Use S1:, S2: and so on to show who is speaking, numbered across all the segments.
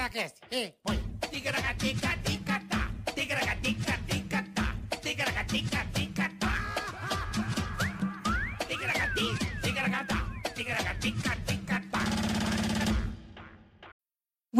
S1: Ticaracast, e põe.
S2: Ticaracatica-ticatá, ticaracatica-ticatá, ticaracatica-ticatá. Ticaracati, ticaracatá, ticaracatica-ticatá.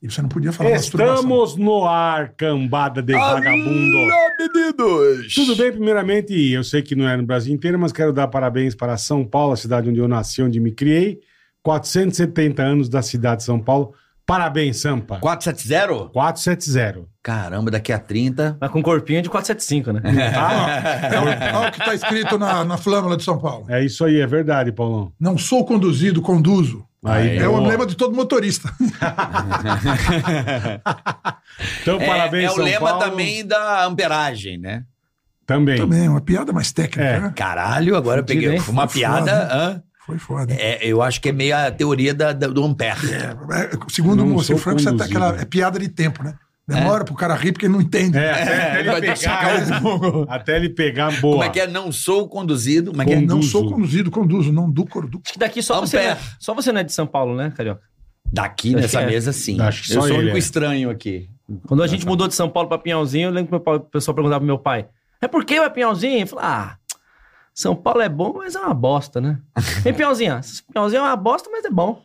S3: E você não podia falar masturbação.
S4: Estamos no ar, cambada de vagabundo.
S5: Alô, meninos!
S4: Tudo bem, primeiramente, eu sei que não é no Brasil inteiro, mas quero dar parabéns para São Paulo, a cidade onde eu nasci, onde me criei. 470 anos da cidade de São Paulo. Parabéns, Sampa.
S5: 470?
S4: 470.
S5: Caramba, daqui a 30.
S6: Mas com corpinho de 475, né?
S3: É o, é o que está escrito na, na flâmula de São Paulo.
S4: É isso aí, é verdade, Paulão.
S3: Não sou conduzido, conduzo.
S4: Aí,
S3: É o
S4: boa.
S3: lema de todo motorista.
S4: Então, parabéns,
S5: é o
S4: São
S5: lema
S4: Paulo.
S5: também da amperagem, né?
S4: Também.
S3: Também, é uma piada mais técnica,
S4: É.
S3: né?
S5: Caralho, agora eu
S6: Fudido,
S5: peguei
S6: hein?
S5: uma
S3: Foi
S5: piada.
S3: foda,
S5: hã?
S3: Foi foda. É.
S5: É, eu acho que é meio a teoria da, da- do ampere.
S3: segundo
S4: Não
S3: o Moacir
S4: sou
S3: Franco, isso é, até
S4: conduzido.
S3: aquela, é piada de tempo, né? Demora pro cara rir porque ele não entende.
S4: É, até, até ele
S5: vai
S4: pegar,
S5: deixar
S4: até ele pegar boa.
S5: Como é que é? Não sou conduzido. Como é que é?
S4: Condu-
S3: Não sou
S4: Conduzo.
S3: conduzido, conduzo, não do cordu.
S6: Acho que daqui só você,
S5: Ampere.
S6: não é, só você não é de São Paulo, né, Carioca?
S5: Daqui
S6: Acho
S5: nessa
S6: que é.
S5: mesa, sim.
S4: Acho que
S5: eu
S4: só
S5: sou o
S4: ele,
S5: único
S4: é.
S5: estranho aqui.
S6: Quando a gente mudou de São Paulo pra Pinhalzinho, eu lembro que meu pai- o pessoal perguntava pro meu pai: É por que vai Pinhalzinho? Eu falava: Ah, São Paulo é bom, mas é uma bosta, né? Vem Pinhalzinho, ó. Pinhalzinho é uma bosta, mas é bom.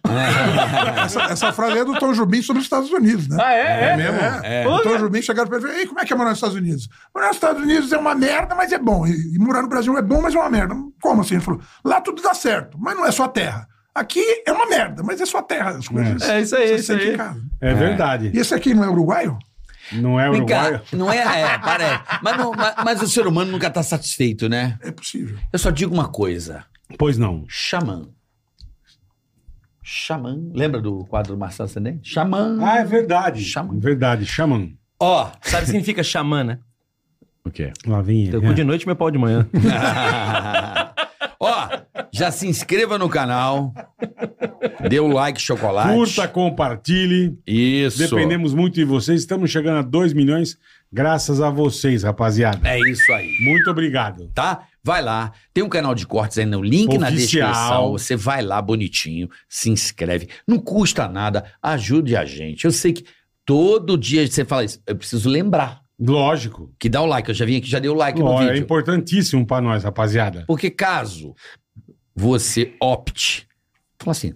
S3: Essa, essa frase é do Tom Jobim sobre os Estados Unidos, né?
S6: Ah, é?
S3: É mesmo? É. O Tom Jobim chegaram pra ele e falaram, "Ei, como é que é morar nos Estados Unidos? Morar nos Estados Unidos é uma merda, mas é bom. E, e morar no Brasil é bom, mas é uma merda. Como assim? Ele falou, lá tudo dá certo, mas não é sua terra. Aqui é uma merda, mas é sua terra. As coisas
S6: É isso aí,
S3: você
S6: é isso
S3: sente
S6: aí.
S3: em casa.
S4: É verdade.
S3: E esse aqui não é uruguaio?
S4: Não é
S5: Vem
S4: uruguaio?
S5: cá, não é? É, parece. Mas, não- mas- mas o ser humano nunca tá satisfeito, né?
S3: É possível.
S5: Eu só digo uma coisa.
S4: Pois não.
S5: Xamã. Xamã. Lembra do quadro do Marcelo Sandem? Xamã.
S4: Ah, é verdade.
S5: Xamã.
S4: Verdade, xamã.
S5: Ó.
S6: Sabe o que significa xamã, né?
S5: O quê?
S4: Lá vem
S5: Então,
S4: ele. é.
S6: Teu cu de noite, meu pau de manhã.
S5: Ó, já se inscreva no canal. Dê o like, chocolate.
S4: Curta, compartilhe.
S5: Isso.
S4: Dependemos muito de vocês. Estamos chegando a 2 milhões graças a vocês, rapaziada.
S5: É isso aí.
S4: Muito obrigado.
S5: Tá? Vai lá. Tem um canal de cortes aí no link na
S4: Oficial.
S5: descrição. Você vai lá bonitinho, se inscreve. Não custa nada. Ajude a gente. Eu sei que todo dia você fala isso. Eu preciso lembrar
S4: Lógico.
S5: que dá o like. Eu já vim aqui, já dei o like
S4: Ó,
S5: no
S4: é
S5: vídeo.
S4: importantíssimo pra nós, rapaziada.
S5: Porque caso você opte, fala assim,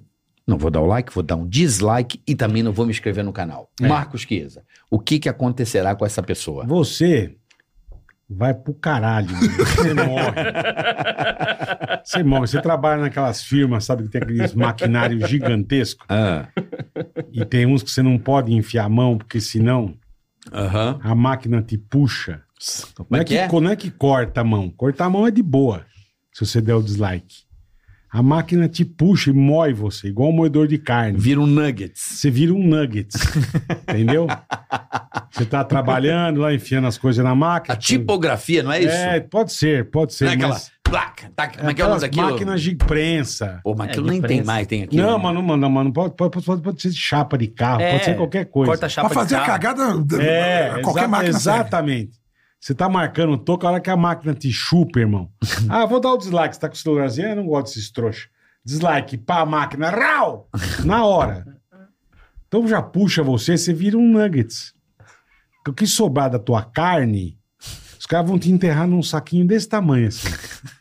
S5: não vou dar o like, vou dar um dislike e também não vou me inscrever no canal.
S4: É.
S5: Marcos Chiesa, o que, que acontecerá com essa pessoa?
S4: Você vai pro caralho. mano. Você morre. Você morre. Você trabalha naquelas firmas, sabe, que tem aqueles maquinários gigantescos.
S5: Ah,
S4: E tem uns que você não pode enfiar a mão, porque senão
S5: aham.
S4: a máquina te puxa.
S5: Como
S4: Não
S5: é
S4: é,
S5: que é?
S4: que, não é que corta a mão. Cortar a mão é de boa, se você der o dislike. A máquina te puxa e moe você, igual um moedor de carne.
S5: Vira um nuggets.
S4: Você vira um nuggets, entendeu? Você tá trabalhando lá, enfiando as coisas na
S5: A
S4: máquina.
S5: tipografia, não Ah, é isso?
S4: É, pode ser, pode ser.
S5: não é aquela
S4: mas-
S5: placa, tá, como é que é o nome
S4: aquelas
S5: daquilo?
S4: Máquinas de prensa.
S5: Pô, mas
S6: É,
S5: aquilo né? nem
S6: diferença.
S5: tem mais, tem aqui.
S4: Não, mas não manda, mano. Pode, pode, pode, pode ser chapa de carro,
S6: É,
S4: pode ser qualquer coisa.
S6: Corta a chapa
S3: Pra fazer
S6: de
S3: a
S6: carro.
S3: cagada,
S4: Tá É,
S3: né? qualquer
S4: exa-
S3: máquina serve.
S4: Exatamente. Você tá marcando o toco, a hora que a máquina te chupa, irmão. ah, vou dar o dislike. Você tá com o celularzinho? Eu não gosto desses trouxa. Dislike, pá, a máquina, rau! Na hora. Então já puxa você, você vira um nuggets. O que sobrar da tua carne, os caras vão te enterrar num saquinho desse tamanho, assim.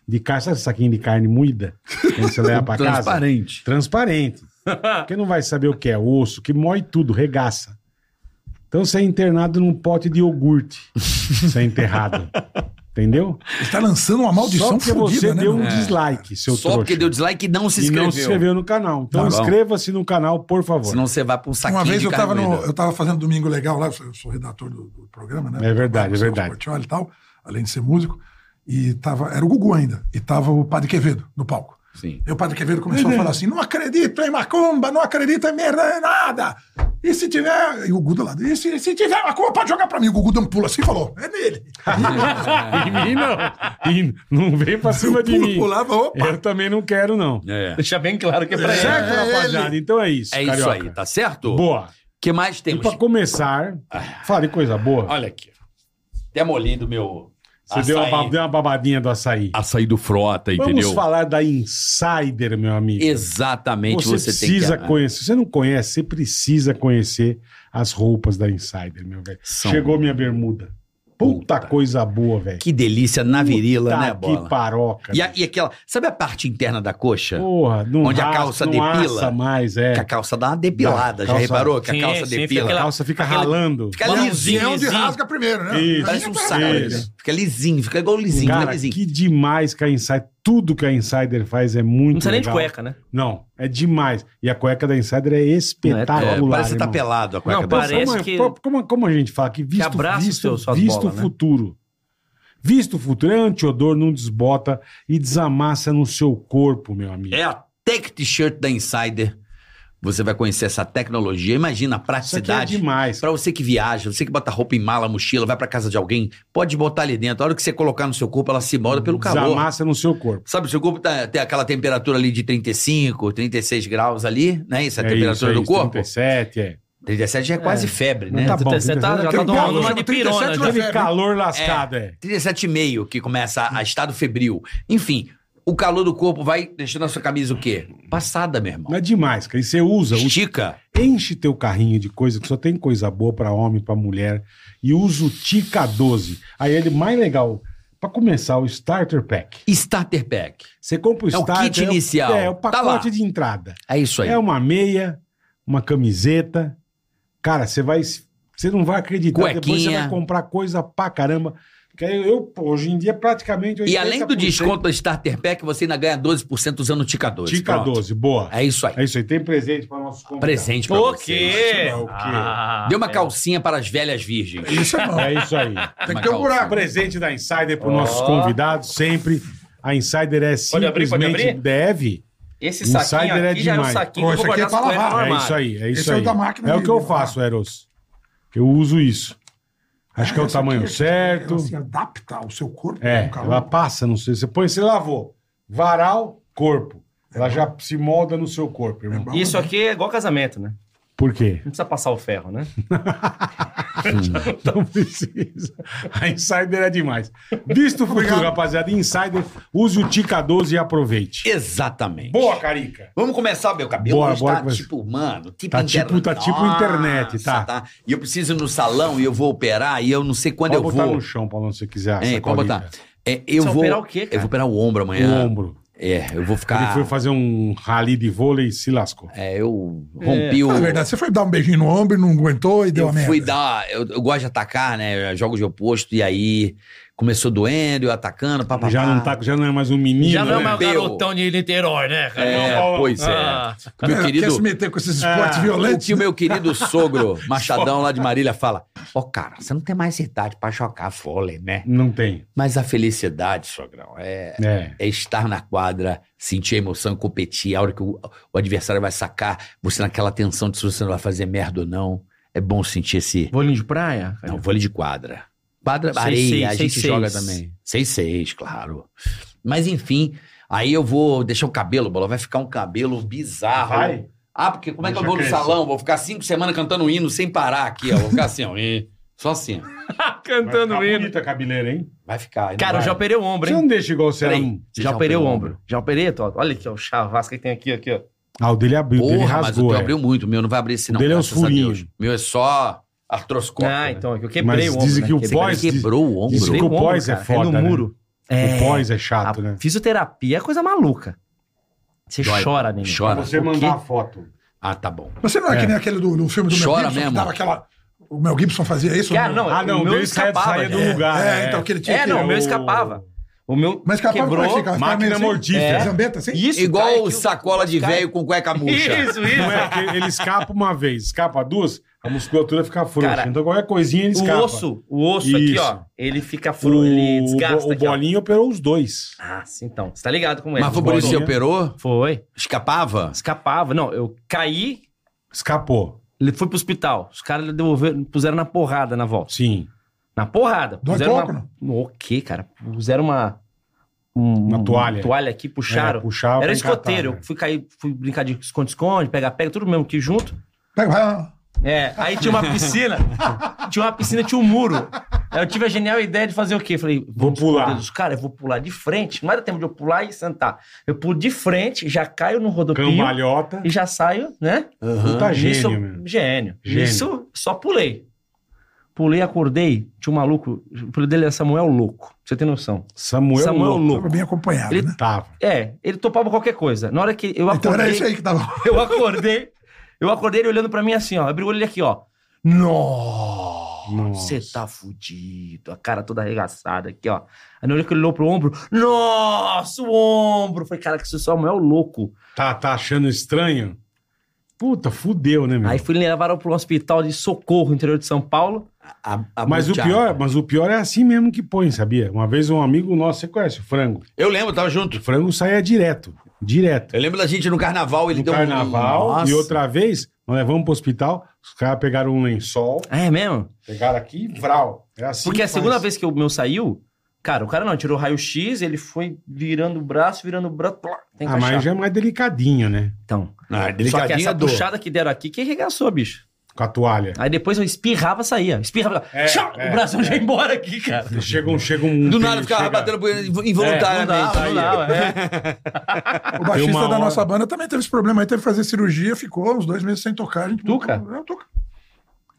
S4: De carne, sabe esse saquinho de carne moída? Quando você leva pra casa?
S5: Transparente.
S4: é transparente. Porque não vai saber o que é osso, que mói tudo, regaça. Então você é internado num pote de iogurte. Você é enterrado. Entendeu?
S3: Ele tá lançando uma
S4: Só
S3: maldição
S4: porque você
S3: fodida, né?
S4: deu um
S3: mano?
S4: dislike, seu
S5: Só
S4: trouxa.
S5: porque deu dislike e não se
S4: e
S5: inscreveu.
S4: não se inscreveu no canal. Então
S5: Tá bom.
S4: inscreva-se no canal, por favor.
S5: Senão você vai pra um saquinho
S3: Uma vez
S5: de
S3: eu tava,
S5: carne né?
S3: no,
S5: moída.
S3: eu tava fazendo Domingo Legal lá, eu sou, eu sou redator do, do programa, né?
S4: É verdade, é
S3: Marcos
S4: verdade.
S3: Portiolli e tal, além de ser músico. E tava, era o Gugu ainda, e tava o Padre Quevedo no palco.
S5: Sim.
S4: Uhum.
S3: E o Padre Quevedo começou a falar assim: não acredito em macumba, não acredito em merda, em nada. E se tiver. E o Guga lá. E se, se tiver uma culpa, pode jogar pra mim. O Gugu deu um pulo assim e falou: é nele.
S4: Em mim, não. Em- não vem pra cima de
S3: um pulo
S4: mim. É.
S3: pulava, opa.
S4: Eu também não quero, não.
S5: É,
S6: Deixar bem claro que é pra ele.
S4: Certo,
S3: é
S4: rapaziada? Então é isso,
S5: é isso
S4: Carioca.
S5: aí, tá certo? O
S4: Boa.
S5: que mais
S4: E
S5: temos?
S4: pra começar, fala de coisa boa.
S5: Olha aqui. Até molhei do meu
S4: Você
S5: açaí.
S4: deu uma, ba- deu uma babadinha do açaí.
S5: Açaí do Frota, entendeu?
S4: Vamos falar da Insider, meu amigo.
S5: Exatamente,
S4: Você,
S5: você, tem que...
S4: precisa conhecer. Você não conhece, você precisa conhecer as roupas da Insider, meu velho.
S5: São-
S4: Chegou minha bermuda. Puta,
S5: Puta.
S4: coisa boa, velho.
S5: Que delícia na virila,
S4: Puta
S5: né,
S4: Que
S5: Bola?
S4: paroca.
S5: E, a- e aquela... Sabe a parte interna da coxa?
S4: Porra, não
S5: Onde a
S4: raspa,
S5: calça
S4: não
S5: depila?
S4: assa mais, é.
S5: Que a calça dá uma depilada,
S4: Dá,
S5: já
S4: calça-
S5: reparou? Que
S6: Sim,
S5: a calça
S6: sim,
S5: depila.
S4: A
S6: aquela-
S4: calça fica
S6: aquela-
S4: ralando.
S5: Fica
S3: E é
S5: lisinho,
S6: Mãozinha.
S3: onde
S6: Lisinho.
S3: rasga primeiro, né?
S4: Isso.
S5: parece um
S3: Aí é
S5: saco.
S3: caralho.
S4: Isso.
S5: Fica lisinho, fica igual lisinho, fica
S4: Cara,
S5: lisinho.
S4: que demais que a Insider... Tudo que a Insider faz é muito
S6: Não precisa nem de
S4: legal.
S6: cueca, né?
S4: Não, é demais. E a cueca da Insider é espetacular,
S5: É, parece que tá
S4: irmão.
S5: pelado a cueca
S6: Não,
S5: dela.
S6: parece.
S4: como, é-
S6: que-
S4: pro- como, como a gente fala que visto,
S6: abraça
S4: visto,
S6: seu- suas
S4: visto
S6: bolas,
S4: o
S6: né?
S4: futuro. Visto o futuro, é antiodor, não desbota e desamassa no seu corpo, meu amigo.
S5: É a Tech T-shirt da Insider. Você vai conhecer essa tecnologia.
S4: Isso
S5: Imagina a
S4: aqui é
S5: praticidade.
S4: demais.
S5: Pra você que viaja, você que bota roupa em mala, mochila, vai pra casa de alguém, pode botar ali dentro. A hora que você colocar no seu corpo, ela se molda pelo calor.
S4: Desamassa no seu corpo.
S5: Sabe, o seu corpo tá, tem aquela temperatura ali de 35, 36 graus ali, né? Isso é a temperatura
S4: isso, é
S5: do
S4: isso,
S5: corpo.
S4: 37, é.
S5: 37 já é quase febre,
S4: Não
S5: né?
S4: tá bom.
S6: Você tá, já tá
S4: Aquele
S6: tomando
S4: calor,
S6: uma
S3: chama
S6: de pirona.
S3: 37
S6: já.
S4: Aquele
S3: febre.
S4: calor lascado, é.
S5: 37,5 que começa a estado febril. Enfim, o calor do corpo vai deixando a sua camisa o quê? Passada, meu irmão.
S4: Não é demais, cara. E você usa, usa-
S5: Estica.
S4: enche teu carrinho de coisa que só tem coisa boa pra homem, pra mulher e usa o Tica 12. Aí ele mais legal, Pra começar o Starter Pack.
S5: Starter Pack.
S4: Você compra o
S5: É o
S4: Starter,
S5: kit inicial.
S4: É, o
S5: Tá
S4: pacote
S5: lá.
S4: de entrada.
S5: É isso aí.
S4: É uma meia, uma camiseta. Cara, você vai. Você não vai acreditar. Depois você
S5: Cuequinha.
S4: vai comprar coisa pra caramba. Que aí eu, pô, hoje em dia, praticamente.
S5: E além do
S4: 80%
S5: desconto da Starter Pack, você ainda ganha 12% usando o Tica 12.
S4: Tica
S5: Pronto.
S4: 12, boa.
S5: É isso aí.
S4: É isso aí. Tem presente pra nossos convidados.
S5: Presente pra
S6: O
S5: você.
S6: quê?
S4: O quê?
S6: Ah,
S5: Deu uma
S6: é.
S5: calcinha para as velhas virgens.
S3: Isso é bom.
S4: É isso aí.
S3: Tem
S5: Uma
S3: que ter um
S5: calça.
S3: buraco.
S4: Presente da Insider para
S6: Ó.
S4: nossos convidados, sempre. A Insider é
S6: Pode
S4: simplesmente
S6: abrir, pode abrir?
S4: deve.
S6: Esse
S4: Insider
S6: saquinho
S4: é
S6: aqui né? já era um
S4: demais.
S6: saquinho.
S3: Pô,
S6: que eu
S3: esse
S6: vou
S3: aqui é
S6: guardar
S3: pra
S6: as cuecas no
S3: lavar.
S4: É
S6: armário.
S4: isso aí, é isso
S3: Esse é o
S4: aí.
S3: da máquina né?
S4: É o
S3: de-
S4: que eu faço, Eros. Eu uso isso. Acho que é
S3: Ah,
S4: o
S3: Essa aqui,
S4: tamanho
S3: ela se-
S4: certo.
S3: Ela se adapta ao seu corpo.
S4: É,
S3: ao calor.
S4: ela passa no seu. Você põe, você lavou. Varal, corpo. Ela já se molda no seu corpo,
S3: É
S4: irmão.
S3: bom,
S6: Isso
S3: né?
S6: aqui é igual casamento, né?
S4: Por quê?
S6: Não precisa passar o ferro, né?
S4: Não precisa. A Insider é demais. Visto o futuro, rapaziada. Insider, use o Tica 12 e aproveite.
S5: Exatamente.
S4: Boa, Carica.
S5: Vamos começar, meu cabelo
S4: Bora,
S5: hoje
S4: bora
S5: tá
S4: começar.
S5: tipo, mano, tipo
S4: Tá tipo- tá tipo internet, tá.
S5: E eu preciso ir no salão e eu vou operar e eu não sei quando
S4: Pode
S5: eu
S4: botar
S5: vou.
S4: no chão, Paulão, se você quiser.
S5: Hein,
S4: essa
S5: pode
S4: colinha.
S5: botar. É, eu
S6: Você
S5: vou
S6: operar o quê, cara?
S5: Eu vou operar o ombro amanhã.
S4: O ombro.
S5: É, eu vou
S4: Ele
S5: ficar
S4: foi fazer um rally de vôlei e se lascou.
S5: É, eu rompi o
S3: Na verdade, você foi dar um beijinho no ombro e não aguentou e deu
S5: eu
S3: a merda.
S5: fui dar, um eu, eu gosto de atacar, né? Eu jogo de oposto e aí começou doendo, eu atacando, papapá.
S4: Já não, tá, já não é mais um menino,
S6: Já não é
S4: né?
S6: mais o
S5: Meu.
S6: garotão de Niterói, né,
S4: tá-
S6: cara?
S5: É,
S6: Não, Paulo.
S5: pois é.
S6: Ah.
S5: O Meu
S3: Quer- Quer
S5: querido,
S3: se meter com esses esportes
S4: Ah,
S6: É.
S5: o
S3: violentos?
S5: que o meu querido sogro Machadão lá de Marília fala: "Ó, cara, você não tem mais idade pra jogar vôlei, né?
S4: Não tem.
S5: Mas a felicidade, sogrão, é
S4: É.
S5: é estar na quadra, sentir a emoção, competir, a hora que o, o adversário vai sacar, você naquela tensão de se você não vai fazer merda ou não. É bom sentir esse.
S6: Bolinho de praia?
S5: Não, vôlei de quadra. Quadra,
S6: É. Seis,
S5: areia,
S6: seis,
S5: a gente
S6: seis, seis.
S5: joga também. 6-6, claro. Mas enfim, aí eu vou deixar o cabelo, bola, vai ficar um cabelo
S6: Tá
S5: bizarro.
S4: Vai?
S5: Ah, porque como é que
S4: Deixa
S5: eu vou no
S4: crescer.
S5: salão? Vou ficar cinco semanas cantando hino sem parar aqui, ó. Vou ficar assim, ó. e- Só assim. ó.
S6: Cantando
S4: Vai ficar
S6: hino.
S4: tá bonita a cabeleira, hein?
S5: Vai ficar. aí não
S6: Cara, eu
S5: vai.
S6: já operei o ombro,
S4: Você
S6: hein?
S4: não deixa igual você era.
S6: Peraí.
S4: um-
S6: Já operei o ombro. Já operei, Tó. Olha aqui, ó, o chavasco que tem aqui, aqui, ó.
S4: Ah, o dele abriu, o dele
S5: Porra, mas o
S4: rasgou.
S5: teu
S4: é.
S5: abriu muito, o meu não vai abrir esse
S4: O
S5: não.
S4: dele é os
S5: graças a
S4: furinhos.
S5: Deus. O meu é só artroscópio.
S6: Ah,
S5: né?
S6: então, aqui, eu quebrei
S4: Mas
S6: o ombro.
S4: dizem
S6: né?
S4: que o
S6: Quebrei-
S4: pós.
S5: Ele quebrou o
S4: Isso
S5: ombro.
S4: que
S6: quebrei
S4: o pós é
S6: um cara.
S4: foda,
S6: no
S4: né?
S6: muro.
S4: O pós é chato,
S6: A
S4: né?
S6: Fisioterapia é coisa maluca. Você
S5: Dói.
S6: chora, menino.
S5: Chora.
S4: Você
S6: O quê?
S4: mandar a foto.
S5: Ah, tá bom.
S3: Você não é,
S4: É.
S3: que nem aquele do, do filme do Mel
S5: Chora
S3: Gibson,
S5: mesmo.
S3: que dava aquela... O Mel Gibson fazia isso?
S6: Cara, não,
S4: Ah, não,
S6: o
S4: o
S6: meu
S4: dele saia,
S6: escapava,
S4: saia do
S6: é.
S4: lugar.
S3: É, então, que ele tinha
S6: É,
S3: que...
S6: não, o meu escapava. O meu
S3: Mas escapava como é que
S6: quebrou.
S3: fica?
S4: Máquina
S3: Assim,
S4: mortífera.
S3: Zambeta, assim?
S6: Isso, cai aqui,
S5: Igual
S6: o-
S5: sacola de
S6: cai-
S5: velho com cueca murcha.
S6: Isso, isso.
S4: Não é que ele escapa uma vez, escapa duas, a musculatura fica frouxa.
S6: Cara,
S4: então qualquer coisinha ele escapa.
S6: O osso, o osso aqui,
S4: Isso.
S6: ó, ele fica fru,
S4: O,
S6: ele desgasta
S4: o
S6: aqui, ó.
S4: bolinho operou os dois.
S6: Nossa, então, você tá ligado como é.
S5: Mas foi por isso que você
S4: Bolinha.
S5: operou?
S6: Foi.
S5: Escapava?
S6: Escapava. Não, eu caí,
S4: Escapou.
S6: Ele foi pro hospital. Os caras devolveram, puseram na porrada na volta.
S4: Sim. É,
S6: Na porrada.
S3: Dói
S6: Puseram
S3: pouco,
S6: uma... O quê, cara? Puseram uma... um-
S4: Uma toalha.
S6: toalha aqui, puxaram.
S4: É, puxava
S6: Era
S4: pra encatar,
S6: escoteiro.
S4: né?
S6: Eu fui, cair, fui brincar de esconde-esconde, pega-pega, tudo mesmo aqui junto.
S3: Pega, vai lá.
S6: É, aí tinha uma piscina. tinha uma piscina, tinha um muro. Aí eu tive a genial ideia de fazer o quê? Falei,
S4: Vou pular.
S6: Deus, cara, eu vou pular de frente. Não era tempo de eu pular e sentar. Eu pulo de frente, já caio no rodopio
S4: Cambalhota.
S6: e já saio, né?
S4: Puta
S6: Nisso-
S4: gênio, meu.
S6: Gênio.
S4: Gênio.
S6: Isso, só pulei. Pulei, acordei. Tinha um maluco, o apelido dele é Samuel Louco. pra Você tem noção.
S4: Samuel, é um
S6: Samuel é um
S4: Samuel
S6: Louco.
S3: Tava bem acompanhado,
S6: Ele-
S3: né?
S4: Tava.
S6: É, ele topava qualquer coisa. Na hora que eu acordei...
S3: Então era isso aí que tava.
S6: Eu acordei, eu acordei ele olhando pra mim assim, ó. Abri o olho ele aqui, ó. Nossa,
S4: Nossa.
S6: você tá fudido. A cara toda arregaçada aqui, ó. Aí na hora que ele olhou pro ombro, nossa, o ombro. Eu Falei, cara, que isso só é o louco.
S4: Tá, tá achando estranho? Puta, fudeu, né, meu?
S6: Aí fui levar pro hospital de socorro, interior de São Paulo.
S5: A- a
S4: mas, o
S5: buchada.
S4: pior, mas o pior é assim mesmo que põe, sabia? Uma vez um amigo nosso, você conhece o Frango?
S5: Eu lembro, tava
S4: O
S5: junto.
S4: Frango saía direto, direto.
S5: Eu lembro da gente no carnaval, É, ele
S4: No
S5: deu um-
S4: carnaval,
S5: Nossa.
S4: e outra vez, nós levamos pro hospital, os caras pegaram um lençol,
S6: É mesmo?
S4: pegaram aqui e vral. É assim
S6: Porque
S4: que
S6: a segunda
S4: faz.
S6: vez que o meu saiu, cara, o cara não, tirou raio-x, ele foi virando o braço, virando o braço. plá, Tem que
S4: Ah,
S6: achar.
S4: mas já é mais delicadinho, né?
S6: Então,
S5: Ah,
S6: só que
S5: delicadinha
S6: essa
S5: dor.
S6: puxada que deram aqui que arregaçou, bicho.
S4: Com a toalha.
S6: Aí depois eu espirrava, saía. Espirrava.
S4: É,
S6: tchau,
S4: é,
S6: o braço
S4: é.
S6: já ia embora aqui, cara.
S4: Chega um, chega um.
S5: Ah, Do nada ficava
S4: chega-
S5: batendo punheta
S4: Tá,
S6: É, não
S5: involuntariamente.
S6: dava, não dava, é.
S3: O baixista
S4: uma
S3: da
S4: hora-
S3: nossa banda também teve esse problema. Aí teve que fazer cirurgia, ficou uns dois meses sem tocar. A gente
S6: Tuca?
S3: É, o Tuca.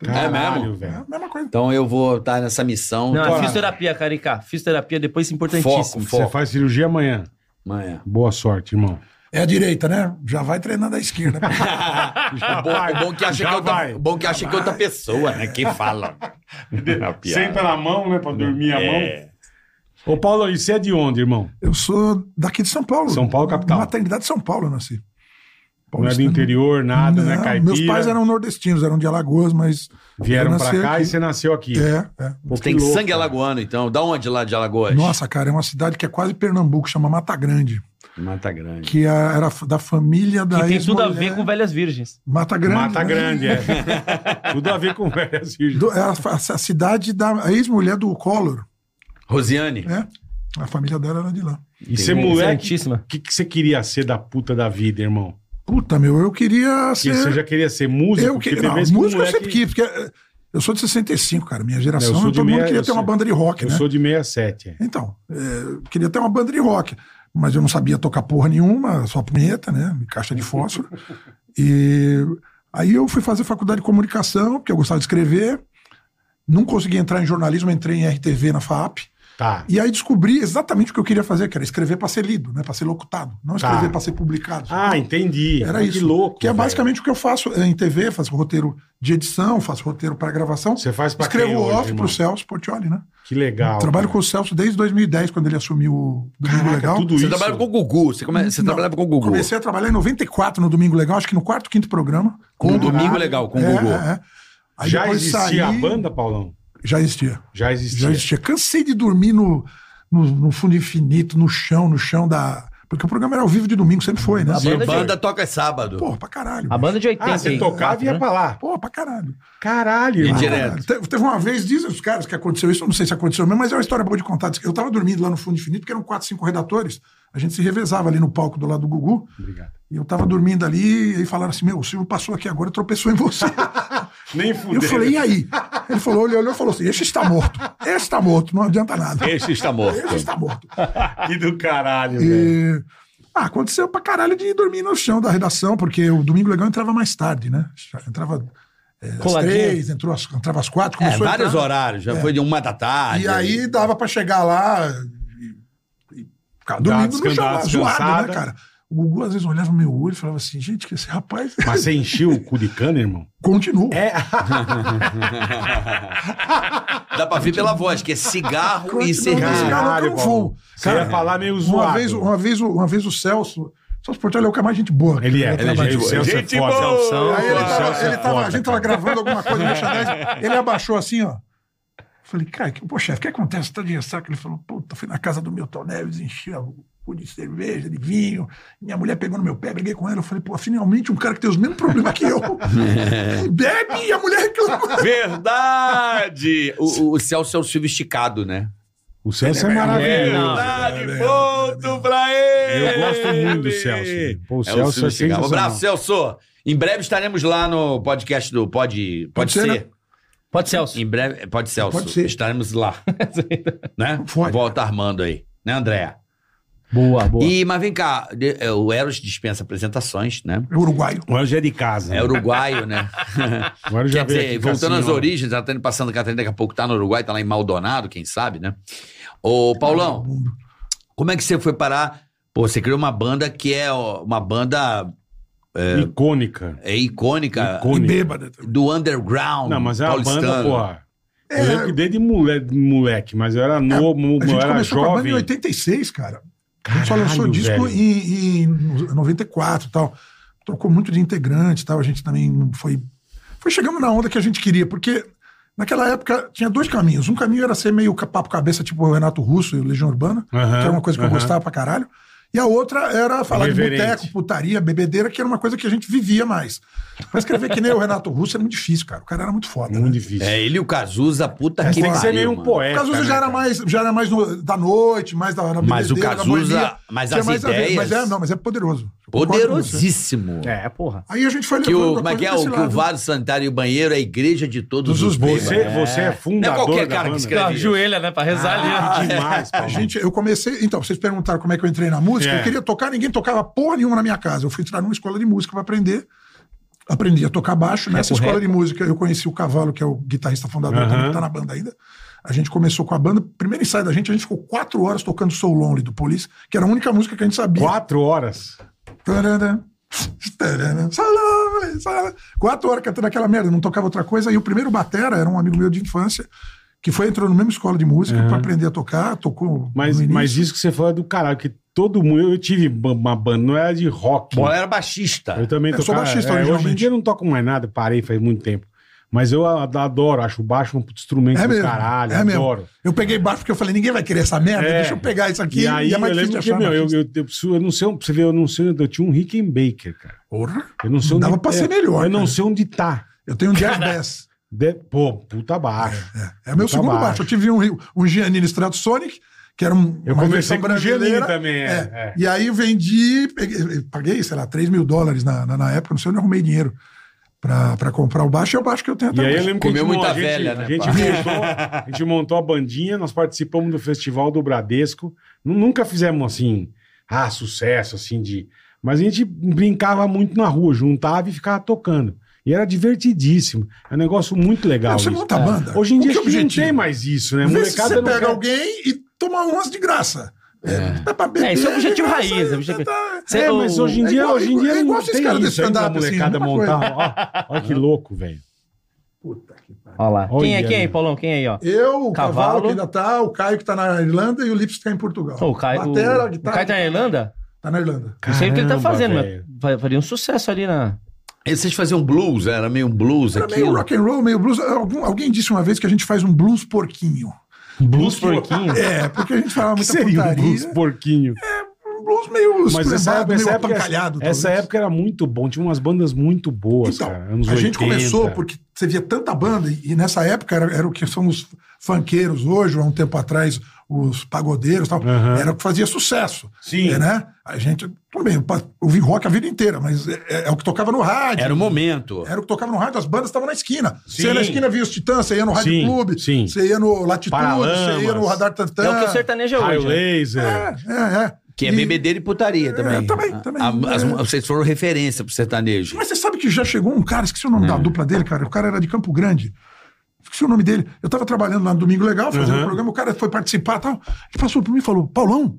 S5: É
S4: Caralho,
S5: mesmo?
S3: É
S4: velho.
S3: a mesma coisa.
S5: Então eu vou estar nessa missão.
S6: Não,
S4: Bora.
S6: é fisioterapia, Carica. Fisioterapia é depois importantíssimo.
S5: Foco,
S4: Você faz cirurgia amanhã.
S5: Amanhã.
S4: Boa sorte, irmão.
S3: É a direita, né? Já vai treinando a esquerda. né?
S5: O bom, o bom que acha que é outra, o bom que acha que é outra pessoa, né? Que fala.
S4: Senta na mão, né? Pra dormir a
S5: É.
S4: mão. Ô, Paulo, e você é de onde, irmão?
S3: Eu sou daqui de São Paulo.
S4: São Paulo, capital.
S3: Maternidade de São Paulo, eu nasci.
S4: Não é do
S3: Paulistano.
S4: interior, nada, né?
S3: Não,
S4: Caipira.
S3: Meus pais eram nordestinos, eram de Alagoas, mas. eu
S4: Vieram
S3: nasci
S4: pra cá
S3: aqui.
S4: e você nasceu aqui.
S3: É, é.
S4: Pô, que
S5: Tem
S4: louco,
S5: sangue
S4: cara.
S5: alagoano, então. Da onde lá de Alagoas?
S3: Nossa, cara, é uma cidade que é quase Pernambuco, chama Mata Grande,
S5: Mata Grande.
S3: que a- era f- da família da
S6: Que tem tudo
S4: é
S6: a
S3: ex-mulher-
S6: ver com velhas virgens.
S3: Mata Grande.
S4: Mata
S3: né?
S4: Grande, é. Tudo a ver com velhas virgens.
S3: Do- é a, fa- a cidade da ex-mulher do Collor,
S5: Rosiane.
S3: né? A família dela era de lá.
S4: E você, moleque,
S6: Santíssima.
S4: o que, que você queria ser da puta da vida, irmão?
S3: Puta, meu, eu queria
S4: Que você
S3: ser.
S4: já queria ser músico?
S3: eu que...
S4: Porque tem
S3: não,
S4: vezes que o
S3: música eu
S4: moleque-
S3: sempre quis, porque eh, eu sou de 65, cara. Minha geração,
S4: sou de
S3: todo
S4: meia-
S3: mundo queria
S4: eu
S3: ter uma
S4: sou-
S3: banda de rock,
S4: Eu
S3: né?
S4: sou de 67. é.
S3: Então, é, queria ter uma banda de rock, mas eu não sabia tocar porra nenhuma, só punheta, né? Caixa de fósforo. e aí eu fui fazer faculdade de comunicação, porque eu gostava de escrever. Não consegui entrar em jornalismo, entrei em RTV na FAP.
S4: Tá.
S3: E aí descobri exatamente o que eu queria fazer, que era escrever para ser lido, né? Para ser locutado, não
S4: Tá.
S3: escrever para ser publicado.
S4: Ah, entendi.
S3: Era
S4: Pô,
S3: isso.
S4: Que louco.
S3: Que é
S4: velho.
S3: basicamente o que eu faço eh, em TV, faço roteiro de edição, faço roteiro para gravação.
S4: Você faz pra quem
S3: Escrevo
S4: hoje,
S3: off
S4: irmão?
S3: pro Celso Portioli, né?
S4: Que legal.
S3: Trabalho
S4: cara.
S3: com o Celso desde 2010, quando ele assumiu o Domingo Legal.
S4: tudo
S5: Você
S4: isso.
S5: trabalhava com o Gugu. Você, come... você
S3: Não,
S5: trabalhava com o Gugu.
S3: Comecei a trabalhar em 94 no Domingo Legal, acho que no quarto, quinto programa.
S5: Com o
S3: Caralho.
S5: Domingo Legal, com o
S3: É,
S5: Gugu.
S3: é, é. Aí
S4: Já
S3: depois
S4: existia
S3: saí-
S4: a banda, Paulão?
S3: Já existia.
S4: Já
S3: Já
S4: existia.
S3: existia. Cansei de dormir no, no, no fundo infinito, no chão, no chão da. Porque o programa era ao vivo de domingo, sempre foi, né?
S6: A
S5: E
S6: banda
S5: banda,
S6: de-
S5: toca sábado.
S3: Porra, pra caralho.
S6: A banda de 80.
S4: Ah, você
S6: hein?
S4: tocava e ia
S6: né?
S4: pra lá.
S3: Porra, pra caralho.
S4: Caralho,
S5: E
S4: irmão.
S5: direto.
S3: Cara, É, te- teve uma vez, dizem os caras que aconteceu isso, eu não sei se aconteceu mesmo, mas é uma história boa de contar. Diz que Eu tava dormindo lá no Fundo Infinito, porque eram quatro, cinco redatores. A gente se revezava ali no palco do lado do Gugu.
S4: Obrigado.
S3: E eu tava dormindo ali, e aí falaram assim: Meu, o Silvio passou aqui agora e tropeçou em você.
S4: Nem
S3: E
S4: fudeu.
S3: eu falei: E aí? Ele falou: Ele olhou e falou assim: Esse está morto. Esse está morto, não adianta nada.
S5: Esse está morto.
S3: Esse está morto.
S4: Que do caralho, velho.
S3: E... Ah, aconteceu pra caralho de dormir no chão da redação, porque o Domingo Legal entrava mais tarde, né? Entrava é, às
S6: Coladinho.
S3: três, entrou às- entrava às quatro,
S5: É,
S3: começou a
S5: vários
S3: entrar- É.
S5: horários. Já foi de uma da tarde.
S3: E aí dava pra chegar lá e, e ficar dormindo no
S4: descan-
S3: chão,
S4: dar
S3: lá,
S4: uma
S3: zoado,
S4: descansada.
S3: né, cara? O Gugu às vezes olhava no meu olho e falava assim, gente, que esse rapaz
S4: Mas você é encheu o cu de cana, irmão?
S3: continua.
S5: Dá pra ver pela voz, que é cigarro
S3: Continua,
S5: e
S3: esse
S5: cerveja.
S3: cara nunca
S4: Caralho,
S3: não
S4: Paulo.
S3: foi.
S4: Você ia falar meio
S3: Uma
S4: zoado.
S3: vez, uma, vez, o- uma vez o Celso, Celso Portioli é o que é mais gente boa.
S4: Ele é,
S3: Eu
S4: ele é
S3: trabalho-
S4: gente boa.
S5: Gente
S4: Celso é foda.
S5: boa!
S4: Celso-
S3: Aí ele
S4: Celso
S3: tava,
S4: é
S3: ele tava-
S4: foda,
S3: a gente tava
S4: cara.
S3: gravando alguma coisa, merchandising, ele abaixou assim, ó. Falei, cara, que, pô, chefe, o que acontece? Tá de ressaca? Ele falou, puta, fui na casa do Milton Neves, enchi a cu de cerveja, de vinho. Minha mulher pegou no meu pé, briguei com ela. Eu falei, pô, finalmente um cara que tem os mesmos problemas que eu. Bebe e a mulher reclama.
S5: Verdade! O, o, o Celso é o Silvio esticado, né?
S4: O Celso é maravilhoso.
S5: Verdade,
S3: é, é,
S5: ponto pra ele!
S4: Eu gosto muito do Celso. Pô, o
S5: É o
S4: Celso é
S5: Silvio esticado. Um
S4: sensacional.
S5: abraço, Celso! Em breve estaremos lá no podcast do Pode, pode,
S3: Pode
S5: ser.
S3: ser,
S4: né?
S6: Pode, Celso.
S5: Em breve, pode, Celso.
S3: Pode ser.
S5: Estaremos lá. né?
S3: Pode.
S5: Volta armando aí. Né, André?
S6: Boa, boa.
S5: E, mas vem cá, de- é, o Eros dispensa apresentações, né?
S3: É uruguaio.
S4: Agora já é de casa.
S5: É uruguaio, né?
S4: Agora já veio
S5: Quer dizer,
S4: aqui. com a
S5: voltando às
S4: senhora.
S5: origens, ela tá indo passando Catarina, daqui a pouco tá no Uruguai, tá lá em Maldonado, quem sabe, né? Ô, Paulão, como é que você foi parar? Pô, você criou uma banda que é ó, uma banda
S4: Icônica.
S5: é, icônica
S3: E
S4: Icônica.
S3: bêbada. também.
S5: do underground
S4: Não, mas é uma
S5: paulistano.
S4: banda, porra.
S3: É,
S4: Eu lembro que desde mole- moleque, mas eu era novo,
S3: a
S4: eu
S3: gente
S4: era
S3: começou com a banda em
S4: jovem.
S3: 86, cara. a gente só
S4: Caralho,
S3: lançou disco
S4: velho.
S3: em, em 94 e tal. Trocou muito de integrante e tal. A gente também não foi. Foi chegando na onda que a gente queria, porque naquela época tinha dois caminhos. Um caminho era ser meio ca- papo cabeça, tipo o Renato Russo e o Legião Urbana,
S4: Aham,
S3: que era uma coisa que eu
S4: aham.
S3: gostava pra caralho. E a outra era falar de
S4: Irreverente.
S3: boteco, putaria, bebedeira, que era uma coisa que a gente vivia mais. Mas escrever que nem o Renato Russo era muito difícil, cara. O cara era muito foda. né?
S4: Muito difícil.
S5: É, ele e o Cazuza, puta
S4: Mas
S5: que
S4: tem que ser
S5: pariu,
S4: meio um
S5: mano.
S4: poeta.
S3: O Cazuza
S4: né,
S3: já era
S4: cara?
S3: mais, já era mais no- da noite, mais da, da
S5: tá, Mas o
S3: bebedeira, da
S5: Cazuza-
S3: boemia,
S5: mas
S3: tinha
S5: as
S3: mais a ver,
S5: ideias-
S3: Mas é, não, mas é poderoso.
S4: um
S3: Eu concordo com você.
S5: Poderosíssimo.
S4: né?
S6: É, porra.
S3: Aí a gente foi
S5: Que
S3: levando
S5: o,
S3: a
S5: como é
S3: coisa
S5: que é?
S3: desse
S5: O- que o
S3: lado.
S5: vaso sanitário e o banheiro é a igreja de todos os bêbados.
S4: Você é, você é
S5: Não é
S4: fundador
S5: qualquer
S4: da
S5: cara que
S4: banda.
S5: escreve. isso.
S6: joelha, né? Pra rezar
S4: Ah,
S6: ali. né?
S4: demais,
S3: A gente, eu comecei. Então, vocês perguntaram como é que eu entrei na música.
S4: É.
S3: Eu queria tocar, ninguém tocava porra nenhuma na minha casa. Eu fui entrar numa escola de música pra aprender. Aprendi a tocar
S5: É
S3: baixo. Nessa
S6: correto.
S3: escola de música, eu conheci o Cavalo, que é o guitarrista fundador,
S4: Aham.
S3: também que tá na banda ainda. A gente começou com a banda. Primeiro ensaio da gente, a gente ficou quatro horas tocando Soul Lonely do Police, que era a única música que a gente sabia.
S4: Quatro horas.
S3: Tarará, tarará, salame, salame. Quatro horas cantando aquela merda, não tocava outra coisa. E o primeiro batera era um amigo meu de infância, que foi entrou na mesma escola de música pra aprender a tocar, tocou.
S4: Mas,
S3: no início.
S4: mas isso que você falou é do caralho, que todo mundo. Eu tive ba- uma banda, não era de rock.
S5: Bom, era baixista.
S4: Eu também
S3: Eu sou
S4: tocava-
S3: baixista
S4: é, Hoje em
S3: originalmente.
S4: dia eu não toco mais nada, parei faz muito tempo. Mas eu a- adoro, acho o baixo um puto instrumento
S3: É
S4: do
S3: mesmo.
S4: caralho,
S3: é mesmo.
S4: adoro.
S3: Eu peguei baixo porque eu falei, ninguém vai querer essa merda,
S4: É.
S3: deixa eu pegar isso aqui. é
S4: e aí eu lembro que, meu, eu,
S3: baixista.
S4: eu- eu preciso- eu não sei, pra você ver, eu não sei, onde- eu tinha um Rickenbacker, cara.
S3: Porra,
S4: Eu não sei onde é,
S3: Dava pra ser melhor,
S4: Eu não
S3: cara.
S4: sei onde tá.
S3: eu tenho um jazz bass.
S4: De- Pô, puta baixo.
S3: É meu
S4: Puta
S3: segundo baixo.
S4: baixo.
S3: Eu tive um, um Giannini Stratosonic, que era um.
S4: Eu
S3: uma
S4: comecei
S3: versão
S4: com o
S3: brasileira.
S4: Giannini também, é, é.
S3: E aí eu vendi, peguei- paguei, sei lá, 3 mil dólares na, na, na época, não sei onde eu arrumei dinheiro pra, pra comprar o baixo, e é o baixo que eu tenho até
S4: E aí eu
S3: hoje.
S4: lembro que
S5: Comeu
S4: a gente,
S5: muita
S4: a gente-
S5: velha, né,
S4: a, gente
S5: pá?
S4: montou, a gente montou a bandinha, nós participamos do Festival do Bradesco. Nu- Nunca fizemos assim, ah, sucesso, assim, de. Mas a gente brincava muito na rua, juntava e ficava tocando. E era divertidíssimo. É um negócio muito legal.
S3: Não, você
S4: isso. É.
S3: monta a banda.
S4: Hoje em
S3: Com
S4: dia
S3: que
S4: acho que não
S3: objetivo?
S4: tem mais isso, né?
S3: Vê se
S4: Molecada
S3: você
S4: não
S3: pega
S4: quer-
S3: alguém e toma umas de graça. É, pra beber,
S6: É, esse é o objetivo
S3: de
S6: raiz,
S3: graça,
S6: é o objetivo-
S3: tá-
S6: Cê-
S4: É,
S6: o-
S4: mas hoje em
S3: é
S4: dia,
S3: igual-
S4: hoje em dia
S3: é igual
S4: não
S3: esses
S4: tem
S3: caras do
S4: isso. Aí a
S3: stand-up, assim,
S4: molecada
S3: mesma coisa.
S4: montar. ó, Olha que louco, velho.
S6: Olha lá. Quem é,
S4: Olha,
S6: quem aí,
S4: meu.
S6: Paulão? Quem aí, ó?
S3: Eu, o
S6: Cavalo.
S3: Cavalo que ainda tá, o Caio que tá na Irlanda e o Lips que tá em Portugal.
S6: O Caio, o,
S3: Batera,
S6: o
S3: guitarra,
S6: Caio tá na Irlanda?
S3: tá na Irlanda.
S6: Não sei o que ele tá
S4: Caramba,
S6: fazendo,
S4: velho.
S6: mas fa- faria um sucesso ali na.
S5: E vocês faziam blues, era meio um blues
S3: Era meio
S5: aquilo.
S3: rock and roll, meio blues. Algum- alguém disse uma vez que a gente faz um blues porquinho.
S6: Blues Porquinho.
S3: É, porque a gente falava
S4: Que
S3: muita
S4: seria um
S3: putaria.
S4: blues porquinho.
S3: Um blues meio
S4: Mas essa
S3: esculhambado,
S4: época,
S3: meio
S4: essa, época,
S3: apancalhado.
S4: essa
S3: talvez.
S4: época era muito bom. Tinha umas bandas muito boas,
S3: Então,
S4: cara. Anos
S3: a gente
S4: 80.
S3: começou porque você via tanta banda, e e nessa época era, era o que são os funkeiros hoje, ou há um tempo atrás, os pagodeiros e tal.
S4: Aham.
S3: Era o que fazia sucesso.
S4: Sim.
S3: É, né? A gente, tudo bem, eu pa- ouvi rock a vida inteira, mas é, é- é o que tocava no rádio.
S5: Era o momento.
S3: Era o que tocava no rádio, as bandas estavam na esquina.
S4: Sim.
S3: Você ia na esquina, via os Titãs, você ia no Rádio
S4: Sim,
S3: Clube,
S4: sim.
S3: você ia no Latitude,
S4: Paralamas.
S3: você ia no Radar Tantã.
S6: É o
S4: Tá.
S6: que o sertanejo é
S4: Raio
S6: hoje. né?
S4: Laser.
S3: É, é, é.
S5: Que é
S3: E- É,
S5: bebedeira e putaria também.
S3: também,
S5: A-
S3: também.
S5: a- as-
S3: É.
S5: Vocês foram referência pro sertanejo.
S3: Mas você sabe que já chegou um cara, esqueci o nome
S4: É.
S3: da dupla dele, cara. O cara era de Campo Grande. Esqueci o nome dele. Eu tava trabalhando lá no Domingo Legal, fazendo
S4: Uhum.
S3: um programa, o cara foi participar e tal. Ele passou por mim e falou, Paulão.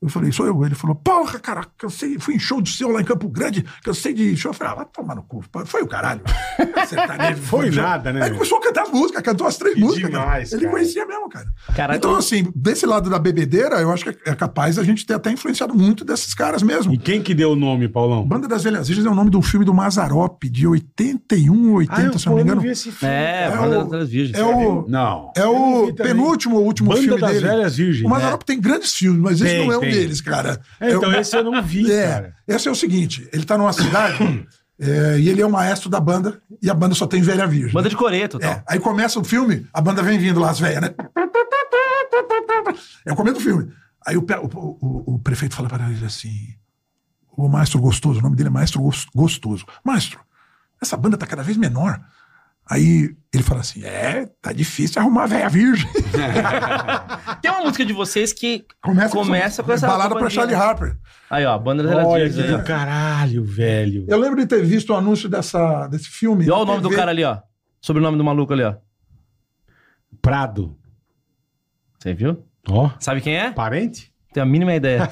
S3: Eu falei, sou eu. Ele falou, porra, cara, cansei, fui em show do seu lá em Campo Grande, cansei de show. Eu falei, ah, vai tomar no cu. Foi o caralho. Sertanejo,
S4: Foi
S3: no show.
S4: nada, né,
S3: Aí
S4: meu?
S3: ele começou a cantar as músicas, cantou as três
S4: Que
S3: músicas. cara.
S4: demais,
S3: Ele
S4: cara.
S3: conhecia mesmo, cara.
S6: Caraca.
S3: Então, assim, desse lado da bebedeira, eu acho que é capaz da gente ter até influenciado muito desses caras mesmo.
S4: E quem que deu o nome, Paulão?
S3: Banda das Velhas Virgens é o nome de um filme do Mazarop, de 81,
S4: Ah,
S3: 80, se eu não me engano.
S4: esse
S6: É,
S3: É
S6: Banda
S3: o-
S6: das Virgens.
S3: É o,
S5: Não.
S3: é
S4: Eu não
S3: o
S4: vi também.
S3: penúltimo ou último
S4: Banda
S3: filme
S4: das
S3: dele.
S4: Velhas Virgens. né?
S3: O Mazarop tem grandes filmes, mas esse
S4: Tem,
S3: não é um
S4: tem.
S3: deles, cara.
S4: É, então,
S3: Eu-
S4: esse eu não vi,
S3: é,
S4: cara.
S3: Esse é o seguinte: ele tá numa cidade é, e ele é o maestro da banda e a banda só tem velha virgem.
S6: Banda de coreto e tal.
S3: É, aí começa o filme, a banda vem vindo lá, as velhas, né? É o começo do filme. Aí o, pe- o- o- o prefeito fala para ele assim: o Maestro Gostoso, o nome dele é Maestro Gos- Gostoso. Maestro, essa banda tá cada vez menor. Aí ele fala assim: é, tá difícil arrumar velha virgem.
S6: Tem uma música de vocês que
S3: Começa,
S6: Começa com essa né?
S3: balada pra
S6: bandinha.
S3: Charlie Harper.
S6: Aí, ó, Banda das
S4: Olha
S6: Olha,
S4: que do caralho, velho.
S3: Eu lembro de ter visto o anúncio dessa, desse filme.
S6: E
S3: na
S6: olha o nome do
S3: TV.
S6: cara ali, ó. Sobrenome do maluco ali, ó.
S4: Prado.
S6: Você viu?
S4: Ó,
S6: Sabe quem é?
S4: parente?
S6: Tenho a mínima ideia.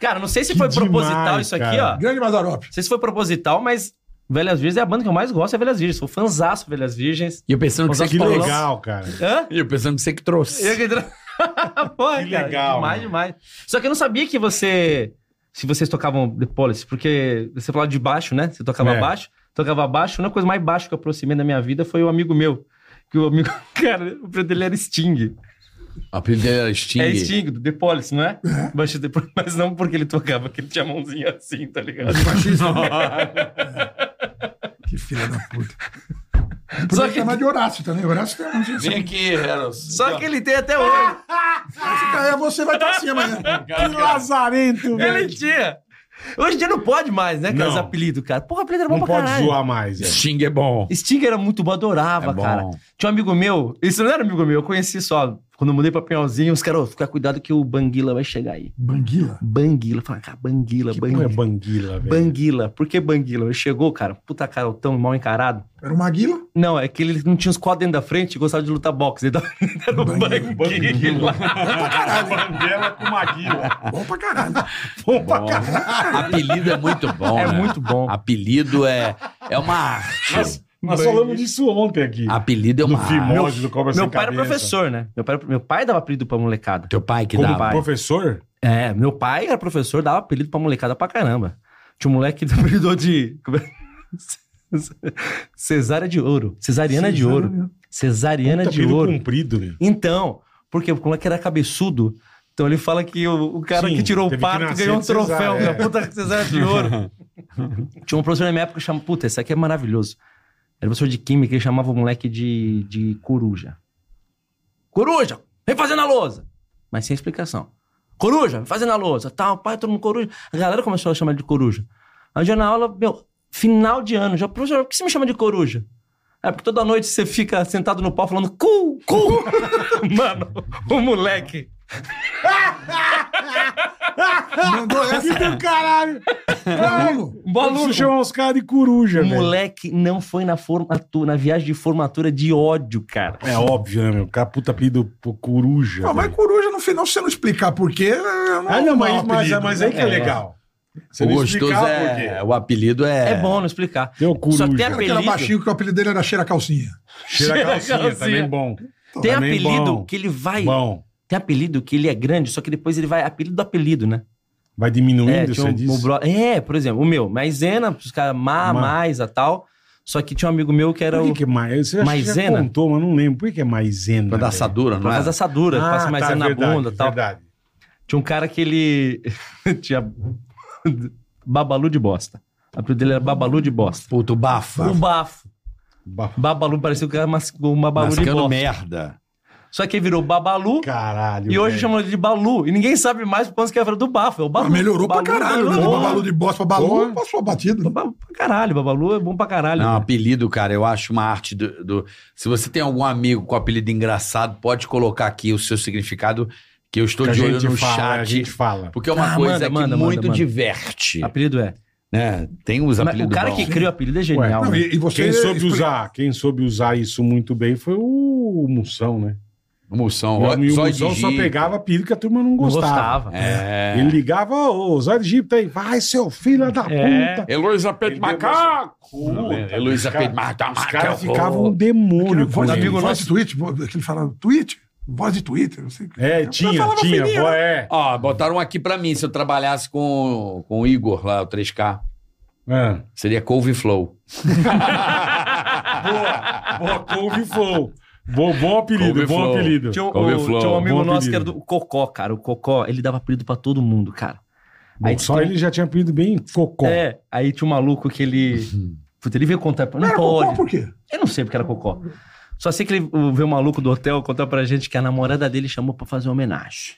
S6: cara, não sei se
S4: Que
S6: foi proposital
S4: demais,
S6: isso aqui,
S4: cara.
S6: ó.
S3: Grande Mazarop.
S6: Não sei se foi proposital, mas Velhas Virgens é a banda que eu mais gosto, é Velhas Virgens. Sou fãzaço de Velhas Virgens.
S5: E eu pensando que
S6: Nossa,
S5: você
S4: Que
S5: que trouxe.
S4: é legal, cara.
S6: Hã?
S5: E eu pensando que você que trouxe.
S6: Eu que tra- Porra,
S4: Que
S6: cara,
S4: legal,
S6: Demais,
S4: mano.
S6: demais. Só que eu não sabia que você. Se vocês tocavam The Police, porque você falava de baixo, né? Você tocava
S4: É.
S6: baixo, tocava baixo. Uma coisa mais baixa que eu aproximei da minha vida foi um amigo meu. Que o amigo, cara, o apelido dele era Sting.
S5: O apelido dele era Sting.
S6: É Sting, do The Police, não é? Baixo The Police, Mas não porque ele tocava, que ele tinha a mãozinha assim, tá ligado?
S3: Que filha da puta.
S6: Só
S3: Podia
S6: que-
S3: chamar de Horácio também. Horácio tem um dia
S5: Vem aqui, Heros.
S6: Só que ele tem até hoje.
S3: Aí você vai pra cima, né?
S4: Que lazarento,
S6: Ele tinha. Hoje em dia não pode mais, né? Com
S4: Não.
S6: os apelidos, cara. Porra, apelido era bom
S4: Não
S6: pra
S4: pode
S6: caralho.
S4: zoar mais, é.
S5: Sting é bom.
S6: Sting era muito bom, adorava,
S5: É bom.
S6: cara. Tinha um amigo meu, isso não era amigo meu, eu conheci só. Quando eu mudei pra Pinhalzinho, os caras, "Ô, fica cuidado que o Banguila vai chegar aí.
S3: Banguila.
S6: Banguila, fala, cara, Banguila,
S4: Que porra é
S6: Banguila.
S4: banguila, velho?
S6: Banguila, por que Banguila? Ele chegou, cara, puta cara, tão mal encarado.
S3: Era uma guila?
S6: Não, é que ele não tinha os quadros dentro da frente e gostava de lutar boxe. Ele tava- ele era o Banguila.
S3: É
S4: Banguela com maguila.
S3: Bom pra caralho.
S4: Bom pra
S5: Bom.
S4: caralho.
S5: Apelido é muito bom.
S6: É
S5: né?
S6: muito bom.
S5: Apelido é, é uma arte.
S4: Nós, nós falamos disso ontem aqui.
S6: Ah,
S5: Apelido é
S4: No
S5: uma arte.
S4: Fimose do Cobra Sem
S6: Meu pai era
S4: Cabeça.
S6: professor, né? Meu pai, meu pai dava apelido pra molecada.
S5: Teu pai que
S4: Como
S5: dava.
S4: professor?
S6: É, meu pai era professor, dava apelido pra molecada pra caramba. Tinha um moleque que apelidou de. como é? Cesárea de ouro. Cesariana de ouro. Cesariana
S4: Puta,
S6: de
S4: apelido
S6: ouro.
S4: Tá comprido, né?
S6: Então, porque o moleque era cabeçudo. Então ele fala que o, o cara
S4: Sim,
S6: que tirou o
S4: teve que
S6: parto
S4: nascer
S6: ganhou um
S4: de cesárea,
S6: troféu
S4: é.
S6: da puta cesárea de ouro. Tinha um professor na minha época que chamava. Puta, esse aqui é maravilhoso. Era professor de química ele chamava o moleque de, de coruja. Coruja, vem fazendo a lousa! Mas sem explicação. Coruja, vem fazendo a lousa, tal, pai, todo mundo coruja. A galera começou a chamar ele de coruja. Aí um dia na aula, meu, final de ano, já, professor, por que você me chama de coruja? É porque toda noite você fica sentado no pau falando cu, cu. Mano, o moleque.
S3: Mandou essa.
S4: do caralho.
S3: Aluno.
S4: Isso
S6: Boludo.
S4: chama os caras de coruja,
S6: O
S4: velho.
S6: moleque não foi na formatura, na viagem de formatura de ódio, cara.
S4: É óbvio, né, meu? O cara puta apelido pô, coruja.
S3: Não, mas
S4: velho.
S3: coruja, no final, se você não explicar por quê, eu não
S4: Ah, não, mas,
S3: apelido,
S4: mas, mas aí que é
S6: É.
S4: legal. Você
S5: o
S4: não
S5: gostoso
S4: explicar por quê.
S5: é. O apelido é.
S6: É, bom não explicar.
S4: Deu coruja.
S6: Só tem
S3: Cara, que era
S6: apelido.
S3: baixinho, que o apelido dele era cheira calcinha.
S4: Cheira a calcinha,
S6: Calcinha.
S4: também bom.
S6: Tem
S4: Também
S6: apelido
S4: é bom.
S6: que ele vai.
S4: Bom.
S6: Tem apelido que ele é grande, só que depois ele vai apelido do apelido, né?
S4: Vai diminuindo,
S6: É, tinha
S4: você
S6: um,
S4: diz?
S6: um bro- é, por exemplo, o meu, maisena, os caras má,
S4: Ma-
S6: maisa, tal. Só que tinha um amigo meu que era
S4: Por
S6: o.
S4: que que é mais... Você acha que já
S6: Maisena?
S4: contou, mas não lembro. Por que que é maisena?
S5: Pra dar
S4: velho?
S5: assadura,
S6: Por
S5: não é?
S6: causa da assadura,
S4: Ah,
S6: passa maisena
S4: tá,
S6: na
S4: verdade,
S6: bunda tal.
S4: Verdade.
S6: Tinha um cara que ele. tinha. Babalu de bosta. O apelido dele era Babalu de bosta.
S5: Puto bafa.
S6: O bafo.
S4: Ba-
S6: Babalu parecia que era mas- um Babalu de
S5: Mascando
S6: bosta.
S5: merda.
S6: Só que ele virou Babalu.
S4: Caralho,
S6: E hoje
S4: velho.
S6: chamam ele de Balu. E ninguém sabe mais por quanto que era do bafo. É o Balu.
S3: Mas melhorou
S6: Balu,
S3: pra caralho, né? Do
S6: Balu.
S3: Babalu de bosta pra Balu,
S4: Porra.
S3: passou batido.
S6: Babalu pra caralho. Babalu é bom pra caralho.
S5: Não,
S6: né?
S5: apelido, cara, eu acho uma arte do, do- Se você tem algum amigo com apelido engraçado, pode colocar aqui o seu significado, que eu estou
S4: Que a
S5: de olho
S4: gente
S5: no
S4: fala,
S5: chat.
S4: A gente fala.
S5: Porque é uma
S6: Ah,
S5: coisa
S6: manda,
S5: que
S6: manda,
S5: muito
S6: manda, manda.
S5: diverte.
S4: Ah.
S6: Apelido é.
S5: Né? Tem os
S6: Mas o
S5: apelidos
S6: cara
S5: bons.
S6: que cria o apelido é genial.
S4: Ué,
S3: Não,
S6: né?
S3: e, e você.
S4: Quem soube
S3: expli-
S4: usar, quem soube usar isso muito bem foi o Moção, né?
S5: O Moção.
S4: E o
S5: Zóio de
S4: Moção só
S5: Egito.
S4: pegava apelido que a turma não
S6: Não
S4: gostava.
S6: gostava.
S5: É.
S4: Ele ligava, ô, Zóio de Egito aí, vai, seu filho da
S6: É.
S4: puta.
S5: Heloísa Pedro
S4: Ele deu
S5: Macaco.
S4: uma- Puta,
S5: Heloísa
S4: os cara-
S5: Pedro Macaco.
S4: Os caras ficavam um demônio com
S3: Voz,
S4: ele.
S3: amigo
S6: Amigo
S3: voz
S6: nosso-
S3: de tweet, vo- aquele fala tweet, voz de Twitter, não sei o que.
S4: É, tinha,
S3: falava
S4: tinha,
S3: fininho,
S4: pô, é.
S5: Ó, botaram aqui pra mim, se eu trabalhasse com, com o Igor lá, o 3K.
S4: Ah.
S5: Seria Couve Flow.
S4: Boa, boa, couve flow. Bom, bom apelido, bom
S5: Couve-flor.
S4: apelido.
S6: Tinha um,
S5: Couve-flor.
S6: tinha um amigo
S4: Bom
S6: nosso
S4: apelido.
S6: que era do o Cocó, cara. O Cocó, ele dava apelido pra todo mundo, cara.
S4: Bom,
S6: Aí
S4: só
S6: tinha- um
S4: ele já tinha apelido bem cocó.
S6: É, aí tinha um maluco que ele. Puta, ele veio contar pra.
S3: Não
S6: Não
S3: era cocô
S6: pode.
S3: por quê?
S6: Eu não sei porque era Cocó. Só sei que ele o- veio um maluco do hotel contar pra gente que a namorada dele chamou pra fazer uma homenagem.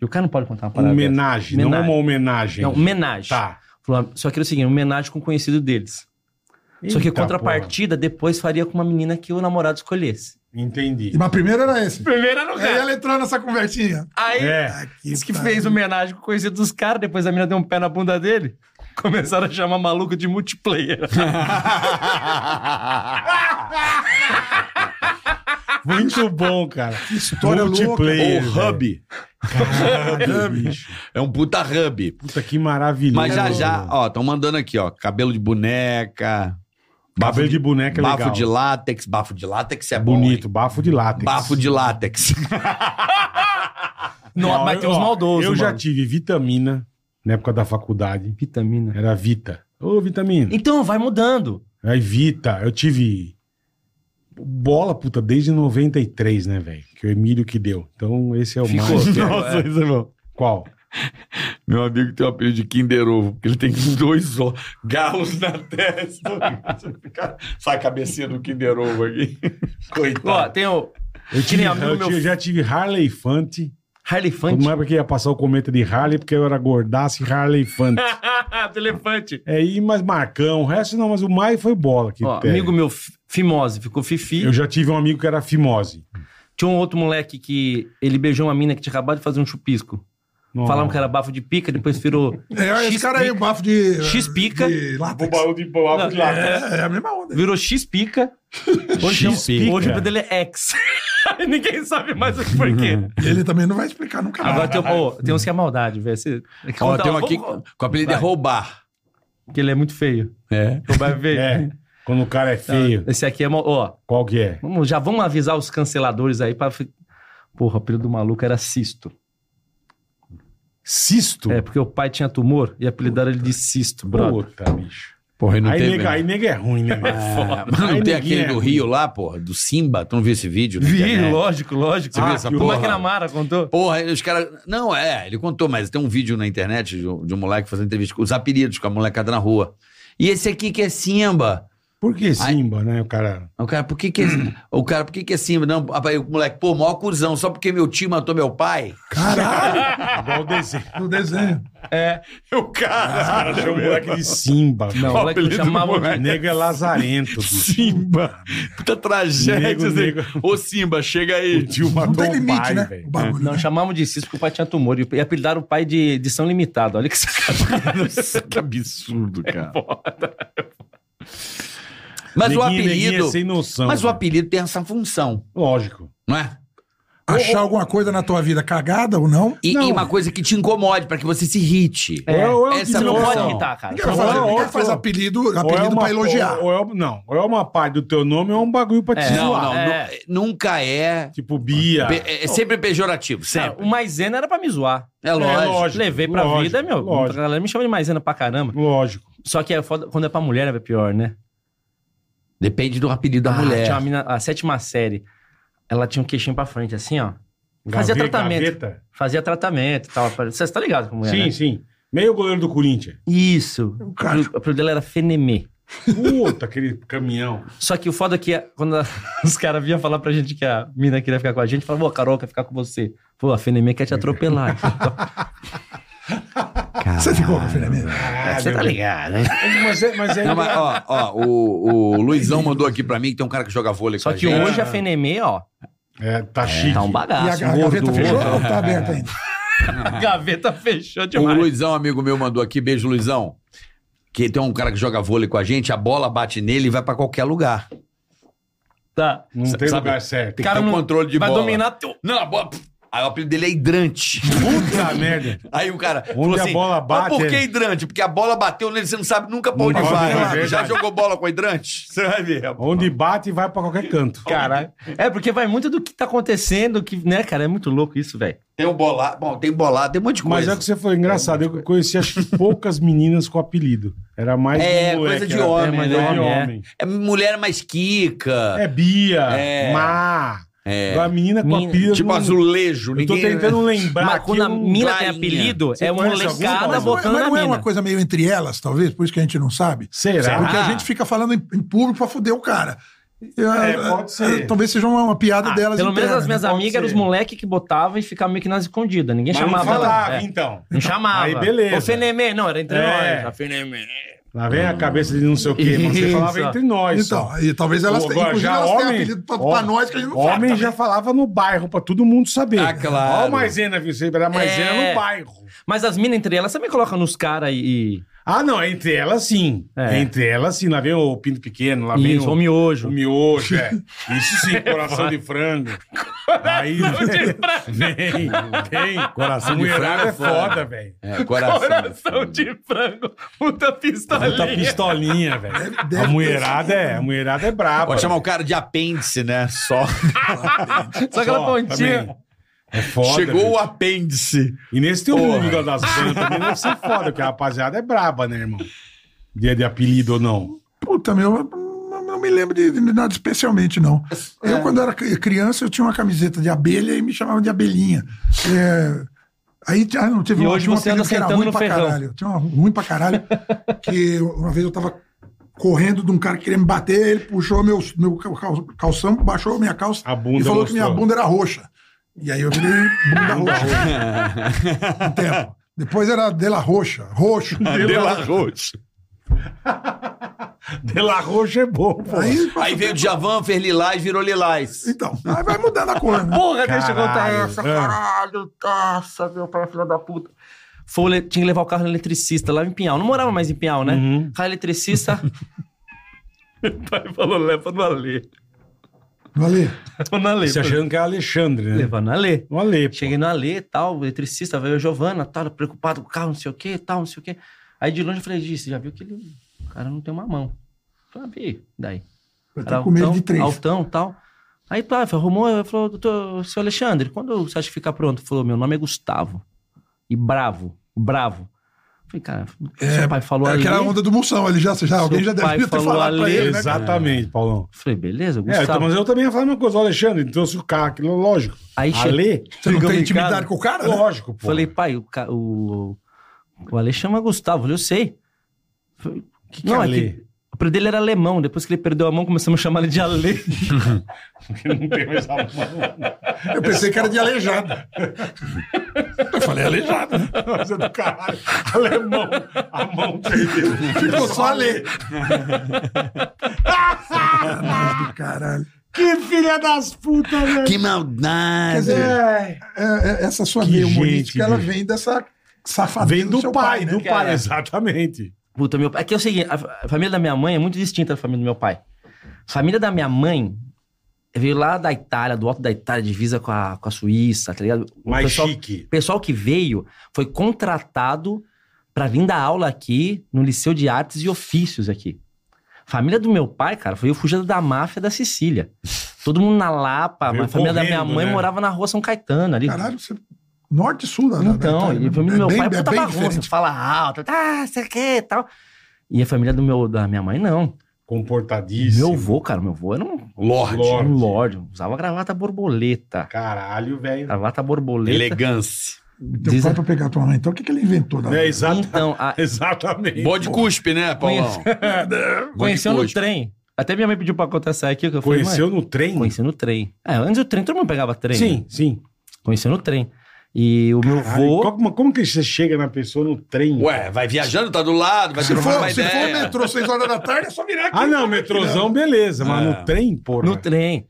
S6: E o cara não pode contar uma parada. dessa.
S4: Homenagem, não é
S6: Homenagem.
S4: uma homenagem.
S6: Não, homenagem.
S4: Tá.
S6: Falou, ah, Só que era o seguinte, homenagem com um conhecido deles. Só que a
S4: Eita,
S6: contrapartida depois faria com uma menina que o namorado escolhesse.
S4: porra. Entendi.
S3: Mas primeiro era esse.
S6: Primeiro era o
S3: Aí
S6: cara.
S3: ela entrou nessa conversinha.
S6: Aí
S4: É.
S3: Aqui,
S6: disse que fez homenagem com o conhecido dos caras, depois a menina deu um pé na bunda dele. Começaram a chamar maluco de multiplayer.
S4: Muito bom, cara. Que
S3: história
S4: Multiplayer,
S5: Ou
S4: velho.
S5: Oh, hub.
S4: Caralho, bicho.
S5: É um puta hub.
S4: Puta que maravilhoso.
S5: Mas já já,
S4: mano.
S5: ó, estão mandando aqui, ó. Cabelo de boneca. bafo
S4: Cabelo de boneca é
S5: bafo
S4: legal.
S5: de látex. Bafo de látex é bom,
S4: Bonito, bafo de látex.
S5: hein? Bafo de látex.
S6: Não,
S4: Ó,
S6: mas tem uns
S4: ó,
S6: maldosos,
S4: Eu já
S6: mano.
S4: tive vitamina na época da faculdade.
S6: Vitamina.
S4: Era Vita. Ô, vitamina.
S6: Então, vai mudando.
S4: Aí, Vita, eu tive bola, puta, desde 93, né, velho? Que o Emílio que deu. Então, esse é o
S6: Ficou.
S4: mais.
S6: Nossa,
S4: esse é bom. Qual?
S5: Meu amigo tem o apelido de Kinder Ovo, porque ele tem dois ó, galos na testa. Sai a cabecinha do Kinder Ovo aqui.
S6: Ó,
S5: Coitado.
S6: tem o
S4: Eu,
S6: Que
S4: tive-
S6: nem amigo
S4: eu
S6: meu-
S4: tive- já tive Harley Fante.
S6: Harley
S4: Todo
S6: Fante.
S4: mundo porque ia passar o cometa de Harley, porque eu era gordaço e Harley Fante.
S6: do elefante.
S4: É, e mais Marcão, o resto não, mas o mais foi bola. Que
S6: Ó,
S4: tem.
S6: amigo meu, F- Fimose, ficou Fifi.
S4: Eu já tive um amigo que era Fimose.
S6: Tinha um outro moleque que ele beijou uma mina que tinha acabado de fazer um chupisco.
S4: Nossa.
S6: Falaram que era bafo de pica, depois virou
S3: É, esse
S6: X
S3: cara aí, o
S6: pica.
S3: bafo de.
S6: X-pica.
S3: de látex.
S4: de bola
S6: de
S3: É, é a mesma onda.
S6: virou X-pica. Hoje, um
S4: X-pica.
S6: hoje o nome dele é X. Ninguém sabe mais o porquê.
S3: Ele também não vai explicar nunca
S6: Agora
S3: mais.
S6: tem, ô, tem uns que é maldade, velho. Você-
S5: Ó,
S4: É
S6: Conta-
S5: tem um
S6: ó,
S5: aqui
S6: vamos-
S5: com o apelido é
S6: Vai.
S5: roubar.
S6: Que ele é muito feio.
S5: É.
S6: Roubar é feio.
S4: É, quando o cara é feio,
S6: Esse aqui é. mal- Ó,
S4: qual que é?
S6: vamos, já vamos avisar os canceladores aí pra. fi- Porra, o apelido do maluco era Cisto.
S4: Cisto?
S6: É, porque o pai tinha tumor e apelidaram ele de Cisto, brother.
S4: Puta, bicho.
S5: Porra, e não
S4: Aí
S5: tem
S4: nega,
S5: mesmo.
S4: aí nega é ruim, né? mano?
S5: Ah, mas
S4: Aí
S5: não tem
S4: neguinho
S5: aquele
S4: é
S5: do
S4: ruim.
S5: Rio lá, porra? Do Simba? Tu não viu esse vídeo? na
S6: Vi,
S5: internet?
S6: lógico, lógico.
S5: Você viu
S6: Ah,
S5: essa
S6: que O
S5: porra?
S6: Maquinamara contou.
S5: Porra, aí os caras. Não, é, ele contou, mas tem um vídeo na internet de um, de um moleque fazendo entrevista com os apelidos com a molecada na rua. E esse aqui que é Simba.
S4: Por que Simba, né? O cara.
S5: O cara, por que que é, o cara, por que que é Simba? Não, aí o moleque, pô, maior cuzão, só porque meu tio matou meu pai.
S3: Caralho,
S4: Igual o desenho.
S3: no desenho.
S5: O cara.
S4: Cara, chama o moleque de Simba.
S6: Não, o moleque
S5: né, apelido do
S6: chamava
S4: O nego é lazarento, bicho.
S5: Simba. Puta tragédia.
S4: Nego,
S5: Zé.
S4: nego.
S5: Ô, Simba, chega aí.
S4: Tio
S3: Não
S4: matou
S3: tem
S4: o
S3: limite,
S4: pai,
S3: né?
S4: velho.
S3: O bagulho.
S6: Não,
S3: né?
S6: chamavam de Cisto porque o pai tinha tumor. E e apelidaram o pai de edição limitada. Olha que sacanagem.
S5: que absurdo, cara. é Mas o
S4: Neguinho- neguinho
S5: apelido.
S4: é sem noção.
S5: Mas o
S4: velho.
S5: apelido tem essa função,
S4: Lógico.
S5: não é?
S3: Achar alguma coisa na tua vida cagada ou não?
S5: E,
S4: Não.
S5: e uma coisa que te incomode, pra que você se irrite.
S4: É, ou é um
S5: Essa
S6: Você não
S4: desgosto.
S6: pode
S5: Não.
S6: irritar, cara.
S3: Ninguém vai
S4: Ou é
S3: fazer- ninguém
S4: outro-
S3: faz apelido,
S4: Ou é
S3: apelido
S4: uma-
S3: pra elogiar.
S4: Ou, ou é, não, ou é uma parte do teu nome ou é um bagulho pra te
S6: É.
S5: Não,
S4: zoar.
S5: não,
S6: É.
S5: nu- nunca é.
S4: Tipo, Bia.
S5: pe- É, é sempre pejorativo,
S6: Cara,
S5: sempre.
S6: o maisena era pra me zoar.
S5: É lógico.
S4: é lógico.
S6: Levei pra
S4: lógico,
S6: vida, meu. A
S4: Lógico.
S6: galera me chama de maisena pra caramba.
S4: lógico.
S6: Só que é foda- quando é pra mulher é pior, né?
S5: Depende do apelido da
S6: Ah,
S5: mulher.
S6: Tinha uma mina, a sétima série. Ela tinha um queixinho pra frente, assim, ó. Fazia
S4: Gaveta-
S6: tratamento.
S4: gaveta.
S6: Fazia tratamento e tal. Você tá ligado com mulher,
S4: Sim,
S6: né?
S4: sim. Meio goleiro do Corinthians.
S6: Isso.
S3: O
S6: O
S3: cara,
S6: apelido dela era Fenemê.
S4: Puta, aquele caminhão.
S6: Só que o foda é que a- quando a- os caras vinham falar pra gente que a mina queria ficar com a gente, falava, ô, Carol, quer ficar com você. Pô, a Fenemê quer te atropelar.
S3: você ficou com a filha mesmo?
S6: Você tá ligado, né?
S4: Mas é, mas é
S5: Não, mas, ó, ó, o, o Luizão mandou aqui pra mim que tem um cara que joga vôlei
S6: Só
S5: com a
S6: que
S5: gente.
S6: hoje a Fenemê, ó,
S4: É, tá chique.
S6: tá um
S3: E a
S6: bagaço.
S3: ga- gaveta
S6: gordo,
S3: fechou
S6: gordo.
S3: ou tá aberta ainda?
S6: A gaveta fechou
S5: O
S6: demais.
S5: Luizão, amigo meu, mandou aqui, beijo, Luizão. Que tem um cara que joga vôlei com a gente, a bola bate nele e vai pra qualquer lugar.
S6: Tá.
S4: Não tem
S5: Sabe?
S4: lugar certo.
S5: Tem que ter um
S6: não-
S5: controle de
S6: vai
S5: bola.
S6: dominar teu...
S5: Não, a bola. pff, Aí o apelido dele é hidrante.
S4: Puta merda.
S5: Aí o cara. falou assim,
S4: Onde a bola
S5: "Mas
S4: bate,
S5: por que
S4: é."
S5: hidrante? Porque a bola bateu nele, você não sabe nunca pra onde
S4: Não sabe,
S5: vai.
S4: é
S5: mano. Já
S4: verdade.
S5: jogou bola com hidrante? Você vai ver. rapaz.
S4: Onde bate, vai pra qualquer canto.
S6: Caralho. É, porque vai muito do que tá acontecendo, que, né, cara? É muito louco isso, velho.
S5: Tem um bolado. Bom, tem bolado, tem um monte de
S4: Mas
S5: coisa.
S4: é o que você foi engraçado. Eu conheci acho que poucas meninas com apelido. Era mais.
S5: É,
S4: de
S5: coisa de
S4: era-
S5: homem,
S4: é,
S6: né?
S4: de
S6: É.
S4: homem.
S5: É mulher mais quica.
S4: É Bia,
S5: É.
S4: Má.
S5: É.
S4: Agora, A menina com
S6: Menina.
S4: apelido.
S5: Tipo
S4: não-
S5: azulejo.
S4: Eu tô
S5: ninguém-
S4: tentando lembrar.
S6: Mas
S4: aqui, um
S6: quando a
S4: eu não-
S6: mina tem
S5: Clarinha.
S6: apelido,
S4: Você
S6: é uma
S4: conhece alguma,
S6: molecada
S4: Paulo?
S6: botando
S3: mas
S6: na
S3: não é
S6: mina.
S3: uma coisa meio entre elas, talvez? Por isso que a gente não sabe?
S4: Será?
S3: Porque a gente fica falando em, em público pra foder o cara. Eu-
S4: É, pode ser.
S3: Talvez seja uma, uma piada
S6: Ah,
S3: delas
S6: pelo menos
S3: interna,
S6: as minhas
S3: né?
S4: Pode
S6: amigas
S4: ser.
S6: eram os moleques que botavam e ficavam meio que nas escondidas. Ninguém
S4: Mas não
S6: chamava.
S4: falava,
S6: ela. É.
S4: então.
S6: Não chamava.
S4: Aí, beleza.
S6: O Fenemê, não, era entre
S4: É.
S6: nós. A Fenemê.
S4: Lá vem a cabeça de não sei o quê, mas você
S6: Isso.
S4: falava entre nós. só.
S3: Então, e talvez elas
S4: Pô,
S3: tenham,
S4: agora,
S3: inclusive
S4: já
S3: elas
S4: homem,
S3: tenham apelido pra, pra
S4: homem-
S3: nós que a gente não sabe.
S4: Homem
S3: também.
S4: já falava no bairro, pra todo mundo saber.
S5: Ah, claro.
S4: Ó, o maisena, viu? Você era maisena
S6: É.
S4: no bairro.
S6: Mas as minas entre elas também colocam nos caras e.
S4: Ah, não, entre elas sim.
S6: É.
S4: Entre elas sim. Lá vem o Pinto Pequeno, lá vem
S6: Isso,
S4: o,
S6: o miojo.
S4: o miojo, é. Isso sim, coração de frango. Aí, Vem, vem. A
S5: Coração de
S4: mulherada
S5: frango é
S4: é foda, velho.
S5: É, coração.
S6: frango, puta pistolinha.
S4: Puta pistolinha, velho.
S3: deve
S4: A mulherada é, a mulherada é braba.
S5: Pode chamar o cara de apêndice, né? Só.
S6: Só aquela pontinha.
S4: também. É foda.
S5: Chegou
S4: bicho.
S5: o apêndice.
S4: E nesse teu
S5: Porra.
S4: mundo da- das bandas também deve ser foda, porque a rapaziada é braba, né, irmão? Dia de apelido ou não.
S3: Puta, meu, eu não não me lembro de, de nada especialmente, não.
S6: É.
S3: Eu, quando era cri- criança, eu tinha uma camiseta de abelha e me chamavam de abelhinha. É, aí ah, não, teve
S6: E
S3: uma-
S6: hoje
S3: tinha um
S6: você anda
S3: apelido que era
S6: sentando
S3: ruim
S6: no
S3: pra
S6: ferrão.
S3: caralho. Tinha uma ru- ruim pra caralho, que uma vez eu tava correndo de um cara que queria me bater, ele puxou meu, meu cal- calção, baixou minha calça
S4: A bunda
S3: e falou que
S4: mostrou.
S3: minha bunda era roxa. E aí eu virei bunda roxa. um tempo. Depois era Dela Roxa, roxo.
S5: Dela Rocha.
S4: De La Rocha é bom, pô.
S3: Aí,
S5: Aí veio o Djavan, fez lilás, virou lilás.
S3: Então, aí vai mudando a cor, né?
S6: Porra, deixa eu contar
S4: Caralho, É.
S6: essa,
S4: velho.
S6: caralho. Nossa, meu pai, é filho da puta. Foi, o le- tinha que levar o carro no eletricista lá em Pinhal. Não morava mais em Pinhal, né?
S4: Uhum.
S6: Carro eletricista. meu pai falou: leva no Alê.
S3: Valeu.
S6: Tô na Alê.
S4: Você achando que é Alexandre, né?
S6: Leva no Alê.
S4: O Ale, pô.
S6: Cheguei no Alê e tal, o eletricista, veio a Giovana, tal, preocupado com o carro, não sei o quê, tal, não sei o quê. Aí de longe eu falei, Gi, você já viu que ele, o cara não tem uma mão. Eu Falei, ah, e aí? daí?
S3: Eu
S6: Era
S3: tô tá com medo
S6: altão,
S3: de três.
S6: Altão e tal. Aí, pá, arrumou, ela falou, doutor, seu Alexandre, quando você acha que fica pronto? Ele Falou, meu nome é Gustavo. E bravo, bravo. Eu Falei, cara, seu pai falou
S3: É
S6: ali.
S3: aquela onda do Moção, ele já, você já, alguém
S6: Seu
S3: já
S6: pai
S3: deve ter
S6: falou
S3: falado pra
S6: ali,
S3: ele, né?
S4: Exatamente, Paulão.
S6: Falei, beleza,
S4: É, então,
S6: Gustavo.
S4: mas eu também ia falar a mesma coisa. O Alexandre ele trouxe o carro, aquilo, lógico.
S6: Aí che-
S4: Ale,
S3: Você não
S6: Ligou
S3: tem
S6: em
S3: intimidade
S6: casa?
S3: com o cara, né?
S4: lógico, pô.
S6: Falei, pai, o, ca- o, o Ale chama Gustavo. Eu falei, eu sei. Falei,
S4: que
S6: não, é
S4: Ale?
S6: que o apelido dele era alemão. Depois que ele perdeu a mão, começamos a chamar ele de Ale.
S4: Porque não tem mais a mão.
S3: Eu pensei que era de aleijado. Eu falei aleijado, né?
S4: Nossa, é do caralho. Alemão. A mão perdeu.
S3: Ficou só ale. Caralho, caralho.
S4: Que filha das putas, né, velho.
S5: Que
S3: Quer
S5: maldade.
S3: dizer, é, é, essa sua
S4: Que
S3: veia
S4: gente,
S3: humorística, ela
S4: bicho.
S3: vem dessa safadeza
S4: Vem do
S3: seu
S4: pai,
S3: né?
S4: do
S6: cara?
S4: pai, exatamente.
S6: Puta, meu pai. Aqui é o seguinte: a fa- a família da minha mãe é muito distinta da família do meu pai. A família da minha mãe veio lá da Itália, do alto da Itália, divisa com a, com a Suíça, tá ligado? O
S4: Mais
S6: pessoal,
S4: chique.
S6: o pessoal que veio foi contratado pra vir dar aula aqui no Liceu de Artes e Ofícios aqui. Família do meu pai, cara, foi eu fugido da máfia da Sicília. Todo mundo na Lapa,
S4: Veio
S6: a família da minha
S4: correndo,
S6: mãe
S4: né?
S6: morava na rua São Caetano ali.
S3: Caralho, você... Norte e sul da da- da
S6: Então,
S3: Itália,
S6: e a
S3: né?
S6: família do meu pai é puta
S3: bem
S6: bagunça,
S3: diferente.
S6: fala alto, ah, sei o que e tal. E a família do meu, da minha mãe, não.
S4: Comportadíssimo.
S6: Meu avô, cara, meu avô era um
S5: Lorde.
S4: Lorde.
S6: um lorde, usava gravata borboleta.
S4: Caralho, velho.
S6: Gravata borboleta.
S5: Elegância.
S3: Teu
S6: Diz-
S3: pai pra pegar tua mãe, então o que, que ele inventou da
S4: É, exata-
S6: Então, a-
S4: Exatamente.
S5: Bode cuspe, né, Paulão? Bode
S6: conheceu no
S5: cuspe.
S6: trem. Até minha mãe pediu pra contar essa aqui, que eu falei,
S4: Conheceu
S6: mãe,
S4: no trem?
S6: conheci no trem. É, antes do trem, todo mundo pegava trem. né?
S4: Sim, sim.
S6: Conheceu no trem. E o meu
S4: Caralho,
S6: avô...
S4: Como, como que é você chega na pessoa no trem?
S5: Ué, vai viajando, tá do lado, vai
S3: Se
S5: trocar
S3: for,
S5: uma
S3: se for
S5: ideia.
S3: metrô 6 horas da tarde, é só virar aqui.
S4: Ah, não, metrozão, beleza. Mas
S5: É.
S4: no trem, porra.
S6: Ah, No trem.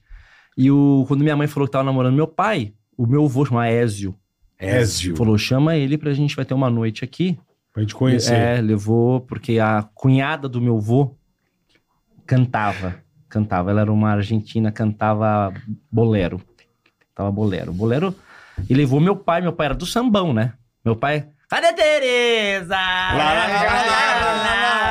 S6: E o, quando minha mãe falou que tava namorando meu pai, o meu avô chamava Ézio.
S4: Ézio.
S6: Falou, chama ele pra gente, vai ter uma noite aqui.
S4: Pra gente conhecer.
S6: É, levou, porque a cunhada do meu avô cantava. Cantava. Ela era uma argentina, cantava bolero. Cantava bolero. Bolero E levou meu pai, meu pai era do sambão, né? Meu pai. Cadê Tereza?
S5: lá, lá, lá, lá, lá,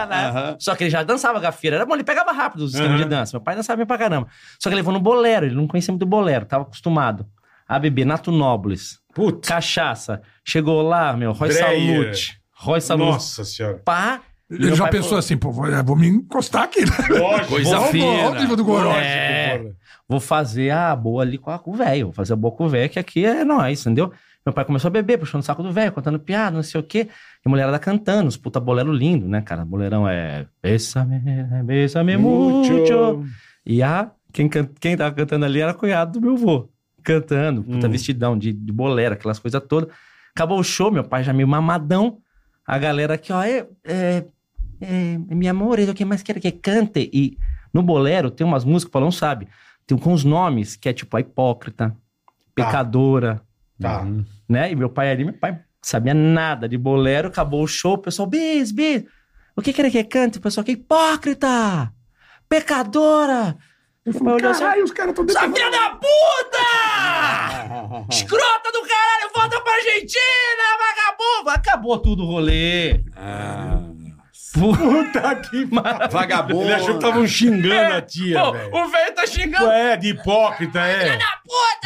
S5: lá. Aham.
S6: Só que ele já dançava gafieira. Era bom, ele pegava rápido os sistemas
S4: Aham.
S6: de dança. Meu pai dançava bem pra caramba. Só que ele levou no bolero, ele não conhecia muito bolero, tava acostumado a beber Nato Nobles,
S4: Putz,
S6: cachaça. Chegou lá, meu, Roy
S4: Dreyer.
S6: Salute. Roy Salute.
S4: nossa senhora.
S6: Pá.
S3: Ele
S6: Meu
S3: já
S6: pai
S3: pensou
S6: falou,
S3: assim, pô, vou, é, vou me encostar aqui. né?
S4: Lógico,
S5: Coisa
S4: lógico,
S5: fina.
S3: Olha o nível do Goró.
S6: É.
S4: porra.
S6: Vou fazer a boa ali com a- com o velho. Vou fazer a boa com o velho, que aqui é nós, entendeu? Meu pai começou a beber, puxando o saco do velho, contando piada, não sei o quê. E a mulherada cantando, os puta bolero lindo, né, cara? Boleirão é... Bésame, bésame mucho. E a... Quem, can- quem tava cantando ali era a cunhada do meu vô. Cantando, puta
S4: Hum.
S6: vestidão de, de bolera, aquelas coisas todas. Acabou o show, meu pai já meio mamadão. A galera aqui, ó, é... é, é meu amor, o que mais quero é que cante? E no bolero tem umas músicas, que o Paulão sabe, tem com os nomes, que é tipo a hipócrita,
S4: Tá.
S6: pecadora,
S4: Tá.
S6: né? E meu pai ali, meu pai sabia nada de bolero, acabou o show, o pessoal, bis, bis. O que que era que cante? O pessoal, que hipócrita, pecadora.
S3: Ele falou,
S6: Meu Deus,
S3: caralho, os caras estão
S6: Sua
S3: defendendo.
S6: assim, filha da puta! Escrota do caralho, volta pra Argentina, vagabundo! Acabou tudo o rolê.
S5: Ah.
S4: Puta que pariu.
S5: Vagabundo.
S4: Ele achou que estavam xingando a tia,
S6: É, Pô,
S4: velho.
S6: o velho tá xingando.
S4: É, de hipócrita, é.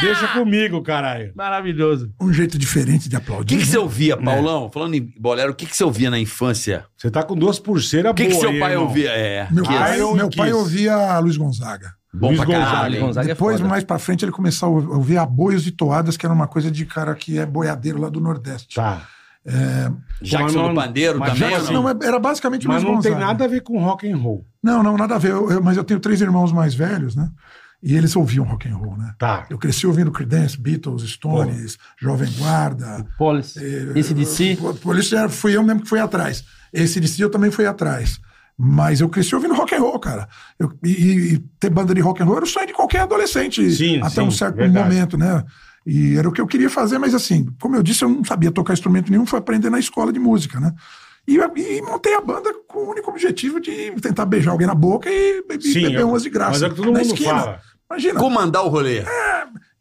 S4: Deixa comigo, caralho.
S6: Maravilhoso.
S3: Um jeito diferente de
S5: O
S3: aplaudir. né?
S5: que, que você ouvia, Paulão? Falando em bolero, o que, que você ouvia na infância?
S4: Você tá com duas pulseiras
S5: O que, que
S4: boas
S5: seu
S4: aí,
S5: pai
S4: irmão.
S5: ouvia? É.
S3: Meu,
S5: que
S3: pai,
S4: Iron
S3: meu
S4: Kiss.
S3: pai ouvia Luiz Gonzaga.
S5: Bom
S4: Luiz
S5: pra
S4: Gonzaga.
S5: caralho. hein?
S6: Gonzaga é
S3: Ah, Depois,
S6: foda.
S3: mais pra frente, ele começou a ouvir aboios e toadas, que era uma coisa de cara que é boiadeiro lá do Nordeste.
S4: Tá.
S5: Jackson
S4: Mas
S5: do
S4: não-
S5: Pandeiro
S4: mas
S5: também. assim.
S4: já-
S5: ou não?
S3: Não, é- era basicamente o
S4: Mas
S3: Luiz
S4: não
S3: Gonzaga.
S4: tem nada a ver com rock and roll.
S3: Não, não, nada a ver. Eu- eu- mas eu tenho três irmãos mais velhos, né? E eles ouviam rock and roll, né?
S4: Tá.
S3: Eu cresci ouvindo Creedence, Beatles, Stones, Jovem Guarda.
S6: Polis, esse de si.
S3: Por, por isso era- fui eu mesmo que fui atrás. Esse de si eu também fui atrás. Mas eu cresci ouvindo rock and roll, cara. Eu- e, e ter banda de rock and roll era o sonho de qualquer adolescente.
S4: Sim,
S3: até um
S4: sim,
S3: certo
S4: verdade.
S3: momento, né? E era o que eu queria fazer, mas assim, como eu disse, eu não sabia tocar instrumento nenhum, foi aprender na escola de música, né? E, eu- e montei a banda com o único objetivo de tentar beijar alguém na boca e, be-
S4: Sim,
S3: beber
S4: é-
S3: umas de graça.
S4: mas é o que todo
S3: na
S4: mundo
S3: esquina.
S4: fala.
S3: Imagina.
S5: Comandar o rolê.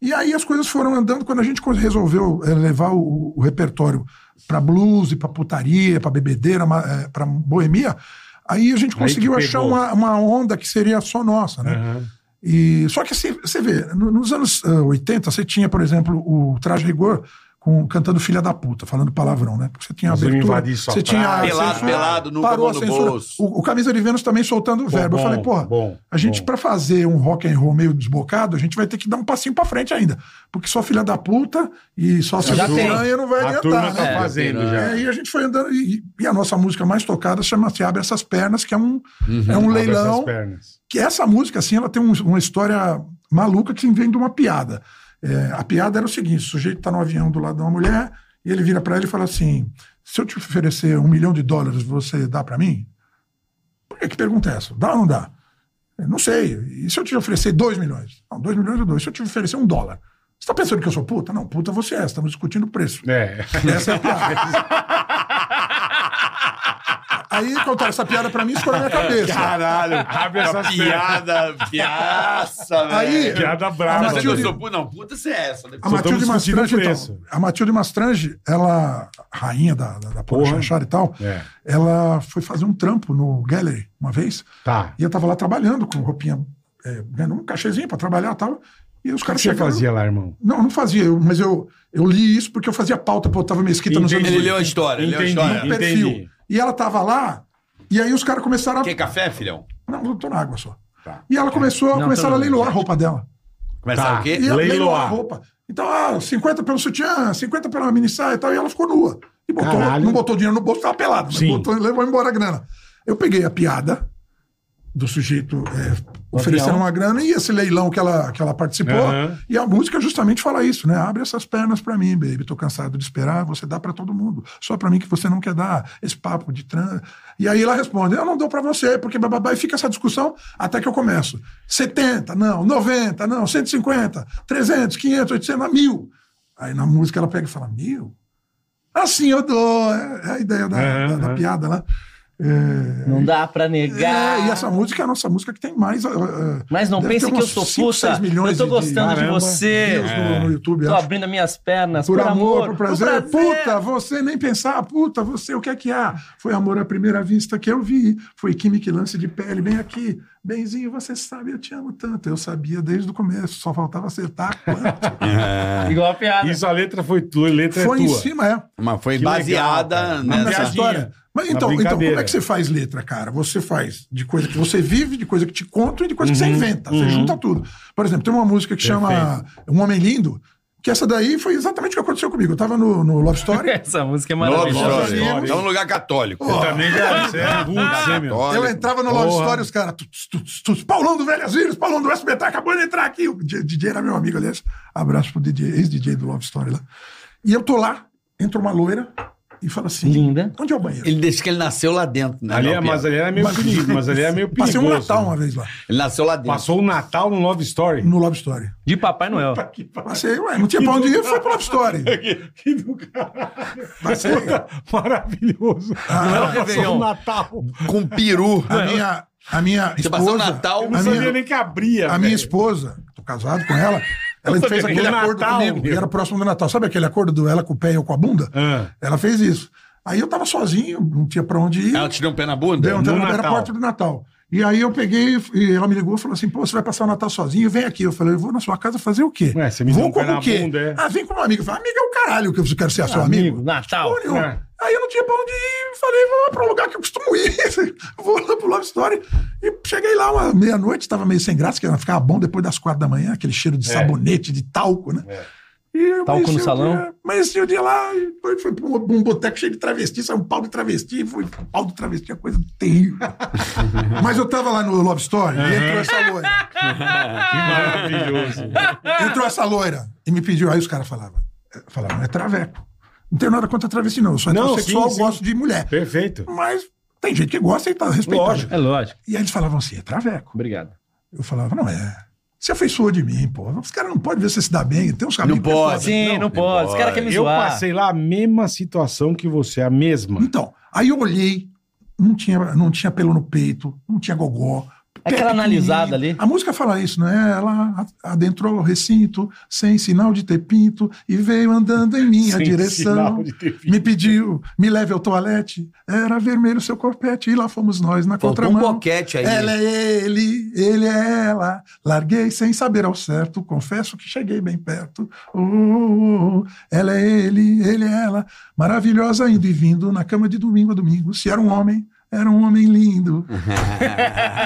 S3: E aí as coisas foram andando quando a gente resolveu eh, levar o, o repertório pra blues e pra putaria, pra bebedeira, ma- eh, pra boemia. Aí a gente
S4: Aí
S3: conseguiu
S4: que
S3: achar
S4: pegou.
S3: uma, uma onda que seria só nossa, né?
S4: Aham.
S3: E, só que assim, você vê, no- nos anos ah, 80, você tinha, por exemplo, o Traje Rigor com, cantando Filha da Puta, falando palavrão, né? Porque você tinha
S4: Nós vamos
S3: abertura,
S4: invadir sua
S3: você tinha a
S4: praia.
S5: Pelado,
S3: censura,
S5: pelado, nunca
S3: parou a
S5: mão no
S3: censura.
S5: bolso.
S3: O, o Camisa de Vênus também soltando o
S4: Pô,
S3: verbo.
S4: bom,
S3: Eu falei, porra,
S4: bom,
S3: a gente,
S4: bom.
S3: pra fazer um rock and roll meio desbocado, a gente vai ter que dar um passinho pra frente ainda. Porque só Filha da Puta e só se
S6: Já tem.
S3: não vai
S4: A turma
S3: adiantar,
S4: tá
S3: né?
S4: fazendo
S5: É,
S4: já.
S3: É, e a gente foi andando, e, e a nossa música mais tocada chama-se Abre Essas Pernas, que é um, é um
S4: Uhum. Abre essas
S3: leilão
S4: pernas.
S3: que essa música, assim, ela tem um- uma história maluca que vem de uma piada. É, a piada era o seguinte: o sujeito tá no avião do lado de uma mulher e ele vira para ela e fala assim: se eu te oferecer um milhão de dólares, você dá para mim? Por que, que pergunta é essa? Dá ou não dá? Eu Não sei. E se eu te oferecer dois milhões? Não, dois milhões ou dois. Se eu te oferecer um dólar? Você tá pensando que eu sou puta? Não, puta você é. Estamos discutindo o preço.
S4: É.
S3: Essa é a piada. Aí contaram essa piada pra mim e estourou na minha cabeça.
S5: Caralho.
S4: Abre
S5: Essa
S4: essas pernas.
S5: piada, piaça,
S3: Aí-
S5: velho.
S4: Piada
S3: Ah,
S4: brava.
S3: mas
S5: Essa que eu
S3: Matilde-
S5: sou puta, não, puta você é essa. né?
S3: A
S4: Só
S3: Matilde,
S4: estamos discutindo
S3: Mastrange,
S4: o
S3: então,
S4: preço.
S3: a Matilde Mastrange, ela, rainha da, da, da Porra
S4: Porra.
S3: Chanchada e tal,
S4: É.
S3: ela foi fazer um trampo no Gallery uma vez,
S4: Tá.
S3: e eu tava lá trabalhando com roupinha, é, ganhando um cachezinho pra trabalhar e tal, e os
S4: O que que
S3: caras
S4: você
S3: chegaram...
S4: fazia lá, irmão?
S3: Não, não fazia, eu- mas eu, eu li isso porque eu fazia pauta pro Otávio Mesquita nos
S4: Entendi.
S3: anos
S5: Ele leu
S3: 80,
S5: a história, ele leu a
S4: Entendi.
S5: história.
S4: Entendi.
S3: perfil. E ela tava lá, e aí os caras começaram a...
S5: Quer café, filhão?
S3: Não, eu tô na água só.
S5: Tá.
S3: E ela começou,
S6: Não,
S3: começaram
S6: tô
S3: a
S6: na-
S3: leiloar a roupa dela.
S5: Começa
S4: Tá.
S5: o quê?
S3: E ela
S4: Leiloar.
S3: leiloar a roupa. Então, ah, 50 pelo sutiã, 50 pela mini saia e tal, e ela ficou nua. E botou,
S4: Caralho.
S3: não botou dinheiro no bolso, tava pelado, mas
S4: Sim.
S3: botou, levou embora a grana. Eu peguei a piada do sujeito é, oferecendo
S6: avião.
S3: uma grana e esse leilão que ela, que ela participou.
S4: Aham.
S3: E a música justamente fala isso, né? Abre essas pernas pra mim, baby. Tô cansado de esperar, você dá pra todo mundo. Só pra mim que você não quer dar esse papo de trans. E aí ela responde: Eu não dou pra você, porque bababá. E fica essa discussão até que eu começo. 70, não, 90, não, 150, 300, 500, 800, mil. Aí na música ela pega e fala: Mil? Assim eu dou. É, é a ideia da,
S4: Aham,
S3: da- da
S4: aham.
S3: piada lá.
S6: Não dá pra negar.
S3: É, e essa música é a nossa música que tem mais. ah, ah,
S6: Mas não
S3: deve
S6: pense
S3: ter
S6: que eu
S3: uns
S6: sou
S3: cinco,
S6: puta.
S3: seis milhões
S6: Eu tô gostando de
S3: caramba,
S6: você.
S3: views no,
S4: É.
S3: no YouTube,
S6: Tô
S3: acho.
S6: abrindo as minhas pernas.
S3: Por, amor, por prazer.
S6: prazer.
S3: Puta, você nem pensar, puta, você, o que é que há? Foi amor à primeira vista que eu vi. Foi química e lance de pele, bem aqui. Benzinho, você sabe, eu te amo tanto. Eu sabia desde o começo, só faltava acertar quanto.
S6: É, Igual a piada.
S4: Isso a letra foi tua, a letra
S3: Foi
S4: é
S3: em
S4: tua.
S3: cima, é.
S1: Mas foi
S4: Que
S1: baseada
S4: legal, cara. Mas
S1: nessa.
S3: Nessa
S4: piadinha,
S3: história. Mas
S4: uma
S3: então, então,
S4: brincadeira.
S3: como é que você faz letra, cara? Você faz de coisa que você vive, de coisa que te contam e de coisa que
S4: Uhum,
S3: você inventa. Você junta tudo. Por exemplo, tem uma música que chama Um Homem Lindo, que essa daí foi exatamente o que aconteceu comigo. Eu tava no, no Love Story.
S6: Essa música é
S1: Love
S6: maravilhosa.
S1: Story.
S3: Love
S1: Então, um lugar católico.
S4: Eu também, cara, você é burro, você, meu.
S1: Católico.
S3: Eu entrava no Love
S4: Porra.
S3: Story, os caras. tuts, tuts, tuts, Paulão do Velhas Vírus, Paulão do SBT, acabou de entrar aqui. O D- DJ era meu amigo, aliás. Abraço pro DJ, ex-DJ do Love Story lá. E eu tô lá, entra uma loira e fala assim:
S6: Linda.
S3: Onde é o banheiro?
S5: Ele disse que ele nasceu lá dentro, né?
S1: é
S4: Ali, é,
S5: não,
S4: mas
S5: Pedro?
S4: ali era meio
S3: Mas-
S4: perigo, mas ali era meio perigoso.
S3: Passei um Natal
S4: né?
S3: uma vez lá,
S5: Ele nasceu lá dentro.
S4: Passou o Natal no Love Story.
S3: no Love Story.
S6: De Papai Noel.
S3: Passei, ué, não tinha pra onde ir, foi pro Love Story.
S4: Que, que do caralho.
S3: Passei.
S4: Puta, maravilhoso.
S3: Ah,
S4: Ela passou
S5: Réveillon.
S4: o Natal.
S1: Com um peru.
S3: A minha, a minha
S5: Você passou o
S3: esposa.
S5: Natal,
S4: Eu
S3: a
S4: não
S3: minha-
S4: sabia nem que abria.
S3: A
S4: velho.
S3: minha esposa, tô casado com ela, ela
S4: sabia
S3: fez
S4: que
S3: aquele
S4: era
S3: acordo
S4: Natal,
S3: comigo,
S4: meu.
S3: e era próximo do Natal. Sabe aquele acordo do ela com o pé e eu com a bunda?
S4: Ah.
S3: Ela fez isso. Aí eu tava sozinho, não tinha pra onde ir.
S5: Ela tirou um pé na bunda?
S3: Deu,
S4: no
S3: então ela era
S4: Natal.
S3: porta do Natal. E aí eu peguei, e ela me ligou e falou assim: pô, você vai passar o Natal sozinho? Vem aqui. Eu falei, eu vou na sua casa fazer o quê?
S4: Ué, você me deu
S3: vou
S4: um pé
S3: com
S4: na
S3: o quê?
S4: bunda, é.
S3: Ah, vem com uma amiga. Eu falei, amiga é o caralho que eu quero ser seu
S6: Amigo,
S3: amigo.
S6: Natal.
S3: Porra nenhuma.
S4: É.
S3: Aí eu não tinha pra onde ir, falei, vou lá pra um lugar que eu costumo ir. vou lá pro Love Story. E cheguei lá uma meia-noite, tava meio sem graça, que era- ficava bom depois das quatro da manhã, aquele cheiro
S4: É.
S3: de sabonete, de talco, né? E
S6: Talco no
S3: amanheci o
S6: salão.
S3: Dia, amanheci o dia lá, e foi, foi pra um, um boteco cheio de travesti, saiu um pau de travesti, foi pau de travesti, é coisa terrível. Mas eu tava lá no Love Story e entrou essa loira.
S4: Que maravilhoso.
S3: Entrou essa loira e me pediu. Aí os caras falavam, eh, falavam, é traveco. Não tenho nada contra travesti, não. Eu sou
S4: Não,
S3: heterossexual,
S4: sim, sim.
S3: gosto de mulher.
S4: Perfeito.
S3: Mas tem gente que gosta e tá respeitando.
S4: Lógico.
S6: É lógico.
S3: E aí eles falavam assim, é traveco.
S6: Obrigado.
S3: Eu falava, não é. Se afeiçoou de mim, pô. Os caras não podem ver se você se dá bem. Tem uns caminhos... que é
S5: pode.
S3: foda.
S6: Sim, não, pode. Os caras querem me
S4: Eu
S6: zoar.
S4: passei lá a mesma situação que você, a mesma.
S3: Então, aí eu olhei, não tinha, não tinha pelo no peito, não tinha gogó.
S4: É
S3: pé
S6: Aquela analisada
S3: pequenininho.
S6: ali.
S3: A música fala isso, né? Ela a- adentrou o recinto sem sinal de ter pinto e veio andando em minha
S4: Sem sinal
S3: direção.
S4: de ter pinto.
S3: Me pediu, me leve ao toalete. Era vermelho seu corpete e lá fomos nós na
S5: Faltou um
S3: contramão.
S5: boquete aí.
S3: Ela é ele, ele é ela. Larguei sem saber ao certo, confesso que cheguei bem perto. Oh, oh, oh. Ela é ele, ele é ela. Maravilhosa indo e vindo na cama de domingo a domingo. Se era um homem, era um homem lindo.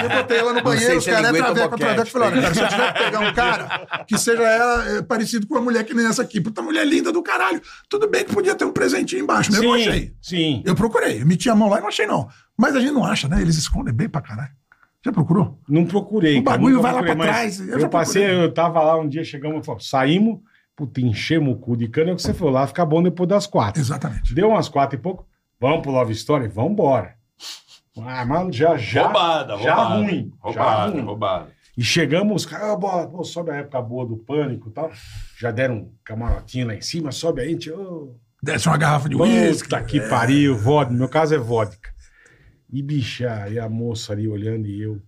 S3: eu botei ela no
S5: Não sei
S3: banheiro, os
S5: se ele
S3: caras é
S5: aguenta
S3: traveco,
S5: boquete,
S3: traveco. Eu Falei, olha, cara, se eu tiver que pegar um cara que seja ela é, parecido com uma mulher que nem essa aqui. Puta mulher linda do caralho. Tudo bem que podia ter um presentinho embaixo, mas eu não achei.
S4: sim.
S3: Eu procurei, eu meti a mão lá e não achei, não. Mas a gente não acha, né? Eles escondem bem pra caralho. Já procurou?
S4: Não procurei.
S3: O
S4: cara,
S3: bagulho
S4: nunca
S3: vai lá
S4: procurei,
S3: pra
S4: mas
S3: trás, eu
S4: Eu,
S3: já
S4: passei,
S3: procurei.
S4: eu tava lá um dia, chegamos, falamos, saímos, puta, enchemos o cu de cana, é o que você falou, lá fica bom depois das quatro.
S3: Exatamente.
S4: Deu umas quatro e pouco, vamos pro Love Story? Vamos embora. Ah, mas já, já,
S1: Roubada,
S4: já
S1: roubada.
S4: ruim. já
S1: Roubado,
S4: ruim.
S1: roubado.
S4: E chegamos, os caras, ah, bola, pô, sobe a época boa do pânico e tal. Já deram um camarotinho lá em cima, sobe aí, gente. ô,
S3: Desce uma garrafa de uísque. É.
S4: puta que pariu, vodka. No meu caso é vodka. E bicha, e a moça ali olhando e eu.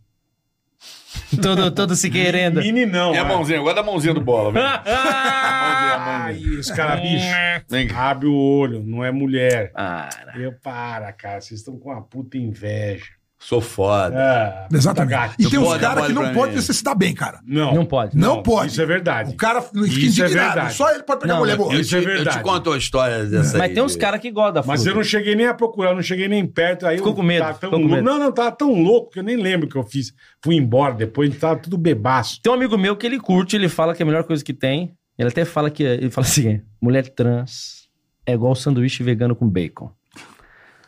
S6: Todo, todo se querendo.
S4: Mini não.
S1: E a
S4: né?
S5: é.
S1: mãozinha? Guarda a mãozinha do bola, velho.
S4: Ah, e os caras, bicho,
S1: Vem cá.
S4: abre o olho, não é mulher.
S6: Para.
S4: Eu, para, cara, vocês estão com uma puta inveja.
S5: Sou foda.
S1: É.
S4: Ah,
S3: Exatamente.
S4: puta gata.
S3: E tem uns
S5: pode,
S3: caras que
S5: pode
S3: não
S5: pra
S3: podem
S5: mim.
S3: você se dar bem, cara.
S4: Não,
S6: Não pode.
S3: Não pode.
S4: Isso é verdade.
S3: O cara fica
S4: Isso é
S3: indignado.
S4: verdade.
S3: Só ele pode pegar
S6: Não,
S3: mulher
S4: eu-
S3: boa.
S4: Isso é
S5: Eu
S4: verdade.
S5: te conto a história dessa
S6: Mas
S5: aí,
S6: tem uns
S5: de-
S6: caras que gostam da
S4: Mas
S6: fruta.
S4: eu não cheguei nem a procurar, eu não cheguei nem perto. Aí
S6: Ficou
S4: eu
S6: com medo,
S4: tava tão
S6: ficou com
S4: louco-
S6: medo.
S4: Não, não, tava tão louco que eu nem lembro o que eu fiz. Fui embora depois, a gente tava tudo bebaço.
S6: Tem um amigo meu que ele curte, ele fala que é a melhor coisa que tem. Ele até fala que. Ele fala assim: mulher trans é igual sanduíche vegano com bacon.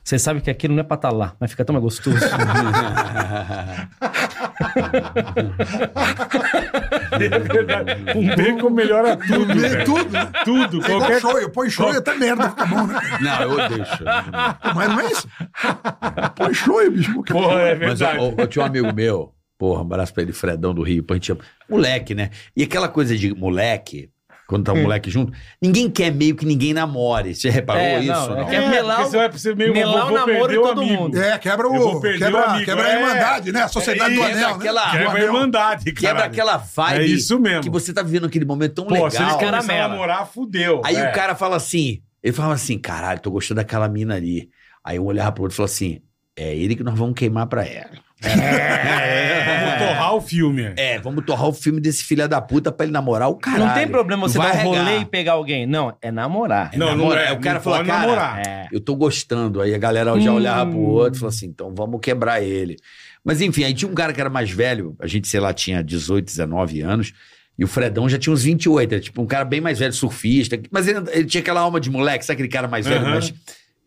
S6: Você sabe que aquilo não é pra tá lá, mas fica tão mais gostoso.
S4: É verdade. Um bacon melhora tudo. velho.
S3: tudo, né?
S4: Tudo,
S3: É igual
S4: qualquer coisa.
S3: shoyu. Põe shoyu até merda, fica bom, né? cara?
S5: Não, eu odeio isso.
S3: Pô, Mas não é isso? Põe shoyu, bicho. porque-
S4: Porra, é
S5: Mas
S4: verdade.
S5: eu, eu tinha um amigo meu, porra, um abraço pra ele, Fredão do Rio, pô, a gente chama- moleque, né? E aquela coisa de moleque, Quando
S4: Hum.
S5: tá o moleque junto. Ninguém quer meio que ninguém namore. Você reparou
S6: É,
S5: isso?
S6: não, é
S5: não?
S6: que é melar
S4: porque
S6: o-
S4: você vai ser meio
S6: melar
S4: vou-
S6: o
S4: vou
S6: namoro
S4: perder
S6: de
S4: o
S6: todo
S4: amigo.
S6: mundo.
S3: É, quebra
S4: Eu vou
S3: o.
S4: perder
S3: Quebra,
S4: o amigo,
S3: quebra
S4: é.
S3: a irmandade, né? A sociedade do
S5: Quebra
S3: anel. né?
S5: aquela-
S3: Do
S4: Quebra a
S3: anel.
S4: irmandade, cara.
S5: É, Quebra aquela vibe
S4: É isso mesmo.
S5: que você tá vivendo aquele momento tão
S4: Pô,
S5: legal.
S4: se ele começar a
S6: Caramela.
S4: namorar, fudeu.
S5: Aí
S4: É.
S5: o cara fala assim, ele falava assim, caralho, tô gostando daquela mina ali. Aí eu olhava pro outro e falava assim, é ele que nós vamos queimar pra ela.
S4: Vamos torrar o filme. é.
S5: É, vamos torrar o filme desse filho da puta pra ele namorar o caralho.
S6: Não tem problema você
S5: Vai
S6: dar um rolê
S5: regar.
S6: e pegar alguém. Não, é namorar.
S5: É namorar. O cara fala,
S4: pode
S5: cara,
S4: namorar.
S6: É.
S5: Eu tô gostando. Aí a galera já
S6: Hum.
S5: olhava pro outro e falava assim, então vamos quebrar ele. Mas enfim, aí tinha um cara que era mais velho, a gente, sei lá, tinha 18, 19 anos, e o Fredão já tinha uns 28, era tipo um cara bem mais velho, surfista, mas ele, ele tinha aquela alma de moleque, sabe aquele cara mais velho?
S4: Aham.
S5: Mas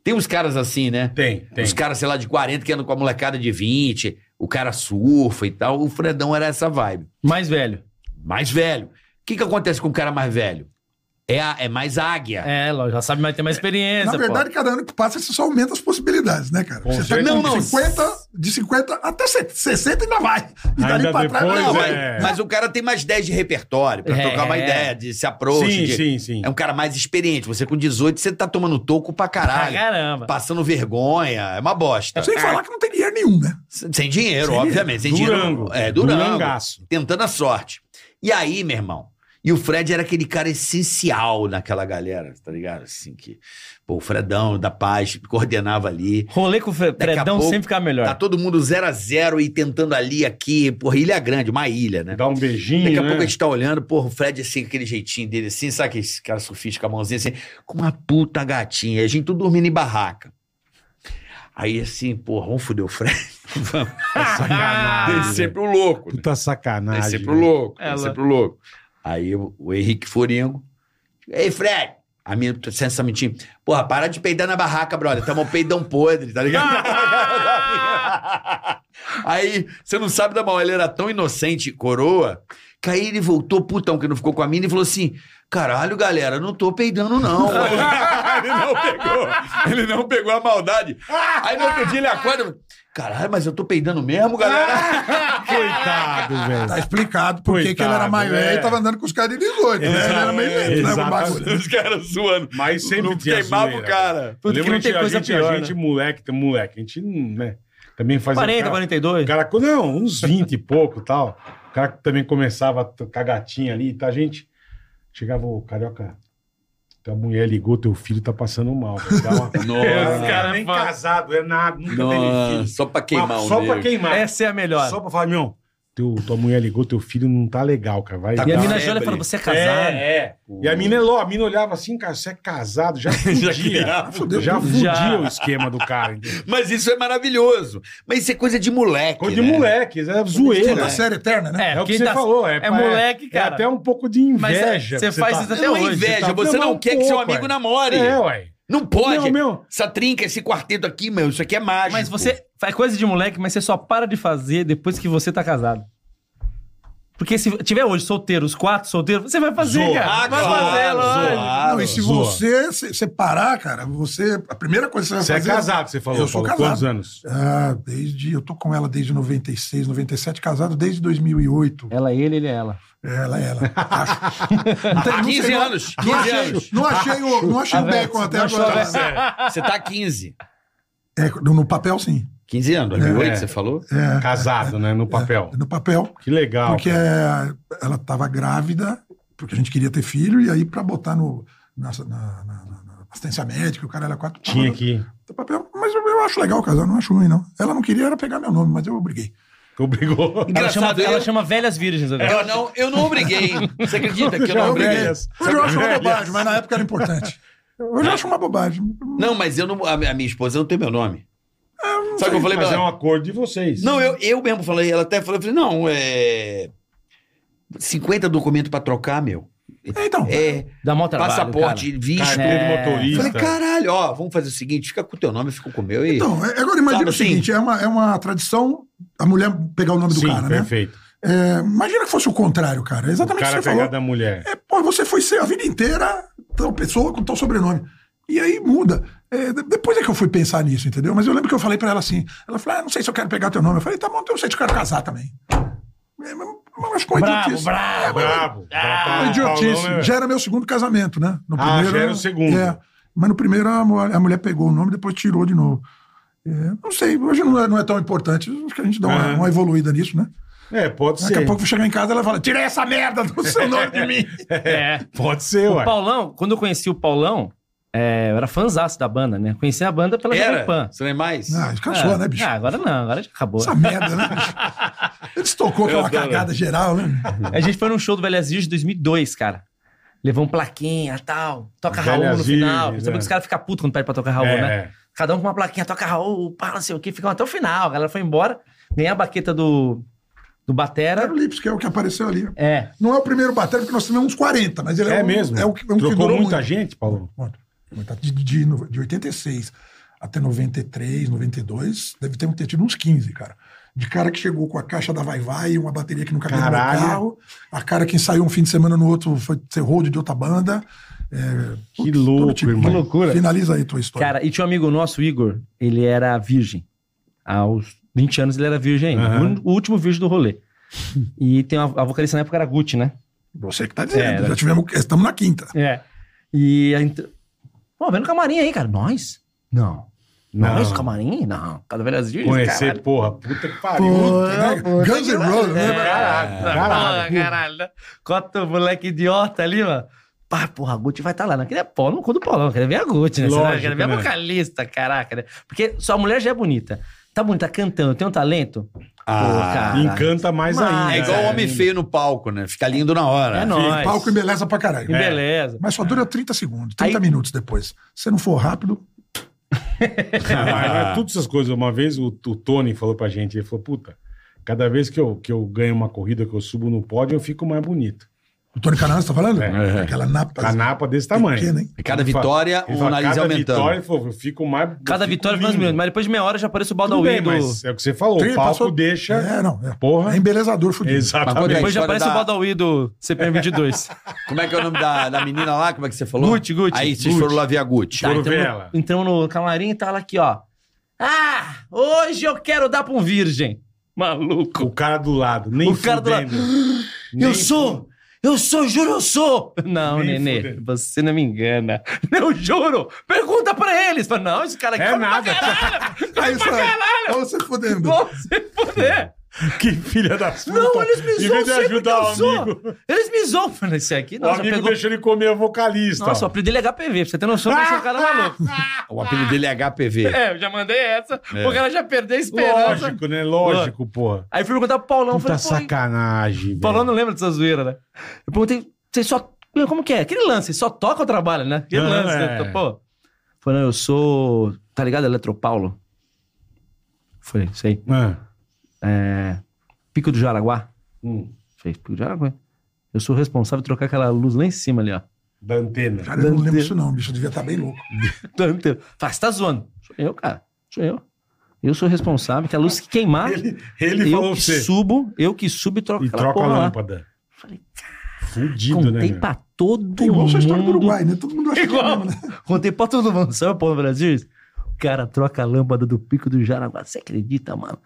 S5: tem uns caras assim, né?
S4: Tem, tem.
S5: Os caras, sei lá, de 40 que andam com a molecada de 20, o cara surfa e tal. O Fredão era essa vibe.
S6: Mais velho.
S5: Mais velho. O que, que acontece com o cara mais velho? É, a- é mais águia.
S6: É, lógico, já sabe, mas tem mais experiência.
S3: Na verdade, cada ano que passa, você só aumenta as possibilidades, né, cara? você tá
S4: certeza.
S3: com
S5: Não, não.
S3: 50, de 50 até 60 ainda vai. E dali
S4: Ainda
S3: pra
S4: depois,
S3: trás, não,
S5: Não, mas,
S3: vai.
S4: é.
S5: mas o cara tem mais 10 de repertório pra
S6: É.
S5: trocar uma ideia, de se approach.
S4: Sim,
S5: de-
S4: sim, sim.
S5: É um cara mais experiente. Você com 18, você tá tomando toco pra
S6: Pra
S5: caralho.
S6: Ah, caramba.
S5: Passando vergonha, é uma bosta.
S3: Sem falar que não tem dinheiro nenhum, né?
S5: Sem sem dinheiro, obviamente. Sem
S4: Durango.
S5: dinheiro. É, Durango.
S4: Durangaço.
S5: Tentando a sorte. E aí, meu irmão? E o Fred era aquele cara essencial naquela galera, tá ligado? Assim que. Pô, o Fredão da Paz coordenava ali.
S6: Rolê com o Fre-
S5: Daqui a
S6: Fredão
S5: pouco,
S6: sempre fica melhor.
S5: Tá todo mundo zero a zero e tentando ali, aqui. Porra, Ilha Grande, uma ilha, né?
S4: Dá um beijinho,
S5: Daqui a
S4: né?
S5: pouco a gente tá olhando, porra, o Fred assim, aquele jeitinho dele assim, sabe aquele cara surfista com a mãozinha assim, com uma puta gatinha. A gente tudo dormindo em barraca. Aí assim, porra, vamos foder o Fred. Vamos. Ele
S4: Sacanagem.
S5: Ah, sempre o louco. né?
S4: Puta sacanagem.
S5: Ele sempre o louco. Ele
S6: Ela.
S5: sempre o louco. Aí o, o Henrique Furingo. Ei, Fred! A minha, sem essa mentira. Porra, para de peidar na barraca, brother. Tamo um peidão podre, tá ligado? aí, você não sabe da mal, ele era tão inocente, coroa, que aí ele voltou, putão, que não ficou com a mina, e falou assim: caralho, galera, eu não tô peidando, não. ele não pegou. Ele não pegou a maldade. Aí no outro dia ele acorda. Caralho, mas eu tô peidando mesmo, galera?
S4: Coitado, velho.
S3: Tá explicado por que que ele era
S4: Coitado,
S3: maior
S4: é.
S3: e tava andando com os caras de 18, né? Ele era meio
S4: É,
S3: lento, né? com o
S4: exatamente.
S3: bagulho.
S5: Os caras zoando.
S4: Mas sempre
S5: não
S4: tinha
S5: queimava o
S4: zoeira,
S5: cara.
S6: Tudo que
S4: Lembra
S6: não
S4: a
S6: tem
S4: gente-
S6: coisa
S4: a gente,
S6: pior,
S4: A gente, moleque, tem moleque, a gente, né? Também fazia...
S6: 40,
S4: cara-
S6: 42?
S4: O cara, não, uns 20 e pouco e tal. O cara também começava a tocar gatinha ali, tá? A gente chegava, ô, carioca, tua mulher ligou, teu filho tá passando mal. velho. Dá uma...
S5: Nossa.
S4: cara nem
S6: Nossa.
S4: casado, é nada, nunca teve
S5: Nossa,
S4: filho.
S5: só pra queimar
S4: Mas
S5: o
S4: Só pra
S5: nego.
S4: queimar.
S6: Essa é a melhor.
S4: Só pra falar, meu, teu, tua mulher ligou, teu filho não tá legal, cara. Vai
S5: Tá
S6: E
S4: dar-
S6: a
S5: com
S6: mina
S5: febre.
S6: já olha e fala, você é casado?
S4: É, é. E a mina, é ló, a mina olhava assim, cara, você é casado, já fudia.
S5: criava.
S4: já fudia,
S6: Já.
S4: o esquema do cara. entendeu?
S5: Mas isso é maravilhoso. Mas isso é coisa de moleque.
S4: Coisa de
S5: né?
S4: moleque, é
S3: Toda
S4: zoeira.
S3: série eterna, né?
S6: É,
S4: É o que
S6: quem
S4: você
S6: tá-
S4: falou. É,
S6: é moleque, cara.
S4: É até um pouco de inveja.
S6: Mas é-
S4: que
S6: você faz isso até
S5: Não é
S6: hoje,
S5: inveja,
S4: tá-
S5: você
S4: Não,
S5: não
S4: um
S5: quer que seu
S4: pouco,
S5: amigo
S4: é.
S5: namore.
S4: É, ué.
S5: Não pode.
S4: Não, meu.
S5: Essa trinca, esse quarteto aqui, meu, isso aqui é mágico.
S6: Mas você. É coisa de moleque, mas você só para de fazer depois que você tá casado. Porque se tiver hoje solteiro, os quatro solteiros, você vai fazer,
S4: Zoa.
S6: cara.
S5: Ah,
S6: vai fazer,
S5: claro,
S6: lógico.
S5: claro.
S3: não, e se
S4: zoa.
S3: você se separar, cara, você. A primeira coisa que
S4: Você
S3: vai
S4: é
S3: fazer.
S4: casado, você falou.
S3: Eu sou
S4: Paulo.
S3: casado.
S4: Quantos anos?
S3: Ah, desde. Eu tô com ela desde 96, 97, casado desde 2008.
S6: Ela, ele, ele, ela.
S3: É, Ela, ela. Acho. Não tem-
S6: tá
S5: Há
S3: não
S5: 15
S3: sei, não-
S5: Tá anos.
S3: Não
S5: 15 anos.
S3: achei, não achei o, não achei o
S4: Tá
S6: Aberto,
S3: um bacon até
S6: Tá não achou
S3: agora.
S6: aberto.
S5: Você tá há 15.
S3: É, no no papel, sim.
S5: 15 anos, 2008,
S4: É.
S5: você falou?
S3: É,
S4: Casado, né? No papel.
S3: no papel.
S4: Que legal.
S3: Porque
S4: cara.
S3: é, ela estava grávida, porque a gente queria ter filho, e aí para botar no, na, na- na- na- na assistência médica, o cara era quatro.
S4: Tinha
S3: tava-
S4: que.
S3: tá papel. Mas eu, eu acho legal o casal, não acho ruim, não. Ela não queria era pegar meu nome, mas eu obriguei.
S4: Obrigou.
S6: Ela chama,
S5: Engraçado,
S6: ela
S5: eu,
S6: chama velhas virgens né? agora.
S5: eu, não, eu não obriguei. Você acredita que
S4: É.
S5: eu não
S4: Já é um
S5: obriguei?
S4: obriguei.
S3: Hoje eu acho uma bobagem, mas na época era importante. Hoje eu acho uma bobagem.
S5: Não, mas eu não. A, a minha esposa não tem meu nome.
S4: Ah,
S5: Sabe o que eu falei pra
S4: Mas
S5: ela?
S4: é um acordo de vocês.
S6: é
S5: Não, eu, eu mesmo falei, ela até falou, eu falei, não, é. 50 documentos pra trocar, meu.
S3: Então,
S5: É,
S6: Dá mó trabalho,
S5: passaporte, visto.
S4: Carteira
S6: É.
S4: de motorista.
S5: Falei, caralho, ó, vamos fazer o seguinte, fica com o teu nome, fica com o meu e.
S3: então é- agora imagina
S5: Sabe assim?
S3: o seguinte: é uma, é uma tradição a mulher pegar o nome do
S4: Sim,
S3: cara, né?
S4: perfeito.
S3: É, imagina que fosse o contrário, cara. É
S4: O
S3: Exatamente o
S4: cara
S3: que você falou.
S4: pegar da mulher.
S3: É, pô, você foi ser a vida inteira tal pessoa com tal sobrenome. E aí muda. É, de- depois é que eu fui pensar nisso, entendeu? Mas eu lembro que eu falei pra ela assim. Ela falou, ah, não sei se eu quero pegar teu nome. Eu falei, tá bom, então eu sei que eu quero casar também. É, mas Mas acho que uma
S6: Bravo,
S3: idiotice.
S6: bravo.
S3: É, mas-
S4: Brabo.
S3: Uma idiotice.
S4: é?
S3: já era meu segundo casamento, né? No
S4: Ah, já era o segundo.
S3: É. Mas no primeiro a, mu- a mulher pegou o nome depois tirou de novo. É, não sei, hoje não é, não é tão importante. Acho que a gente dá uma,
S4: Aham.
S3: uma evoluída nisso, né?
S4: É, pode
S3: Daqui
S4: ser.
S3: a pouco eu vou chegar em casa ela fala: tirei essa merda do seu nome de mim.
S6: É.
S4: Pode ser,
S6: O
S4: ué.
S6: Paulão, quando eu conheci o Paulão, é, eu era fãzaço da banda, né? Conheci a banda pela Jovem Pan.
S5: Era? Você não é mais?
S3: Ah, cansou,
S6: É.
S3: né, bicho?
S6: Ah, agora não, agora já acabou.
S3: Essa merda, né, bicho? Eles tocou
S5: Eu
S3: aquela
S5: adoro.
S3: cagada geral, né?
S6: A gente foi num show do Velhas Virgens de 2002, cara. Levou um plaquinha e tal. Toca
S4: Velhas
S6: Raul no final.
S4: Virgens,
S6: Sabe
S4: é.
S6: que os caras ficam putos quando pede pra tocar Raul,
S4: É,
S6: né?
S4: é.
S6: Cada um com uma plaquinha, toca Raul, pá, não sei o quê. Ficam até o final. A galera foi embora. Ganhei a baqueta do, do
S3: Era
S6: Batera.
S3: o Lips, que é o que apareceu ali.
S6: É.
S3: Não é o primeiro batera, porque nós tivemos uns 40, mas ele
S4: É
S3: um-
S4: mesmo?
S3: É o que, é um que
S4: Trocou
S3: durou
S4: muita
S3: muito.
S4: gente, Paulão?
S3: Muito, muito. De, de, de 86 até 93, 92, deve ter ter tido uns 15, cara. De cara que chegou com a caixa da Vai Vai, uma bateria que nunca cabia no
S4: Caralho.
S3: carro. A cara que ensaiou um fim de semana no outro foi ser road de outra banda. É,
S4: Que louco, irmão. Que
S6: loucura.
S3: Finaliza aí tua história.
S6: Cara, e tinha um amigo nosso, o Igor, ele era virgem. Aos 20 anos ele era virgem ainda.
S4: Aham.
S6: O último virgem do rolê. e tem uma- a vocalista na época era Gucci, né?
S3: Você que tá dizendo.
S6: Era.
S3: Já tivemos. Estamos na quinta.
S6: É. E a gente. Pô, vem no camarim aí, cara. Nós? Não. Nós,
S4: Não.
S6: camarim? Não. Cada velhas virgens.
S4: Conhecer,
S6: caralho.
S4: porra. Puta que pariu.
S3: Né? Guns N' Roses, né?
S6: é. Caralho,
S4: caralho.
S6: caralho. caralho. Quanto moleque idiota ali, mano. Pá, porra, a Gucci vai estar lá. Não queria pau no cu do Paulão, queria ver a Gucci, né? Sei lá,
S4: Lógico,
S6: queria ver
S4: né?
S6: a vocalista, caraca. Né? Porque sua mulher já é bonita. Tá bonita, tá cantando, tem um talento.
S5: Ah,
S6: cara.
S4: Encanta mais
S6: Mas-
S4: ainda.
S5: É igual
S6: Cara,
S5: homem
S6: lindo.
S5: feio no palco, né? Fica lindo na hora.
S6: É nóis.
S3: Palco e beleza pra caralho. É.
S6: E beleza.
S4: É.
S3: Mas só dura 30 segundos, 30
S6: Aí-
S3: minutos depois. Se não for rápido,
S6: É,
S4: Ah, mas, mas todas essas coisas. Uma vez o, o Tony falou pra gente, ele falou, puta, cada vez que eu, que eu ganho uma corrida, que eu subo no pódio, eu fico mais bonito.
S3: o Tony Canal, você tá falando?
S4: É.
S3: Aquela napa.
S4: A napa desse tamanho.
S3: é Pequena, hein?
S5: E Cada vitória,
S4: Ele
S5: o
S4: fala,
S5: nariz
S4: cada
S5: aumentando.
S4: vitória, ele falou, eu fico mais... eu
S6: Cada
S4: fico
S6: vitória faz
S4: lindo.
S6: uns minutos, mas depois de meia hora já aparece o
S4: Tudo bem,
S6: baldawi do.
S4: mas é o que você falou,
S3: Trinta,
S4: o palco
S3: passou-
S4: deixa...
S3: É, não. É.
S4: Porra.
S3: É embelezador fudido.
S4: Exatamente.
S6: Depois já
S5: A história
S6: aparece
S5: da-
S6: o baldawi do CPM 22.
S5: Como é que é o nome da, da menina lá? Como é que você falou?
S6: Gucci, Gucci.
S5: Aí vocês
S6: Gucci. Tá.
S5: foram lá ver a Gucci.
S4: Foram
S6: entramos
S4: Tá, ver
S6: no-
S4: ela.
S6: entramos no camarim e tá ela aqui, ó. Ah, hoje eu quero dar pra um virgem. Maluco.
S4: O cara do lado, nem
S6: O cara do lado.
S4: fudendo. Nem
S6: eu sou! Eu sou, juro, eu sou! Não,
S4: Nem
S6: Nenê,
S4: fudendo.
S6: você não me engana. Eu juro! Pergunta pra eles! Fala, não, esse cara aqui
S4: É
S6: come pra
S4: nada.
S6: caralho!
S3: Aí
S6: Come pra caralho!
S3: Olha você fudendo.
S6: Vão se fuder!
S4: Que filha da puta.
S6: é? Não, eles me
S4: tá. Em vez de
S6: zoam sempre que
S4: ajudar
S6: eu
S4: o
S6: sou!
S4: amigo,
S6: Eles me zoam! Falei, esse aqui,
S4: o
S6: nossa,
S4: amigo
S6: pegou...
S4: deixa ele comer a vocalista.
S6: Nossa, o
S4: ó.
S6: apelido dele é HPV, pra você ter noção desse cara maluco.
S5: O apelido dele é HPV.
S6: É, eu já mandei essa, porque ela já perdeu a esperança.
S4: É. Lógico, né? Lógico, porra.
S6: Aí fui perguntar pro Paulão,
S4: Puta
S6: falei, pô, e-
S4: sacanagem,
S6: O
S4: velho.
S6: Paulão não lembra dessa zoeira, né? Eu perguntei, vocês só. Meu, Como que é? Aquele lance, vocês só toca ou trabalha, né? Aquele
S4: Ah,
S6: lance,
S4: é.
S6: né? pô. Falei, não, eu sou. Tá ligado, Eletropaulo? Falei, sei.
S4: Ah,
S6: É, Pico do Jaraguá?
S4: hum,
S6: Falei, Pico do Jaraguá. Eu sou responsável por trocar aquela luz lá em cima ali, ó.
S4: da antena.
S3: Cara, eu não lembro isso não, bicho. Eu devia estar bem louco.
S6: Tanto. Falei, você tá zoando? Sou eu, cara. Sou eu. Eu sou responsável, que a luz que queimar.
S4: Ele, ele
S6: eu
S4: falou
S6: que
S4: pra você.
S6: subo, eu que subo e troco
S4: E
S6: aquela
S4: troca a
S6: porra lá.
S4: lâmpada.
S6: Falei,
S4: Fudido, né?
S6: Contei
S4: meu?
S6: pra todo
S3: Tem igual
S6: mundo.
S3: essa história do Uruguai, né? Todo mundo acha que é
S6: Igual.
S3: mesmo, né?
S6: Contei pra todo mundo. Sabe o povo do Brasil? O cara troca a lâmpada do pico do Jaraguá. Você acredita, mano?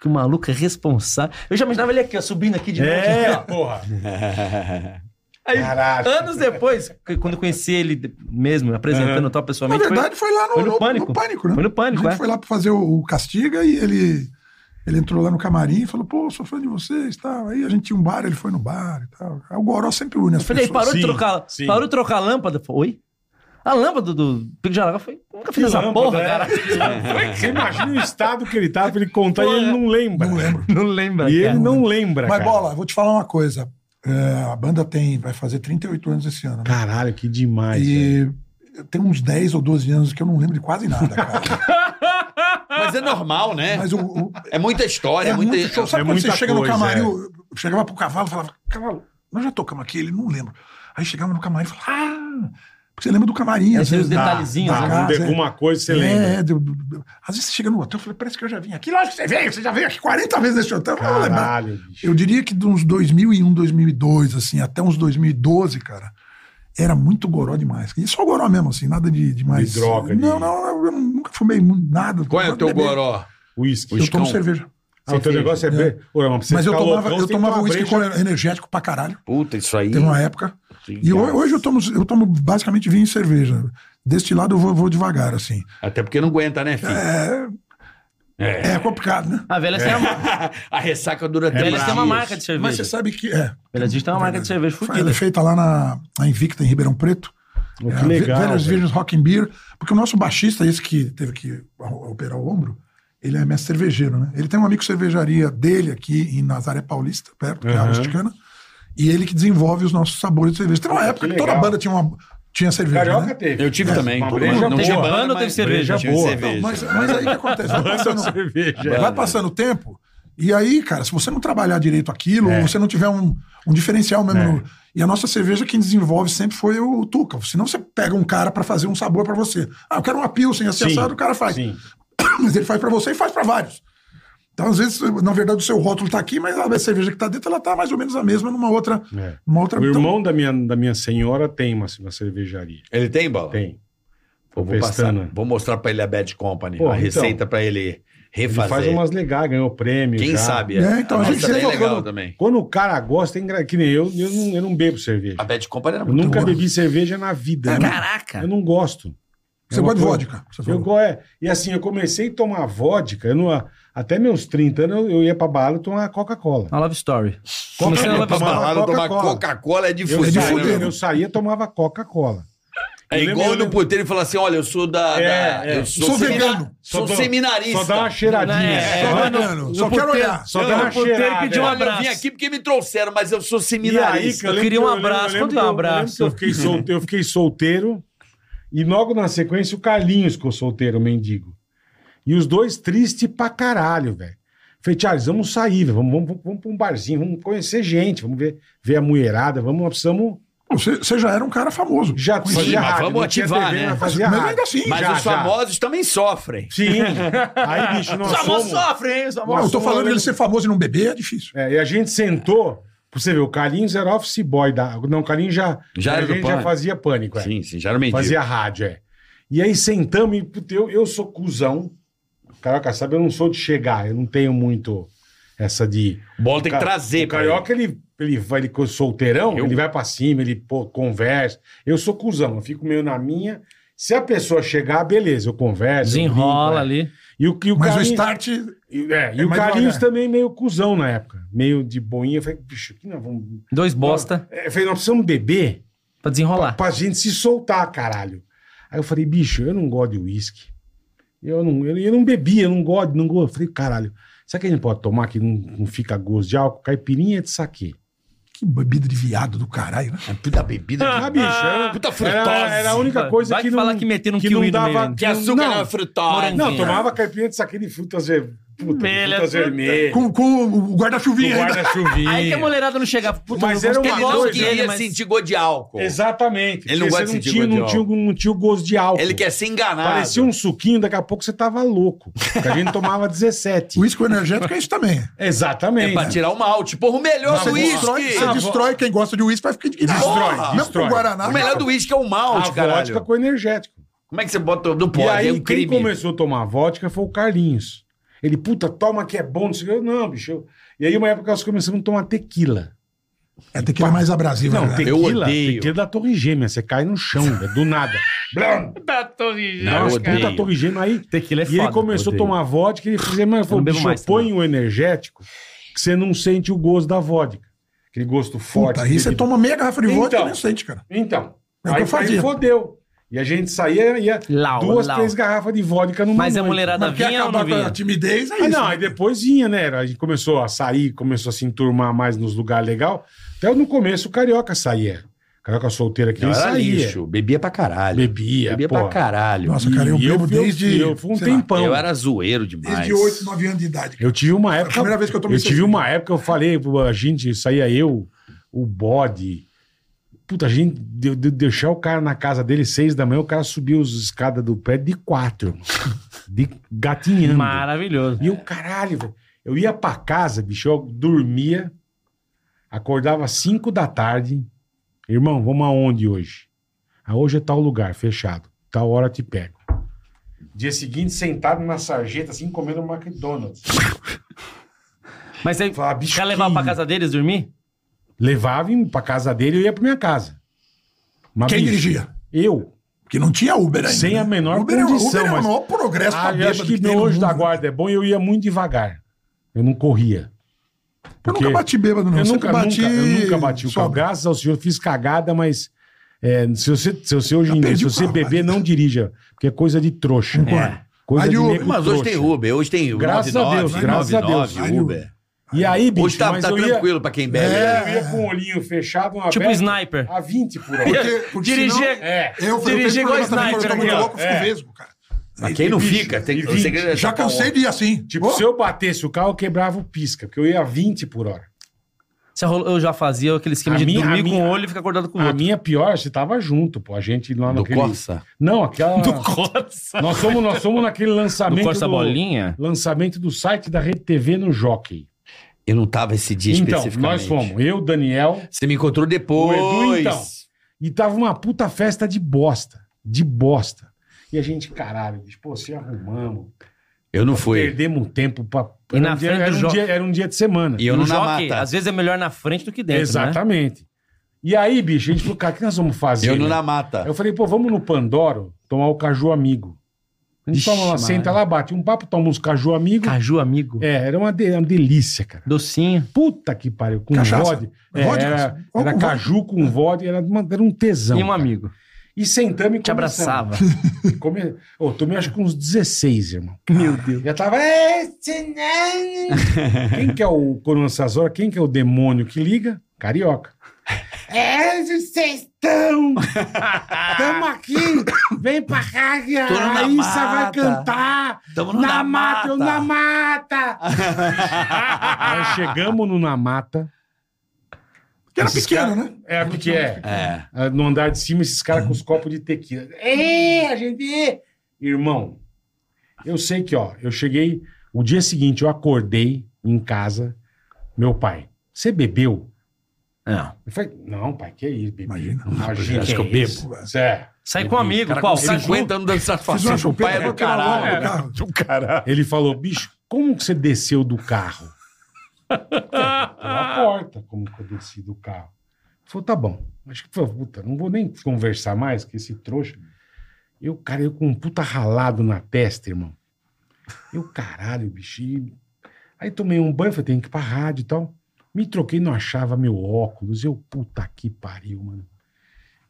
S6: Que o maluco é responsável. Eu já imaginava ele aqui, ó, subindo aqui de novo.
S4: É, porra.
S6: Aí,
S4: Caraca.
S6: anos depois, que- quando eu conheci ele mesmo, apresentando
S4: Uhum.
S6: o tal
S3: Na
S6: pessoalmente.
S3: verdade, foi lá no,
S6: foi no
S3: no- no pânico.
S6: Pânico.
S3: né?
S6: Foi no Pânico,
S3: A gente
S6: é.
S3: foi lá pra fazer o, o Castiga e ele, ele entrou lá no camarim e falou, pô, sou fã de vocês e tal. Aí a gente tinha um bar, ele foi no bar e tal. Aí O Goró sempre une as
S6: Eu falei,
S3: pessoas.
S6: parou,
S4: Sim,
S6: de trocar,
S4: sim.
S6: parou de trocar a lâmpada? Eu falei, Oi? A lâmpada do Pico do Jaraguá foi. Nunca fiz
S4: Que
S6: essa
S4: lâmpada,
S6: porra,
S4: é?
S6: cara.
S4: Você imagina o estado que ele tá pra ele contar e ele não lembra.
S3: Não lembro.
S6: Não lembra,
S4: E
S6: cara.
S4: ele não lembra,
S3: Mas,
S4: cara.
S3: Bola, vou te falar uma coisa. É, a banda tem, vai fazer 38 anos esse ano. né?
S4: Caralho, que demais, velho.
S3: E tem uns 10 ou 12 anos que eu não lembro de quase nada, cara.
S5: Mas é normal, né?
S3: Mas o, o-
S5: É muita história,
S3: é,
S5: é muita...
S3: muito show. Sabe
S4: é
S3: quando você
S4: muita
S3: chega
S4: coisa,
S3: no camarim, eu eu chegava pro cavalo e falava, cavalo, nós já tocamos aqui, ele não lembra. Aí chegava no camarim e falava, ah, porque você lembra do camarim,
S6: É,
S3: às
S6: tem
S3: vezes.
S6: os
S3: da-
S6: detalhezinhos,
S3: da
S6: né?
S3: casa, é.
S4: Alguma coisa você
S3: É,
S4: lembra.
S3: é, do- do- do- às vezes você chega no hotel e fala, parece que eu já vim aqui. Lógico que você veio, você já veio aqui 40 vezes nesse hotel. eu não vou lembrar.
S4: Caralho, bicho.
S3: Eu diria que de uns 2001, 2002, assim, até uns 2012, cara, era muito goró demais. E só goró mesmo, assim, nada de, de mais...
S4: De droga, de-
S3: Não, não, eu nunca fumei mu- nada.
S5: Qual é o teu
S3: Beber.
S5: goró?
S4: Uísque.
S3: Eu tomo
S5: Chicão.
S3: cerveja.
S4: Ah, o teu
S6: Cerveja.
S4: negócio é bem. Ué, mas pra
S3: Mas
S4: você
S3: eu
S4: ficar
S3: tomava,
S4: loucão,
S3: eu
S4: tem que
S3: tomava
S4: tomar
S3: uísque
S4: breja.
S3: com energético pra caralho.
S5: Puta, isso aí.
S3: Teve uma época. E ho- hoje eu tomo, eu tomo basicamente vinho e cerveja. Deste lado eu vou, vou devagar, assim.
S5: Até porque não aguenta, né, filho?
S3: É complicado, né?
S6: A Velha
S4: É.
S6: tem uma,
S5: a ressaca dura
S6: a
S5: três
S6: Velhas tem uma
S5: dias.
S6: marca de
S3: Mas você
S6: cerveja.
S3: sabe que. É,
S6: Velhas assim tem uma marca de cerveja
S3: ela
S6: fodida.
S3: é feita lá na, na Invicta, em Ribeirão Preto.
S4: Oh,
S3: É,
S4: que
S3: a Ve-
S4: legal,
S3: Velhas
S4: velho.
S3: Virgens Rock and Beer. Porque o nosso baixista, esse que teve que a- operar o ombro, ele é mestre cervejeiro, né? Ele tem um amigo cervejaria dele aqui em Nazaré Paulista, perto, que é a
S4: Uhum.
S3: rusticana. E ele que desenvolve os nossos sabores de cerveja. Teve uma
S4: Puta,
S3: época
S4: Oh, que
S3: que toda
S4: legal.
S3: banda tinha, uma, tinha cerveja. né?
S4: Carioca teve.
S5: Eu tive também.
S4: Uma
S5: Todo
S4: breja
S5: mundo- não
S4: boa.
S5: tinha
S6: Teve
S5: banda,
S6: banda, teve
S5: mas
S6: cerveja
S5: tinha
S4: boa.
S5: cerveja.
S3: Não, mas, mas aí o que acontece? Vai passando,
S4: cerveja.
S3: vai passando o tempo, e aí, cara, se você não trabalhar direito aquilo,
S4: É.
S3: ou você não tiver um, um diferencial mesmo. no- e a nossa cerveja, quem desenvolve sempre foi o Tuca. Senão você pega um cara pra fazer um sabor pra você. Ah, eu quero uma Pilsen assim, assado, o cara faz.
S4: Sim.
S3: Mas ele faz pra você e faz pra vários. Então, às vezes, na verdade, o seu rótulo tá aqui, mas a cerveja que tá dentro, ela tá mais ou menos a mesma numa outra.
S4: É.
S3: Numa outra
S4: O
S3: então,
S4: irmão da, minha, da minha senhora tem uma, uma cervejaria.
S5: Ele tem bola?
S4: Tem.
S5: Pô, vou, passar,
S4: Pestana.
S5: vou mostrar pra ele a Bad Company.
S4: Pô,
S5: a
S4: então.
S5: receita pra ele
S4: Ele
S5: refazer.
S4: faz umas legais, ganhou prêmio.
S5: Quem
S4: já.
S5: sabe?
S3: É, então, a
S5: a
S3: gente
S5: nossa bem
S3: sempre
S5: legal
S4: quando-
S5: também.
S4: Quando o cara gosta, tem gra- que nem eu, eu não, eu não bebo cerveja.
S5: A Bad Company era
S4: Eu
S5: muito
S4: nunca
S5: boa.
S4: bebi cerveja na vida. né?
S6: Caraca!
S4: Eu não gosto. É
S3: Você
S4: uma
S3: gosta de
S4: coisa-
S3: vodka? Você
S4: Eu
S3: falou.
S4: go- é. E assim, eu comecei a tomar vodka, eu não- até meus 30 anos eu, eu ia pra balada tomar Coca-Cola.
S6: A Love Story. Comecei a
S4: Coca-Cola,
S6: Love Story.
S4: tomava
S5: Balada, tomar
S4: Coca-Cola.
S5: Coca-Cola é de
S4: Eu,
S5: fuder.
S3: de
S5: né,
S4: saía-
S3: fuder.
S5: meu?
S4: eu saía e tomava Coca-Cola.
S5: É
S4: Eu
S5: igual
S4: lembro-
S5: no puteiro e falar assim: olha, eu sou da.
S4: É,
S5: da-
S4: é.
S5: Eu sou,
S3: Sou
S5: semina-
S3: vegano.
S5: Sou
S4: dou-
S5: seminarista.
S4: Só dá uma cheiradinha.
S6: É,
S4: só
S3: Só
S4: dá-
S3: olhando,
S6: no
S3: só quero
S6: puteiro-
S3: olhar.
S4: só
S6: Eu
S4: dá
S6: não
S4: uma
S6: poderia
S4: cheirada.
S6: pedir uma-
S5: Olha, eu vim
S6: abraço.
S5: aqui porque me trouxeram, mas eu sou
S4: E aí,
S5: seminarista.
S4: cara, lembro
S6: queria
S4: que
S6: um
S4: eu- eu
S6: abraço.
S4: lembro
S6: Quando
S4: que
S6: é um
S4: eu- eu lembro
S6: abraço?
S4: que Eu fiquei, sol- eu fiquei solteiro e logo na sequência o Carlinhos ficou solteiro, o mendigo. E os dois tristes pra caralho, velho. Falei, Charles, vamos sair, velho. Vamos, vamos, vamos pra um barzinho, vamos conhecer gente, vamos ver, ver a mulherada, vamos, nós precisamos.
S3: Pô, Você você já era um cara famoso.
S4: Já
S3: Sim,
S4: fazia
S5: mas
S4: rádio,
S5: vamos
S4: não tinha
S5: ativar, né?
S4: mas Fazia
S3: Mas
S4: rádio.
S3: ainda assim,
S5: Mas
S4: já,
S5: os
S4: já.
S5: famosos também sofrem.
S4: Sim. Aí, bicho, nós somos...
S6: sofre, hein? Os
S3: Não, eu tô
S4: Nossa,
S3: falando
S4: eu-
S3: dele ser famoso e não beber, é difícil.
S4: É, e a gente sentou, pra você ver, o Carlinhos era office boy da. Não, o Carlinhos já.
S5: Já
S4: a
S5: era do
S4: gente já
S5: Pânico.
S4: fazia pânico, é.
S5: Sim, sim, já era um mendigo.
S4: fazia rádio, é. E aí sentamos e, puta, eu, eu sou cuzão. Carioca, sabe, eu não sou de chegar, eu não tenho muito essa de.
S5: Bola tem que
S4: Ca-
S5: trazer.
S4: O
S5: pra
S4: carioca, ele, ele vai, ele co- solteirão,
S5: Eu?
S4: ele vai pra cima, ele pô, conversa. Eu sou cuzão, eu fico meio na minha. Se a pessoa chegar, beleza, eu converso. eu brinco,
S6: Desenrola
S4: é.
S6: ali.
S4: E o, e o
S3: Mas o
S4: Carlinhos-
S3: start.
S4: e- é, e
S3: É
S4: o
S3: mais
S4: Carlinhos
S3: devagar.
S4: também meio cuzão na época. Meio de boinha. Eu falei, bicho, que nós vamos.
S6: Dois bosta
S4: É, Eu falei, nós precisamos beber
S5: Ah.
S6: pra desenrolar.
S4: pra gente se soltar, caralho. Aí eu falei, bicho, eu não gosto de uísque. Eu não, eu, eu não bebia, eu não gosto, não gosto. Eu falei, caralho, será que a gente pode tomar que não, não fica gosto de álcool? Caipirinha de saquê.
S3: Que bebida de viado do caralho, né?
S5: ele. É Puta bebida.
S4: Ah, bicho, era,
S5: Puta frutose.
S4: era, era a única coisa
S6: Vai
S4: que não...
S6: falar que meteram um
S4: que
S6: kiwi
S4: não
S6: no meio
S4: dava...
S6: ainda.
S5: Que açúcar
S4: não,
S5: era frutose.
S4: não,
S6: Sim.
S4: tomava caipirinha de saquê de frutas, ver- puta,
S6: Vermelha,
S4: frutas
S6: fruta.
S4: vermelhas.
S3: Com, com É. o
S4: do
S3: guarda-chuvinha ainda.
S4: guarda-chuvinha.
S6: Aí que a mulherada não chegava. Puta,
S4: Mas
S6: eu
S4: era
S6: gosto-
S4: uma
S6: eu gosto
S5: Ele não
S4: coisa- né,
S6: dele,
S5: queria
S6: mas-
S5: sentir gosto de álcool.
S4: Exatamente.
S5: Ele não
S4: porque você
S5: gosta
S4: não
S5: de sentir
S4: tinha,
S5: gosto de
S4: não, tinha,
S5: álcool.
S4: não tinha o gosto de álcool.
S5: Ele quer ser enganado.
S4: Parecia um suquinho, daqui a pouco você tava louco. Porque a gente tomava 17.
S3: O uísque energético é isso também.
S4: Exatamente.
S5: É pra tirar o malte. Porra, o melhor
S3: Você
S5: do
S3: destrói,
S5: uísque.
S3: você destrói quem gosta de uísque vai ficar indignado.
S4: é Destrói,
S3: Mesmo
S4: destrói.
S3: com Guaraná.
S5: O melhor do uísque é o
S4: a
S5: malte,
S4: Ah, vodka
S5: caralho.
S4: com energético.
S5: Como é que você bota... Não
S4: e
S5: pode,
S4: aí,
S5: é um
S4: quem
S5: crime.
S4: começou a tomar vodka foi o Carlinhos. Ele, puta, toma que é bom. Não, sei o quê. Eu, não bicho. eu- E aí, uma época, nós começamos a tomar tequila.
S3: É tequila mais abrasiva.
S4: Não,
S3: né?
S4: tequila,
S5: odeio.
S4: tequila da Torre Gêmea. Você cai no chão, velho, do nada. Blum.
S7: Da Torre
S5: Não, eu
S4: Nossa,
S5: odeio.
S4: puta Torre Gêmea. Aí,
S6: Tequila é
S4: e ele
S6: foda,
S4: começou a
S6: odeio.
S4: tomar vodka e ele falou, mas
S6: Eu
S4: falou,
S6: não bebo
S4: bicho,
S6: mais
S4: põe o energético que você não sente o gosto da vodka. Aquele gosto forte.
S3: Puta, aí você
S4: aquele-
S3: toma meia garrafa de vodka
S4: Então.
S3: e nem sente, cara.
S4: Então,
S3: É o que
S4: aí,
S3: eu fazia.
S4: aí fodeu. E a gente saía e ia
S6: Lau,
S4: duas,
S6: lau.
S4: três garrafas de vodka numa
S6: Mas a
S4: noite.
S6: mulherada
S3: Mas quer
S6: vinha ou não
S3: acabar com a
S6: vinha?
S3: timidez, é
S4: Ah,
S3: isso.
S4: não,
S3: né?
S4: aí depois vinha, né? A gente começou a sair, começou a se enturmar mais nos lugares legal. Até no começo o carioca saía. Carioca solteira que
S5: Não,
S4: ele
S5: era
S4: saía.
S5: lixo. Bebia pra caralho.
S4: Bebia,
S5: Bebia
S4: pô.
S5: pra caralho.
S3: Nossa, cara, eu
S4: E
S3: bebo
S4: fui-
S3: desde.
S4: Eu fui um
S3: sei lá,
S4: tempão.
S5: Eu era zoeiro demais.
S3: Desde 8, 9 anos de idade.
S4: Eu tive uma época.
S3: primeira vez que eu tomei
S4: tive
S3: cerveja.
S4: uma época, eu falei, pô, a gente saía eu, o bode. Puta, a gente de, de- deixar o cara na casa dele seis da manhã, o cara subiu as escadas do prédio de quatro. irmão. De gatinhando.
S6: Maravilhoso.
S4: E eu, caralho, velho. Eu ia pra casa, bicho, eu dormia, acordava às cinco da tarde. Irmão, vamos aonde hoje? Ah, hoje é tal lugar, fechado. Tal hora eu te pego. um Dia seguinte, sentado na sarjeta, assim, comendo McDonald's.
S6: Mas aí,
S4: Fala,
S6: o
S4: bicho,
S6: cara levava
S4: que-
S6: pra casa deles dormir?
S4: Levava e pra casa dele e eu ia pra minha casa. Mas,
S3: Quem
S4: bicho,
S3: dirigia?
S4: Eu.
S3: Porque não tinha Uber ainda.
S4: Sem a
S3: né?
S4: menor
S3: Uber
S4: condição,
S3: É, Uber é
S4: mas-
S3: o maior progresso pra
S4: Ah, eu acho
S3: bêbado
S4: que
S3: tem
S4: meu
S3: no
S4: anjo da
S3: mundo.
S4: guarda é bom e eu ia muito devagar. Eu não corria.
S3: Eu
S4: Porque-
S3: nunca bati bêbado, não.
S4: Eu
S3: Sempre
S4: nunca, bati... nunca, eu nunca bati o carro.
S3: sóbrio.
S4: Graças ao senhor, fiz cagada, mas é, se, você, se você hoje
S3: Já
S4: em dia,
S3: perdi
S4: se
S3: o
S4: você
S3: carro,
S4: beber,
S3: mas-
S4: não dirija. Porque é coisa de trouxa. É,
S3: Concordo.
S4: Coisa
S3: Aí
S4: de
S3: o-
S4: nego
S5: Mas hoje
S4: trouxa.
S5: tem Uber, hoje tem
S4: Graças a Deus, graças a Deus.
S5: Uber.
S4: E aí, bicho,
S5: Hoje tá,
S4: mas
S5: tá
S4: eu ia-
S5: tranquilo pra quem bebe.
S4: É,
S5: né?
S4: eu ia com o olhinho fechado, uma
S6: Tipo
S4: aberta,
S6: sniper.
S4: A 20 por hora.
S6: Dirigia.
S3: senão-
S4: É.
S3: Eu, eu
S6: Dirigir
S3: tenho
S6: igual
S3: problema também, quando eu tô
S6: sniper
S3: muito
S6: aqui, ó.
S3: louco, eu fico
S4: É.
S3: vesgo, cara.
S5: Mas quem não fica, tem que.
S4: E tá vinte,
S5: você-
S3: Já cansei de ir assim.
S4: Tipo,
S3: Ô,
S4: se eu batesse o carro, eu quebrava o pisca, porque eu ia a 20 por hora.
S6: Você rolou- Eu já fazia aquele esquema
S4: A
S6: de
S4: minha- a
S6: dormir com
S4: minha-
S6: o olho e ficar acordado com o
S4: A
S6: outro.
S4: minha pior, você tava junto, pô. A gente lá
S5: Do
S4: naquele.
S5: Corsa?
S4: Não, aquela.
S6: Corsa.
S4: Nós somos, nós somos naquele
S6: Do
S4: lançamento.
S6: Corsa Bolinha?
S4: Lançamento do site da Rede TV no Jockey.
S5: Eu não tava esse dia
S4: Então,
S5: especificamente.
S4: nós fomos. Eu, Daniel,
S5: Você me encontrou depois.
S4: O Edu, então. e tava uma puta festa de bosta. De bosta. E a gente, caralho, bicho, pô, se arrumamos.
S5: Eu não fui.
S4: Perdemos tempo pra.
S6: E na
S4: um dia,
S6: frente do
S4: era, um
S6: Jockey.
S4: dia, era um dia de semana.
S5: E eu
S6: No
S5: não na
S6: jockey,
S5: mata.
S6: Às vezes é melhor na frente do que dentro, né?
S4: Exatamente. E aí, bicho, a gente falou, cara, o que nós vamos fazer?
S5: Eu não
S4: né?
S5: na mata.
S4: Eu falei, pô, vamos no Pandoro tomar o caju amigo. A gente
S6: Ixi,
S4: toma lá,
S6: Maria.
S4: senta lá, bate um papo, toma uns caju amigo.
S6: Caju, amigo.
S4: É, era uma, de- uma delícia, cara.
S6: Docinho.
S4: Puta que pariu, com
S3: Cachaça.
S4: vodka. É,
S3: Vodka?
S4: era,
S3: Ou
S4: era
S3: com
S4: caju com vodka, era, uma- era um tesão.
S6: e um
S4: cara.
S6: amigo.
S4: E sentamos e
S6: Te
S4: começamos.
S6: abraçava.
S4: E Come... Ô, tomei acho que uns 16, irmão. Meu Deus. Já tava. "Esse não." Quem que é o Coronel Sazora? Quem que é o demônio que liga? Carioca. É, vocês estão! Tamo aqui! Vem pra cá, que a
S5: Tô na
S4: Raíssa vai
S5: mata.
S4: cantar!
S5: Tamo
S4: na, mata, eu na mata! Aí chegamos no Na Mata.
S3: Que era
S4: Esses
S3: pequeno, né?
S4: É, porque é.
S5: É.
S4: Ah, no andar de cima, esses caras
S5: Uhum.
S4: com os copos de tequila. É, a gente. é. Irmão, eu sei que, ó, eu cheguei. O dia seguinte, eu acordei em casa. Meu pai, você bebeu?
S6: Não.
S4: Eu falei, não, pai, que é isso, bebi.
S3: Imagina.
S4: Imagina.
S5: Acho que eu
S4: é isso?
S3: bebo.
S4: Zé.
S6: Sai com um amigo. qual? Caju?
S5: 50 anos dando
S3: Fiz uma
S5: satisfação. O pai
S3: chupeta
S5: é do
S3: com aquela
S5: caralho.
S3: logo do
S5: né?
S3: carro.
S4: Ele falou, bicho, como que você desceu do carro? Pela porta, como que eu desci do carro. Ele falou, tá bom. Acho que foi, puta, não vou nem conversar mais com esse trouxa. Eu, cara, eu com um puta ralado na testa, irmão. Eu, caralho, bicho. e- Aí tomei um banho, falei, tem que ir pra rádio e tal. Me troquei, não achava meu óculos. Eu, puta que pariu, mano.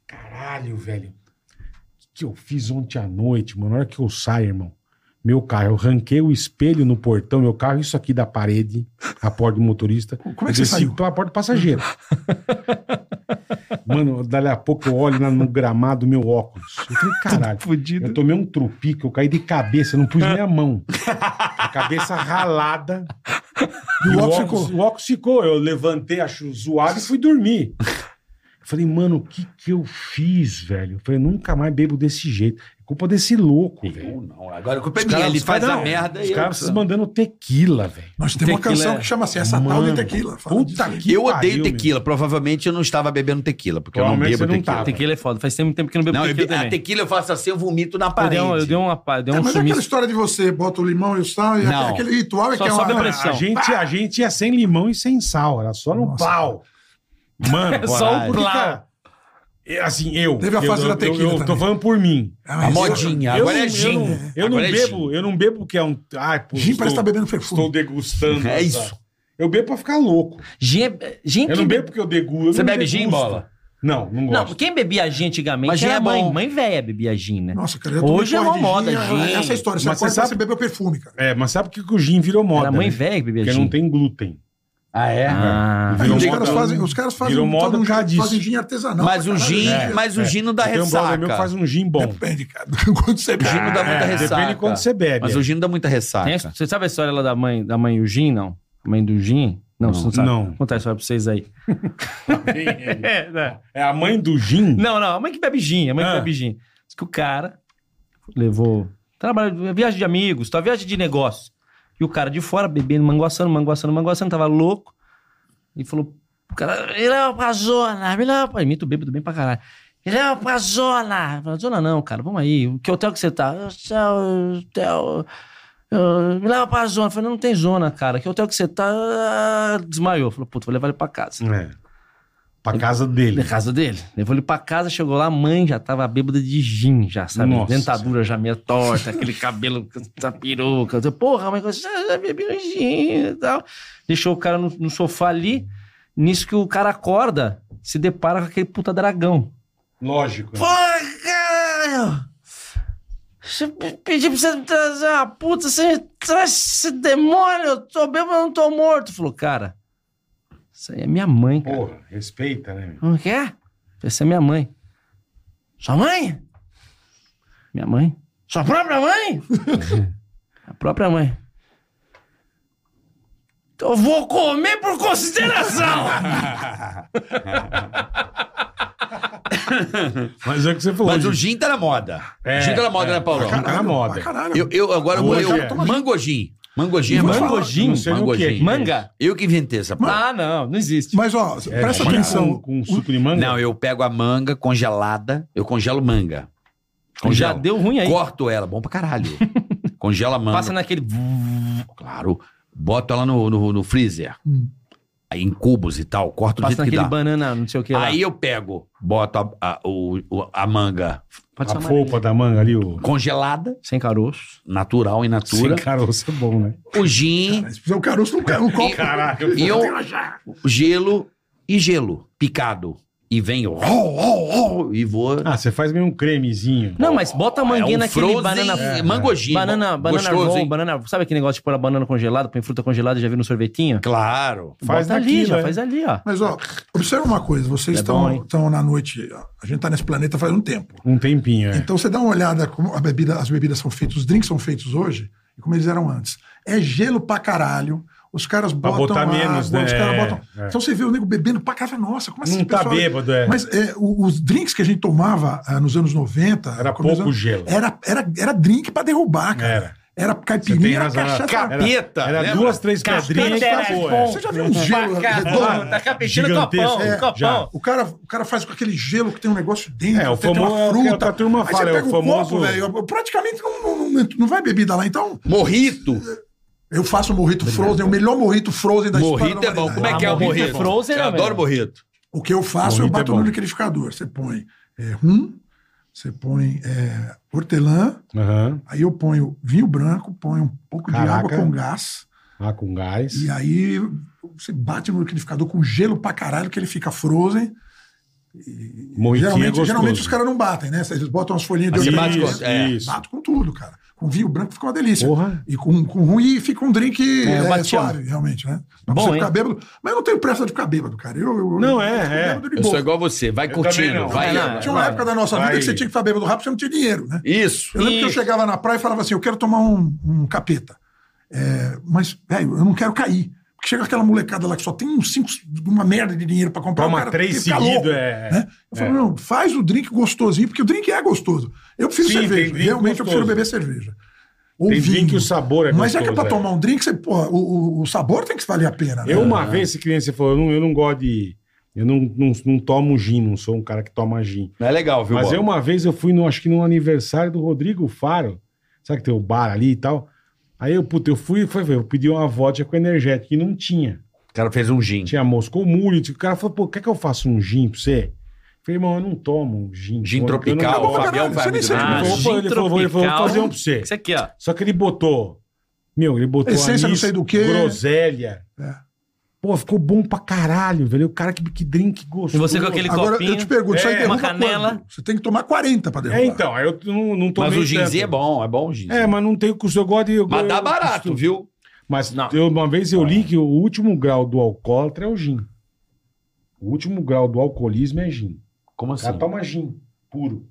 S4: Caralho, velho. O que, que eu fiz ontem à noite, mano? Na hora que eu saio, irmão. Meu carro, eu ranquei o espelho no portão, meu carro, isso aqui da parede, a porta do motorista.
S3: Como é que você
S4: Desci
S3: saiu?
S4: Pela porta do passageiro. Mano, dali a pouco eu olho na- no gramado meu óculos. Eu falei, caralho. Eu tomei um trupico, eu caí de cabeça, eu não pus nem a mão. A cabeça ralada.
S3: E o
S4: E
S3: óculos ficou.
S4: O óculos ficou. Eu levantei, acho zoado e fui dormir. Eu falei, mano, o que que eu fiz, velho? Eu falei, nunca mais bebo desse jeito. É culpa desse louco, velho.
S5: Ou não. Agora a culpa é
S4: Os
S5: minha.
S4: caras-
S5: Ele
S4: os caras-
S5: faz a
S4: não,
S5: merda
S4: Os
S5: e eu.
S4: caras se mandando tequila, velho.
S3: Nós temos uma
S6: Tequila
S3: canção
S6: é-
S3: que chama assim, essa tal
S4: Mano,
S3: de tequila. Fala
S4: Puta
S3: disso.
S4: que
S5: eu odeio
S4: pariu, meu.
S5: tequila. Provavelmente eu não estava bebendo tequila, porque eu não
S4: Provavelmente
S5: bebo
S4: você não tá
S5: tequila.
S4: tava.
S6: Tequila é foda. Faz tempo tempo que eu não bebo
S5: Não, eu
S6: tequila
S5: be- ah,
S6: também.
S5: a tequila eu faço assim, eu vomito na
S6: Eu
S5: parede.
S6: dei um, eu dei uma, pa- eu dei
S3: É,
S6: um
S3: mas é aquela
S6: sumiço.
S3: história de você bota o limão e o sal e
S5: Não.
S3: aquele ritual é
S6: Só
S3: que é
S6: sobe a
S3: uma...
S6: pressão.
S4: A gente, a gente ia sem limão e sem sal, era só no
S3: Nossa.
S4: pau. Mano,
S6: É só o
S4: porque,
S6: plau.
S4: cara, é, assim, eu.
S3: Teve a
S4: eu-
S3: fase
S4: eu,
S3: da tequila
S4: Eu, eu tô
S3: também.
S4: falando por mim.
S3: Ah,
S5: A
S3: mas eu-
S5: modinha.
S4: Eu
S5: Agora
S4: não-
S5: é gin.
S4: Eu não, eu não
S5: Agora é
S4: bebo, eu não bebo porque é um. Ai, pô,
S3: Gin parece que
S4: estou,
S3: tá bebendo
S4: estou
S3: perfume.
S4: degustando.
S5: É
S4: sabe?
S5: isso.
S4: Eu bebo pra ficar louco.
S6: Gin, é- gin
S4: Eu
S6: quem
S4: não
S6: be-
S4: bebo porque eu degusto. eu
S5: Você
S4: não
S5: bebe gin,
S4: degusto.
S5: bola?
S4: Não, não
S6: Não,
S4: gosto.
S6: quem bebia gin antigamente
S5: Mas gin
S6: era
S5: é
S6: mãe.
S5: bom.
S6: Mãe velha bebia gin, né?
S3: Nossa, cara, eu tomei
S6: Hoje é
S3: porra
S6: uma
S3: de
S6: moda,
S3: é-
S6: gin.
S3: é Essa história, você
S4: Mas você
S3: acorda e
S4: sabe-
S3: você bebeu perfume, cara.
S4: É, mas sabe por que o gin virou moda?
S6: Era mãe
S4: né?
S6: velha que bebia
S4: Porque
S6: gin.
S4: não tem glúten.
S5: Ah, é?
S6: Ah.
S3: Aí
S4: Virou
S3: os
S4: moda-
S3: caras fazem, os caras fazem,
S4: virou
S3: um-
S4: moda
S3: um,
S4: por causa disso.
S3: fazem gin artesanal.
S5: Mas
S3: pra
S5: o
S3: caralho.
S5: gin,
S4: É,
S5: mas o gin não dá
S4: Eu tenho um brother meu que faz
S5: ressaca.
S4: um gin bom.
S3: Depende, cara. Quando você bebe.
S5: não dá muita
S4: É, Depende
S5: ressaca.
S4: de quando você bebe.
S5: Mas
S4: é.
S5: o gin não dá muita
S6: Tem a-
S5: ressaca.
S6: Você sabe a história lá da mãe, da mãe e o gin, não? A mãe do gin? Não, você não sabe.
S4: Não. Tá
S6: Vou contar a história pra vocês aí. É, né?
S4: É a mãe do gin?
S6: Não, não, a mãe que bebe gin, a mãe
S4: Ah.
S6: que bebe gin. Diz que o cara levou. Trabalho, viagem de amigos, tá, viagem de negócio. E o cara de fora bebendo, manguaçando, manguaçando, manguaçando, tava louco. E falou: o cara, me leva pra zona, me leva pra. Imita o bêbado bem pra caralho. é Me leva pra zona. Fala, zona não, cara, vamos aí. Que hotel que você tá? Hotel. hotel Eu, me leva pra zona. Eu falei, não, não tem zona, cara. Que hotel que você tá? Ah, Desmaiou. Falou, puta, vou levar ele pra casa.
S4: É. Pra casa dele.
S6: Na casa dele. Levou ele pra casa, chegou lá, a mãe já tava bêbada de gin, já, sabe?
S4: Nossa.
S6: Dentadura já meio torta, aquele cabelo com essa peruca. Eu, Porra, mãe, você já bebeu um gin e tal. Deixou o cara no, no sofá ali. Nisso que o cara acorda, se depara com aquele puta dragão.
S4: Lógico. né?
S6: Pô, caralho! Se eu pedir pra você me trazer uma puta, você me traz esse demônio, eu tô bêbado, eu não tô morto. Falou, cara, isso aí é minha mãe, cara.
S4: Porra, respeita, né? meu?
S6: Como que é? Essa é minha mãe. Sua mãe? Minha mãe? Sua própria mãe? A própria mãe. Eu vou comer por consideração!
S4: Mas é o que você falou.
S5: Mas o
S4: gente.
S5: gin tá na moda.
S4: É,
S5: gin tá na moda,
S4: é.
S5: né, Paulão?
S4: Pra caralho, moda.
S3: pra caralho.
S5: Eu, eu agora eu vou
S4: Hoje
S5: ler
S4: é.
S5: o mango gin. Mango gin é
S3: Mango
S5: moda.
S4: gin? Não sei no
S5: Mango
S4: que.
S5: gin.
S6: Manga?
S5: Eu que inventei essa parada.
S6: Ah, não, não existe.
S3: Mas, ó,
S4: É,
S3: presta
S4: manga
S3: atenção.
S4: Com, com um suco de manga?
S5: Não, eu pego a manga congelada, eu congelo manga.
S6: Já
S5: Congelo.
S6: deu ruim aí.
S5: Corto ela, bom pra caralho. Congela a manga.
S6: Passa naquele.
S5: Claro. Boto ela no, no, no freezer.
S3: Hum.
S5: Aí em cubos e tal. Corto do
S6: Passa
S5: jeito que
S6: naquele
S5: dá.
S6: banana, não sei o que lá.
S5: Aí eu pego, boto a, a, o- o- a manga
S6: Pode
S4: a
S6: ser
S4: polpa da manga ali, o.
S5: congelada,
S6: Sem caroço.
S5: natural e natura.
S4: Sem caroço é bom, né?
S5: O gin,
S3: Mas precisa o caroço no um copo.
S4: Caraca,
S5: e eu, gelo e gelo picado. E vem o e vou.
S4: Ah, você faz meio um cremezinho.
S6: Não, mas bota a manguinha
S5: é um
S6: naquele
S5: frozen
S6: banana. É.
S5: mangojinho.
S6: Banana, banana
S5: Gostoso,
S6: roll,
S5: hein?
S6: banana. Sabe aquele negócio de pôr a banana congelada, põe fruta congelada e já vira no sorvetinho?
S5: Claro.
S4: Faz
S6: bota ali,
S4: naquilo,
S6: já
S4: é.
S6: faz né? ali, ó.
S3: Mas, ó, observa uma coisa. Vocês
S6: É bom,
S3: estão
S6: hein?
S3: estão na noite. ó, A gente tá nesse planeta faz um tempo.
S4: Um tempinho, é.
S3: Então você dá uma olhada como a bebida, as bebidas são feitas, os drinks são feitos hoje e como eles eram antes. É gelo pra caralho. Os caras
S4: Pra
S3: botam
S4: botar
S3: água,
S4: menos, né?
S3: os caras botam.
S4: É, é.
S3: Então você vê o nego bebendo pra caralho. Nossa, como assim?
S4: Não tá
S3: pessoal-
S4: bêbado, é.
S3: Mas é, o- os drinks que a gente tomava ah, nos anos 90. começo
S4: Era pouco
S3: dos anos-
S4: gelo.
S3: Era, era, era drink pra derrubar, cara.
S4: Era.
S3: Era.
S4: Você
S3: caipirinha,
S4: tem
S3: era
S4: razão, era
S3: cachaça.
S4: cap-
S5: Capeta.
S4: Era
S5: lembra?
S4: duas, três pedrinhas e acabou. é.
S3: Você já viu um gelo redondo?
S6: Tá caprichando o copão,
S4: Gigantesco,
S6: o
S4: é,
S6: copão.
S3: O cara, o cara faz com aquele gelo que tem um negócio dentro,
S4: É, o
S3: tem tem
S4: famoso- é o
S3: uma
S4: que
S3: fruta.
S4: a turma
S3: aí
S4: fala, é
S3: você
S4: o
S3: pega o
S4: famoso-
S3: copo, velho. eu Praticamente não, não, não, não vai bebida lá. Então,
S5: Morrito.
S3: eu faço o morrito frozen, o melhor morrito frozen da história
S5: Morrito
S3: da
S5: é bom.
S3: humanidade.
S5: Como é que é
S6: Ah,
S5: o
S6: morrito é
S5: morrito?
S6: frozen,
S5: Eu
S6: né,
S5: adoro
S6: velho?
S5: morrito.
S3: O que eu faço,
S4: Morrito
S3: eu
S4: é
S3: bato
S4: bom.
S3: no liquidificador. Você põe é, rum, você põe é, hortelã,
S4: Aham.
S3: aí eu ponho vinho branco, ponho um pouco de
S4: Caraca.
S3: água com gás,
S4: Ah, com gás.
S3: e aí você bate no liquidificador com gelo pra caralho, que ele fica frozen.
S4: Moitinho é
S3: Geralmente,
S4: gostoso.
S3: geralmente os caras né? Ah, não batem, né? Eles botam as folhinhas de
S5: Mas você bate
S3: hortelã.
S5: com-
S4: Isso,
S5: é.
S4: isso.
S3: Bato com tudo, cara. Com vinho branco fica uma delícia.
S4: Porra.
S3: E com, com ruim fica um drink
S6: É,
S3: é,
S6: batião.
S3: suave, realmente, né? Pra
S6: Bom,
S3: você
S6: hein?
S3: ficar bêbado. Mas eu não tenho pressa de ficar bêbado, cara. Eu, eu- eu
S4: Não, é,
S3: fico
S4: é.
S3: bêbado de
S5: Eu sou
S3: boa.
S5: igual você. Vai
S4: Eu também
S5: curtindo.
S4: não.
S5: Vai.
S6: Não,
S3: Tinha uma
S6: vai,
S3: época da nossa
S4: vai.
S3: vida que você tinha que ficar bêbado rápido porque você não tinha dinheiro, né?
S5: Isso.
S3: Eu lembro que eu
S6: Isso.
S3: chegava na praia e falava assim: eu quero tomar um, um capeta. É, mas, velho, eu não quero cair. Porque chega aquela molecada lá que só tem uns cinco, uma merda de dinheiro pra comprar.
S4: Toma
S3: o cara
S4: três
S3: fica
S4: seguido,
S3: louco,
S4: é.
S3: né? Eu falo, não, faz o drink gostosinho, porque o drink é gostoso. Eu prefiro
S4: Sim, tem
S3: cerveja.
S4: drink
S3: Realmente eu prefiro
S4: gostoso.
S3: beber cerveja. Ou
S4: Tem drink que o sabor é
S3: Mas é que é pra
S4: gostoso, é.
S3: tomar um drink, você, porra, o, o- o sabor tem que valer a pena. né?
S4: Eu
S5: Ah.
S4: uma vez, esse cliente, você falou, eu não, eu não gosto de... Eu não, não, não tomo gin, não sou um cara que toma gin.
S5: Não é legal, viu,
S4: Mas
S5: Bola?
S4: eu uma vez, eu fui, no, acho que no aniversário do Rodrigo Faro. Sabe que tem o bar ali e tal? Aí eu, puta, eu fui, foi, eu pedi uma vodka com energético e não tinha.
S5: O cara fez um gin.
S4: Tinha Moscou Mule. O cara falou, pô, quer que eu faça um gin pra você? Eu falei, irmão, eu não tomo um gin.
S5: Gin
S4: tônico,
S5: tropical.
S4: eu não
S5: o
S4: gosto."
S5: Fabião
S3: Caralho,
S5: vai
S3: você nem
S5: muito
S3: sabe
S4: Ele
S5: bem.
S6: Ah,
S4: falou,
S6: gin
S4: pô, ele falou, ele falou, vou
S6: tropical.
S4: fazer um pra você.
S6: Isso aqui, ó.
S4: Só que ele botou, meu, ele botou
S3: Essência não sei do quê.
S4: groselha.
S3: É.
S4: Pô, ficou bom pra caralho, velho. O cara que, que drink gostoso.
S6: E você com aquele
S3: Agora,
S6: copinho.
S3: eu te pergunto, isso aí
S4: É,
S3: derruba
S6: uma canela.
S3: quanto? Você tem que tomar 40 pra derrubar.
S4: É, então, aí eu não, não tomei
S5: Mas o
S4: tanto.
S5: ginzinho é bom. É bom o ginzinho.
S4: É, mas não tem custo. Eu gosto de... eu-
S5: Mas dá
S4: eu-
S5: barato, viu?
S4: Mas
S6: Não.
S4: eu- uma vez eu li que o último grau do alcoólatra é o gin. O último grau do alcoolismo é gin.
S5: Como assim?
S4: O cara tá toma gin puro.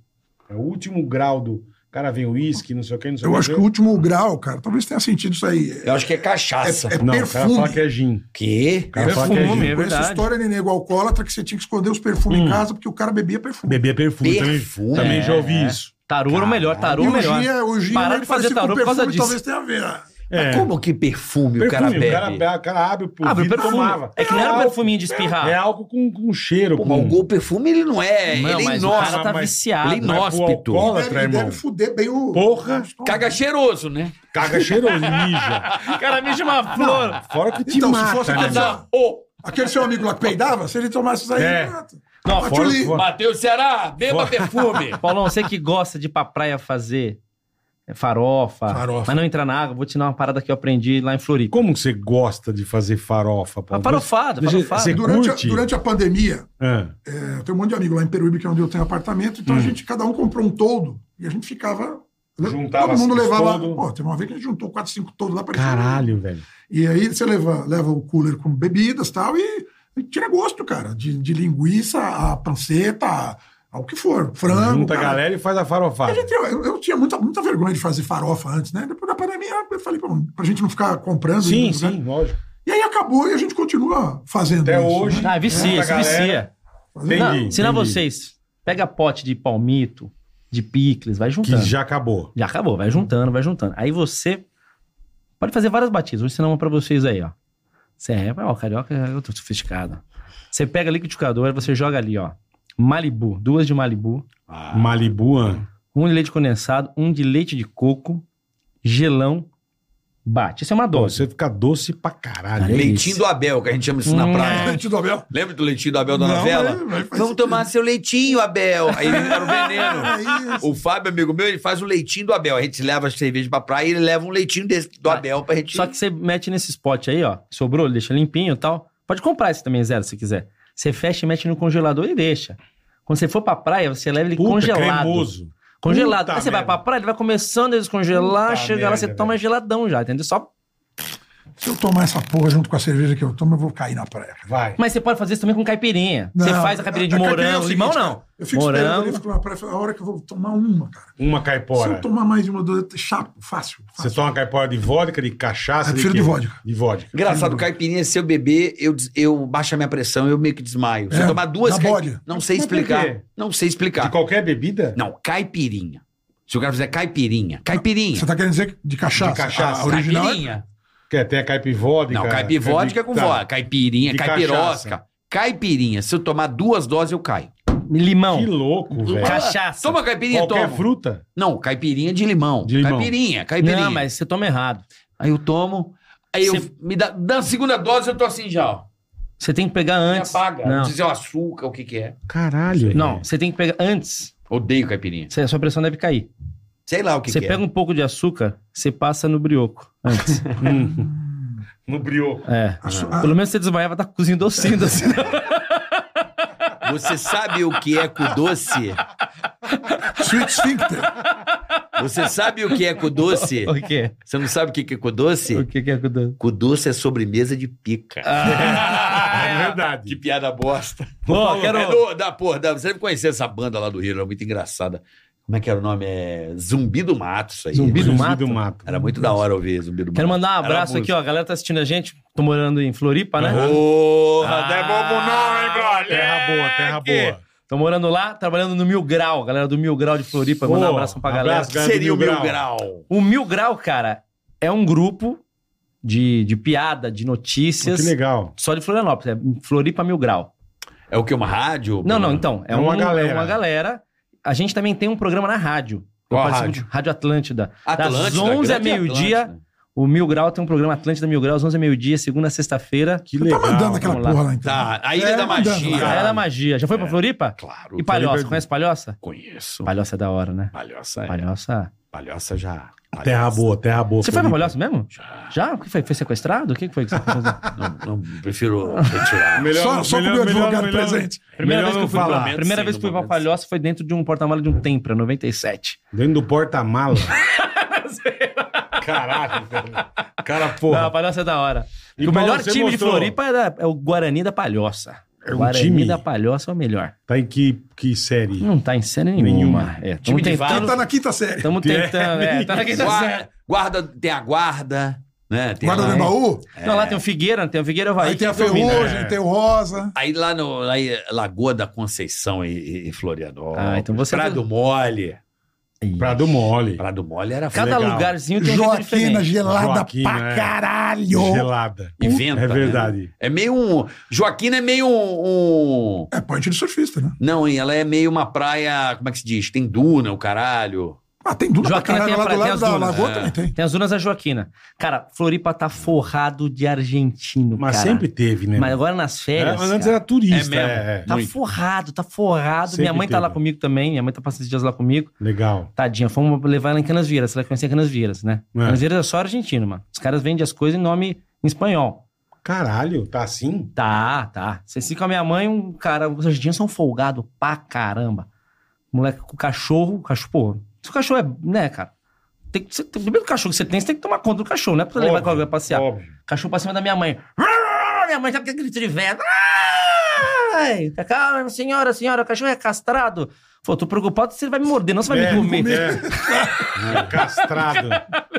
S4: É o último grau do. O cara vem uísque, não sei o que, não sei
S3: Eu
S4: o
S3: acho que o último grau, cara, talvez tenha sentido isso aí. É,
S5: Eu acho que é cachaça.
S3: é
S4: Não, o cara
S3: perfume.
S4: fala que é gin.
S5: Quê?
S4: O cara fala que é
S6: Perfume.
S4: gin.
S6: É
S3: Conheço
S6: verdade.
S3: história de nego alcoólatra que você tinha que esconder os perfumes
S4: Hum.
S3: em casa porque o cara bebia perfume.
S4: Beber perfume. também-
S5: Perfume.
S4: Também, já ouvi
S6: É.
S4: isso.
S6: Tarô era o melhor, tarô
S3: e
S6: era o
S3: hoje
S6: melhor.
S3: em dia- hoje em dia
S6: Parar
S3: ele
S6: de fazer
S3: parecia com
S6: tarô por causa
S3: perfume,
S6: disso.
S3: Talvez tenha a ver.
S4: É.
S5: Como que perfume, o cara bebe?
S4: o cara, bebe, o cara abre o
S6: Ah,
S4: vidro
S6: mas
S4: e
S6: perfume.
S4: tomava.
S6: É que não era
S4: álcool.
S6: perfuminho de espirrar.
S4: É álcool com, com cheiro.
S5: Pô,
S4: com...
S5: mas o gol perfume ele não é.
S6: Não,
S5: ele é
S6: mas
S5: inóspito.
S6: o cara tá
S4: mas-
S6: viciado.
S4: Mas
S5: Ele
S4: pro
S5: inóspito.
S4: alcoólatra,
S3: Deve,
S4: irmão.
S3: deve fuder bem o.
S4: Porra,
S5: Caga cheiroso, né?
S4: caga cheiroso, mija.
S6: O cara me uma flor.
S4: Fora que te
S3: Então, se
S4: mata,
S3: fosse
S4: né,
S3: pra dar-
S4: mano?
S5: Ô,
S3: Aquele seu amigo lá que peidava, se ele tomasse isso aí.
S4: É.
S3: mata.
S4: Não,
S3: Mas
S4: fora,
S3: Tchuli,
S4: fora.
S5: Matheus Ceará, beba perfume.
S6: Paulão, você que gosta de ir pra praia fazer é, farofa,
S3: Farofa.
S6: mas não entrar na água, vou te dar uma parada que eu aprendi lá em Floripa.
S4: Como que você gosta de fazer farofa,
S6: Ah,
S4: Paulo?
S6: farofada,
S4: Deixa-
S6: farofada.
S4: você-
S3: Durante a,
S4: Curte.
S3: durante a pandemia,
S4: Ah,
S3: é, eu tenho um monte de amigo lá em Peruíbe, que é onde eu tenho apartamento,
S4: Hum.
S3: então a gente, cada um comprou um toldo e a gente ficava. né,
S4: Juntava
S3: todo mundo
S4: os
S3: levava.
S4: toldo.
S3: Pô, teve uma vez que a gente juntou quatro, cinco toldos lá para
S4: caralho, velho.
S3: E aí você leva, leva o cooler com bebidas e tal e, e tira gosto, cara. De, de linguiça, a panceta, a- ao que for. Frango.
S4: Junta a
S3: cara. tá
S4: galera e faz a farofada.
S3: A gente- eu, eu tinha muita, muita vergonha de fazer farofa antes, né? Depois da pandemia, eu falei pra, pra gente não ficar comprando.
S4: Sim,
S3: né?
S4: sim, lógico.
S3: E aí acabou e a gente continua fazendo.
S4: Até
S3: isso,
S4: hoje.
S3: né?
S6: Ah, vicia,
S4: Junta a
S6: isso
S4: galera.
S6: vicia.
S3: Fazendo-
S6: Não,
S4: Entendi,
S6: ensinar
S4: entendi.
S6: vocês. Pega pote de palmito, de picles, vai
S4: Que
S6: juntando. Já...
S4: já acabou.
S6: acabou, vai juntando, vai juntando. Aí você pode fazer várias batidas. Vou ensinar uma pra vocês aí, ó. Você é, ó, carioca é outro sofisticado. Você pega liquidificador, você joga ali, ó. Malibu, duas de Malibu.
S4: Malibu, ah,
S6: um de leite condensado, um de leite de coco, gelão, bate. Isso é uma
S4: pô,
S6: dose.
S4: você fica doce pra caralho.
S6: Cara, é
S5: Leitinho
S6: isso.
S5: do Abel, que a gente chama isso na
S6: Hum.
S5: praia.
S3: Gente do Abel.
S5: Lembra do leitinho do Abel da
S3: é. Não, é,
S5: novela?
S3: mas- mas faz
S5: Vamos
S3: sentido.
S5: tomar seu leitinho, Abel. Aí era o
S3: É
S5: veneno.
S3: isso.
S5: O Fábio, amigo meu, ele faz o leitinho do Abel. A gente leva as cervejas pra praia e ele leva um leitinho desse do
S6: Vai.
S5: Abel pra gente.
S6: Só que você mete nesse pote aí, ó. Sobrou, deixa limpinho e tal. Pode comprar esse também, zero, se quiser. Você fecha e mete no congelador e deixa. Quando você for pra praia, você leva ele
S4: Puta,
S6: congelado.
S4: cremoso.
S6: Congelado.
S4: Puta
S6: aí você vai
S4: merda.
S6: pra praia, ele vai começando a descongelar,
S4: Puta
S6: chega lá,
S4: merda,
S6: você toma
S4: velho.
S6: geladão já, entendeu? Só...
S3: Se eu tomar essa porra junto com a cerveja que eu tomo, eu vou cair na praia.
S4: Vai.
S6: Mas você pode fazer isso também com caipirinha. você
S3: Não,
S6: faz a caipirinha de
S3: é o
S6: morango,
S3: seguinte,
S6: limão
S3: cara,
S6: não.
S3: Eu fico esperando, eu
S6: morango.
S3: fico na praia, eu falo, a hora que eu vou tomar uma, cara.
S4: Uma
S3: Se eu
S4: caipora.
S3: tomar mais de uma, duas, chapo, fácil. fácil.
S4: Você toma caipora de vodka, de cachaça?
S3: Eu É prefiro
S4: quê?
S3: de vodka.
S4: De vodka.
S5: Engraçado, caipirinha, se eu beber, eu, des- eu baixo a minha pressão, eu meio que desmaio. Se
S3: É,
S5: eu tomar duas
S3: dá
S5: cai-
S3: bode.
S5: Não sei
S4: Mas por quê?
S5: explicar. Não sei explicar.
S4: De qualquer bebida?
S5: Não, caipirinha. Se o cara fizer caipirinha. Caipirinha.
S3: Você tá querendo dizer de cachaça?
S4: De cachaça.
S3: A original é-
S5: Caipirinha.
S4: Quer ter a caipivódica?
S5: Não, caipivódica é com
S4: tá.
S5: vodka. Caipirinha,
S4: De
S5: caipirosca.
S4: cachaça.
S5: Caipirinha. Se eu tomar duas doses, eu caio.
S4: Tá. Que
S6: Limão,
S4: louco, velho.
S6: cachaça.
S5: Toma caipirinha,
S4: Qualquer
S5: toma.
S4: fruta.
S5: Não, caipirinha de limão.
S4: De limão.
S5: Caipirinha, caipirinha.
S6: Não, mas você toma errado.
S5: Aí eu tomo. Aí
S6: Você-
S5: eu me dá, na segunda dose, eu tô assim já, ó.
S6: Você tem que pegar
S5: Me
S6: antes.
S5: apaga. Não.
S6: Não.
S5: Dizer o açúcar, o que que é.
S4: Caralho.
S6: Não,
S4: velho.
S6: você tem que pegar antes.
S5: Odeio caipirinha.
S6: você- A sua pressão deve cair.
S5: Sei lá o que
S6: você
S5: que
S6: pega
S5: é.
S6: um pouco de açúcar, você passa no brioco antes. Hum.
S4: No brioco.
S6: é.
S3: Açu-
S6: Pelo menos você desmaiava da cozinha docinho, assim.
S5: Você sabe o que é cu doce?
S3: ah, Sweet Sphincter.
S5: Você sabe o que é cu doce?
S6: o quê?
S5: Você não sabe o que que é cu doce?
S6: O que que é cuidado?
S5: Cu doce é sobremesa de pica.
S4: é verdade.
S5: Que piada bosta.
S6: Ó, quero-
S5: É do- da, porra, da- você deve conhecer essa banda lá do Rio, era muito engraçada. Como é que era o nome? É Zumbi do Mato, isso aí.
S6: Zumbi do Mato?
S4: mato.
S5: Era muito da hora ouvir Zumbi do Mato.
S6: Quero mandar um
S5: Era
S6: abraço aqui,
S5: música.
S6: ó. A galera tá assistindo a gente. Tô morando em Floripa, né?
S5: Porra,
S6: Ah,
S5: não é bobo não, hein, brother?
S4: Terra boa, terra boa.
S6: Tô morando lá, trabalhando no Mil Grau. Galera do Mil Grau de Floripa, mandar um
S4: Pô,
S6: abraço pra
S4: abraço,
S6: galera.
S4: galera do
S5: Seria o
S4: Mil
S5: Mil
S4: Grau.
S5: Grau.
S6: O Mil Grau, cara, é um grupo de, de piada, de
S4: Pô,
S6: notícias.
S4: Que legal.
S6: Só de Florianópolis. É Floripa Mil Grau.
S5: É o que, uma rádio?
S6: Não, não, então. É, uma, galera.
S4: galera.
S6: é uma galera. A gente também tem um programa na rádio.
S5: Qual
S6: participo
S5: rádio?
S6: de Rádio Atlântida.
S5: Atlântida,
S6: um Das 11
S5: grande
S6: a meio-dia.
S5: Atlântida.
S6: O Mil Grau tem um programa Atlântida Mil Grau, às 11 a meio-dia, segunda a sexta-feira.
S4: Que
S3: Tá
S4: legal.
S3: mandando aquela
S6: vamos lá.
S3: porra lá, então.
S5: Tá, a Ilha
S3: É,
S5: da Magia.
S3: andando lá.
S6: Praia da Magia. Já foi pra Floripa?
S5: Claro.
S6: E Palhoça.
S4: Floripa- é
S6: Conhece Palhoça?
S5: Conheço.
S6: Palhoça é da hora, né?
S5: Palhoça, é.
S6: Palhoça.
S5: Palhoça já.
S4: Terra boa, terra boa.
S6: Você foi pra
S4: Felipe.
S6: Palhoça mesmo? Já. Já? O que foi? Foi sequestrado? O que foi que você
S5: Não, não, prefiro retirar.
S4: Melhor,
S3: Só- só com o meu advogado presente.
S4: Primeira melhor
S6: que eu
S4: não
S6: fui pra,
S4: falar.
S5: Momento,
S6: primeira
S5: sim,
S6: vez que
S5: no
S6: fui pra
S5: momento.
S6: Palhoça foi dentro de um porta-mala de um Tempra, 97.
S4: Dentro do porta-mala. Caralho, velho. Cara,
S6: Não, a
S4: porra.
S6: Palhoça é da hora.
S4: E
S6: o
S4: Paulo,
S6: melhor
S4: você
S6: time de
S4: mostrou-
S6: Floripa é, da- é o Guarani da Palhoça.
S4: É um
S6: o Guarani
S4: time?
S6: da Palhoça é o melhor.
S4: Tá em que, que série?
S6: Não tá em série nenhuma.
S4: Nenhuma.
S6: É,
S5: Time
S6: tamo
S5: de
S3: Ele tá
S6: tentando.
S3: na quinta série.
S6: Tamo tentando. É, tá na quinta série.
S5: Guarda, guarda, tem a guarda, né? Tem
S3: Guarda
S5: lá-
S3: do Embaú,
S6: Não, lá tem o Figueira, tem o Figueira vai.
S3: aí tem a Ferrugem, tem o Rosa.
S5: Aí lá no lá em Lagoa da Conceição e, e- e Florianópolis.
S6: Ah, então você-
S5: Prado Mole.
S4: Pra do mole.
S5: Prado Mole era
S6: Cada
S4: Legal.
S6: lugarzinho tem um jeito
S3: Joaquina
S6: diferente.
S3: gelada
S4: Joaquina,
S3: pra
S4: é.
S3: caralho.
S4: Gelada.
S5: Inventa.
S4: É
S5: né?
S4: verdade.
S5: É meio um. Joaquina é meio um. um-
S3: É point de surfista, né?
S5: Não, hein? Ela é meio uma praia. Como é que se diz? Tem duna, o caralho.
S3: Ah, tem duna pra
S6: Joaquina
S3: caralho
S6: tem
S3: lá
S6: pra-
S3: do
S6: tem
S3: lado
S6: as
S3: da
S6: dunas,
S3: lagoa
S5: é.
S3: também tem.
S6: Tem as dunas da Joaquina. Cara, Floripa tá forrado de argentino,
S4: Mas
S6: cara.
S4: sempre teve, né?
S6: Mas agora nas
S4: É,
S6: férias.
S4: mas antes
S6: cara,
S4: era turista.
S5: É mesmo.
S4: é, é.
S6: Tá
S5: muito.
S6: forrado, tá forrado. minha
S4: Sempre
S6: mãe tá
S4: teve.
S6: lá comigo também. Minha mãe tá passando esses dias lá comigo.
S4: Legal.
S6: Tadinha, fomos levar ela em Canas Vieiras. Ela conhecia Canas Vieiras, né?
S4: É.
S6: Canas Vieiras é só argentino, mano. Os caras vendem as coisas em nome em espanhol.
S4: Caralho, tá assim?
S6: Tá, tá. Você se com a minha mãe, um cara. Os argentinos são folgados pra caramba. Moleque com cachorro, cachorro, pô. Se o cachorro é, né, cara? Tem que, você, tem- primeiro cachorro que você tem, você tem que tomar conta do cachorro, não é pra você levar
S4: Óbvio,
S6: com alguém passear.
S4: Óbvio.
S6: Cachorro pra cima da minha mãe. Minha mãe sabe que grito de velho. Ai, Calma, senhora, senhora, o cachorro é castrado. Falou, tô preocupado se ele vai me morder, não se vai
S4: É,
S6: me comer.
S4: é. É, Castrado.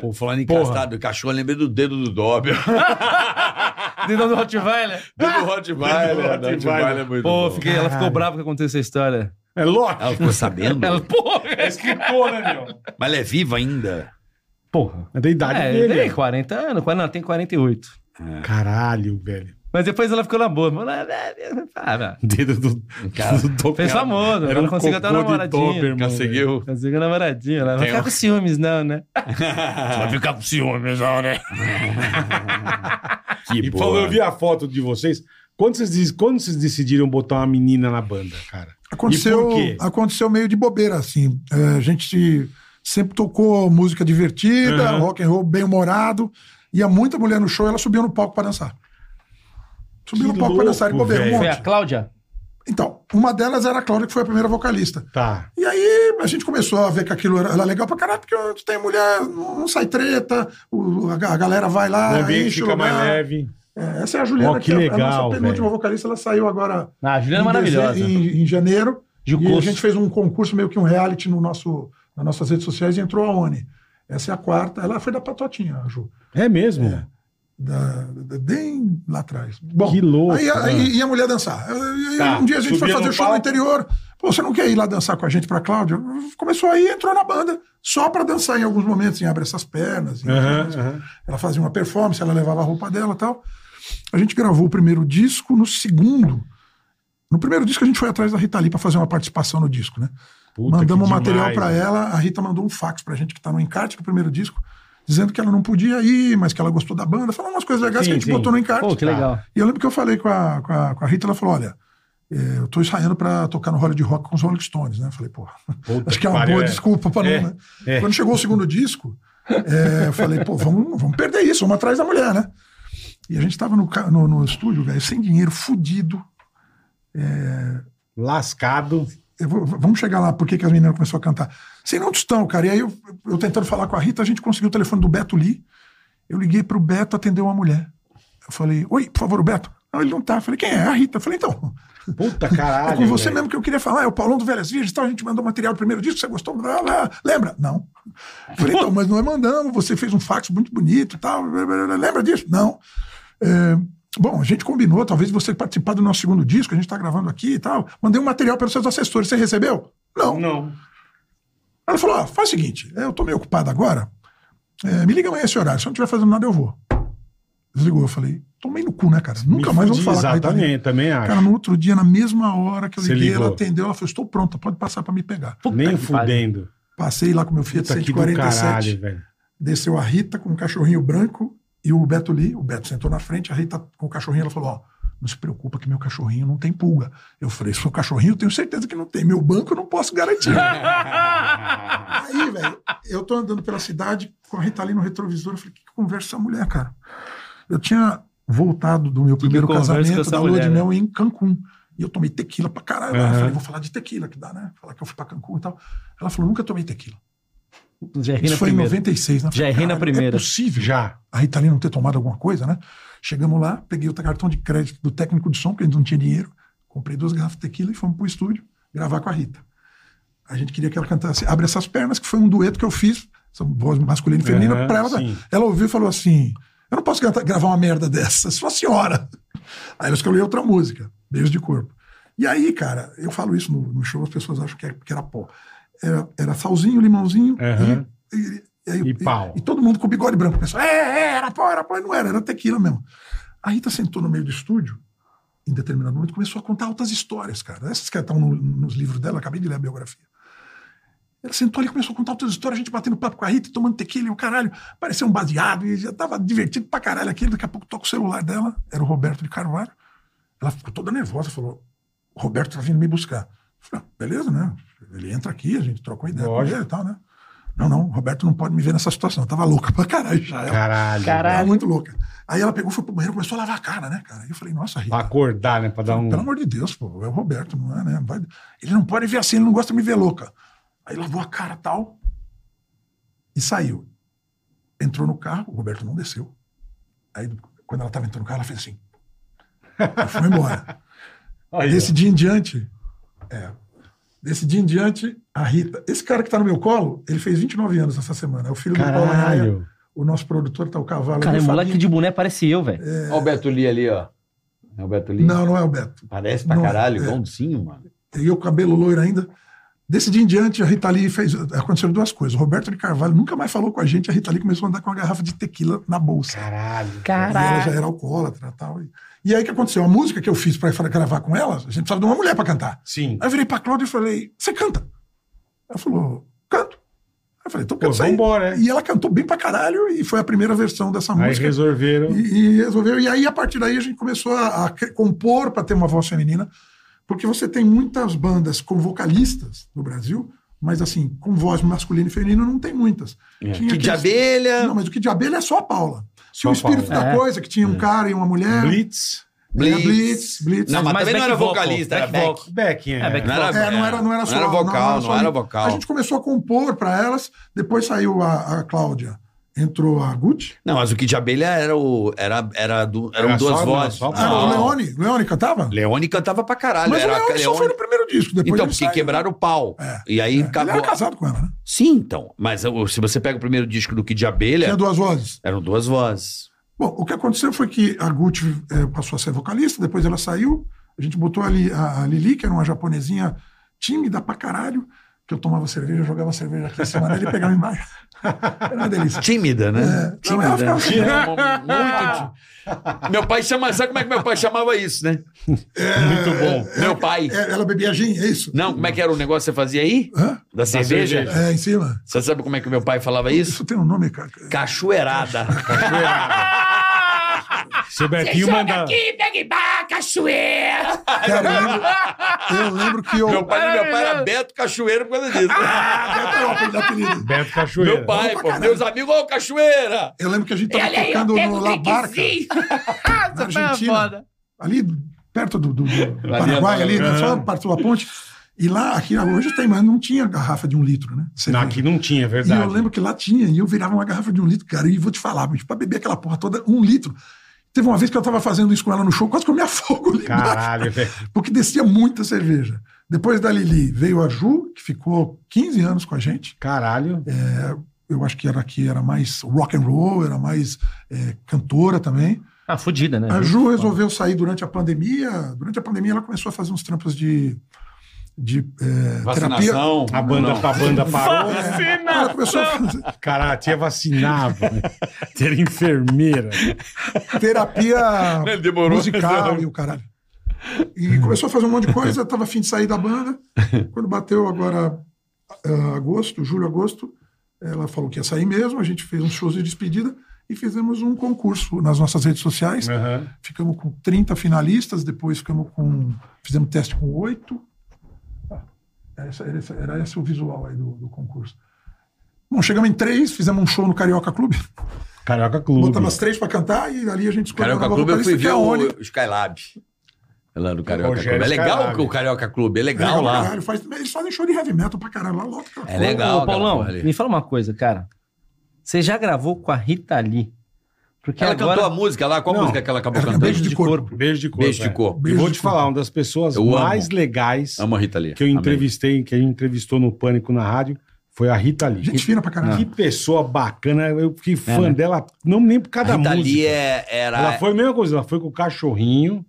S5: Pô, falando em
S4: Porra.
S5: castrado, cachorro, eu lembrei do dedo do Dobby.
S6: Dentro do Rottweiler.
S5: Dedo do Rottweiler.
S4: Dedo do
S5: Dedo do Rottweiler é muito
S6: Pô,
S5: bom.
S6: fiquei, ela ficou
S4: Caralho.
S6: brava que aconteceu essa história.
S4: É lógico.
S5: Ela ficou sabendo?
S6: Ela, porra.
S4: É escritor, né, meu?
S5: Mas ela é viva ainda.
S6: Porra.
S4: É da idade
S6: É,
S4: dele.
S6: tem 40 anos, quase não, tem 48.
S4: Caralho, velho.
S6: Mas depois ela ficou na boa. Falou, ah, velho, ah, velho.
S4: Dedo do.
S5: Cara,
S4: do Doberman.
S6: Fez famoso, agora consigo até uma
S4: cocô de
S6: namoradinha.
S4: Doberman, velho.
S5: Conseguiu.
S6: Conseguiu namoradinha. Ela não vai
S5: Tem
S6: ficar
S5: um-
S6: com ciúmes, não, né?
S5: Vai ficar com ciúmes, né? que
S4: E
S5: boa.
S4: falou, eu vi a foto de vocês. Quando vocês, diz- quando vocês decidiram botar uma menina na banda, cara? E
S3: Aconteceu,
S4: por quê?
S3: aconteceu meio de bobeira, assim. É, a gente sempre tocou música divertida,
S4: Uhum.
S3: rock and roll bem-humorado. Ia muita mulher no show, ela subiu no palco pra dançar. Subiu
S4: Que
S3: no palco pra dançar de
S4: louco,
S3: bobeira.
S4: velho.
S3: Um
S6: Foi a
S3: monte.
S6: Cláudia?
S3: Então, uma delas era a Cláudia, que foi a primeira vocalista.
S4: Tá.
S3: E aí a gente começou a ver que aquilo era, era legal pra caralho, porque onde tem mulher, não não sai treta, o- a, a galera vai
S4: O
S3: lá,
S4: ambiente
S3: Ah, enche o
S4: fica mais
S3: lugar.
S4: leve.
S3: É, essa é a Juliana,
S4: Ó, que
S3: é a- a
S4: legal,
S3: nossa penúltima
S4: velho.
S3: vocalista, ela saiu agora
S6: Ah, a Juliana é
S3: em dezembro-
S6: maravilhosa.
S3: Em, em janeiro.
S6: Jucoso.
S3: E a gente fez um concurso, meio que um reality no nosso, nas nossas redes sociais e entrou a Oni. Essa é a quarta. Ela foi da Patotinha, a Ju.
S4: É mesmo.
S3: Da, da- bem lá atrás. Bom,
S4: Que louco,
S3: Aí,
S4: cara.
S3: aí- e a mulher dançar. Aí,
S4: Tá,
S3: Um dia a gente foi
S4: subia
S3: fazer
S4: no
S3: show no
S4: palco.
S3: interior. Pô, você não quer ir lá dançar com a gente pra Cláudia? Começou aí, entrou na banda. Só pra dançar em alguns momentos, em abre essas pernas. em
S4: Aham,
S3: outras-
S4: aham.
S3: ela fazia uma performance, ela levava a roupa dela e tal. A gente gravou o primeiro disco, no segundo. No primeiro disco a gente foi atrás da Rita Lee para fazer uma participação no disco, né?
S4: Puta,
S3: Mandamos o
S4: que
S3: material
S4: demais.
S3: para ela, a Rita mandou um fax pra gente que tá no encarte do primeiro disco, dizendo que ela não podia ir, mas que ela gostou da banda, falou umas coisas legais
S4: Sim,
S3: que a gente
S4: sim.
S3: botou no encarte.
S6: Pô, que legal.
S3: E eu lembro que eu falei com a, com a, com a Rita, ela falou: olha, eh, eu tô ensaiando pra tocar no Hollywood Rock com os Rolling Stones, né? Eu falei, porra,
S4: Puta
S3: acho que é uma
S4: pariu,
S3: boa
S4: é.
S3: desculpa pra não,
S4: É,
S3: né?
S4: é.
S3: Quando chegou o segundo disco, eh, eu falei, pô, vamos, vamos perder isso, vamos atrás da mulher, né? E a gente tava no, ca- no, no estúdio, velho, sem dinheiro, fudido.
S4: Lascado.
S3: Eu vou- vamos chegar lá, por que que as meninas começaram a cantar. Sem não tostão, cara. E aí eu, eu tentando falar com a Rita, a gente conseguiu o telefone do Beto Lee. Eu liguei pro Beto atender uma mulher. Eu falei, oi, por favor, o Beto. Não, ele não tá. Eu falei, quem é? A Rita. Eu falei, então,
S4: Puta
S3: é
S4: caralho.
S3: com você
S4: velho.
S3: mesmo que eu queria falar, é o Paulão do Velhas Virgens, tal, a gente mandou material primeiro disco, você gostou, blá, blá, lembra? Não. Eu Falei, então, mas nós mandamos, você fez um fax muito bonito, tal, blá, blá, blá, lembra disso? Não. É, bom, a gente combinou, talvez você participar do nosso segundo disco, a gente está gravando aqui e tal, mandei um material para os seus assessores, você recebeu? Não.
S4: Não.
S3: Ela falou, ó, faz o seguinte, é, eu tô meio ocupado agora, é, me liga amanhã esse horário, se eu não estiver fazendo nada eu vou. Desligou, eu falei, tomei no cu, né, cara? Nunca
S4: Me
S3: mais vamos
S4: fudi,
S3: falar com a Rita Lee.
S4: Exatamente, também acho.
S3: Cara, no outro dia, na mesma hora que eu
S4: Você
S3: liguei, ela
S4: ligou.
S3: atendeu, ela falou: estou pronta, pode passar pra me pegar.
S4: Nem
S6: que pariu.
S4: fudendo.
S3: Passei lá com meu Fiat
S4: Puta que do
S3: 147,
S4: caralho, velho.
S3: desceu a Rita com um cachorrinho branco e o Beto Lee. O Beto sentou na frente, a Rita com o cachorrinho, ela falou: ó, não se preocupa que meu cachorrinho não tem pulga. Eu falei, seu cachorrinho eu tenho certeza que não tem. Meu banco eu não posso garantir. Aí, velho, eu tô andando pela cidade com a Rita ali no retrovisor. Eu falei, que conversa essa mulher, cara? Eu tinha voltado do meu primeiro
S6: conversa com
S3: casamento,
S6: essa
S3: da lua
S6: mulher,
S3: de
S6: né?
S3: mel em Cancún. E eu tomei tequila pra caralho. Eu
S4: Aham.
S3: falei, vou falar de tequila que dá, né? Falar que eu fui pra Cancún e tal. Ela falou, nunca tomei tequila.
S6: Já errei
S3: Isso
S6: na
S3: foi
S6: primeira.
S3: em 96, né? Eu
S6: Já
S3: falei,
S6: errei na
S3: "Caralho,
S6: primeira."
S3: É possível
S4: Já.
S3: a Rita Lee não ter tomado alguma coisa, né? Chegamos lá, peguei o cartão de crédito do técnico de som, porque a gente não tinha dinheiro. Comprei duas garrafas de tequila e fomos pro estúdio gravar com a Rita. A gente queria que ela cantasse Abre Essas Pernas, que foi um dueto que eu fiz, são voz masculina e feminina,
S4: Aham,
S3: pra ela.
S4: sim.
S3: Ela ouviu e falou assim: Eu não posso cantar- gravar uma merda dessa, só a senhora. Aí ela escolheu outra música, Beijo de Corpo. E aí, cara, eu falo isso no, no show, as pessoas acham que, é- que era pó. era, era salzinho, limãozinho
S4: Aham.
S3: e, e, aí-
S4: E pau.
S3: E, todo mundo com bigode branco. Pessoal, é, é, era pau, era pau. E não era, era tequila mesmo. A Rita sentou no meio do estúdio, em determinado momento, começou a contar altas histórias, cara. Essas que estão no- nos livros dela, acabei de ler a biografia. Ela sentou ali, começou a contar outras histórias, a gente batendo papo com a Rita, tomando tequila e o caralho. Parecia um baseado e já tava divertido pra caralho aquilo. Daqui a pouco toca o celular dela, era o Roberto de Carvalho. Ela ficou toda nervosa, falou: o Roberto tá vindo me buscar. Eu falei, ah, beleza, né? Ele entra aqui, a gente troca uma ideia com
S4: Lógico.
S3: ele e tal, né? Não, não, o Roberto não pode me ver nessa situação. Eu tava louca pra caralho já. Ela,
S4: Caralho.
S3: ela
S7: Caralho.
S3: muito louca. Aí ela pegou, foi pro banheiro, começou a lavar a cara, né, cara? Aí eu falei, nossa, Rita.
S4: Pra acordar, né? Pra dar um.
S3: Pelo amor de Deus, pô, é o Roberto, não é, né? Vai- Ele não pode ver assim, ele não gosta de me ver louca. Aí lavou a cara tal e saiu. Entrou no carro, o Roberto não desceu. Aí, quando ela estava entrando no carro, ela fez assim. E foi embora.
S4: Aí, ó.
S3: Desse dia em diante, é, desse dia em diante, a Rita, esse cara que tá no meu colo, ele fez 29 anos essa semana, é o filho do Paulo Raia,
S4: Caralho.
S3: o nosso produtor tá o cavalo.
S6: Cara, é
S3: do
S6: moleque
S3: Fabinho.
S6: de boné parece eu, velho.
S5: Olha o Beto Lee ali, ó. É o Beto Lee.
S3: Não, não é o Beto.
S5: Parece pra
S3: Não é,
S5: caralho,
S3: é.
S5: igualzinho, mano.
S3: e eu com cabelo loiro ainda. Desse dia em diante, a Rita Lee fez. Aconteceram duas coisas. O Roberto de Carvalho nunca mais falou com a gente. A Rita Lee começou a andar com uma garrafa de tequila na bolsa. né?
S4: Caralho.
S3: E ela já
S7: Caralho.
S3: era alcoólatra e tal. E, e aí o que aconteceu? A música que eu fiz pra pra gravar com ela, a gente precisava de uma mulher pra cantar.
S4: Sim.
S3: Aí eu virei pra Cláudia e falei: Você canta? Ela falou: Canto. Aí eu falei: Então
S4: Pô,
S3: canta aí.
S4: vambora, é.
S3: E ela cantou bem pra caralho e foi a primeira versão dessa
S4: Aí
S3: música.
S4: resolveram.
S3: E, e resolveu. E aí, a partir daí, a gente começou a, a cre- compor para ter uma voz feminina, porque você tem muitas bandas com vocalistas no Brasil, mas assim, com voz masculina e feminina, não tem muitas. Tinha
S5: É, Kid de
S3: aqueles-
S5: abelha.
S3: Não, mas o Kid de Abelha é só a Paula.
S4: Só
S3: Tinha
S4: a
S3: o espírito
S4: Paula.
S3: da
S6: É.
S3: coisa, que tinha um cara e uma mulher.
S4: Blitz.
S3: Blitz.
S5: Blitz.
S3: Blitz, Blitz.
S5: Não, mas,
S6: Mas
S5: também não
S6: back
S5: era
S6: vocal,
S5: vocalista, era
S6: back
S5: back.
S6: vocal.
S4: Beck, é.
S6: É, Beck.
S5: Não era,
S3: É, não era, não era só.
S5: Não era vocal, não,
S3: só-
S5: era vocal.
S3: A gente começou a compor para elas, depois saiu a, a Cláudia, entrou a Gucci.
S5: Não, mas o Kid de Abelha era o. Era, era do, eram
S4: Era
S5: duas
S4: só-
S5: vozes.
S4: não, só-
S3: Ah, não, o Leone, Leone cantava?
S5: Leone cantava pra caralho.
S3: Mas
S5: era
S3: o Leone, só foi no primeiro disco. Depois
S5: Então,
S3: ele
S5: porque
S3: saiu.
S5: quebraram o pau.
S3: É,
S5: E aí
S3: É,
S5: acabou.
S3: Ele era casado com ela, né?
S5: Sim, então. Mas ô, se você pega o primeiro disco do Kid de Abelha,
S3: Tinha duas vozes.
S5: eram duas vozes.
S3: Bom, o que aconteceu foi que a Gucci eh, passou a ser vocalista, depois ela saiu, a gente botou ali a, a Lili, que era uma japonesinha tímida pra caralho, que eu tomava cerveja, eu jogava cerveja aqui semana e pegava embaixo. Era uma delícia.
S5: Tímida, né?
S3: É, Não, ela ficava assim,
S5: Muito. tímida. meu pai chama. Sabe como é que meu pai chamava isso, né?
S4: Muito bom.
S5: meu pai.
S3: é, ela bebia gin, é isso?
S5: Não, como é que era o negócio que você fazia aí?
S3: Hã?
S5: Da cerveja?
S4: cerveja.
S3: É, em cima.
S5: Você sabe como é que meu pai falava isso?
S3: Isso tem um nome, cara.
S5: Cachoeirada.
S4: Seu Betinho manda.
S3: Cara, eu lembro, eu lembro que eu...
S5: Meu pai, meu pai era Beto Cachoeira por causa disso.
S3: Ah, meu pai, meu apelido.
S4: Beto Cachoeira.
S5: meu pai,
S3: Bom pra
S5: pô.
S3: caralho.
S5: Meus amigos, ô Cachoeira!
S3: Eu lembro que a gente tava tocando no La Barca. na Argentina. Ali perto do, do- do Paraguai, ali, né? só partiu a ponte. E lá, aqui hoje tem, mas não tinha garrafa de um litro, né? Você
S4: Não,
S3: vê.
S4: aqui não tinha, é
S3: e
S4: verdade.
S3: eu lembro que lá tinha, e eu virava uma garrafa de um litro, cara, e vou te falar, bicho, pra beber aquela porra toda, um litro. Teve uma vez que eu tava fazendo isso com ela no show, quase que eu me afogo ali embaixo,
S4: Caralho, é velho.
S3: porque descia muita cerveja. Depois da Lili veio a Ju, que ficou 15 anos com a gente
S4: Caralho.
S3: eu acho que era que era mais rock and roll, era mais é, cantora também.
S6: Ah, fodida, né?
S3: A Ju resolveu sair durante a pandemia. Durante a pandemia, ela começou a fazer uns trampos de, de é, terapia. É,
S5: Vacinação.
S4: A banda, a banda parou.
S3: Ela começou a fazer
S4: Caralho, a tia vacinava. né? Tia era enfermeira.
S3: terapia
S5: Ele demorou, Uhum.
S3: musical e o caralho. E começou a fazer um monte de coisa, tava afim de sair da banda. Quando bateu agora ah, agosto, julho, agosto, ela falou que ia sair mesmo, a gente fez uns shows de despedida e fizemos um concurso nas nossas redes sociais.
S5: Uhum.
S4: Aham.
S3: Ficamos com 30 finalistas, depois ficamos com. Fizemos teste com oito. Ah, era essa- era essa- era esse o visual aí do, do concurso. Bom, chegamos em três, fizemos um show no Carioca Clube.
S4: Carioca Clube.
S3: Botamos as três para cantar e ali a gente escolheu
S5: Carioca
S3: uma
S5: Clube, eu
S3: vocalista
S5: fui
S3: que é
S5: ver
S3: a Oni.
S5: o Skylab. Lá no Carioca
S4: Rogério
S5: Clube. É legal
S4: Skylab.
S5: que o Carioca Clube, é
S3: É
S5: legal
S3: legal pra
S5: lá.
S3: caralho, faz- eles fazem show de heavy metal pra caralho lá, lota aquela
S5: É
S3: coisa.
S5: legal,
S6: Ô, Paulão,
S5: aquela porra ali.
S6: me fala uma coisa, cara. Você já gravou com a Rita Lee? Porque
S5: Ela
S6: agora...
S5: cantou a música lá, qual
S4: Não.
S5: música que ela acabou
S3: Era
S5: cantando?
S3: é Beijo de Corpo.
S4: Beijo de corpo.
S5: Beijo de
S4: é.
S5: corpo.
S4: E vou
S3: Beijo
S4: te
S3: de corpo.
S4: falar, uma das pessoas
S5: Eu amo.
S4: mais legais
S5: Amo a Rita Lee.
S4: que eu
S5: Amei.
S4: entrevistei, que a gente entrevistou no Pânico na rádio, foi a Rita Lee.
S3: Gente fina pra caralho.
S5: ah.
S4: Que pessoa bacana. Eu fiquei fã
S6: né?
S4: dela, não nem por cada
S5: É, A Rita
S4: música.
S5: Lee é- era.
S4: Ela foi a mesma coisa, ela foi com o cachorrinho.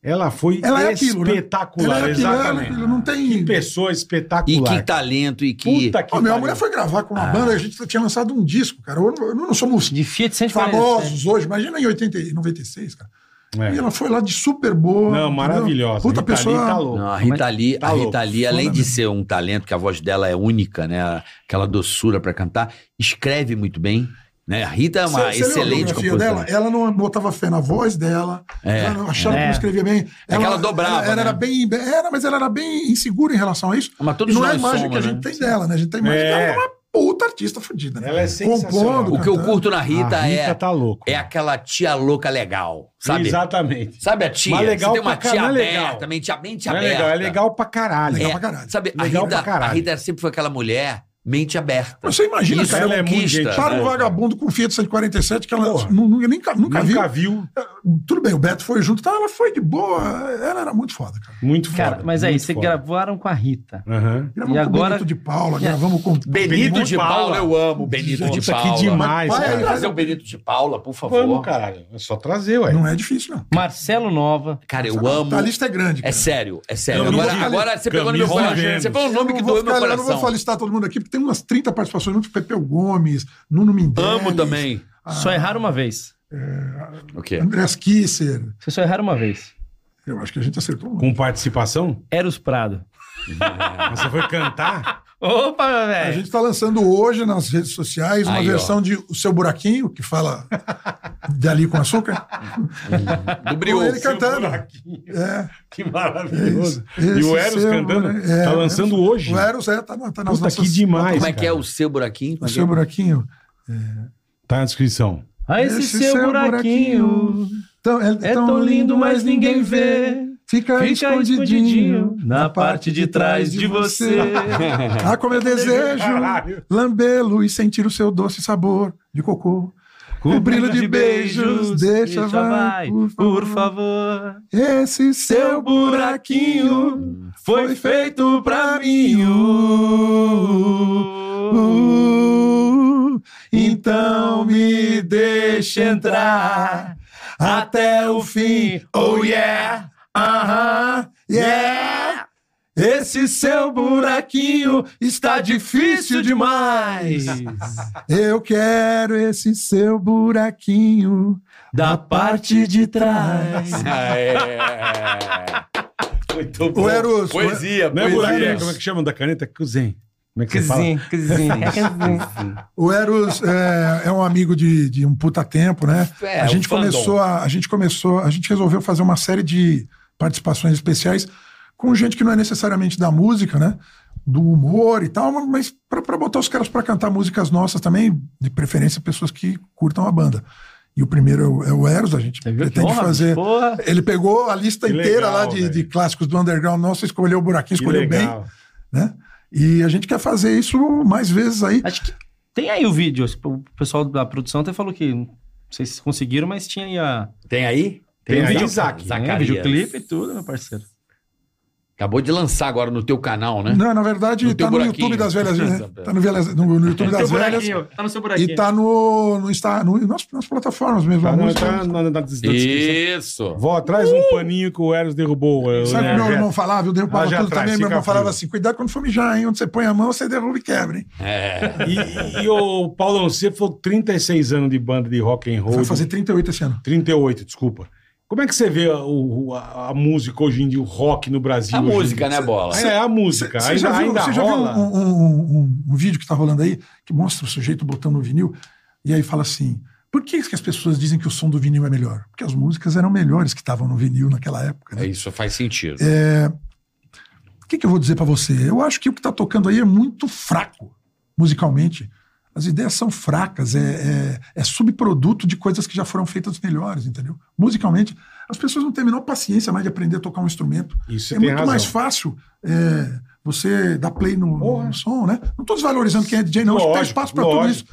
S4: Ela foi
S3: Ela é aquilo, né?
S4: espetacular,
S3: Ela é aquilo, ela é
S4: exatamente.
S3: aquilo, não tem-
S4: Que pessoa
S5: E
S4: espetacular.
S5: que tá talento e que.
S4: Puta que
S3: Ó, minha
S4: pariu.
S3: mulher foi gravar com
S5: Ah.
S3: uma banda, a gente tinha lançado um disco, cara. Eu, eu não somos
S6: De Fiat 140.
S3: famosos
S5: é.
S3: hoje, imagina em 80, e 96, cara.
S4: É.
S3: E ela foi lá de super boa.
S4: Não,
S3: entendeu?
S4: maravilhosa.
S3: Puta
S4: Rita Lee
S3: pessoa.
S4: tá louca.
S5: Não, a Rita Lee, a
S4: louco,
S5: Rita Lee além de ser um talento, que a voz dela é única, né? Aquela doçura pra cantar, escreve muito bem. Né? A Rita é
S3: Você-
S5: uma
S3: você leu a
S5: excelente
S3: biografia
S5: compositora.
S3: dela, ela não botava fé na voz dela,
S5: É,
S3: ela não achava que
S6: é.
S3: não escrevia bem.
S5: É que ela dobrava,
S3: Ela, ela
S5: né?
S3: era bem. Era, mas ela era bem insegura em relação a isso.
S5: Mas todos
S3: E não é a
S5: nós
S3: imagem
S5: somos,
S3: que a
S5: né?
S3: gente tem dela, né? A gente tem a imagem
S4: É.
S3: dela é uma puta artista fodida, né?
S4: Ela é sensacional.
S5: O que eu curto na Rita,
S4: a Rita
S5: é,
S4: tá louca.
S5: é aquela tia louca legal, sabe?
S4: Exatamente.
S5: Sabe a tia?
S4: Mas legal
S5: Você tem uma
S4: pra
S5: tia
S4: caralho, é legal.
S5: aberta, mente, mente
S4: Não é
S5: aberta.
S4: legal, é legal pra caralho.
S5: É,
S3: Legal pra caralho.
S5: Sabe, a
S4: Legal
S5: Rita,
S4: pra caralho.
S5: a Rita sempre foi aquela mulher mente aberta.
S3: Você imagina,
S5: Isso
S3: cara,
S4: ela é muito
S5: conquista.
S4: gente
S3: para um
S4: boa.
S3: vagabundo com Fiat 147 que ela
S4: Porra.
S3: nu- nunca, nunca, nunca
S4: Nunca
S3: viu.
S4: viu.
S3: Tudo bem, o Beto foi junto, tá? ela foi de boa, ela era muito foda, cara.
S4: Muito foda.
S6: Cara, mas aí,
S4: muito
S6: vocês
S4: foda.
S6: gravaram com a Rita.
S4: Aham.
S3: Gravamos
S6: E
S3: com
S6: agora-
S3: Benito de Paula, gravamos com.
S5: Benito de Paula,
S4: Paula.
S5: eu amo Benito
S4: Puta,
S5: de Paula.
S4: que demais, É,
S3: Mas-
S4: cara.
S5: Trazer o Benito de Paula, por favor.
S4: Vamos, caralho. É só trazer, ué.
S3: Não é difícil, não.
S6: Marcelo Nova.
S5: Cara, eu amo.
S4: tá
S3: A lista é grande.
S5: É
S3: cara.
S5: sério, é sério.
S4: Camisa
S5: Agora,
S4: de-
S5: agora você pegou no meu
S4: camisa de
S5: coração.
S4: Vênus.
S5: Você falou um
S3: Eu
S5: nome
S3: não
S5: que
S3: vou
S5: doeu meu
S3: ficar- Eu não vou
S5: coração.
S3: listar todo mundo aqui, porque tem umas 30 participações junto Pepeu Gomes, Nuno Mendes.
S5: Amo também.
S6: Só erraram uma vez.
S5: O quê?
S3: Andrés Kisser.
S6: Vocês só erraram uma vez.
S3: Eu acho que a gente acertou. um.
S4: Com participação?
S6: Eros Prado.
S4: Mas você foi cantar?
S6: Opa,
S3: A
S6: velho.
S3: gente está lançando hoje nas redes sociais uma
S5: É. Aí, ó.
S3: versão de O Seu Buraquinho, que fala dali com açúcar.
S5: Do
S3: Com
S5: Brioco.
S3: ele cantando. É,
S4: Que maravilhoso.
S3: esse
S4: e o Eros
S3: seu
S4: cantando?
S3: buraquinho- é,
S4: tá
S3: o
S4: lançando
S3: Eros-
S4: hoje.
S3: O Eros é, tá, na- tá nas
S4: Puta, que
S3: nossas-
S4: demais.
S5: Como é que é
S4: cara.
S5: o seu buraquinho?
S3: O Seu Buraquinho.
S4: Tá na descrição.
S6: Ah, esse, seu buraquinho.
S3: tão- é,
S6: É tão lindo, mas ninguém vê.
S3: Fica,
S6: Fica
S3: escondidinho,
S6: escondidinho na parte de trás de você.
S3: ah, como eu desejo
S4: Caralho.
S3: lambê-lo e sentir o seu doce sabor de cocô. O um brilho de beijos, deixa vai, por favor.
S6: favor.
S3: Esse seu buraquinho foi feito pra mim. uh, uh. Então me deixa entrar até o fim. Oh yeah, aham, yeah. Esse seu buraquinho está difícil demais. Eu quero esse seu buraquinho da parte de trás.
S5: Ah, é.
S4: Muito bom.
S3: O Eros, né, o Eros-
S5: Poesia,
S4: Não é
S5: poesia.
S4: buraco, como é que chama da caneta? Cuzen. Como é que você fala?
S6: Cozinha, cozinha.
S3: O Eros é, é um amigo de, de um puta tempo, né?
S5: É,
S3: a gente
S5: um fandom.
S3: começou, a, a gente começou, a gente resolveu fazer uma série de participações especiais com gente que não é necessariamente da música, né? Do humor e tal, mas pra pra botar os caras pra cantar músicas nossas também, de preferência pessoas que curtam a banda. E o primeiro é o, é o Eros, a gente
S6: Você viu que
S3: pretende
S6: honra,
S3: fazer.
S6: bicho? Porra.
S3: Ele pegou a lista
S4: Que
S3: inteira
S4: legal,
S3: lá de,
S4: velho.
S3: de clássicos do underground nosso, escolheu o buraquinho,
S4: Que
S3: escolheu bem,
S4: legal.
S3: né? E a gente quer fazer isso mais vezes aí.
S6: Acho que tem aí o vídeo. O pessoal da produção até falou que. Não sei se conseguiram, mas tinha aí a.
S5: Tem aí?
S3: um
S4: Tem
S5: aí,
S4: vídeo,
S5: Isaac.
S3: né?
S6: Tem
S5: Zacarias.
S6: videoclipe e tudo, meu parceiro.
S5: Acabou de lançar agora no teu canal, né?
S3: Não, na verdade,
S5: No teu
S3: tá no
S5: buraquinho.
S3: YouTube das velhas, né?
S5: Exato.
S3: Tá no, velhas- no- no YouTube das velhas.
S6: tá no seu
S3: E tá no, no, Insta- no- nas, nas plataformas mesmo. a
S4: Tá na,
S3: música.
S4: tá na, na- na descrição.
S5: Isso.
S4: Vó, traz um paninho que o Eros derrubou.
S3: Sabe o
S4: o
S3: que meu
S4: energético.
S3: irmão falava? Eu derrubava
S4: Haja
S3: tudo
S4: atrás,
S3: também. Meu
S4: fica
S3: irmão falava
S4: frio.
S3: assim: cuidado quando for mijar, hein? Onde você põe a mão, você derruba e quebra, hein?
S5: É.
S4: E, e o Paulão, você falou 36 anos de banda de rock and roll.
S3: Vai fazer 38 esse ano.
S4: 38, desculpa. Como é que você vê o- o- a, a música hoje em dia, o rock no Brasil?
S5: A
S4: hoje em
S5: música,
S4: dia?
S5: né, Bola?
S4: É, a música.
S3: Você
S4: ainda
S3: já viu,
S4: ainda
S3: você já viu
S4: rola.
S3: um, um- um- um vídeo que tá rolando aí que mostra o sujeito botando o vinil e aí fala assim: por que, que as pessoas dizem que o som do vinil é melhor? Porque as músicas eram melhores que estavam no vinil naquela época. Né?
S5: É, Isso faz sentido.
S3: O que, que eu vou dizer pra você? Eu acho que o que tá tocando aí é muito fraco, musicalmente. As ideias são fracas, é, é, é subproduto de coisas que já foram feitas melhores, entendeu? Musicalmente, as pessoas não têm a menor paciência mais de aprender a tocar um instrumento.
S4: Isso
S3: é
S4: tem
S3: muito
S4: razão.
S3: mais fácil é, você dar play no, no som, né? Não tô desvalorizando quem é DJ, não. Acho que tem
S4: Lógico,
S3: espaço pra tudo
S4: lógico.
S3: isso.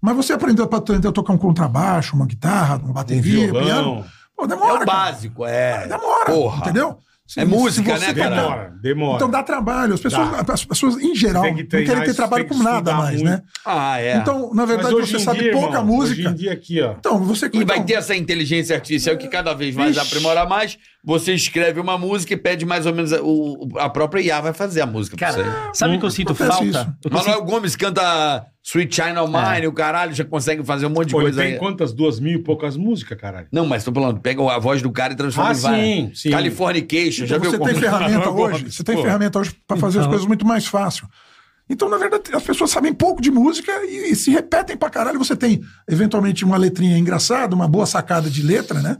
S3: Mas você aprendeu pra aprender a tocar um contrabaixo, uma guitarra, uma bateria,
S4: Um
S3: um
S4: violão.
S3: piano. Pô,
S5: É
S3: demora.
S5: o
S3: cara.
S5: básico, é.
S3: Demora,
S5: Porra.
S3: entendeu? Se-
S5: É
S3: se
S5: música,
S3: você
S5: né, cara?
S3: tocar-
S4: Demora, demora.
S3: então dá trabalho. As pessoas,
S4: Dá.
S3: as pessoas em geral,
S4: Tem que
S3: não
S4: treinar
S3: querem ter
S4: isso,
S3: trabalho
S4: tem que
S3: com nada
S4: estudar
S3: mais,
S4: muito.
S3: né?
S5: Ah, é.
S3: Então, na
S4: Mas
S3: verdade,
S4: hoje
S3: você
S4: em
S3: sabe
S4: dia,
S3: pouca
S4: irmão, Hoje
S3: música.
S5: Um
S4: em dia aqui, ó.
S3: Então, você
S5: E vai
S3: então,
S5: ter essa inteligência artificial que cada vez mais
S3: Vixe.
S5: aprimora mais. Você escreve uma música e pede mais ou menos. A, o- a própria IA vai fazer a música pra você.
S6: Cara, sabe o que eu sinto
S3: acontece
S6: falta?
S3: isso.
S6: Eu tô
S5: Manuel Gomes canta Sweet China of Mine, o caralho, já consegue fazer um monte de
S4: Pô, ele
S5: coisa
S4: tem
S5: aí.
S4: quantas? Duas mil e poucas músicas, caralho.
S5: Não, mas tô falando, pega a voz do cara e transforma
S4: Ah,
S5: em várias.
S4: sim, sim.
S5: Californication, já
S3: Então você
S5: viu
S3: tem
S5: como... é
S3: ferramenta
S4: Agora,
S3: hoje, você tem
S4: pô.
S3: ferramenta hoje para fazer
S5: Então.
S3: as coisas muito mais fácil. Então, na verdade, as pessoas sabem pouco de música e, e se repetem pra caralho. Você tem, eventualmente, uma letrinha engraçada, uma boa sacada de letra, né?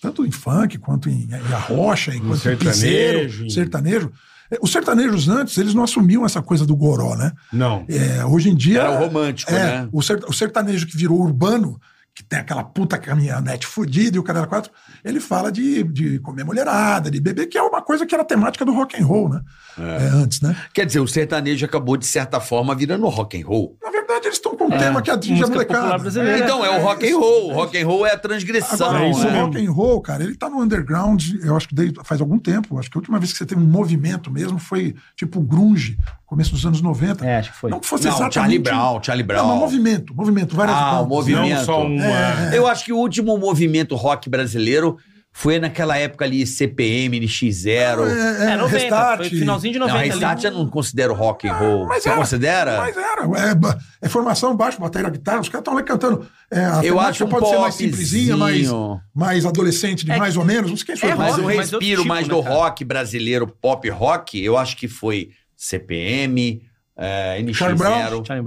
S3: Tanto em funk, quanto em, em arrocha, quanto
S4: sertanejo,
S3: em piseiro,
S4: em-
S3: sertanejo. Eh, Os sertanejos antes, eles não assumiam essa coisa do goró, né?
S4: Não.
S3: É, hoje em dia.
S5: Era o romântico,
S3: é,
S5: né?
S3: O, ser- o sertanejo que virou urbano, que tem aquela puta caminhonete fudida e o cara quatro, ele fala de, de comer mulherada, de beber, que é uma coisa que era temática do rock and roll, né? É, antes, né?
S5: Quer dizer, o sertanejo acabou, de certa forma, virando rock and roll.
S3: Na verdade, eles estão com um tema que atinge a
S6: É, música popular
S3: molecada.
S6: brasileira.
S5: então, é, o rock and roll. O rock and roll é a transgressão,
S3: Agora,
S4: É isso
S3: o
S5: né?
S4: mesmo.
S3: rock and roll, cara, ele tá no underground, eu acho que desde, faz algum tempo. Acho que a última vez que você teve um movimento mesmo foi tipo grunge, começo dos anos 90.
S6: É, acho que foi.
S3: Não que fosse
S5: Não,
S3: exatamente...
S5: Charlie Brown, Charlie Brown.
S3: Não, mas movimento, movimento, várias
S5: Ah,
S3: bandas. né?
S5: o movimento.
S4: Não só uma.
S3: É.
S5: Eu acho que o último movimento rock brasileiro foi naquela época ali, CPM, NX0.
S3: É, é,
S6: É, 90,
S3: restart.
S6: foi finalzinho de
S5: Não,
S6: 90
S5: a
S6: ali.
S5: Start eu não considero rock and roll. Você considera?
S3: Mas era. É, ba- é formação, baixo, bateria, guitarra. Os caras estão lá cantando. É, a
S5: Eu
S3: temática
S5: acho um
S3: pode ser mais simplesinha, mais,
S5: popzinho.
S3: mais adolescente, de
S6: É
S3: mais ou menos. Não sei quem sou
S6: é
S3: eu.
S5: Mas
S6: rock,
S5: o
S6: mas
S5: respiro
S6: outro tipo,
S5: mais
S6: né,
S5: do
S6: cara?
S5: rock brasileiro, pop rock, eu acho que foi CPM, é,
S3: Charlie Brown.
S5: NX0.
S6: Charlie Brown. Charlie...
S4: Charlie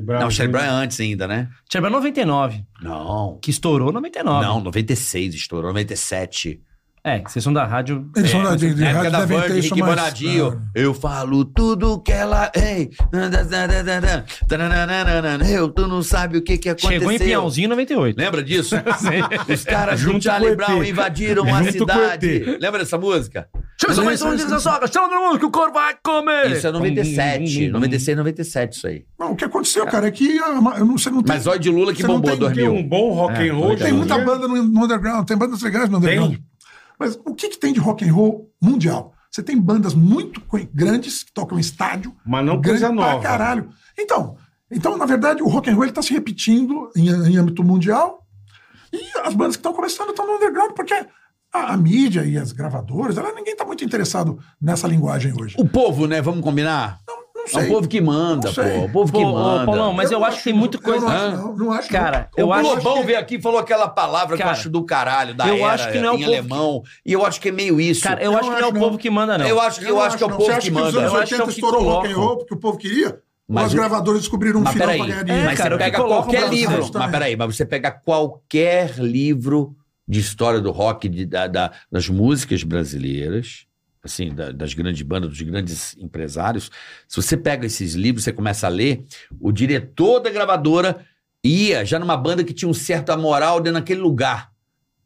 S4: Brown.
S5: Não, Charlie Brown é antes ainda, né?
S6: Brown 99,
S5: Não.
S6: que estourou 99.
S5: Não, 96 estourou, 97.
S6: É, que vocês são da rádio.
S3: Eles são da de, de
S5: Na É, época
S3: rádio,
S5: da
S3: devem
S5: Band,
S3: ter isso
S5: Rick
S3: mais- é.
S5: Bonadio. Eu falo tudo que ela. Ei, nananana, tananana, eu, tu não sabe o que, que aconteceu.
S6: Chegou em Pinhãozinho em 98.
S5: Lembra disso? Os caras
S4: Junto
S5: do
S4: com o
S5: Charlie
S4: ET.
S5: Brown invadiram
S4: Junto
S5: a
S4: com o
S5: cidade.
S4: ET.
S5: Lembra dessa música?
S6: Chama sua mãe, sua mãe, sua sogra, chama todo mundo que o corpo vai comer!
S5: Isso é 97. 96, 97, isso aí.
S3: Não, o que aconteceu, cara, é que a ma- eu não, você não tem...
S5: Mas olha de Lula que
S3: Você não
S5: bombou
S3: tem-
S5: 2000.
S4: Tem um bom rock
S6: É,
S4: and roll.
S3: tem muita banda no, no underground. Tem bandas legais no underground. Mas o que, que tem de rock and roll mundial? Você tem bandas muito co- grandes que tocam em estádio.
S4: Mas não
S3: grande
S4: coisa nova.
S3: Pra caralho. Então, então, na verdade, o rock and roll está se repetindo em, em âmbito mundial. E as bandas que estão começando estão no underground, porque a, a mídia e as gravadoras, ela, ninguém está muito interessado nessa linguagem hoje.
S5: O povo, né? Vamos combinar?
S3: Não, não
S5: É
S3: sei.
S5: o povo que manda,
S3: Não sei.
S5: pô. O povo que
S6: Ô, ô,
S5: manda.
S6: Paulão, um mas eu,
S3: não
S6: acho que tem muita
S3: eu
S6: coisa.
S3: Não
S5: Ah.
S3: acho, não, não acho, não.
S6: Cara,
S5: O
S6: eu acho.
S5: Globão
S3: que-
S5: veio aqui e falou aquela palavra que eu
S6: Cara,
S5: acho do caralho, da
S6: eu
S5: era,
S6: acho que não é o
S5: em
S6: povo
S5: alemão. E eu acho que é meio isso.
S6: Cara, eu,
S3: Eu
S6: acho que não é o
S3: acho,
S6: povo
S3: não.
S6: que manda, não.
S5: Eu acho, eu acho que é o
S3: não.
S5: povo
S3: Você acha
S5: que
S3: Os
S5: manda.
S3: anos
S6: Eu acho que é
S3: 80
S6: o que
S3: estourou o rock and
S6: colocam.
S3: roll porque o povo queria?
S5: Mas
S3: Mas os
S5: o-
S3: gravadoras descobriram um
S5: Mas
S3: final
S5: peraí,
S3: pra ganhar dinheiro.
S5: mas
S6: É, cara,
S5: você
S6: o que
S5: pega
S6: colocam
S5: qualquer
S6: pra
S5: livro.
S3: Brasil.
S5: Mas peraí, mas você pega qualquer livro de história do rock, de- da- da- das músicas brasileiras, assim, da- das grandes bandas, dos grandes empresários. Se você pega esses livros, você começa a ler, o diretor da gravadora ia já numa banda que tinha um certa moral dentro daquele lugar.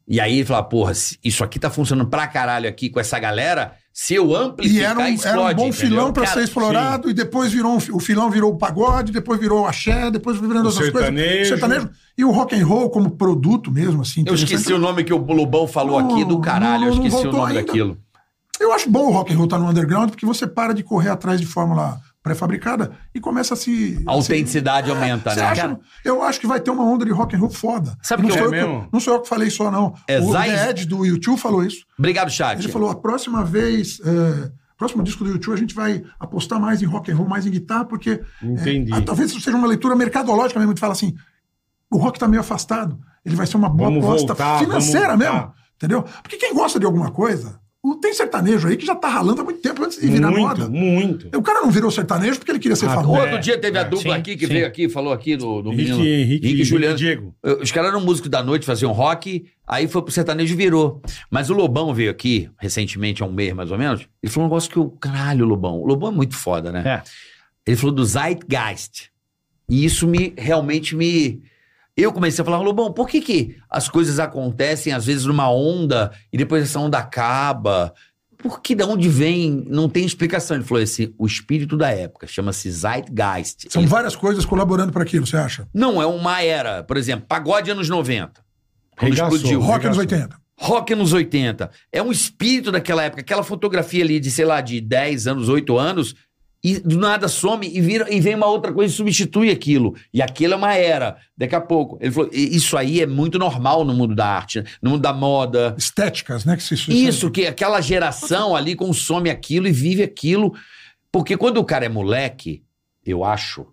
S5: E aí ele fala, porra, se isso aqui tá funcionando pra caralho aqui com essa galera, se eu
S3: E
S5: amplificar,
S3: era um,
S5: explode,
S3: era um bom
S5: entendeu?
S3: filão pra
S5: Cara,
S3: ser explorado, e depois virou um fi- o filão virou o pagode, depois virou o axé, depois virando
S4: O
S3: outras coisas.
S4: sertanejo.
S3: sertanejo. E o rock and roll como produto mesmo, assim.
S5: Eu esqueci
S3: interessante.
S5: o nome que o Lobão falou
S3: Não,
S5: aqui do caralho. Eu
S3: não, não
S5: esqueci o
S3: voltou
S5: nome
S3: ainda.
S5: daquilo.
S3: Eu acho bom o rock and roll estar no underground, porque você para de correr atrás de fórmula pré-fabricada e começa a se...
S5: A autenticidade aumenta,
S3: Você
S5: né?
S3: acha? Eu acho que vai ter uma onda de rock and roll foda.
S6: Sabe
S3: não
S6: que eu-
S3: sou
S4: é
S3: eu
S4: mesmo?
S3: Não sou eu que falei só, não.
S5: É
S3: o
S5: Zais-
S3: The Ed do YouTube falou isso.
S5: Obrigado,
S3: Ele
S5: chat.
S3: falou, a próxima vez, é, próximo disco do YouTube, a gente vai apostar mais em rock and roll, mais em guitarra, porque é,
S4: Entendi.
S3: ah, talvez isso seja uma leitura mercadológica mesmo, de falar assim, o rock está meio afastado, ele vai ser uma boa
S4: Vamos
S3: aposta
S4: voltar,
S3: financeira
S4: vamos
S3: mesmo,
S4: voltar.
S3: entendeu? Porque quem gosta de alguma coisa, o- tem sertanejo aí que já tá ralando há muito tempo antes de virar
S4: Muito,
S3: moda.
S4: muito.
S3: O cara não virou sertanejo porque ele queria ser
S4: Ah,
S3: famoso.
S5: Outro dia teve a dupla
S6: É, sim,
S5: aqui que
S6: sim.
S5: veio aqui, falou aqui do, do
S4: Henrique,
S5: menino.
S4: Henrique,
S5: e Juliano.
S4: Diego.
S5: Eu- Os caras eram músicos da noite, faziam rock, aí foi pro sertanejo e virou. Mas o Lobão veio aqui, recentemente, há um mês mais ou menos, ele falou um negócio que eu. Caralho, Lobão. O Lobão é muito foda, né?
S6: É.
S5: Ele falou do Zeitgeist. E isso me realmente me. Eu comecei a falar, Lobão, por que, que as coisas acontecem às vezes numa onda e depois essa onda acaba? Por que de onde vem? Não tem explicação. Ele falou assim: o espírito da época, chama-se Zeitgeist.
S3: São
S5: Ele-
S3: várias coisas colaborando para aquilo, você acha?
S5: Não, é uma era. Por exemplo, pagode anos 90. Quando
S4: Regaçou.
S5: explodiu.
S4: Rock
S3: Rock nos
S4: Obrigado.
S3: 80.
S5: Rock nos 80. É um espírito daquela época. Aquela fotografia ali de, sei lá, de 10 anos, 8 anos, e do nada some e, vira, e vem uma outra coisa e substitui aquilo. E aquilo é uma era. Daqui a pouco. Ele falou: "E isso aí é muito normal no mundo da arte, né? no mundo da moda.
S3: Estéticas, né? Que se suicidam.
S5: Isso, que aquela geração ali consome aquilo e vive aquilo. Porque quando o cara é moleque, eu acho,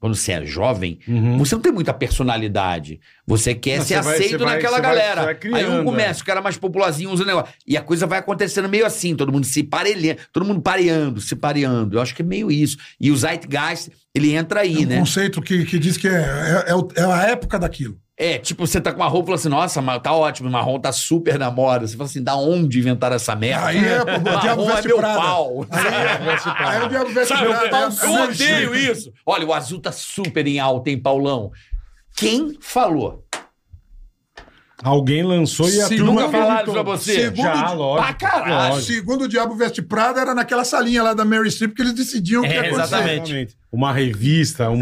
S5: quando você é jovem,
S3: Hum?
S4: Uhum.
S5: você não tem muita personalidade. Você quer
S4: Não,
S5: ser
S4: você vai-
S5: aceito
S4: você vai-
S5: naquela
S4: você vai-
S5: galera.
S4: você vai criando,
S5: Aí um começa,
S4: é.
S5: o cara mais popularzinho usa o negócio. E a coisa vai acontecendo meio assim, todo mundo se parelhando, todo mundo pareando, se pareando. Eu acho que é meio isso. E o Zeitgeist, ele entra aí,
S3: um
S5: né?
S3: conceito que, que diz que é, é, é o- é a época daquilo.
S5: É, tipo, você tá com uma roupa e fala assim, nossa, mas tá ótimo, marrom tá super na moda. Você fala assim, da onde inventaram essa merda?
S3: Aí é, pô, o diabo
S5: marrom é
S3: veste
S5: meu
S3: Prada.
S5: pau.
S3: é. Aí o diabo veste
S5: Sabe,
S3: Prada,
S5: eu,
S3: é
S5: eu
S3: absurdo.
S5: odeio isso. Olha, o azul tá super em alta, hein, Paulão? Quem falou?
S4: Alguém lançou e a
S3: Se
S4: turma
S3: nunca
S5: falaram
S4: gritou.
S5: pra você?
S4: Segundo Já,
S3: de-
S5: Pra
S4: lógico.
S5: caralho.
S4: lógico.
S3: Segundo o Diabo Veste Prada, era naquela salinha lá da Mary Streep que eles decidiam o que
S6: É,
S3: ia acontecer.
S6: exatamente.
S4: Uma revista, um...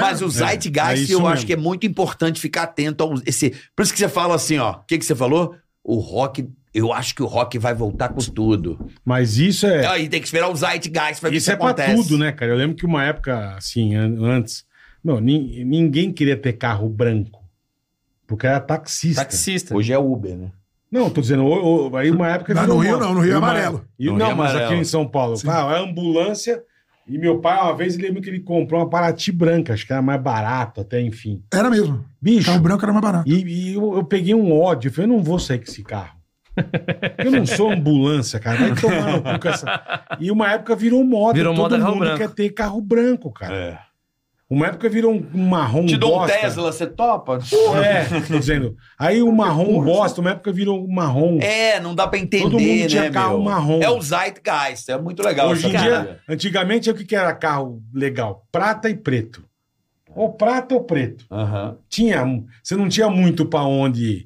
S5: Mas o
S4: é
S5: Zeitgeist,
S4: isso
S5: eu acho
S4: mesmo.
S5: que é muito importante ficar atento a um- esse. Por isso que você fala assim, ó. O que, que você falou? O rock. Eu acho que o rock vai voltar com tudo.
S4: Mas isso é...
S5: Aí tem que esperar o Zeitgeist pra ver
S4: Isso
S5: se
S4: é pra
S5: acontece.
S4: tudo, né, cara? Eu lembro que uma época, assim, an- antes... Meu, nin- ninguém queria ter carro branco. Porque era taxista.
S6: Taxista.
S5: Hoje é Uber, né?
S4: Não, tô dizendo, o- o- aí uma época...
S3: Mas
S4: virou
S3: no Rio
S4: moda.
S3: não, no Rio é
S4: E uma-
S3: amarelo.
S4: e-
S5: No
S4: não,
S5: Rio é
S4: mas
S5: amarelo.
S4: aqui em São Paulo. Ah, é ambulância... E meu pai, uma vez, ele lembra que ele comprou uma Paraty branca. Acho que era mais barato até, enfim.
S3: Era mesmo.
S4: Bicho...
S3: Carro branco era mais barato.
S4: E, e eu, eu peguei um ódio. Eu falei, eu não vou sair com esse carro. Eu não sou ambulância, cara. Vai tomar no cu com essa. E uma época virou moda.
S6: Virou
S4: Todo
S6: moda carro
S4: mundo
S6: branco.
S4: quer ter carro branco, cara. Uma época virou um, um marrom
S5: É. Te dou um
S4: bosta.
S5: Tesla, você topa?
S4: É, tô dizendo. Aí o marrom bosta, uma época virou um marrom.
S5: É, não dá pra entender,
S4: Todo mundo tinha
S5: né,
S4: carro
S5: meu?
S4: marrom.
S5: É o Zeitgeist, é muito legal.
S4: Hoje em
S5: essa
S4: dia,
S5: parada.
S4: antigamente, o que, que era carro legal? Prata e preto. Ou prata ou preto.
S5: Aham.
S4: Tinha, você não tinha muito pra onde ir.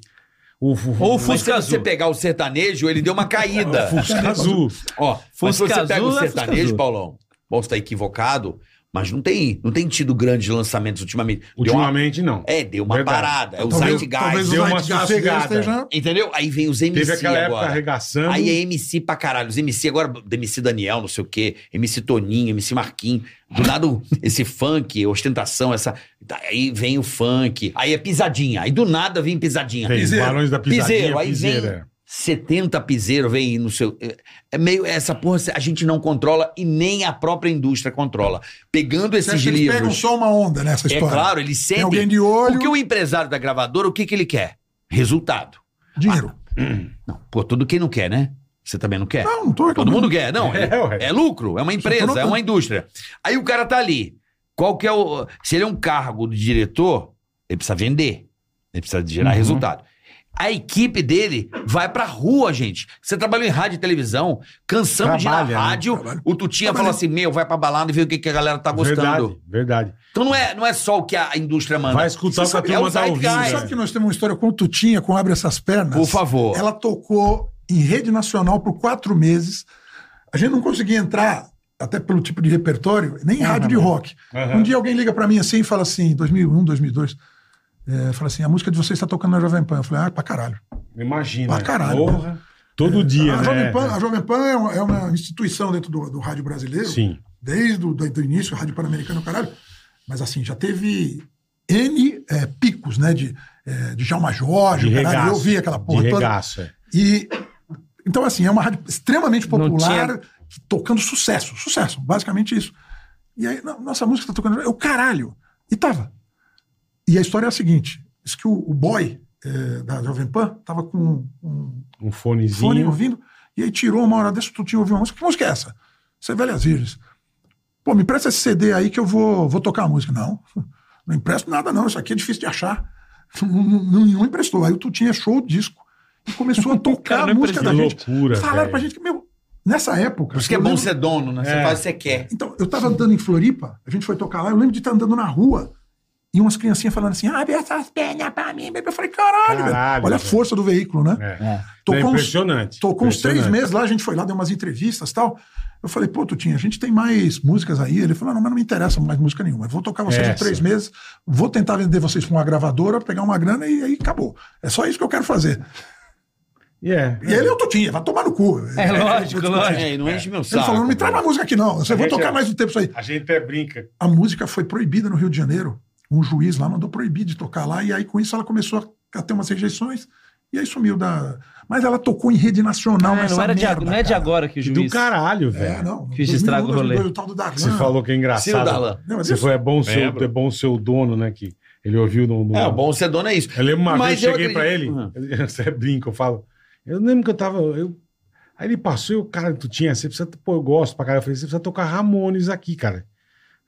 S4: O, o,
S6: Ou o
S5: Mas se
S6: Fusca
S5: você
S6: Azul.
S5: pegar o sertanejo, ele deu uma caída.
S4: Fusca azul.
S5: Ó, mas se
S6: Fusca
S5: você pega
S6: azul
S5: o
S6: é Fusca
S5: sertanejo,
S6: azul.
S5: Paulão, bom, você tá equivocado, mas não tem, não tem tido grandes lançamentos ultimamente. Deu uma-
S4: Ultimamente, não.
S5: é, deu uma
S4: Verdade.
S5: parada. É o
S3: Talvez-
S5: Zeitgeist.
S3: talvez o
S4: Deu uma
S3: Zeitgeist
S4: sossegada.
S3: esteja-
S5: Entendeu? Aí vem os MC
S4: Teve aquela época
S5: agora.
S4: arregaçando.
S5: Aí é MC pra caralho. Os MC agora, MC Daniel, não sei o quê, MC Toninho, MC Marquinhos. Do lado, esse funk, ostentação, essa. Aí vem o funk. Aí é pisadinha. Aí do nada vem pisadinha.
S4: Tem
S3: Piseiro. é.
S4: Barões da Pisadinha,
S5: Piseiro, é aí
S4: Piseira.
S5: vem 70 piseiro, vem no seu. é- É meio. Essa porra a gente não controla e nem a própria indústria controla. Pegando
S3: Você acha
S5: esses
S3: que eles pegam
S5: livros.
S3: só uma onda nessa
S5: É
S3: história?
S5: claro, eles
S3: Tem
S5: sentem.
S3: alguém de olho,
S5: Porque o empresário da gravadora, o que, que ele quer? Resultado.
S3: dinheiro.
S5: Não, pô, tudo quem não quer, né? Você também não quer?
S3: Não, não tô
S5: Todo
S3: reclamando.
S5: mundo quer, não.
S4: É, ué.
S5: É, é lucro, é uma
S3: Só tô
S5: empresa,
S3: no-
S5: é uma indústria. Aí o cara tá ali. Qual que é o. Se ele é um cargo de diretor, ele precisa vender. Ele precisa gerar resultado. A equipe dele vai pra rua, gente. Você trabalhou em rádio e televisão, cansamos de ir
S4: Trabalha,
S5: na
S4: né?
S5: rádio.
S3: Trabalha.
S5: O Tutinha
S3: Trabalha.
S5: fala assim: meu, vai pra balada e vê o que, que a galera tá gostando.
S4: Verdade, verdade.
S5: Então não é, não é só o que a indústria manda.
S4: Vai escutar o que a
S5: sabe- é
S4: turma
S5: o
S4: tá ouvindo.
S5: Zeitgeist.
S3: Você
S4: né?
S3: sabe que nós temos uma história com o Tutinha, com Abre Essas Pernas?
S5: Por favor.
S3: Ela tocou em rede nacional por quatro meses. A gente não conseguia entrar, até pelo tipo de repertório, nem em rádio de rock.
S4: Aham.
S3: Um dia alguém liga pra mim assim e fala assim, 2001, 2002, é, fala assim, a música de vocês está tocando na Jovem Pan. Eu falei, ah, pra caralho.
S4: Imagina.
S3: Pra caralho.
S4: Porra. Todo dia,
S3: a,
S4: né?
S3: Jovem Pan, a Jovem Pan é uma, é uma instituição dentro do, do rádio brasileiro.
S4: Sim.
S3: desde o do, do início, Rádio Pan-Americana, o caralho. Mas assim, já teve N é, picos, né? De, é, de Jalma Jorge, o
S4: De
S3: caralho.
S4: regaço.
S3: Eu ouvi aquela porra
S4: de
S3: toda.
S4: regaço, é.
S3: E, então, assim, é uma rádio extremamente
S6: Não
S3: popular, tocando sucesso. Sucesso, basicamente isso. E aí, não, nossa a música tá tocando. Eu, caralho! E tava. E a história é a seguinte: diz que o, o boy é, da Jovem Pan tava com um
S4: Um
S3: fone
S4: fonezinho.
S3: ouvindo. E aí tirou uma hora dessa, tu tinha ouvido uma música. Que música é essa? Você é Velhas Virgens. Pô, me empresta esse CD aí que eu vou, vou tocar a música. Não, não empresto nada não, isso aqui é difícil de achar. Não, não, não emprestou. Aí o Tutinho achou o disco e começou a tocar
S6: Cara,
S3: a
S6: não
S3: música da
S4: emprestou.
S3: gente.
S4: Loucura,
S3: Falaram
S4: velho.
S3: pra gente que, meu, nessa época...
S5: Por isso que é
S3: eu
S5: bom
S3: lembro-
S5: ser dono, né? Você
S4: É.
S5: faz o que você quer.
S3: Então, eu tava andando em Floripa, a gente foi tocar lá, eu lembro de estar andando na rua e umas criancinhas falando assim, abre essas pernas pra mim, bebê. Eu falei, caralho, velho.
S4: Caralho,
S3: Olha a
S4: velho.
S3: força do veículo, né?
S4: É. É
S3: Tocou uns
S4: impressionante.
S3: Tocou uns três
S4: Impressionante.
S3: meses lá, a gente foi lá, deu umas entrevistas e tal. Eu falei, pô, Tutinha, a gente tem mais músicas aí. Ele falou, não, mas não me interessa mais música nenhuma. Eu vou tocar vocês em
S4: Essa.
S3: três meses, vou tentar vender vocês pra uma gravadora, pegar uma grana e aí acabou. É só isso que eu quero fazer.
S4: E é.
S3: E ele é o Tutinha, vai tomar no cu.
S6: É lógico, lógico.
S5: É, e não enche meu
S3: Ele falou, não me
S5: saco.
S3: traz uma música aqui não, você vai
S4: gente
S3: tocar
S4: é-
S3: mais um tempo isso aí.
S4: A gente até brinca.
S3: A música foi proibida no Rio de Janeiro, um juiz lá mandou proibir de tocar lá, e aí com isso ela começou a ter umas rejeições, e aí sumiu da... Mas ela tocou em rede nacional
S6: Ah,
S3: nessa
S6: não, era de,
S3: merda,
S6: ag- não é de
S3: cara.
S6: agora que o
S4: Que do
S6: juiz...
S4: caralho,
S3: É,
S4: velho.
S3: não.
S6: Fiz estrago o
S3: 2001,
S6: rolê.
S3: 2002, O um, tal do Darlan.
S4: Você falou que é
S5: Seu
S4: engraçado.
S5: Darlan.
S3: Não, mas
S4: Você
S3: isso-
S4: foi, é bom, seu,
S1: Lembro.
S4: é bom seu dono, né? Que ele ouviu no. no-
S5: É, o bom ser dono é isso.
S4: Eu lembro uma
S5: Mas
S4: vez, eu
S5: eu
S4: cheguei pra ele,
S5: acredito-
S4: ele- você brinca, eu falo. Eu lembro que eu tava. Eu... Aí ele passou e o cara, tu tinha, você precisa. Pô, eu gosto pra caralho. Eu falei, você precisa tocar Ramones aqui, cara.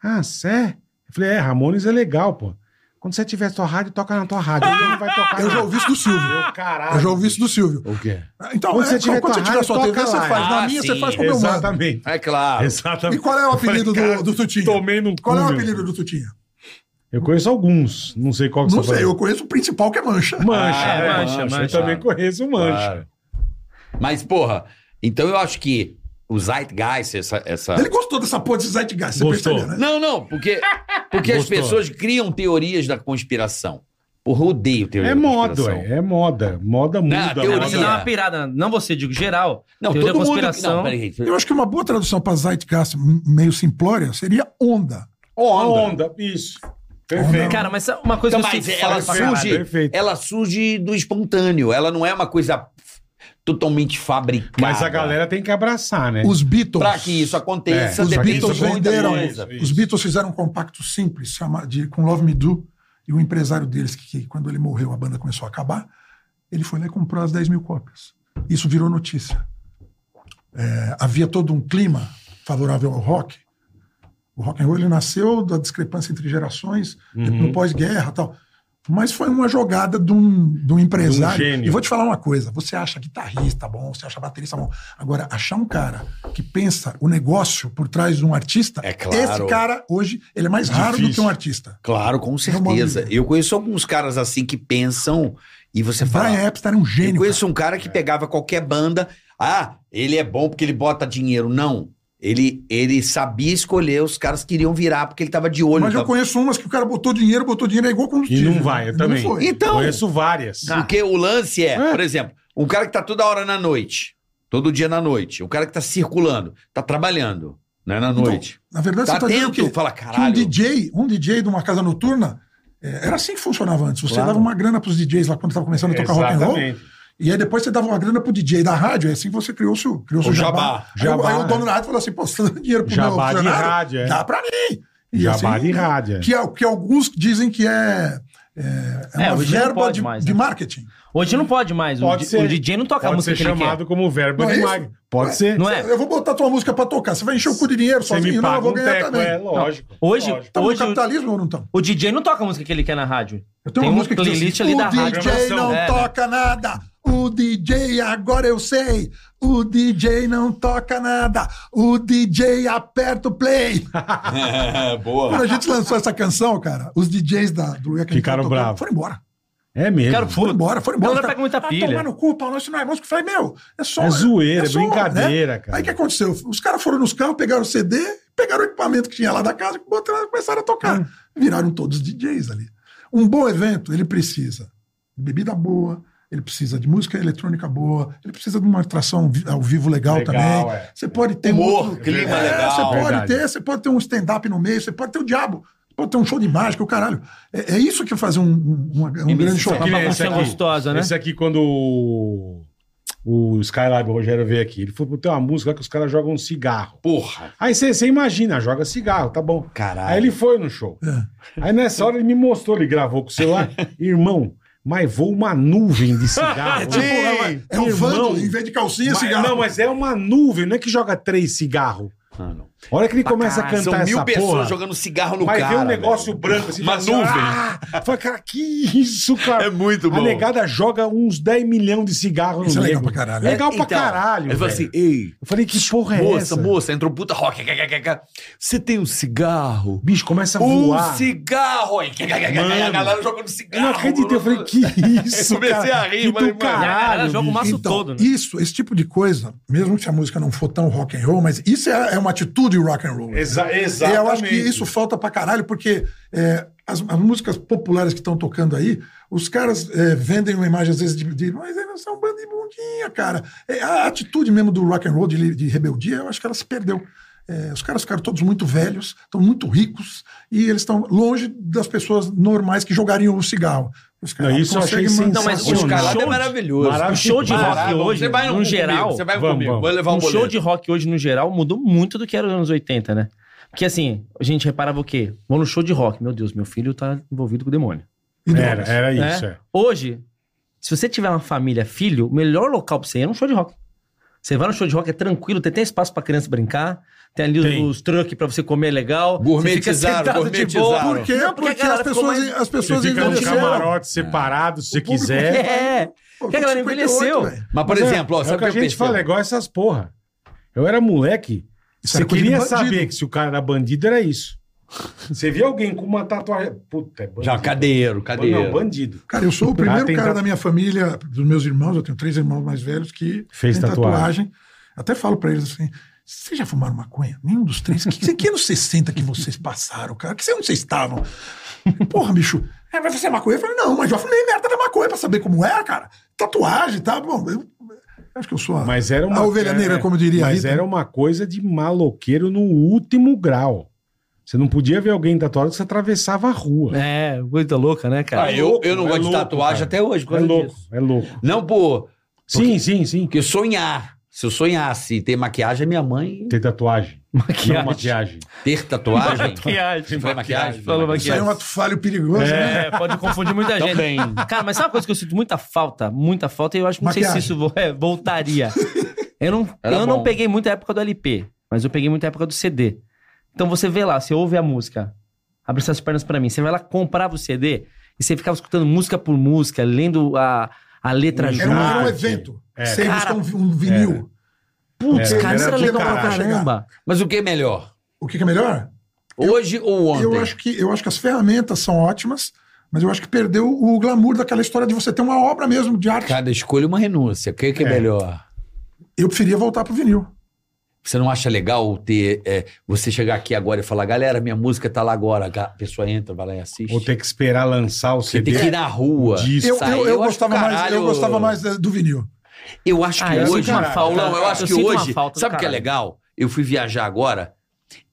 S4: Ah, sé? Eu falei, é, Ramones é legal, pô. Quando você tiver sua rádio, toca na tua rádio. Ele não vai tocar.
S3: Eu
S4: na-
S3: já ouvi isso do Silvio.
S4: Meu caralho.
S3: Eu já ouvi isso do Silvio.
S5: O quê?
S3: Então,
S4: Quando
S3: é,
S4: você tiver
S3: quando
S4: tua
S3: você tiver
S4: rádio,
S3: sua TV,
S4: toca
S3: você
S4: lá.
S3: faz. Na
S6: Ah,
S3: minha, você
S6: sim.
S3: faz com o meu mano.
S4: Exatamente.
S5: É claro.
S3: E
S4: Exatamente.
S3: qual é o apelido
S4: Falei,
S3: do, do Tutinha?
S4: Tomei num
S3: Qual é o
S4: cu, meu.
S3: apelido do Tutinha?
S4: Eu conheço alguns. Não sei qual que
S3: Não
S4: você
S3: sei,
S4: falou.
S3: eu conheço o principal que é Mancha.
S4: Mancha,
S6: Ah, é,
S4: é,
S6: Mancha,
S4: Mancha.
S6: Mancha.
S4: Eu também conheço o Mancha.
S5: Claro. Mas, porra, então eu acho que o Zeitgeist, essa. essa...
S3: Ele gostou dessa porra de Zeitgeist, você
S4: Gostou.
S3: percebeu, né?
S5: Não, não, porque, porque as
S4: Gostou.
S5: pessoas criam teorias da conspiração. Porra, eu odeio teoria
S4: É
S5: da
S4: moda,
S5: conspiração.
S4: ué, é moda. Moda muda. né?
S5: a teoria-
S4: moda-
S6: Você dá uma pirada, não você, digo geral.
S5: Não,
S6: Teoria
S5: todo
S6: da
S5: mundo.
S6: conspiração.
S5: Não, peraí.
S4: É
S3: Eu acho que uma boa tradução pra Zeitgeist, m- meio simplória, seria onda.
S4: A
S5: Onda.
S4: onda, isso. Perfeito.
S6: Cara, mas sabe uma coisa
S5: Então,
S4: assim,
S6: que eu
S5: mas
S6: sei
S5: ela
S6: fora pra caralho?
S5: surge,
S4: Perfeito.
S5: ela surge do espontâneo. Ela não é uma coisa totalmente fabricada.
S4: Mas a galera tem que abraçar, né?
S3: Os Beatles.
S5: Pra que isso aconteça,
S4: É.
S3: Os
S5: depende
S3: Beatles
S5: de muita
S3: venderam.
S5: coisa.
S4: isso.
S3: Os Beatles fizeram um compacto simples chama, de, com Love Me Do. E o empresário deles, que, que quando ele morreu, a banda começou a acabar. Ele foi lá e comprou as 10 mil cópias. Isso virou notícia. É, havia todo um clima favorável ao rock. O rock and roll ele nasceu da discrepância entre gerações,
S4: Uhum.
S3: no pós-guerra e tal. Mas foi uma jogada de um, de um empresário.
S4: gênio.
S3: E vou te falar uma coisa: você acha guitarrista bom, você acha baterista bom. Agora, achar um cara que pensa o negócio por trás de um artista,
S5: É claro.
S3: esse cara hoje ele é mais raro do que
S4: Difícil.
S3: um artista.
S5: Claro,
S4: É
S5: com certeza.
S3: modo-
S5: Eu conheço alguns caras assim que pensam e você fala.
S3: Brian Epstein é um
S5: Eu
S3: gênio.
S5: conheço um cara que pegava qualquer banda. Ah, ele é bom porque ele bota dinheiro. Não. Ele, ele sabia escolher os caras que iriam virar porque ele tava de
S3: cara.
S5: olho.
S3: Mas eu
S5: tava-
S3: conheço umas que o cara botou dinheiro, botou dinheiro, é igual combustível.
S4: E não vai, eu
S3: Ainda
S4: também.
S3: foi.
S5: Então,
S4: Conheço várias.
S5: porque o lance é,
S4: É.
S5: por exemplo, um cara que tá toda hora na noite, todo dia na noite, um cara que tá circulando, tá trabalhando, não é na
S3: Então,
S5: noite.
S3: Na verdade,
S5: tá
S3: você tá dizendo
S5: atento,
S3: que,
S5: fala,
S3: que um
S5: caralho.
S3: DJ, um DJ de uma casa noturna, é, era assim que funcionava antes. Você
S5: Claro.
S3: dava uma grana pros DJs lá quando tava começando a tocar rock and roll.
S4: Exatamente.
S3: E aí depois você dava uma grana pro DJ da rádio, é assim que você criou o seu, criou o seu
S5: O
S3: jabá.
S5: jabá. é.
S3: Aí o-
S4: Jabá,
S3: aí, o dono
S4: né?
S3: da rádio falou assim, pô, você tá dando dinheiro pro meu
S4: Jabá de
S3: funcionário?
S4: rádio, é.
S3: Dá pra mim. Tá. E
S4: Jabá
S3: assim,
S4: de rádio. é.
S3: Que, é, o- que alguns dizem que é, é, é
S6: É,
S3: uma
S6: hoje não
S3: verba
S6: pode
S3: de,
S6: mais,
S3: de
S6: né?
S3: marketing.
S6: Hoje não pode mais. o,
S4: Pode
S6: di-
S4: ser.
S6: o DJ não toca a
S4: Pode
S6: música
S4: ser
S6: que ele quer.
S4: chamado como verba
S3: Não é
S4: de
S3: isso?
S4: mag. Pode
S3: Ué,
S4: ser.
S6: Não é?
S3: Eu vou botar tua música pra tocar. Você vai encher o cu de dinheiro
S4: Você me
S3: sozinho? Não, eu
S4: paga
S3: vou
S4: um
S3: ganhar
S4: teco,
S3: também.
S4: é lógico.
S6: Hoje,
S4: lógico.
S3: Tá no
S6: hoje o-
S3: capitalismo ou não estamos?
S6: o DJ não toca a música que ele quer na rádio.
S3: Eu
S6: Tem uma playlist ali
S3: o
S6: da rádio.
S3: DJ não
S6: É, né?
S3: toca nada. O DJ agora eu sei. O DJ não toca nada. O DJ aperta o play.
S5: É, boa.
S3: Quando a gente lançou essa canção, cara, os DJs da, do lugar que a gente
S4: Ficaram
S3: tava tocando
S4: bravos.
S3: Foram embora.
S4: É mesmo.
S6: Cara,
S3: Foram embora, foram embora.
S6: Galera
S3: Os caras,
S6: pega muita
S3: "Ah,
S6: pilha."
S3: Tomar no cu, Paulo, isso não é música. Eu falei, meu, é só.
S4: É zoeira, é
S3: só,
S4: brincadeira,
S3: né?
S4: cara.
S3: Aí o que aconteceu? Os caras foram nos carros, pegaram o CD, pegaram o equipamento que tinha lá da casa, botaram, começaram a tocar. Viraram todos DJs ali. Um bom evento, ele precisa de bebida boa, ele precisa de música eletrônica boa, ele precisa de uma atração vi- ao vivo legal,
S4: Legal,
S3: também.
S4: é.
S3: Você pode ter
S5: Humor,
S3: outro-
S5: clima
S3: É,
S5: legal.
S3: Você pode
S4: Verdade.
S3: ter, você pode ter um stand-up no meio, você pode ter o diabo, você pode ter um show de mágica, o caralho. É, é isso que faz um, um, uma- um grande show. um
S6: Uma
S4: Que nem
S6: bagunça
S4: esse aqui.
S6: gostosa, né?
S4: Esse aqui, quando o, o Skylab, o Rogério veio aqui, ele falou, tem uma música lá que os caras jogam um cigarro.
S5: Porra.
S4: Aí você você imagina, joga cigarro, tá bom.
S5: Caralho.
S4: Aí ele foi no show.
S5: É.
S4: Aí nessa hora ele me mostrou, ele gravou com o celular. Irmão, mas voa uma nuvem de cigarro.
S5: tipo, Sim.
S3: É o
S4: Irmão.
S3: Vando, em vez de calcinha,
S4: Mas-
S3: cigarro.
S4: Não, mas é uma nuvem, não é que joga três cigarros.
S5: Ah, não.
S4: A hora que ele começa a
S5: Caralho,
S4: cantar
S5: São mil
S4: essa
S5: pessoas
S4: porra,
S5: jogando cigarro no
S4: vai
S5: cara.
S4: ver um negócio
S5: velho.
S4: branco assim.
S5: Uma
S4: fala assim,
S5: nuvem.
S4: "Ah!" Fala, cara, que isso, cara.
S5: É muito
S4: A
S5: bom.
S4: negada joga uns 10 milhões de cigarros
S3: Isso
S4: no
S3: é legal
S4: nego.
S3: pra caralho.
S4: Legal pra
S5: Então,
S4: caralho,
S5: Ele falou
S4: velho.
S5: assim, ei,
S4: Eu falei, que porra é
S5: moça,
S4: essa?
S5: moça, entrou um puta rock. Você tem um cigarro?
S4: Bicho, começa a
S5: Um
S4: voar.
S5: cigarro! E a galera jogando
S4: Eu
S5: cigarro.
S4: não acreditei. Eu falei, que isso,
S5: Ah, Eu comecei
S4: cara.
S5: a rir,
S4: Que
S5: falei,
S4: do
S5: mano.
S6: Ela
S4: caralho,
S6: joga o
S4: bicho.
S6: maço
S3: Então,
S6: todo, né?
S3: isso, esse tipo de coisa, mesmo que a música não for tão rock and roll, mas isso é, é uma atitude rock and roll.
S4: Exa-
S3: E eu acho que
S4: exatamente.
S3: isso falta pra caralho, porque é, as, as músicas populares que estão tocando aí, os caras é, vendem uma imagem às vezes de, de mas eles são um bando de bundinha, cara. É, a atitude mesmo do rock and roll de, de rebeldia, eu acho que ela se perdeu. É, os caras ficaram todos muito velhos, estão muito ricos e eles estão longe das pessoas normais que jogariam o cigarro. Os caras
S4: Não, isso eu achei
S3: conseguem manter-
S4: Não, mas
S6: o Escalada
S4: Show
S5: é
S4: de-
S5: maravilhoso.
S6: O Um show de
S4: Maravilhoso.
S6: rock hoje,
S5: você vai
S6: no
S4: um
S5: comigo,
S6: geral,
S5: Você vai
S4: vamos,
S5: comigo.
S4: vamos.
S5: Vou levar
S6: o
S5: um boleto.
S6: show de rock hoje, no geral, mudou muito do que era nos anos 80, né? Porque assim, a gente reparava o quê? Vou no show de rock. Meu Deus, meu filho tá envolvido com o demônio. Né?
S3: e drogas.
S4: Era, era isso, é.
S6: Hoje, se você tiver uma família, filho, o melhor local pra você ir é um show de rock. Você vai no show de rock, é tranquilo, tem até espaço pra criança brincar, tem ali os-
S4: Tem.
S6: os truques pra você comer legal.
S5: Gourmetizaram,
S6: você fica sentado de
S5: gourmetizaram.
S6: boa.
S3: Por quê?
S6: Não,
S3: porque
S6: porque a galera
S3: as
S6: ficou
S3: pessoas,
S6: mais-
S3: as pessoas
S4: Você fica no
S3: envelheceram.
S4: camarote separado, se você
S3: É. público
S4: quiser.
S6: É,
S3: Pô,
S6: porque a galera
S3: 58,
S6: envelheceu.
S3: velho.
S5: Mas, por
S4: Mas é-
S5: exemplo, ó,
S4: é
S5: sabe
S4: o que a
S5: eu
S4: gente
S5: percebo?
S4: fala, é igual essas porra. Eu era moleque,
S3: Isso
S4: você
S3: era coisa de
S4: queria
S3: bandido.
S4: saber que se o cara era bandido, era isso. Você via alguém com uma tatuagem. Puta, é bandido.
S5: Já, cadeiro, cadeiro.
S4: Não, bandido.
S3: Cara, eu sou o
S4: Ah,
S3: primeiro
S4: tem
S3: cara
S4: tatu-
S3: da minha família, dos meus irmãos, eu tenho três irmãos mais velhos que
S4: Fez
S3: têm
S4: tatuagem.
S3: Até falo pra eles assim: vocês já fumaram maconha? Nenhum dos três. Que, que, que anos 60 que vocês passaram, cara? Que anos vocês estavam? Porra, bicho. É, mas você é maconha? Eu falei, não, mas já fumei merda da maconha pra saber como é, cara. Tatuagem, tá? Bom, eu, eu acho que eu sou a,
S4: Mas era uma.
S3: a Ah, ovelha negra,
S4: é,
S3: como diria a
S4: Mas
S3: Rita.
S4: era uma coisa de maloqueiro no último grau. Você não podia ver alguém tatuado que você atravessava a rua. É,
S6: É, coisa louca, né, cara?
S5: Ah, eu, eu não
S4: É
S5: gosto de
S4: louco,
S5: tatuagem
S4: cara.
S5: até hoje. por causa
S4: louco,
S5: disso.
S4: é louco.
S5: Não, pô.
S4: Sim, sim, sim.
S5: Porque sonhar. Se eu sonhasse em ter maquiagem, minha mãe
S4: Tem tatuagem. Maquiagem. Não, maquiagem.
S5: ter tatuagem.
S6: Maquiagem.
S5: Foi maquiagem?
S6: Falou
S3: Isso aí é um
S6: maquiagem.
S3: ato falho perigoso, né?
S6: É, pode confundir muita gente.
S5: Também.
S6: Cara, mas sabe uma coisa que eu sinto muita falta? Muita falta, e eu acho que não sei
S3: Maquiagem.
S6: se isso vo- é, voltaria. Eu não,
S5: Era
S6: eu não
S5: bom.
S6: peguei muita época do LP, mas eu peguei muita época do CD. Então você vê lá, você ouve a música, abre suas pernas pra mim, você vai lá, comprava o CD e você ficava escutando música por música, lendo a, a letra
S3: Era, um,
S6: junto.
S3: era um
S4: Ah,
S3: evento.
S4: é.
S3: Você ia buscar
S6: Cara,
S3: um, vi- um vinil.
S6: Putz,
S4: era-
S6: cara, isso
S4: era
S6: era
S4: do
S6: legal pra
S3: caralho.
S6: caramba.
S5: Mas o que é melhor?
S3: O que que é melhor?
S5: Hoje ou ontem?
S3: Eu acho, que, eu acho que as ferramentas são ótimas, mas eu acho que perdeu o glamour daquela história de você ter uma obra mesmo de arte.
S5: Cada escolha uma renúncia. O que que é,
S4: É.
S5: melhor?
S3: Eu preferia voltar pro vinil.
S5: Você não acha legal ter é, você chegar aqui agora e falar, galera, minha música tá lá agora. A pessoa entra, vai lá e assiste.
S4: Ou ter que esperar lançar o
S5: Você
S4: CD.
S5: tem que ir na rua.
S4: Disso.
S3: Eu,
S5: Sai,
S3: eu, eu
S5: eu acho
S3: gostava mais, eu
S5: caralho.
S3: gostava mais eh, do vinil.
S5: Eu acho que
S6: Ah, eu sinto
S5: hoje.
S6: uma falta.
S5: Não, eu acho
S6: Eu
S5: que
S6: sinto uma
S5: hoje.
S6: falta do
S5: Sabe o que é
S6: caralho.
S5: legal? Eu fui viajar agora,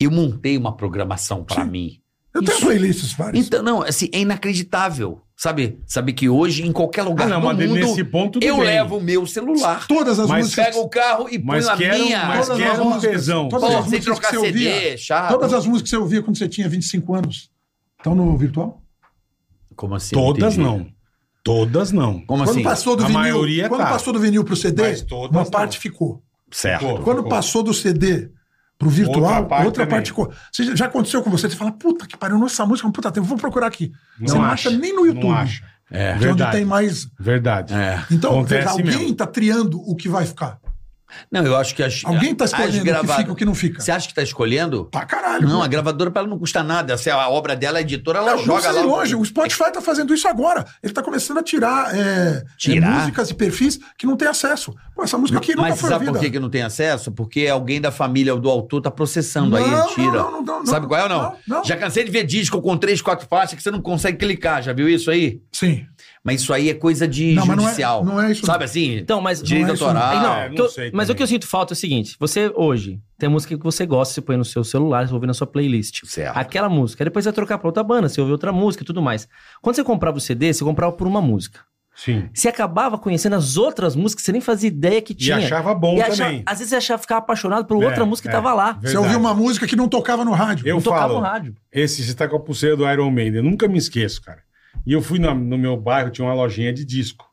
S5: eu montei uma programação pra mim.
S3: Eu tenho
S5: Isso.
S3: playlists várias.
S5: Então, não, assim, é inacreditável. Sabe? Sabe que hoje, em qualquer
S4: Ah,
S5: lugar
S4: não,
S5: do
S4: mas
S5: mundo,
S4: nesse ponto tudo
S5: eu
S4: bem.
S5: levo o meu celular,
S3: Todas as
S4: Mas
S3: músicas.
S5: pego o carro e
S4: Mas
S5: ponho a
S4: que era um-
S5: minha.
S4: mas
S3: todas
S4: que
S3: as
S4: era um
S3: músicas,
S4: tesão.
S3: todas
S5: Pô,
S3: as
S5: sem
S3: músicas
S5: trocar
S3: que você ouvia.
S5: CD, chato.
S3: Todas as músicas que você ouvia quando você tinha 25 anos estão no virtual?
S5: Como assim?
S4: Todas
S5: Entendi.
S4: não. Todas não.
S5: Como
S3: quando
S5: assim?
S3: passou do
S4: a
S3: vinil,
S4: maioria
S3: quando
S4: tá.
S3: passou do vinil pro CD,
S4: Mas todas
S3: uma
S4: não.
S3: parte ficou.
S5: Certo.
S4: Pô,
S3: Quando
S4: pô.
S3: passou do CD pro virtual,
S4: Outra
S3: outra parte,
S4: parte também.
S3: ficou. Você já- já aconteceu com você? Você fala, puta que pariu, nossa, essa música é um puta tempo, vou procurar aqui.
S4: Não
S3: você não acha nem no YouTube.
S4: Não acha.
S5: É.
S3: de onde
S4: Verdade.
S3: tem mais.
S4: Verdade.
S5: É.
S3: Então,
S4: Acontece
S3: veja, alguém
S4: mesmo.
S3: está triando o que vai ficar.
S5: Não, eu acho que as.
S3: Alguém está
S5: as
S3: escolhendo o que
S5: gravadas-
S3: fica e o que não fica.
S5: Você acha que tá escolhendo?
S3: Pra caralho.
S5: Não, a
S3: a
S5: gravadora pra ela não custa nada. Se a obra dela, a editora, ela
S3: não, não
S5: joga
S3: precisa
S5: lá.
S3: ir longe. O Spotify tá fazendo isso agora. Ele tá começando a tirar, é,
S5: Tirar?
S3: é, músicas e perfis que não tem acesso. Pô, essa música aqui nunca
S5: Mas
S3: foi
S5: sabe por que,
S3: ouvida.
S5: que não tem acesso? Porque alguém da família do autor tá processando aí,
S3: Não,
S5: ele tira.
S3: não, não, não, não,
S5: sabe qual é ou não?
S3: não, não.
S5: Já cansei de ver disco com três, quatro faixas que você não consegue clicar, já viu isso aí?
S3: Sim.
S5: Mas isso aí é coisa de
S3: Não, mas não é-
S5: judicial.
S3: não é isso
S5: Sabe assim?
S6: Então, mas.
S5: Direito
S3: não é isso, não.
S5: autoral.
S6: Não,
S4: é, não
S6: que eu-
S4: sei
S6: mas
S4: também.
S6: o que eu sinto falta é o seguinte: você hoje tem música que você gosta, você põe no seu celular, você ouve na sua playlist.
S5: Certo.
S6: Tá. Aquela música. Aí Depois você vai trocar pra outra banda, você ouve outra música e tudo mais. Quando você comprava o CD, você comprava por uma música.
S4: Sim.
S6: Você acabava conhecendo as outras músicas, que você nem fazia ideia que
S4: E
S6: tinha.
S4: achava bom
S6: E
S4: também.
S6: achava- às vezes você achava, ficava apaixonado por
S4: É,
S6: outra música
S4: é.
S6: que tava lá.
S4: Verdade.
S3: Você ouviu uma música que não tocava no rádio.
S4: Eu
S6: não tocava
S4: falo,
S6: no rádio.
S4: Esse, você tá com a pulseira do Iron Maiden. Eu nunca me esqueço, cara. E eu fui na- no meu bairro, tinha uma lojinha de disco.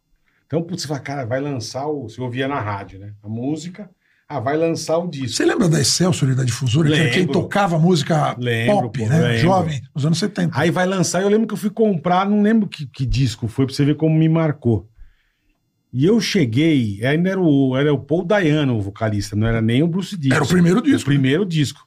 S4: Então, putz, você fala, cara, vai lançar o. Você ouvia na rádio, né? A música. Ah, vai lançar um disco.
S3: Você lembra da Excelsior e da Difusora? Que era quem
S4: Lembro.
S3: tocava música
S4: Lembro,
S3: pop,
S4: pô,
S3: né?
S4: lembro.
S3: Jovem, nos anos 70.
S4: Aí vai lançar, eu lembro que eu fui comprar, não lembro que, que disco foi, pra você ver como me marcou. E eu cheguei, ainda era o, era o Paul Dayano, o vocalista, não era nem o Bruce Dixon.
S3: Era o primeiro
S4: O
S3: disco. né?
S4: primeiro disco.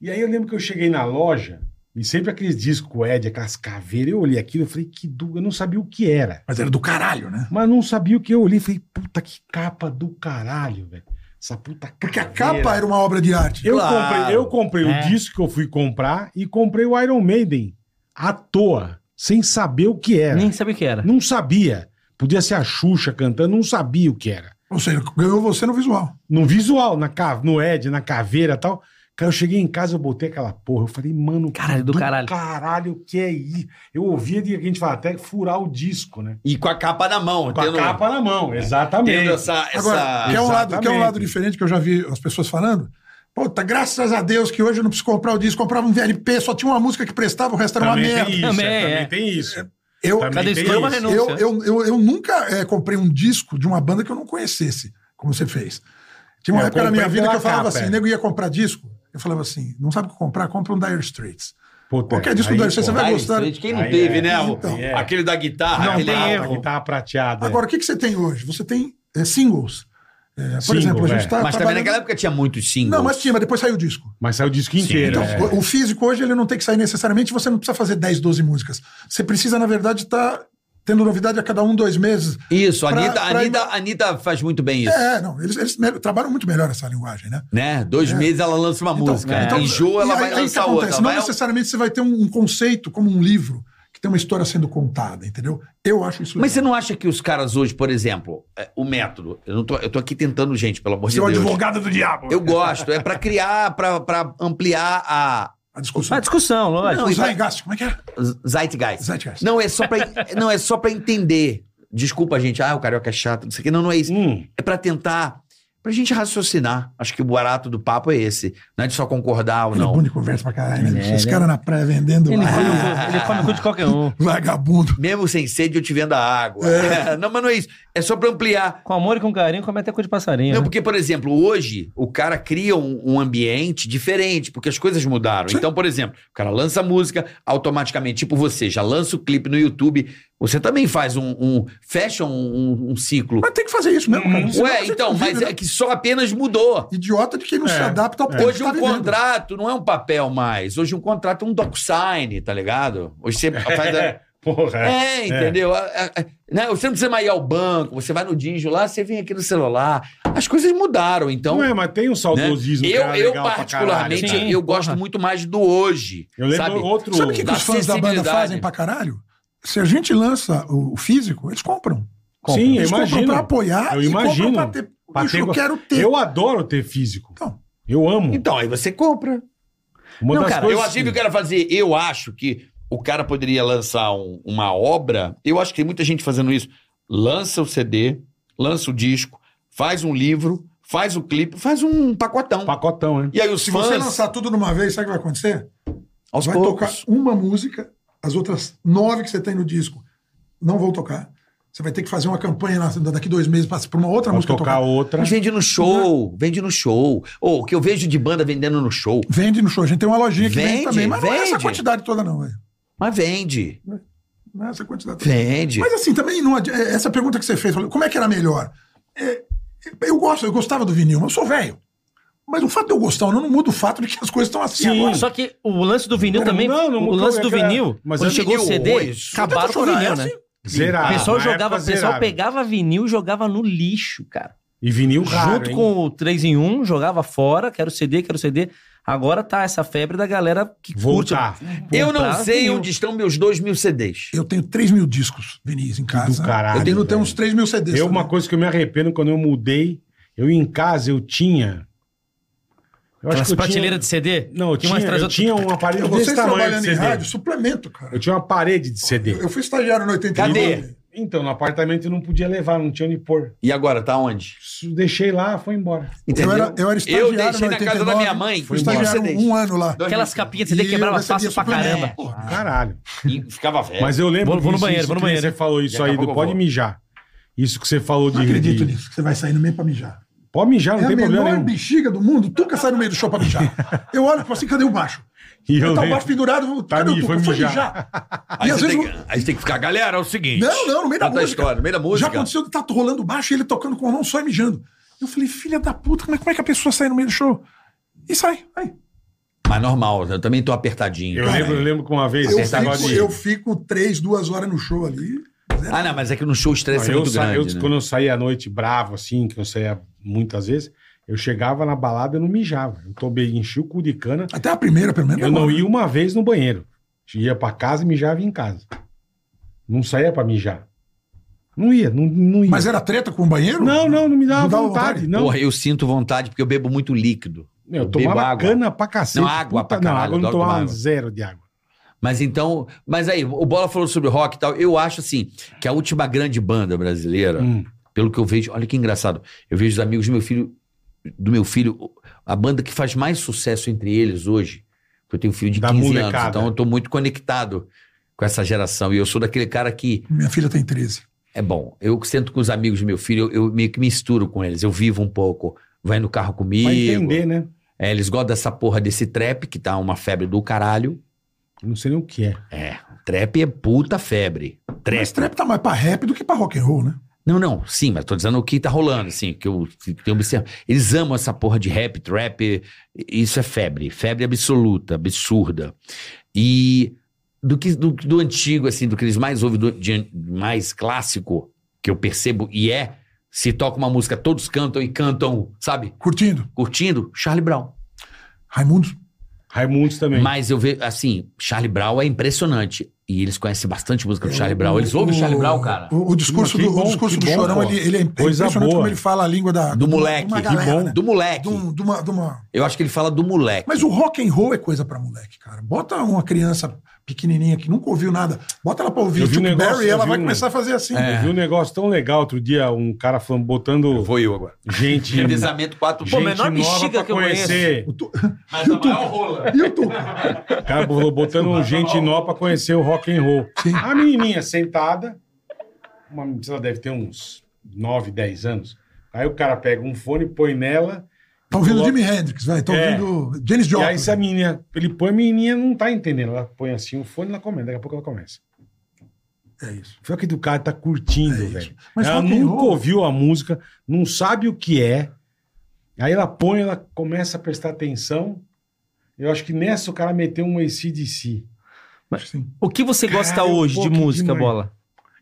S4: E aí eu lembro que eu cheguei na loja, e sempre aqueles discos Ed, aquelas caveiras, eu olhei aquilo, eu falei, que do... eu não sabia o que era.
S3: Mas era do caralho, né?
S4: Mas não sabia o que eu olhei, falei, puta, que capa do caralho, velho. Essa puta capa.
S3: Porque a capa era uma obra de arte.
S4: Eu
S5: Claro.
S7: É.
S4: comprei, eu comprei o disco que eu fui comprar e comprei o Iron Maiden. à toa, sem saber o que era.
S7: Nem sabia o que era.
S4: É. Não sabia. Podia ser a Xuxa cantando, não sabia o que era.
S3: Ou seja, ganhou você no visual.
S4: No visual, na ca- no Ed, na caveira e tal. Cara, eu cheguei em casa, eu botei aquela porra. Eu falei, mano,
S7: Caralho, do caralho.
S4: Caralho, o que é isso? Eu ouvia de que a gente fala até furar o disco, né?
S5: E com a capa na mão.
S4: Com a
S5: tendo, É.
S4: capa na mão,
S5: tendo
S4: exatamente.
S5: essa... essa...
S3: Agora, quer um, lado, quer um
S4: Exatamente.
S3: lado diferente que eu já vi as pessoas falando? Puta, graças a Deus que hoje eu não preciso comprar o disco, comprava um VLP, só tinha uma música que prestava, o resto era uma
S4: Também tem
S3: merda.
S4: isso,
S7: Também
S4: é,
S7: é.
S4: também tem isso.
S3: Eu,
S4: Também
S7: Cada
S4: tem
S7: escolha é uma
S4: isso.
S7: renúncia.
S3: eu, eu, eu, eu nunca eh, comprei um disco de uma banda que eu não conhecesse, como você fez. Tinha uma
S4: É, eu
S3: época na minha
S4: comprei
S3: vida que eu
S4: pela
S3: falava
S4: capa,
S3: assim,
S4: é.
S3: nego ia comprar disco, eu falava assim, não sabe o que comprar, compra um Dire Straits.
S4: Puta,
S3: Qualquer disco
S4: aí,
S3: do Dire Straits você
S4: porra.
S3: vai
S5: Dire
S3: gostar.
S5: Straits, Quem não
S4: Aí
S5: teve,
S4: é.
S5: né? o-
S3: Então.
S4: É.
S5: Aquele da guitarra.
S4: Não,
S5: aquele
S4: tá,
S5: alto.
S4: erro. guitarra prateada.
S3: Agora, o que, que você tem hoje? Você tem eh, singles. Eh, por
S4: Single,
S3: exemplo, a gente
S4: é.
S3: está
S5: Mas também naquela época tinha muitos singles.
S3: Não, mas tinha, mas depois saiu o disco.
S4: Mas saiu o disco
S3: Então,
S4: inteiro. é.
S3: o- o físico hoje ele não tem que sair necessariamente, você não precisa fazer 10, 12 músicas. Você precisa, na verdade, estar tendo novidade a cada um, dois meses.
S5: Isso, a
S3: Pra-
S5: Anitta,
S3: pra-
S5: Anitta- Anitta faz muito bem isso.
S3: É, não, eles, eles me- trabalham muito melhor essa linguagem, né?
S5: Né? Dois meses ela lança uma música. né?
S3: Então,
S5: Enjoa, ela
S3: é. e
S5: vai
S3: aí, aí que
S5: lançar
S3: acontece?
S5: outra.
S3: Não é
S5: Vai-
S3: necessariamente você vai ter um, um conceito como um livro que tem uma história sendo contada, entendeu? Eu acho isso
S5: Mas você
S3: legal.
S5: não acha que os caras hoje, por exemplo, é, o método. Eu, não tô, eu tô aqui tentando, gente, pelo amor de
S3: Você é o
S5: Deus.
S3: advogado do diabo.
S5: Eu gosto. É pra criar, pra, pra ampliar a
S3: A discussão.
S7: Ah, discussão, lógico.
S3: Não,
S5: e vai-
S3: Zeitgeist, como é que é?
S5: Zeitgeist.
S3: Zeitgeist.
S5: Não, é só pra, não, é só pra entender. Desculpa, gente. Ah, o carioca é chato, não sei o quê. Não, não é isso.
S4: Hum,
S5: É pra tentar. Pra gente raciocinar. Acho que o barato do papo é esse. Não é de só concordar ou
S3: Ele é
S5: não.
S3: bom de conversa pra caralho, né?
S7: É,
S3: Esses
S7: né?
S3: caras na praia vendendo
S7: Ele, come o
S3: ah,
S5: é.
S7: cu- ele come o cu de qualquer um.
S3: vagabundo.
S5: Mesmo sem sede, eu te vendo a água. não, mas não é isso. É só pra ampliar.
S7: Com amor e com carinho, come até cu de passarinho.
S5: Não,
S7: né?
S5: porque, por exemplo, hoje o cara cria um, um ambiente diferente, porque as coisas mudaram. Então, por exemplo, o cara lança a música automaticamente, tipo você, já lança o clipe no YouTube. Você também faz um. um- fecha um, um- um ciclo.
S3: Mas tem que fazer isso mesmo, cara. Senão a
S5: Ué,
S3: gente
S5: então,
S3: vive,
S5: mas
S3: né?
S5: é que só apenas mudou.
S3: Idiota de quem não
S4: É.
S3: se adapta ao tempo
S5: Hoje
S3: que
S5: um
S3: tá vivendo.
S5: contrato não é um papel mais. Hoje um contrato é um DocSign, tá ligado? Hoje você faz. a-
S4: porra.
S5: É, entendeu? A- a- a- né? Você não precisa mais ir ao banco, você vai no Digio lá, você vem aqui no celular. As coisas mudaram, então.
S4: Não é, mas tem um
S5: né?
S4: saudosismo. que
S5: Eu,
S4: era
S5: eu
S4: legal pra
S5: particularmente,
S4: caralho. assim.
S7: Sim,
S5: eu
S7: porra.
S5: gosto muito mais do hoje.
S4: Eu lembro
S5: sabe?
S4: outro.
S3: Sabe o que, que
S5: Da
S3: os fãs da banda
S5: acessibilidade.
S3: fazem pra caralho? Se a gente lança o o físico, eles compram.
S4: Sim, eu
S3: Eles compram
S4: imagino.
S3: pra apoiar
S4: Eu
S3: e
S4: imagino.
S3: compram pra ter.
S4: Pra
S3: Bicho,
S4: ter-
S3: eu quero ter.
S4: Eu adoro ter físico.
S3: Então.
S4: Eu amo.
S5: Então, aí você compra.
S4: Uma
S7: Não,
S4: das
S7: cara,
S4: coisas
S5: eu achei que o cara fazer, eu acho que o cara poderia lançar um- uma obra. Eu acho que tem muita gente fazendo isso. Lança o CD, lança o disco, faz um livro, faz o clipe, faz um pacotão.
S4: Pacotão, né?
S5: E aí os
S3: Se
S5: fãs,
S3: você lançar tudo numa vez, sabe o que vai acontecer?
S5: aos
S3: vai
S5: poucos,
S3: tocar uma música, as outras nove que você tem no disco não vão tocar. Você vai ter que fazer uma campanha na- daqui dois meses pra pra uma outra
S4: Pra
S3: música é-
S4: tocar
S3: tocar.
S4: outra.
S5: Mas vende no show,
S3: né?
S5: vende no show. Ou o que eu vejo de banda vendendo no show.
S3: Vende no show. A gente tem uma lojinha que vende,
S5: Vende,
S3: também, mas não é essa
S5: vende.
S3: quantidade toda, não, velho.
S5: Mas vende.
S3: Não é essa quantidade toda.
S5: Vende.
S3: Mas assim, também não adi- é, essa pergunta que você fez, falou, como é que era melhor? É, eu gosto, eu gostava do vinil, mas eu sou velho. Mas o fato de eu gostar ou não, não muda o fato de que as coisas estão assim
S4: Sim.
S3: agora.
S7: Só que o lance do vinil
S4: Não,
S7: também.
S4: não, não
S7: o
S4: mudou,
S7: lance
S4: é
S7: do
S4: que era-
S7: vinil.
S4: mas
S7: quando
S4: é
S7: chegou o
S5: vinil
S7: CD,
S5: hoje.
S7: acabaram com o
S3: chorar,
S7: vinil,
S3: é
S7: né?
S3: assim.
S4: Zerado.
S7: O pessoal
S4: Na época
S7: jogava, o pessoal
S4: zerado.
S7: pegava vinil e jogava no lixo, cara.
S4: é E vinil raro,
S7: Junto
S4: hein?
S7: com o 3 em 1, jogava fora, quero CD, quero CD. Agora tá essa febre da galera que curte.
S4: Voltar.
S5: Eu não
S7: Comprar
S5: sei
S7: vinil.
S5: onde estão meus dois mil CDs.
S3: Eu tenho 3 mil discos, Vinícius, em casa.
S4: caralho,
S3: eu tenho, eu tenho
S4: velho.
S3: uns 3 mil CDs.
S4: Eu,
S3: também.
S4: uma coisa que eu me arrependo quando eu mudei, eu em casa eu tinha. Eu
S7: Aquelas
S4: eu tinha-
S7: prateleiras de CD?
S4: Não, eu
S7: que umas
S4: tinha,
S7: atrás
S4: eu
S7: da
S4: tinha um aparelho
S3: Eu,
S4: desse
S3: vocês
S4: tamanho de
S3: trabalhando em
S4: CD.
S3: rádio, suplemento, cara.
S4: Eu tinha uma parede de CD.
S3: Eu, eu fui estagiário no um. 89.
S5: Cadê?
S4: Então, no apartamento eu não podia levar, não tinha onde pôr.
S5: E agora, tá onde?
S4: Isso, Deixei lá, foi embora.
S3: Eu era, eu era estagiário
S5: Eu deixei
S3: no
S5: na casa da
S3: 89,
S5: minha mãe.
S3: Fui
S5: Foi embora.
S3: estagiário
S5: Você
S3: um ano lá.
S7: Aquelas capinhas de CD
S3: E
S7: quebrava
S3: eu
S7: fácil pra
S3: recebia
S7: caramba.
S3: suplemento. Porra.
S4: Caralho.
S5: E ficava velho.
S4: Mas eu lembro
S7: É. Vou- vou no
S4: disso,
S7: banheiro,
S4: isso
S7: vou no
S4: que nem
S7: banheiro.
S4: Você falou isso
S5: Daqui a
S4: aí
S5: pouco
S4: do
S5: eu
S4: pode
S5: vou.
S4: mijar. Isso que você falou de.
S3: Não acredito
S4: de-
S3: nisso, que você vai sair no meio pra mijar.
S4: Pode mijar, não
S3: é a
S4: tem
S3: menor
S4: problema nenhum.
S3: bexiga do mundo, o Tuca sai no meio do show pra mijar. Eu olho e falo assim, cadê o macho?
S4: E
S3: Eu
S4: eu
S3: tá o
S4: lembro-
S3: macho pendurado,
S4: Tá
S3: cadê
S4: mi-
S3: o Tuca?
S4: foi
S3: Foi
S4: mijar.
S3: mijar.
S5: aí,
S3: e às
S5: você
S3: vezes
S5: tem, que- aí você tem que ficar, galera, é o seguinte.
S3: Não, não, no meio da
S5: Conta a
S3: música.
S5: história, no meio da música.
S3: Já aconteceu de tá rolando baixo e ele tocando com a mão só e mijando. Eu falei, filha da puta, mas como é que a pessoa sai no meio do show? E sai, vai.
S5: Mas normal, eu também tô apertadinho.
S4: Eu
S5: cara.
S4: lembro, eu lembro que uma vez.
S3: Eu
S4: esse negócio
S3: fico,
S4: de-
S3: eu fico três, duas horas no show ali.
S5: Ah, não, mas é que no show o
S4: Não,
S5: estresse é
S4: eu
S5: muito
S4: sa- eu-
S5: grande. né?
S4: Quando eu saía à noite bravo, assim, que eu saía muitas vezes, eu chegava na balada e não mijava. Eu tomei, enchi o cu de cana.
S3: Até a primeira, pelo menos.
S4: Eu não ia uma vez no banheiro. Ia pra casa e mijava em casa. Não saía pra mijar. Não ia, não, não ia.
S3: Mas era treta com o banheiro?
S4: Não, não, não me dava
S3: Não dava
S4: vontade,
S3: vontade?
S4: não.
S5: Porra, eu sinto vontade porque eu bebo muito líquido.
S4: Meu, eu
S5: eu bebo
S4: tomava
S5: água.
S4: cana pra cacete.
S5: Não, água pra
S4: Não,
S5: caralho,
S4: água eu não
S5: adoro tomar
S4: tomava
S5: água.
S4: zero de água.
S5: Mas então, mas aí, o Bola falou sobre rock e tal. Eu acho assim, que a última grande banda brasileira,
S4: Hum.
S5: pelo que eu vejo, olha que engraçado. Eu vejo os amigos do meu filho, do meu filho, a banda que faz mais sucesso entre eles hoje. porque Eu tenho um filho de
S4: Da
S5: 15 anos,
S4: molecada.
S5: então eu tô muito conectado com essa geração. E eu sou daquele cara que
S3: Minha filha tem 13.
S5: é bom. Eu sento com os amigos do meu filho, eu, eu meio que misturo com eles, eu vivo um pouco. Vai no carro comigo.
S4: Pra entender, né?
S5: É, eles gostam dessa porra desse trap, que tá uma febre do caralho.
S4: Eu não sei nem o que é.
S5: Trap é puta febre. Trap.
S3: Mas trap tá mais pra rap do que pra rock and roll, né?
S5: Não, não, sim, mas tô dizendo o que tá rolando, assim, que eu que tenho observado. Eles amam essa porra de rap, trap, isso é febre, febre absoluta, absurda. E do que do, do antigo, assim, do que eles mais ouvem, do, de an- mais clássico, que eu percebo, e é, se toca uma música, todos cantam e cantam, sabe,
S3: Curtindo.
S5: curtindo, Charlie Brown.
S3: Raimundos.
S4: Raimundos também.
S5: Mas eu vejo, assim, Charlie Brown é impressionante. E eles conhecem bastante música do Charlie Brown. Eles ouvem
S3: o-
S5: Charlie Brown, cara.
S3: O, o discurso
S4: Que
S3: do, o
S4: bom,
S3: discurso
S4: que
S3: do
S4: bom,
S3: Chorão,
S4: pô.
S3: ele, ele é
S4: Coisa
S3: impressionante
S4: boa.
S3: como ele fala a língua da...
S5: Do moleque,
S3: uma
S5: que
S3: galera,
S4: bom.
S3: né?
S5: Do moleque.
S3: De um- de uma- de uma...
S5: Eu acho que ele fala do moleque.
S3: Mas o rock and roll é coisa pra moleque, cara. Bota uma criança pequenininha que nunca ouviu nada, bota ela pra ouvir
S4: Eu vi um
S3: Chuck
S4: negócio,
S3: Berry
S4: eu
S3: e ela
S4: vi
S3: vai
S4: um-
S3: começar a fazer assim.
S5: É.
S4: Eu vi um negócio tão legal outro dia, um cara falando, botando
S1: Vou eu agora.
S4: gente, gente
S5: Revezamento 4
S6: menor
S4: nova
S6: é bexiga
S4: pra
S6: que eu conheço.
S4: conhecer.
S5: Mas a maior rola.
S3: E o tu?
S4: O cara falou, Tá, botando gente nova pra conhecer o rock and roll. A menininha sentada, uma, sei lá, deve ter uns 9, 10 anos. Aí o cara pega um fone, põe nela,
S3: Tá ouvindo Jimi Hendrix, vai. Tá
S4: É.
S3: ouvindo Janis
S4: e aí se
S3: Joplin.
S4: a menina, ele põe, a menininha não tá entendendo. Ela põe assim o fone e ela começa, daqui a pouco ela começa.
S3: É isso.
S4: Foi aquele do cara tá curtindo,
S3: É
S4: velho.
S3: Mas
S4: ela
S3: rock and
S4: nunca
S3: roll-
S4: ouviu a música, não sabe o que é. Aí ela põe, ela começa a prestar atenção. Eu acho que nessa o cara meteu um ACDC.
S3: Sim.
S6: O que você gosta
S4: Caralho,
S6: hoje
S4: pô,
S6: de
S4: que
S6: música,
S4: demais.
S6: bola?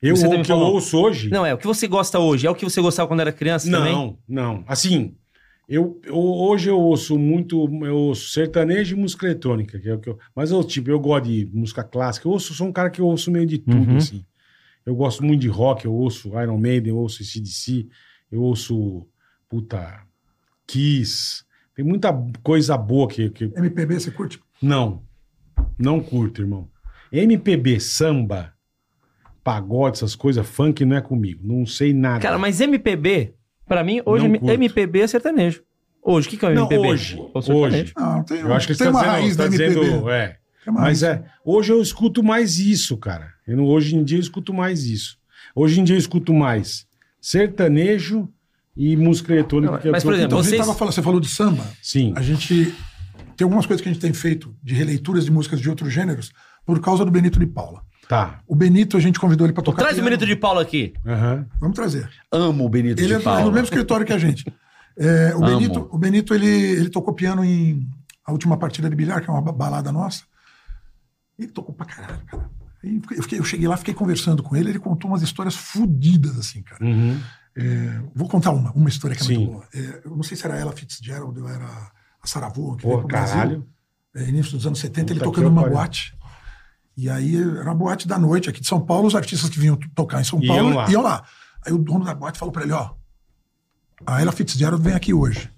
S4: Eu,
S6: Você
S4: o
S6: também
S4: que eu
S6: falou.
S4: ouço hoje.
S6: Não, é. O que você gosta hoje? É o que você gostava quando era criança também?
S4: não. não. Assim, eu, eu- hoje eu ouço muito, eu ouço sertanejo e música eletrônica, que é o que eu, mas eu, tipo, eu gosto de música clássica, eu ouço, sou um cara que eu ouço meio de tudo,
S6: Uhum.
S4: assim. Eu gosto muito de rock, eu ouço Iron Maiden, eu ouço CDC, eu ouço, puta, Kiss. Tem muita coisa boa que, que
S3: MPB, você curte?
S4: não. Não curto, irmão. MPB, samba, pagode, essas coisas, funk não é comigo. Não sei nada.
S6: Cara, mas MPB, pra mim, hoje
S4: Não
S6: M-
S4: curto.
S6: MPB é sertanejo. Hoje, o que, que é o
S4: Não,
S6: MPB?
S4: hoje,
S6: É o sertanejo.
S4: hoje.
S3: Não, tem, um,
S4: Eu acho que ele
S3: tem
S4: tá
S3: uma
S4: dizendo,
S3: raiz
S4: tá
S3: da
S4: dizendo-
S3: MPB.
S4: é.
S3: Tem uma
S4: Mas
S3: raiz. Então,
S4: é, hoje eu escuto mais isso, cara. Eu não- hoje em dia eu escuto mais isso. Hoje em dia eu escuto mais sertanejo e música eletrônica.
S6: Não,
S4: que é
S6: mas,
S4: o que
S6: por
S4: eu-
S6: exemplo,
S3: Então, a gente
S6: vocês-
S3: tava falando, você falou de samba.
S4: Sim.
S3: A gente tem algumas coisas que a gente tem feito de releituras de músicas de outros gêneros por causa do Benito de Paula.
S4: Tá.
S3: O Benito, a gente convidou ele pra tocar.
S6: Traz o
S3: piano.
S6: Benito de Paulo aqui.
S4: Aham.
S3: Vamos trazer.
S5: Amo o Benito
S3: Ele é
S5: de
S3: do- no
S5: Paula.
S3: mesmo escritório que a gente. É, o
S5: Amo.
S3: Benito, o Benito ele, ele tocou piano em A Última Partida de Bilhar, que é uma ba- balada nossa. Ele tocou pra caralho, cara. Aí eu, fiquei- eu cheguei lá, fiquei conversando com ele, ele contou umas histórias fodidas, assim, cara.
S4: Uhum.
S3: É, vou contar uma, uma história que é
S4: Sim.
S3: muito boa. É, eu não sei se era ela Fitzgerald ou era a Sarah Vaughan, que veio
S4: Pô,
S3: pro Brasil.
S4: caralho.
S3: É, início dos anos 70, ele
S4: Puta
S3: tocando
S4: que
S3: numa
S4: pariu.
S3: boate. E aí, era uma boate da noite aqui de São Paulo, os artistas que vinham t- tocar em São
S4: Iam
S3: Paulo
S4: lá.
S3: iam lá. Aí o dono da boate falou pra ele, ó, a Ella Fitzgerald vem aqui hoje,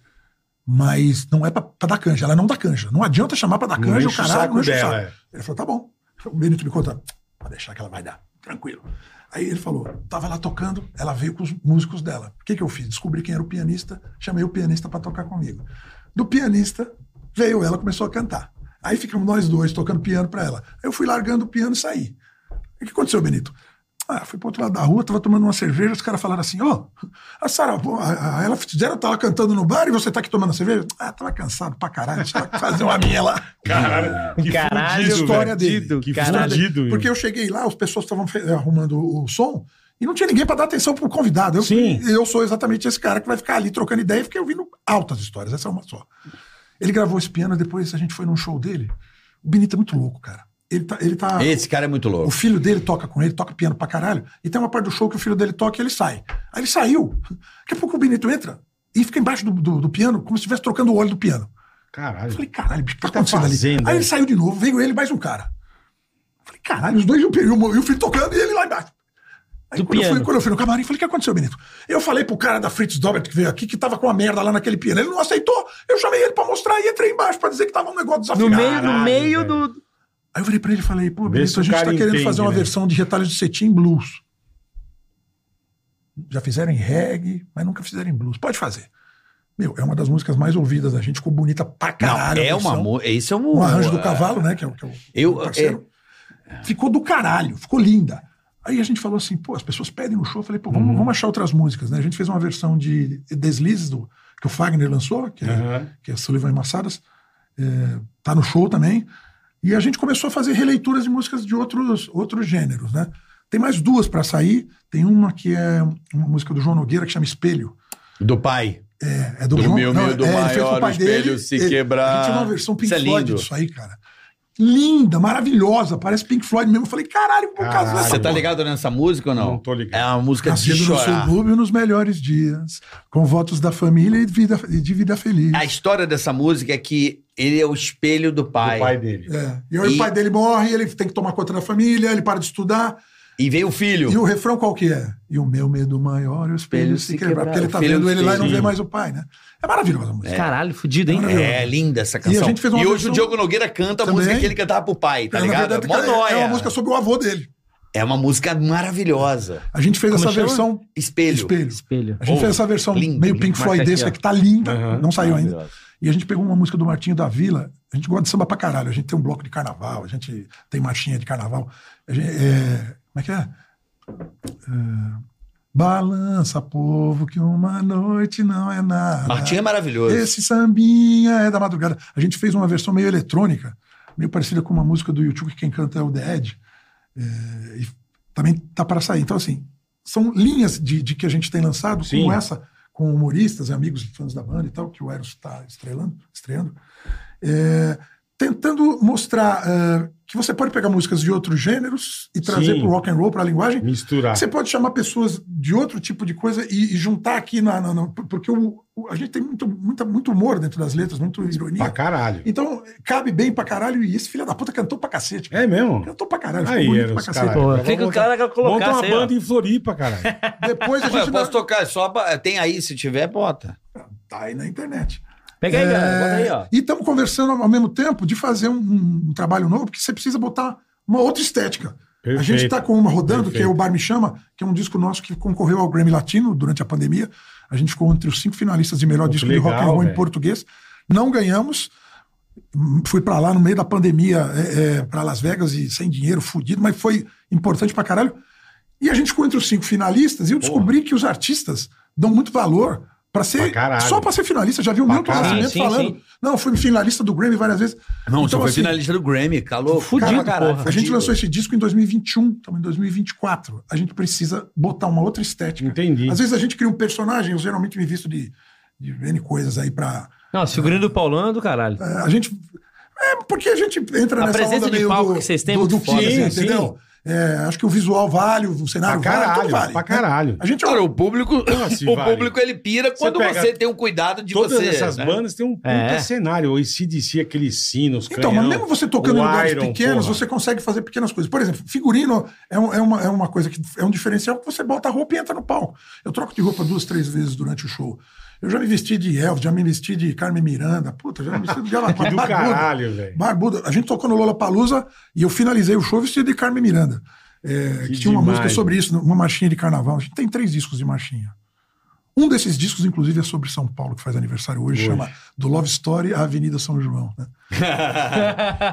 S3: mas não é pra, pra dar canja, ela não dá canja. Não adianta chamar pra dar
S4: Não
S3: canja, o
S4: enche o
S3: caralho
S4: saco
S3: não enche o
S4: dela,
S3: saco.
S4: é.
S3: Ele falou, tá bom. O Benito me conta, pode deixar que ela vai dar, tranquilo. Aí ele falou, tava lá tocando, ela veio com os músicos dela. O que que eu fiz? Descobri quem era o pianista, chamei o pianista pra tocar comigo. Do pianista, veio ela, começou a cantar. Aí ficamos nós dois tocando piano pra ela. Aí eu fui largando o piano e saí. O que aconteceu, Benito? Ah, fui pro outro lado da rua, tava tomando uma cerveja, os caras falaram assim, ó, a Sarah, Vaughan, a, a ela fizeram, tava cantando no bar e você tá aqui tomando cerveja? Ah, tava cansado pra caralho, deixa eu fazer uma minha lá.
S4: Caralho. Que
S6: Caralho,
S4: fudido,
S3: história
S4: velho.
S3: dele.
S4: Que
S3: História dele.
S4: fudido.
S3: Porque eu cheguei lá, as pessoas estavam fe- arrumando o som e não tinha ninguém pra dar atenção pro convidado. Eu,
S4: Sim.
S3: eu sou exatamente esse cara que vai ficar ali trocando ideia e fiquei ouvindo altas histórias, essa é uma só. Ele gravou esse piano, depois a gente foi num show dele. O Benito é muito louco, cara. Ele tá, ele tá
S5: Esse cara é muito
S3: o
S5: louco.
S3: filho dele toca com ele, toca piano pra caralho. E tem uma parte do show que o filho dele toca e ele sai. Aí ele saiu. Daqui a pouco o Benito entra e fica embaixo do, do- do piano, como se estivesse trocando o óleo do piano. Eu
S4: Caralho.
S3: falei, caralho, bicho, o que tá
S4: tá
S3: acontecendo ali?
S4: fazendo,
S3: Aí
S4: né?
S3: ele saiu de novo, veio ele e mais um cara. Caralho, os dois, e o, e o, e o filho tocando e ele lá embaixo. Aí,
S7: Do
S3: quando, Eu fui,
S7: piano.
S3: quando eu fui no camarim, eu falei, o que aconteceu, Benito? Eu falei pro cara da Fritz Dobert que veio aqui, que tava com uma merda lá naquele piano. Ele não aceitou, eu chamei ele pra mostrar e entrei embaixo pra dizer que tava um negócio
S7: No
S3: desafinado.
S7: meio, no
S4: Caralho,
S7: meio
S4: velho.
S7: do.
S3: Aí eu virei pra ele e falei, pô,
S4: Vê se
S3: Benito,
S4: o
S3: a gente tá
S4: cara
S3: querendo
S4: entende,
S3: fazer uma
S4: né?
S3: versão de retalhos de cetim em blues. Já fizeram em reggae, mas nunca fizeram em blues. Pode fazer. Meu, é uma das músicas mais ouvidas da gente, ficou bonita pra caralho. a
S5: é uma
S3: versão.
S5: amor. Isso é um.
S3: O arranjo do cavalo, né? Que é o que é o-
S5: Eu-
S3: o parceiro. Ficou do caralho, ficou linda. Aí a gente falou assim, pô, as pessoas pedem no show. Eu falei, pô,
S4: Uhum.
S3: vamos, vamos achar outras músicas, né? A gente fez uma versão de Deslizes, do, que o Fagner lançou, que é,
S4: Aham.
S3: que é Sullivan e Massadas. É, tá no show também. E a gente começou a fazer releituras de músicas de outros, outros gêneros, né? Tem mais duas pra sair. Tem uma que é uma música do João Nogueira que chama Espelho.
S5: Do pai.
S3: É, é do,
S1: Do
S3: João
S1: meu medo
S3: ele fez com
S1: maior,
S3: o pai
S1: o espelho
S3: dele,
S1: se
S3: ele-
S1: quebrar.
S3: A gente tem uma versão Pink
S5: Isso é
S3: Floyd
S5: lindo.
S3: disso aí, cara. Linda, maravilhosa, parece Pink Floyd mesmo. Eu falei, caralho, Ah, vou
S4: Caralho.
S3: casar essa
S5: Você tá
S3: porra.
S5: ligado nessa música ou não?
S4: Não tô ligado.
S5: É uma música de
S3: Nascido no
S5: chorar.
S3: subúrbio nos melhores dias, com votos da família e de vida, e de vida feliz.
S5: A história dessa música é que ele é o espelho do pai.
S4: O pai dele.
S3: É. E aí
S5: E-
S3: o pai dele morre, ele tem que tomar conta da família, ele para de estudar.
S5: E vem o filho.
S3: E o refrão qual que é? E o meu medo maior é o espelho se quebrar. Porque ele
S5: O
S3: tá
S5: filho
S3: vendo ele lá e não
S4: sim.
S3: vê mais o pai, né? É maravilhosa a música.
S6: tá
S7: Caralho, fudido, hein?
S5: É linda essa canção.
S3: E a gente fez uma
S5: hoje
S3: versão-
S5: o Diogo Nogueira canta a
S3: Também.
S5: música que ele cantava pro pai, tá
S3: É, na
S5: ligado?
S3: verdade,
S5: Mó
S3: cara, é- é
S5: nóia.
S3: uma música sobre o avô dele.
S5: É uma música maravilhosa.
S3: A gente fez
S7: Como
S3: essa
S7: chama?
S3: versão
S5: Espelho.
S3: Espelho.
S7: Espelho.
S3: A gente
S5: Oh,
S3: fez essa versão
S5: lindo,
S3: meio
S5: lindo.
S3: Pink
S7: Marca
S3: Floyd
S7: aqui,
S3: desse
S7: ó.
S3: aqui, tá linda,
S4: Aham.
S3: não saiu ainda. E a gente pegou uma música do Martinho da Vila, a gente gosta de samba pra caralho, a gente tem um bloco de carnaval, a gente tem marchinha de carnaval. A gente, é, como é que é? É, Balança, povo, que uma noite não é nada.
S5: Martinho é maravilhoso.
S3: Esse sambinha é da madrugada. A gente fez uma versão meio eletrônica, meio parecida com uma música do YouTube que quem canta é o The Ed. É, e também tá para sair. Então, assim, são linhas de, de que a gente tem lançado,
S4: Sim.
S3: como essa, com humoristas, amigos e fãs da banda e tal, que o Eros está estrelando, estreando. É, tentando mostrar é, que você pode pegar músicas de outros gêneros e trazer
S4: Sim.
S3: para o rock and roll, para a linguagem,
S4: Misturar.
S3: você pode chamar pessoas de outro tipo de coisa e, e juntar aqui na. na- na- porque o- o- a gente tem muito, muita, muito humor dentro das letras, muito
S4: Pra
S3: ironia.
S4: caralho.
S3: Então, cabe bem pra caralho. E esse filho da puta cantou pra cacete. cara.
S4: É mesmo?
S3: Cantou pra caralho. Ficou
S4: Aí,
S3: bonito
S4: Eros,
S3: pra cacete.
S4: caralho.
S7: Pô, fica o cara que colocar
S4: Monta uma
S7: sei lá.
S4: banda em Floripa, caralho.
S3: Depois a
S5: Ué,
S3: gente
S5: eu
S3: vai-
S5: posso tocar, é só ba- tem aí, se tiver, bota.
S3: tá aí na internet.
S7: Pega aí,
S3: É,
S7: galera. Bota aí, ó.
S3: E estamos conversando ao mesmo tempo de fazer um, um trabalho novo, porque você precisa botar uma outra estética. A gente
S4: Perfeito.
S3: está com uma rodando, que é
S4: Perfeito.
S3: o Bar Me Chama, que é um disco nosso que concorreu ao Grammy Latino durante a pandemia. A gente ficou entre os cinco finalistas de melhor
S4: Pô, que
S3: disco de
S4: legal,
S3: rock and roll
S4: velho.
S3: em português. Não ganhamos. Hum, Fui para lá no meio da pandemia, é, para Las Vegas e sem dinheiro, fudido, mas foi importante pra caralho. E a gente ficou entre os cinco finalistas e eu descobri que os artistas dão muito valor para
S4: Pra
S3: ser.
S4: caralho.
S3: só para ser finalista. Já vi um o
S4: Pra
S3: Milton
S4: caralho.
S3: Nascimento
S7: Sim,
S3: falando.
S7: sim.
S3: Não, fui finalista do Grammy várias vezes.
S5: Não,
S3: Então,
S5: você foi
S3: assim,
S5: finalista do Grammy, calou.
S7: Fudido,
S5: Cara, caralho,
S7: porra.
S3: a gente
S5: fudido.
S3: lançou esse disco em 2021, estamos em 2024. A gente precisa botar uma outra estética.
S4: Entendi.
S3: Às vezes a gente cria um personagem, eu geralmente me visto de, de N coisas aí pra.
S7: Não, a figurinha do Paulão é do caralho.
S3: é, A gente. É porque a gente entra
S7: A
S3: nessa
S7: presença
S3: onda
S7: de
S3: meio
S7: palco
S3: do,
S7: que vocês têm é
S3: do,
S7: muito
S3: do
S7: foda,
S3: Kiss,
S4: né?
S3: entendeu? É, acho que o visual vale, o
S4: Pra
S3: cenário vale,
S4: caralho,
S3: tudo vale.
S4: pra
S3: né?
S4: caralho.
S3: A gente
S5: Cara, o público,
S4: Ah, se
S5: o
S4: vale.
S5: público ele pira quando
S4: pega
S5: você tem o cuidado de
S4: Todas
S5: você.
S4: essas
S5: né?
S4: bandas têm um puta
S7: É.
S4: cenário. O ICDC, aqueles sinos,
S3: Então,
S4: canhão,
S3: mas mesmo você tocando em
S4: o
S3: lugares
S4: Iron,
S3: pequenos,
S4: porra.
S3: você consegue fazer pequenas coisas. Por exemplo, figurino é, um- é uma, é uma coisa que é um diferencial que você bota a roupa e entra no palco. Eu troco de roupa duas, três vezes durante o show. Eu já me vesti de Elvis, já me vesti de Carmen Miranda, puta, já me vesti de Ela
S4: Que do caralho, velho.
S3: Barbuda. A gente tocou no Lollapalooza e eu finalizei o show vestido de Carmen Miranda. É,
S4: Que
S3: que tinha uma
S4: demais.
S3: música sobre isso, uma marchinha de carnaval. A gente tem três discos de marchinha. Um desses discos, inclusive, é sobre São Paulo, que faz aniversário hoje, chama Do Love Story à Avenida São João. Né?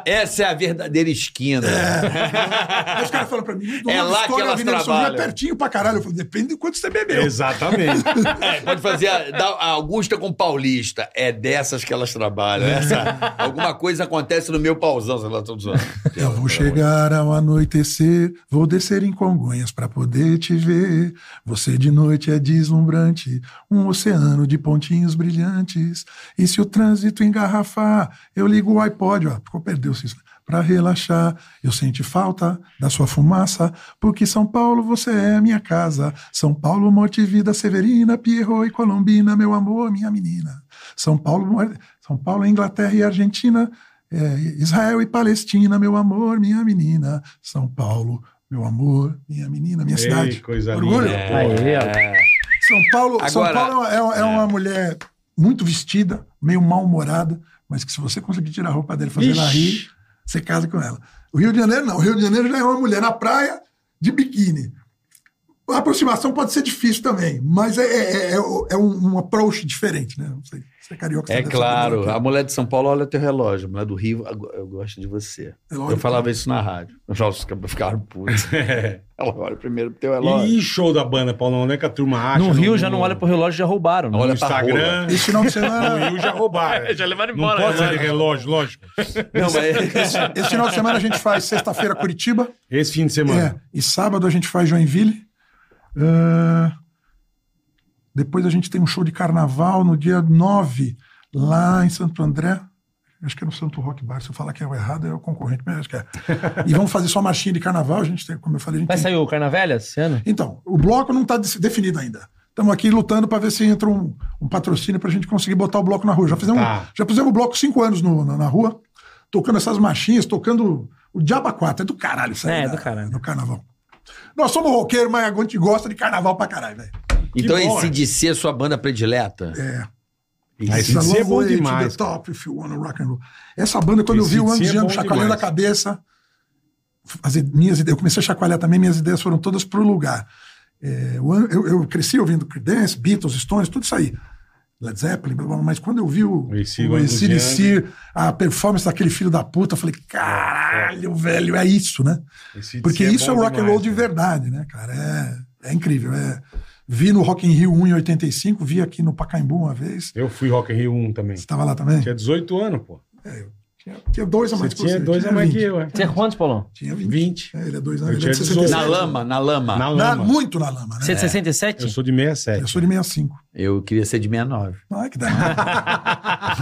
S5: Essa é a verdadeira esquina.
S3: Aí os caras falam pra mim, do
S5: É
S3: Love
S5: lá que
S3: Story à
S5: elas
S3: Avenida São João é
S5: trabalham.
S3: pertinho pra caralho. Eu falo, depende do quanto você bebeu.
S4: Exatamente.
S5: É, pode fazer a, da- a Augusta com Paulista. É dessas que elas trabalham. Essa- alguma coisa acontece no meu pauzão, sei lá, todos os anos.
S3: Eu vou chegar ao anoitecer, vou descer em Congonhas pra poder te ver. Você de noite é deslumbrante, um oceano de pontinhos brilhantes. E se o trânsito engarrafar, eu ligo o iPod, ó, ficou perdeu-se isso. Pra relaxar, eu senti falta da sua fumaça, porque São Paulo você é minha casa. São Paulo, morte e vida, Severina, Pierrot e é, Colombina, meu amor, minha menina. São Paulo, morte- São Paulo, Inglaterra e Argentina. É, Israel e Palestina, meu amor, minha menina. São Paulo, meu amor, minha menina, minha
S4: Ei,
S3: cidade.
S4: coisa
S3: Orgulho.
S4: linda.
S7: Aí, ó.
S3: São Paulo, São
S5: Agora-
S3: Paulo é, é uma mulher muito vestida, meio mal-humorada, mas que se você conseguir tirar a roupa dela e fazer ela rir, você casa com ela. O Rio de Janeiro não. O Rio de Janeiro já é uma mulher na praia de biquíni. A aproximação pode ser difícil também, mas é, é, é, é um, um approach diferente, né? Não sei, você é carioca. você
S5: É
S3: deve
S5: claro,
S3: saber.
S5: a mulher de São Paulo olha teu relógio, a mulher do Rio "Agora eu gosto de você.
S3: É lógico.
S5: Eu falava isso na rádio. Os nossos cabos ficaram putos. Ela olha primeiro pro teu relógio.
S4: É. E, e show da banda, Paulão, né? Que a turma acha.
S7: No Rio já não olha pro relógio, já roubaram. né?
S5: Olha
S4: no
S5: pra
S4: Instagram.
S3: Esse final de semana,
S4: No Rio já roubaram.
S6: Já levaram
S4: Não
S6: embora.
S4: pode
S6: né?
S4: ser de relógio, lógico.
S5: Não, mas... é
S3: esse final de semana a gente faz sexta-feira Curitiba.
S4: Esse fim de semana.
S3: É, e sábado a gente faz Joinville. Ah, depois a gente tem um show de carnaval no dia 9, lá em Santo André. Acho que é no Santo Rock Bar. Se eu falar que é o errado, é o concorrente, mas acho que é. E vamos fazer só marchinha de carnaval. A gente tem, como eu falei, a gente
S7: Vai
S3: tem-
S7: sair o Carnavelhas esse ano?
S3: Então, o bloco não está definido ainda. Estamos aqui lutando para ver se entra um, um patrocínio para a gente conseguir botar o bloco na rua. Já fizemos,
S4: Tá.
S3: já fizemos o bloco cinco anos no- na, na rua, tocando essas marchinhas, tocando o Diaba 4. É do caralho isso aí.
S7: É,
S3: né?
S7: do caralho.
S3: No carnaval. Nós somos roqueiros, mas a gente gosta de carnaval pra caralho, velho.
S5: Então,
S4: Que bom,
S5: esse
S4: né?
S5: de ser sua banda predileta.
S3: É. tá
S4: Aí esse
S3: Essa
S4: fim de é
S3: Love
S4: bom
S3: Way to
S4: demais.
S3: the top, if you wanna rock and roll. Essa banda, quando eu vi o
S4: AC/DC é
S3: Andy Young
S4: bom
S3: chacoalhando
S4: demais.
S3: a cabeça, as i- minhas ideias, eu comecei a chacoalhar também, minhas ideias foram todas pro lugar. É, o An- eu, eu cresci ouvindo Creedence, Beatles, Stones, tudo isso aí. Led Zeppelin, blá, blá, blá, mas quando eu vi o,
S4: O AC,
S3: o
S4: o né? Andy
S3: AC/DC, a performance daquele filho da puta, eu falei, caralho, velho, é isso, né?
S4: Esse
S3: Porque
S4: DC
S3: isso é,
S4: bom
S3: o rock and
S4: demais,
S3: roll de
S4: né?
S3: verdade, né, cara? É, é incrível. é. Vi no Rock in Rio 1 em 85, vi aqui no Pacaembu uma vez.
S4: Eu fui Rock in Rio 1 também.
S3: Você tava lá também?
S4: Tinha 18 anos, pô.
S3: Tinha, tipo assim, tinha dois a
S4: Você
S3: mais que
S4: tinha
S3: você,
S4: dois a mais que
S3: 20.
S4: eu, é.
S7: Você é quantos, Paulão?
S3: Tinha 20.
S4: 20.
S3: É, ele é dois
S4: Eu
S3: anos. Ele é
S4: tinha
S3: de 67.
S4: 18.
S5: Na lama, na lama.
S4: Na
S3: Na-
S4: lama.
S3: muito na
S7: É.
S3: lama, né?
S7: 167?
S4: Eu sou de 67.
S3: Eu sou de 65.
S5: Eu queria ser de 69.
S3: Ah, que dá.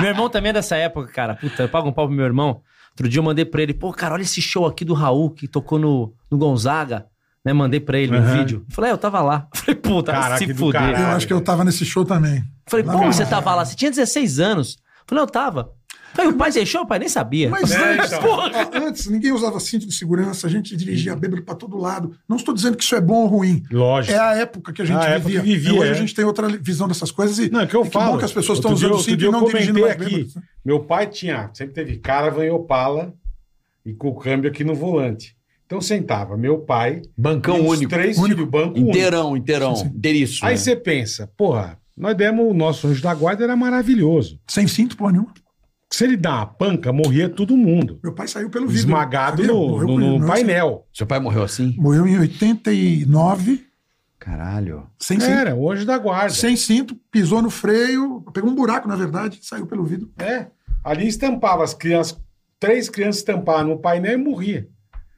S7: Meu irmão também é dessa época, cara. Puta, eu pago um pau pro meu irmão. Outro dia eu mandei pra ele, pô, cara, olha esse show aqui do Raul que tocou no, no Gonzaga. Né, mandei pra ele um
S4: Aham.
S7: vídeo. Eu Falei, é, eu tava lá. Eu Falei, puta, vai
S4: Caraca,
S7: se
S4: que do
S7: fuder.
S4: caralho.
S3: eu acho que eu tava nesse show também.
S7: Eu Falei,
S3: Lá
S7: como
S3: no
S7: você
S3: Gonzaga.
S7: tava lá? Você tinha 16 anos. Eu Falei, eu tava. Eu Falei, o pai deixou? O pai nem sabia.
S3: Mas
S4: É,
S3: antes,
S4: então.
S3: ó, antes, ninguém usava cinto de segurança, a gente dirigia bêbado pra todo lado. Não estou dizendo que isso é bom ou ruim.
S4: Lógico.
S3: É a época que a gente
S4: A época
S3: vivia.
S4: que vivia,
S3: E hoje
S4: é.
S3: a gente tem outra visão dessas coisas. E,
S4: Não, é que eu
S3: e que
S4: falo.
S3: bom que as pessoas
S4: Outro
S3: estão
S4: dia-
S3: usando
S4: outro
S3: cinto e
S4: dia eu
S3: não dirigindo
S4: comentei
S3: mais né?
S4: aqui.
S3: bêbado.
S4: Meu pai tinha, sempre teve Caravan e Opala e com o câmbio aqui no volante. Então sentava meu pai,
S5: Bancão
S4: e os
S5: único.
S4: três
S3: Único.
S4: filhos, banco único.
S5: Inteirão, inteirão. Inteiriço.
S4: Aí
S5: né?
S4: você pensa, porra, nós demos o nosso anjo da guarda, era maravilhoso.
S3: Sem cinto, porra nenhuma.
S4: Se ele dá uma panca, morria todo mundo.
S3: Meu pai saiu pelo vidro.
S4: Esmagado
S3: Sabia?
S4: no,
S3: Morreu
S4: no-
S3: com- né?
S4: no
S3: morreu sem-
S4: painel.
S5: Seu pai morreu assim?
S3: Morreu em 89,
S5: Caralho.
S3: sem cinto.
S4: Era, o anjo da guarda.
S3: sem cinto, pisou no freio, pegou um buraco, na verdade, saiu pelo vidro.
S4: É. Ali estampava as crianças, três crianças estampavam no painel e morria.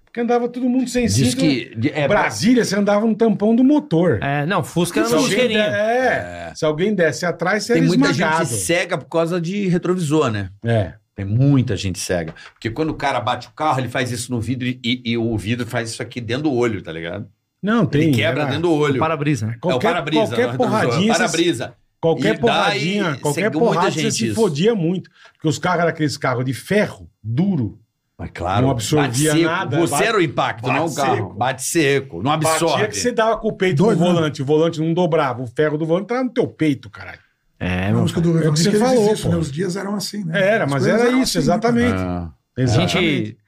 S4: Porque andava todo mundo sem
S5: Diz
S4: cinto.
S5: que. de- É,
S4: Brasília, você andava no tampão do motor.
S7: É, não, Fusca era
S4: Se
S7: um
S4: alguém
S7: fusqueirinho.
S4: der- é. Se alguém desse atrás, você
S5: tem
S4: era
S5: muita
S4: esmagado.
S5: gente cega por causa de retrovisor, né?
S4: É.
S5: Tem muita gente cega. Porque quando o cara bate o carro, ele faz isso no vidro e, e- e o vidro faz isso aqui dentro do olho, tá ligado?
S4: Não, tem. é
S5: Ele quebra
S4: era-
S5: dentro do olho.
S7: Para-brisa, né?
S4: Qualquer,
S5: é o para-brisa.
S4: Qualquer
S5: não é retrovisor,
S4: porradinha,
S5: é o
S4: você-
S5: para-brisa.
S4: qualquer
S5: E
S4: porradinha,
S5: daí,
S4: qualquer
S5: seguiu muita
S4: porrada, você
S5: gente
S4: se
S5: isso.
S4: fodia muito. Porque os carros eram aqueles carros de ferro duro.
S5: Mas claro.
S4: Não absorvia
S5: bate seco.
S4: nada,
S5: Você
S4: bate-
S5: era o impacto,
S4: bate
S5: não o carro.
S4: seco.
S5: Bate seco. Não absorve.
S4: Batia que você dava com o peito
S3: Dois,
S4: no
S3: né?
S4: volante. O volante não dobrava. O ferro do volante tava no teu peito, caralho.
S7: É,
S3: É,
S7: mano.
S3: música do
S4: É o que você
S3: ele diz
S4: falou,
S3: isso,
S4: pô.
S3: né? Os dias eram assim,
S5: É,
S3: né?
S4: Era,
S3: As
S4: mas
S3: coisas
S4: era
S3: eram
S4: isso,
S3: assim, né, cara?
S4: exatamente.
S5: Ah.
S7: A
S4: Exatamente.
S7: gente...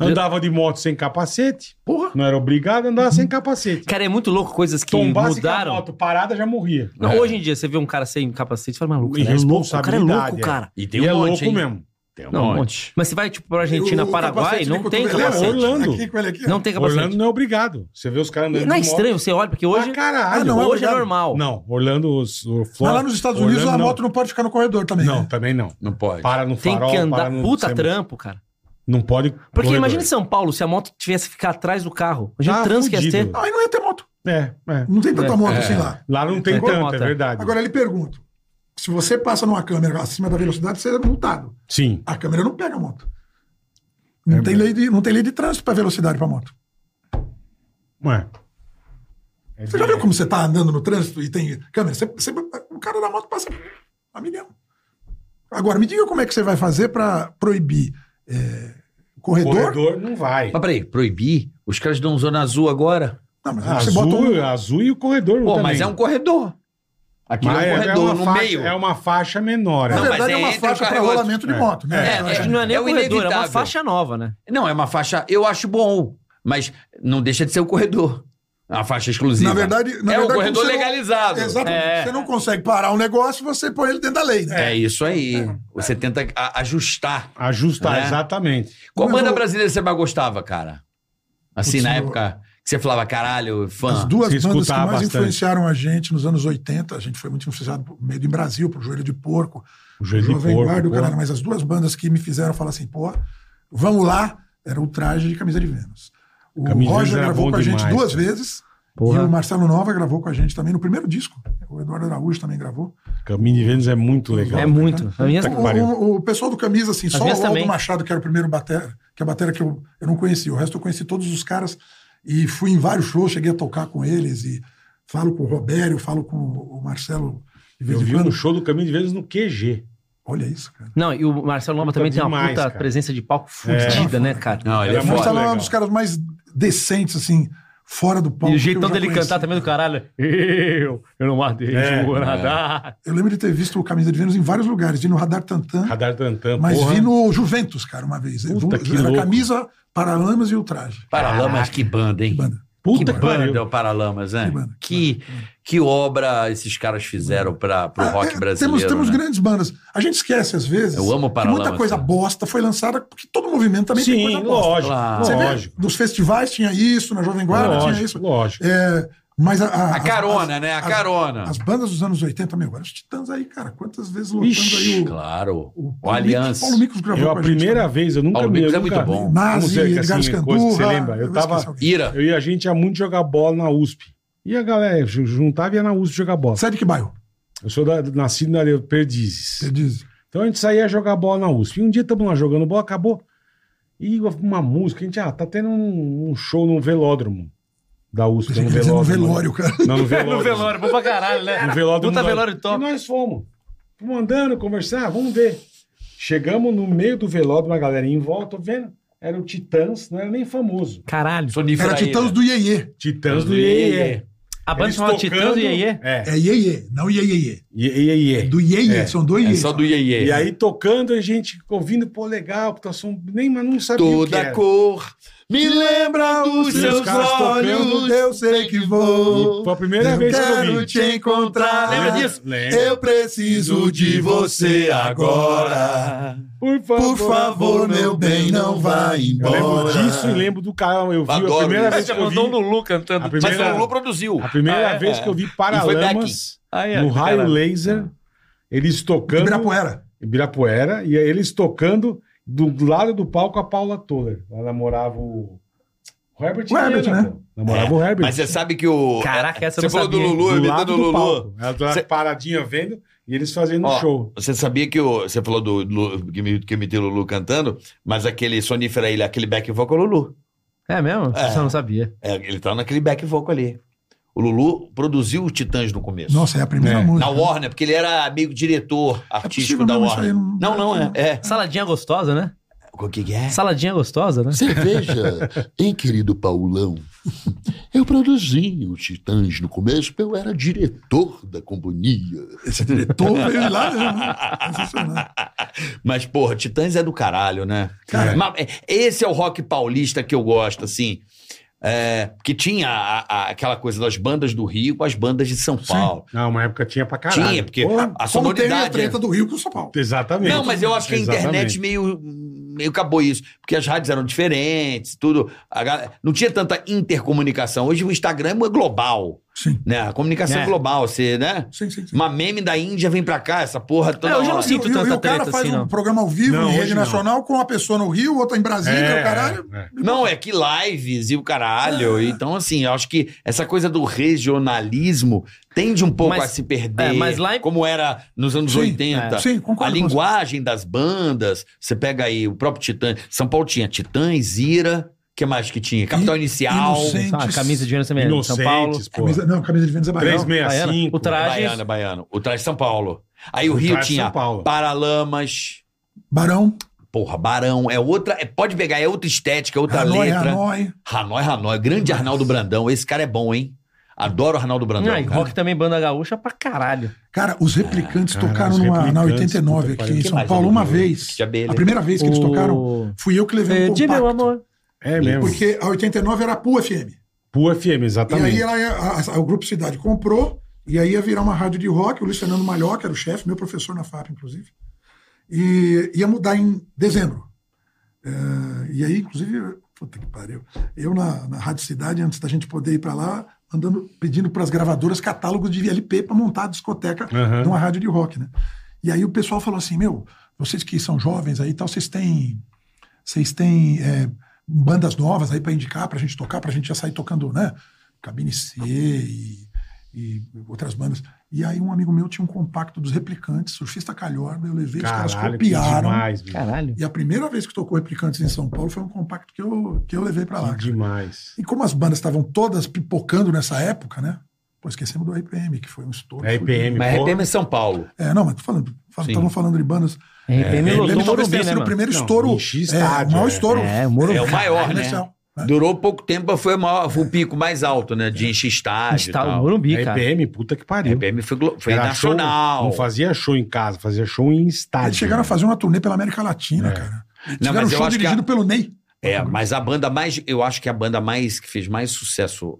S4: Andava de moto sem capacete. Porra. Não era obrigado, andava
S5: Uhum.
S4: sem capacete.
S7: Cara, é muito louco coisas que
S4: Tombasse com a
S7: mudaram.
S4: moto É. parada, já morria.
S7: Não, Hoje em dia, você vê um cara sem capacete e fala, maluco, cara, é louco, o cara é
S4: Irresponsabilidade,
S7: louco,
S4: é.
S7: cara.
S5: E tem
S4: e
S5: um
S4: é
S5: monte,
S4: louco
S5: hein?
S4: mesmo.
S5: Tem um
S7: Não, um
S5: monte.
S7: monte. Mas você vai, tipo, pra Argentina,
S3: O
S7: Paraguai,
S3: capacete
S7: não
S3: de
S7: tem
S3: cotovelo,
S7: capacete.
S4: Não, é Orlando.
S3: Aqui com ele aqui, ó.
S7: Não tem capacete.
S4: Orlando não é obrigado. Você vê os caras andando
S7: E Não é
S4: de moto.
S7: estranho, você olha, porque hoje,
S4: Pra caralho.
S3: Ah, não é
S7: hoje é
S3: obrigado.
S7: normal.
S4: Não, Orlando, os- o
S3: Mas
S4: Flórida-
S3: Tá lá nos Estados Unidos
S4: Orlando,
S3: a moto não. pode ficar no corredor também.
S4: Não,
S3: né?
S4: também não.
S5: Não pode.
S4: Para no
S7: Tem
S4: farol,
S7: que
S4: para
S7: andar
S4: no...
S7: puta
S4: você-
S7: trampo, cara.
S4: Não pode...
S7: Porque
S4: corredor.
S7: imagina em São Paulo, se a moto tivesse que ficar atrás do carro. Imagina
S4: Tá
S7: o trânsito que ia ter.
S4: fudido.
S3: Aí não ia ter moto.
S4: É, é.
S3: Não tem tanta
S7: É.
S3: moto assim lá.
S4: Lá não tem
S7: Tem
S4: tanto,
S7: moto,
S4: é
S7: é.
S4: verdade.
S3: Agora ele pergunta: se você passa numa câmera acima da velocidade, você é multado.
S4: Sim.
S3: A câmera não pega a moto.
S7: É
S3: Não, tem, lei de, não tem lei de trânsito pra velocidade pra moto.
S4: Ué. É
S3: Você já viu como você tá andando no trânsito e tem câmera? Você, você- o cara da moto passa a milhão. Agora, me diga como é que você vai fazer para proibir é, corredor.
S4: Corredor não vai.
S5: Mas peraí, proibir? Os caras dão zona azul agora?
S3: Não, mas aí você
S4: Azul, é.
S3: bota um.
S4: azul e o corredor
S5: Pô,
S4: também.
S5: mas é um corredor. Aqui
S4: Mas
S5: é um corredor,
S4: uma
S5: no
S4: faixa,
S5: meio.
S4: É uma faixa menor.
S3: Na
S5: Não,
S4: é.
S5: mas
S3: verdade,
S5: é
S3: é uma
S5: entre um
S3: faixa para
S5: carro e outro.
S3: rolamento de moto, né?
S5: É,
S7: Não é nem
S5: É
S7: um
S5: o
S7: corredor, é uma
S5: inevitável.
S7: faixa nova, né?
S5: Não, é uma faixa. Eu acho bom, mas não deixa de ser o corredor. É uma faixa exclusiva.
S3: Na verdade, na
S5: é
S3: verdade,
S5: o corredor
S3: você não-
S5: legalizado.
S3: Exatamente.
S7: É.
S3: Você não consegue parar um negócio, você põe ele dentro da lei, né?
S5: É isso aí. Você tenta a- ajustar.
S4: Ajustar,
S5: É.
S4: exatamente.
S5: Qual
S3: Mas
S5: banda
S3: eu-
S5: brasileira você mais gostava, cara? Assim,
S3: Putz,
S5: na
S3: eu-
S5: época que você falava, caralho,
S3: As
S5: fã.
S3: duas
S4: se
S3: bandas que mais
S4: escutar bastante.
S3: influenciaram a gente nos anos 80, a gente foi muito influenciado por Medo em Brasil, por Joelho de Porco,
S4: O joelho de
S3: Jovem
S4: porco.
S3: Guarda, o
S4: porra.
S3: caralho, mas as duas bandas que me fizeram falar assim, pô, vamos lá, era o traje de camisa de Vênus. O
S4: Camisa de Vênus
S3: Roger
S4: era
S3: gravou
S4: bom
S3: com a gente
S4: demais,
S3: duas
S4: cara.
S3: vezes.
S7: Porra.
S3: E o Marcelo Nova gravou com a gente também no primeiro disco. O Eduardo Araújo também gravou.
S4: Caminho de Vênus é muito legal.
S7: É muito. A minha-
S4: Puta que
S3: O-
S4: pariu.
S3: O, o pessoal do Camisa, assim, só o
S7: minhas
S3: Aldo
S7: também.
S3: Machado, que era o primeiro batera, que é a batera que eu, eu não conhecia. O resto eu conheci todos os caras e fui em vários shows, cheguei a tocar com eles e falo com o Robério, falo com o Marcelo de
S4: Eu
S3: vez em
S4: vi um
S3: quando.
S4: show do Caminho de Vênus no QG.
S3: Olha isso, cara.
S7: Não, e o Marcelo Nova também tem uma
S4: demais,
S7: puta
S4: cara.
S7: presença de palco fudida, né, cara?
S5: Não, ele é
S4: Era muito
S5: foda.
S3: Marcelo é
S4: legal.
S3: um dos caras mais decentes, assim, fora do palco.
S7: E o
S3: que eu
S7: jeitão
S3: já
S7: dele
S3: conheci.
S7: cantar também do caralho. né? Eu, eu não matei,
S4: É,
S7: vou nadar.
S3: Eu lembro de ter visto o Camisa de Vênus em vários lugares. Vi no Radar Tantan,
S4: Radar Tantan,
S3: mas
S4: porra.
S3: vi no Juventus, cara, uma vez.
S4: Puta, que
S3: Era
S4: louco.
S3: camisa, paralamas e o traje.
S5: Paralamas, que banda, hein?
S3: Banda.
S4: Puta
S5: que
S4: que
S5: banda é
S4: pariu.
S5: o Paralamas, né?
S3: Que banda.
S5: Que, que obra esses caras fizeram para pro
S3: Ah, é,
S5: rock brasileiro.
S3: Temos, temos
S5: né?
S3: grandes bandas. A gente esquece, às vezes,
S5: Eu amo
S3: que muita
S5: Paralamas,
S3: coisa
S5: cara.
S3: bosta foi lançada, porque todo movimento também tem
S4: Sim,
S3: coisa bosta.
S4: lógico.
S5: Claro.
S3: Você vê,
S4: Lógico.
S3: Dos festivais tinha isso, na Jovem Guarda tinha
S4: Lógico,
S3: isso.
S4: lógico.
S3: É, mas a,
S5: A carona, né? A
S3: as-
S5: carona.
S3: As bandas dos anos 80, meu, agora os titãs aí, cara. Quantas vezes lotando
S4: Ixi,
S3: aí o,
S5: Claro.
S3: O
S5: O,
S3: Paulo Micos,
S5: Aliança.
S3: Paulo Micos gravou
S4: Eu, a
S3: com a gente
S4: primeira
S3: também.
S4: vez, eu nunca
S5: Paulo
S4: me
S5: Micos
S4: eu
S5: é muito
S4: nunca-
S5: bom.
S4: Vamos
S3: Nazi,
S4: dizer que,
S3: Edgar
S4: assim, coisa que você lembra. Eu tava-
S5: Ira.
S4: Eu e a gente ia muito jogar bola na USP. E a galera ju- juntava e ia na USP jogar bola.
S3: Sai de que bairro?
S4: Eu sou da, nascido na área
S3: Você
S4: Perdizes.
S3: diz.
S4: Então a gente saía jogar bola na USP. E um dia estamos lá jogando bola, acabou. E uma música, a gente, ah, tá tendo um, um show no velódromo da USP.
S3: Pensei
S4: no
S3: que ele ia dizer no
S4: velódromo.
S3: um velório, cara.
S4: Não, É no velório.
S7: No velório, bom pra caralho, né?
S4: No velório
S7: Puta
S4: do mundo.
S7: velório top.
S4: E nós fomos. Fomos andando, conversar, ah, vamos ver. Chegamos no meio do velório, uma galerinha em volta, tô vendo. Era o Titãs, não era nem famoso.
S7: Caralho.
S5: Sonífera
S3: Era Titãs do Iê.
S4: Titãs do Iê.
S7: né? A banda chamava Titãs do Iê.
S4: É.
S3: É Iê, não Iê Iê.
S4: Iê, Iê.
S3: Do Iê,
S4: É.
S3: são do Iê.
S5: É só do Iê.
S4: E aí tocando, a gente ouvindo, pô, legal, puta som, nem, mas não sabia o que é?
S5: Toda
S4: era.
S5: cor me lembra dos
S4: E os
S5: seus
S4: caras
S5: olhos.
S4: tocando,
S3: eu sei que vou.
S4: E Foi a primeira vez que eu vi.
S3: te encontrar.
S5: Lembra disso?
S4: Lembra.
S3: Eu preciso de você agora.
S4: Por favor,
S3: Por favor, meu bem, não vá
S4: Eu
S3: embora.
S4: lembro disso e lembro do cara. Eu vi a
S5: Adoro
S4: primeira
S5: isso.
S4: vez que eu vi.
S7: Lulu cantando.
S4: A
S5: Mas
S4: primeira,
S5: o Lulu produziu.
S4: a primeira
S7: Ah, é,
S4: vez
S7: é.
S4: que eu vi
S5: E foi é?
S4: Paralamas
S5: backing.
S7: Aí,
S4: no
S7: ó,
S4: raio
S7: caralho.
S4: laser, eles tocando.
S3: Ibirapuera.
S4: Ibirapuera, e aí eles tocando do lado do palco a Paula Toller. Ela namorava o. o Herbert,
S3: O Herbert,
S4: Viana,
S3: né?
S4: pô. Namorava o Herbert.
S5: É, Mas você sabe que o.
S7: Caraca, essa eu
S5: Você
S7: não
S5: falou do
S7: sabia.
S5: Lulu,
S4: do
S5: imitando
S4: lado
S5: o
S4: do
S5: Lulu.
S4: palco. Ela tava
S5: Cê-
S4: paradinha vendo e eles fazendo
S5: Ó,
S4: show.
S5: Você sabia que o. Você falou do Lu- que me- que imitei o Lulu cantando, mas aquele sonífera, ele, aquele back vocal é o Lulu.
S7: É mesmo?
S5: É.
S7: Você não sabia.
S5: É, ele tá naquele back vocal ali. O Lulu produziu o Titãs no começo.
S3: Nossa, é a primeira
S4: É.
S3: música.
S5: Na Warner, porque ele era amigo diretor
S3: É
S5: artístico
S3: possível
S5: da
S3: mesmo isso aí,
S5: Warner. Não, não, é. é.
S7: Saladinha gostosa, né?
S5: O que, que é?
S7: Saladinha gostosa, né?
S8: Cerveja, hein, querido Paulão? Eu produzi o Titãs no começo, eu era diretor da companhia.
S3: Esse diretor veio lá. né? Sensacional.
S5: Mas, porra, Titãs é do caralho, né?
S3: Cara.
S5: Mas, é, esse é o rock paulista que eu gosto, assim. É, que tinha a- a- aquela coisa das bandas do Rio com as bandas de São Paulo.
S4: Não, uma época tinha pra caralho.
S5: Tinha, porque
S4: Pô,
S5: a
S3: Como teve a
S5: sonoridade.
S3: treta do Rio com o São Paulo.
S4: Exatamente.
S5: Não, mas eu acho que a internet
S4: Exatamente.
S5: meio, meio acabou isso. Porque as rádios eram diferentes, tudo. A galera- não tinha tanta intercomunicação. Hoje o Instagram é global,
S3: Sim.
S5: né? A comunicação é
S7: É.
S5: global, você, né?
S3: Sim, sim, sim.
S5: Uma meme da Índia vem pra cá, essa porra toda
S7: É, hoje eu não
S5: hora.
S7: sinto
S3: E o- e o- e
S7: tanta
S3: o cara
S7: treta
S3: faz
S7: assim,
S3: um
S7: não.
S3: programa ao vivo
S4: Não,
S3: em
S4: hoje
S3: rede
S4: não.
S3: nacional com uma pessoa no Rio, outra em Brasília,
S4: É,
S3: o caralho.
S4: é.
S5: Não, é que lives e o caralho. Então, assim, eu acho que essa coisa do regionalismo tende um pouco
S7: Mas-
S5: a se perder.
S7: é, mas lá em-
S5: Como era nos anos
S3: Sim,
S5: 80.
S3: é. Sim, concordo
S5: a
S3: com
S5: linguagem das bandas. Você pega aí o próprio Titã. São Paulo tinha Titãs, Ira, que mais que tinha? Capital Inicial.
S3: Inocentes.
S6: Ah, camisa de Vênus
S7: é
S6: também, era de São Paulo.
S4: Inocentes, pô.
S3: Camisa, não, camisa de Vênus é baiana.
S6: Baiana.
S4: 365.
S6: O traje.
S5: Baiano, baiano. O Trás de São Paulo. Aí o,
S4: O
S5: Rio
S4: Trás de
S5: tinha
S4: São Paulo.
S5: Paralamas.
S3: Barão,
S5: Porra, Barão. É outra. é- pode pegar, é outra estética, é outra
S3: Hanoi,
S5: letra.
S3: Hanoi.
S5: Hanoi, Hanoi. Grande Arnaldo Brandão. Esse cara é bom, hein? Adoro o Arnaldo Brandão.
S6: Ah, e
S5: cara.
S6: rock também, banda gaúcha pra caralho.
S3: Cara, os replicantes
S4: Cara,
S3: tocaram
S4: os
S3: numa- na
S4: Replicantes,
S3: 89
S4: puta,
S3: aqui em
S4: que
S3: São
S5: mais
S3: Paulo
S5: eu
S3: uma
S5: vi,
S3: vez.
S5: de abelha.
S3: A primeira vez que eles
S6: O-
S3: tocaram, fui eu que levei um
S6: Perdi meu
S3: compacto.
S6: amor.
S4: É mesmo.
S3: Porque a 89 era a Pu FM.
S4: Pu FM, exatamente.
S3: E aí ela ia- a- a- o Grupo Cidade comprou, e aí ia virar uma rádio de rock. O Luiz Fernando Malhoca era o chefe, meu professor na FAP, inclusive. E ia mudar em dezembro. Eh, e aí, inclusive, puta que pariu. Eu na, na Rádio Cidade, antes da gente poder ir para lá, andando, pedindo para as gravadoras catálogos de LP para montar a discoteca
S4: Aham.
S3: numa rádio de rock, né? E aí o pessoal falou assim: meu, vocês que são jovens aí e tal, vocês têm vocês têm é, bandas novas aí para indicar, para a gente tocar, para a gente já sair tocando, né? Cabine
S4: Tá
S3: C e, e outras bandas. E aí um amigo meu tinha um compacto dos Replicantes, Surfista Calhorda, eu levei, os caras
S4: Caralho, que
S3: copiaram.
S4: demais, bicho.
S6: Caralho.
S3: E a primeira vez que tocou Replicantes em São Paulo foi um compacto que eu, que eu levei para lá.
S4: Que
S3: cara.
S4: demais.
S3: E como as bandas estavam todas pipocando nessa época, né? Pô, esquecemos do RPM, que foi um estouro.
S4: É IPM,
S5: Mas
S4: pô.
S5: RPM é São Paulo.
S3: É, não, mas tô falando,
S5: Sim.
S3: estavam falando de bandas.
S6: É, RPM
S3: o
S6: lotou o
S3: talvez
S6: Morumbi,
S3: tenha
S6: né,
S3: sido o
S6: mano?
S3: primeiro
S4: Não,
S3: estouro.
S4: enchi
S3: é, o
S4: estádio,
S3: maior
S4: é.
S3: estouro.
S6: É, o Morumbi.
S5: É o maior, né?
S3: comercial, né?
S5: Durou pouco tempo, mas foi, o maior, foi o pico mais alto, né? De encher estádio. e
S6: Está Tá, o
S5: tal.
S6: Morumbi,
S4: É
S6: cara.
S4: IPM, puta que pariu.
S5: RPM foi, glo- foi
S4: Era
S5: nacional.
S4: Show, não fazia show em casa, fazia show em estádio.
S3: Eles chegaram a fazer uma turnê pela América Latina, cara. Eles
S5: É. Não,
S3: Tiveram um
S5: mas eu
S3: show
S5: acho que
S3: dirigido
S5: a-
S3: pelo Ney.
S5: É, mas a banda mais. Eu acho que a banda mais que fez mais sucesso,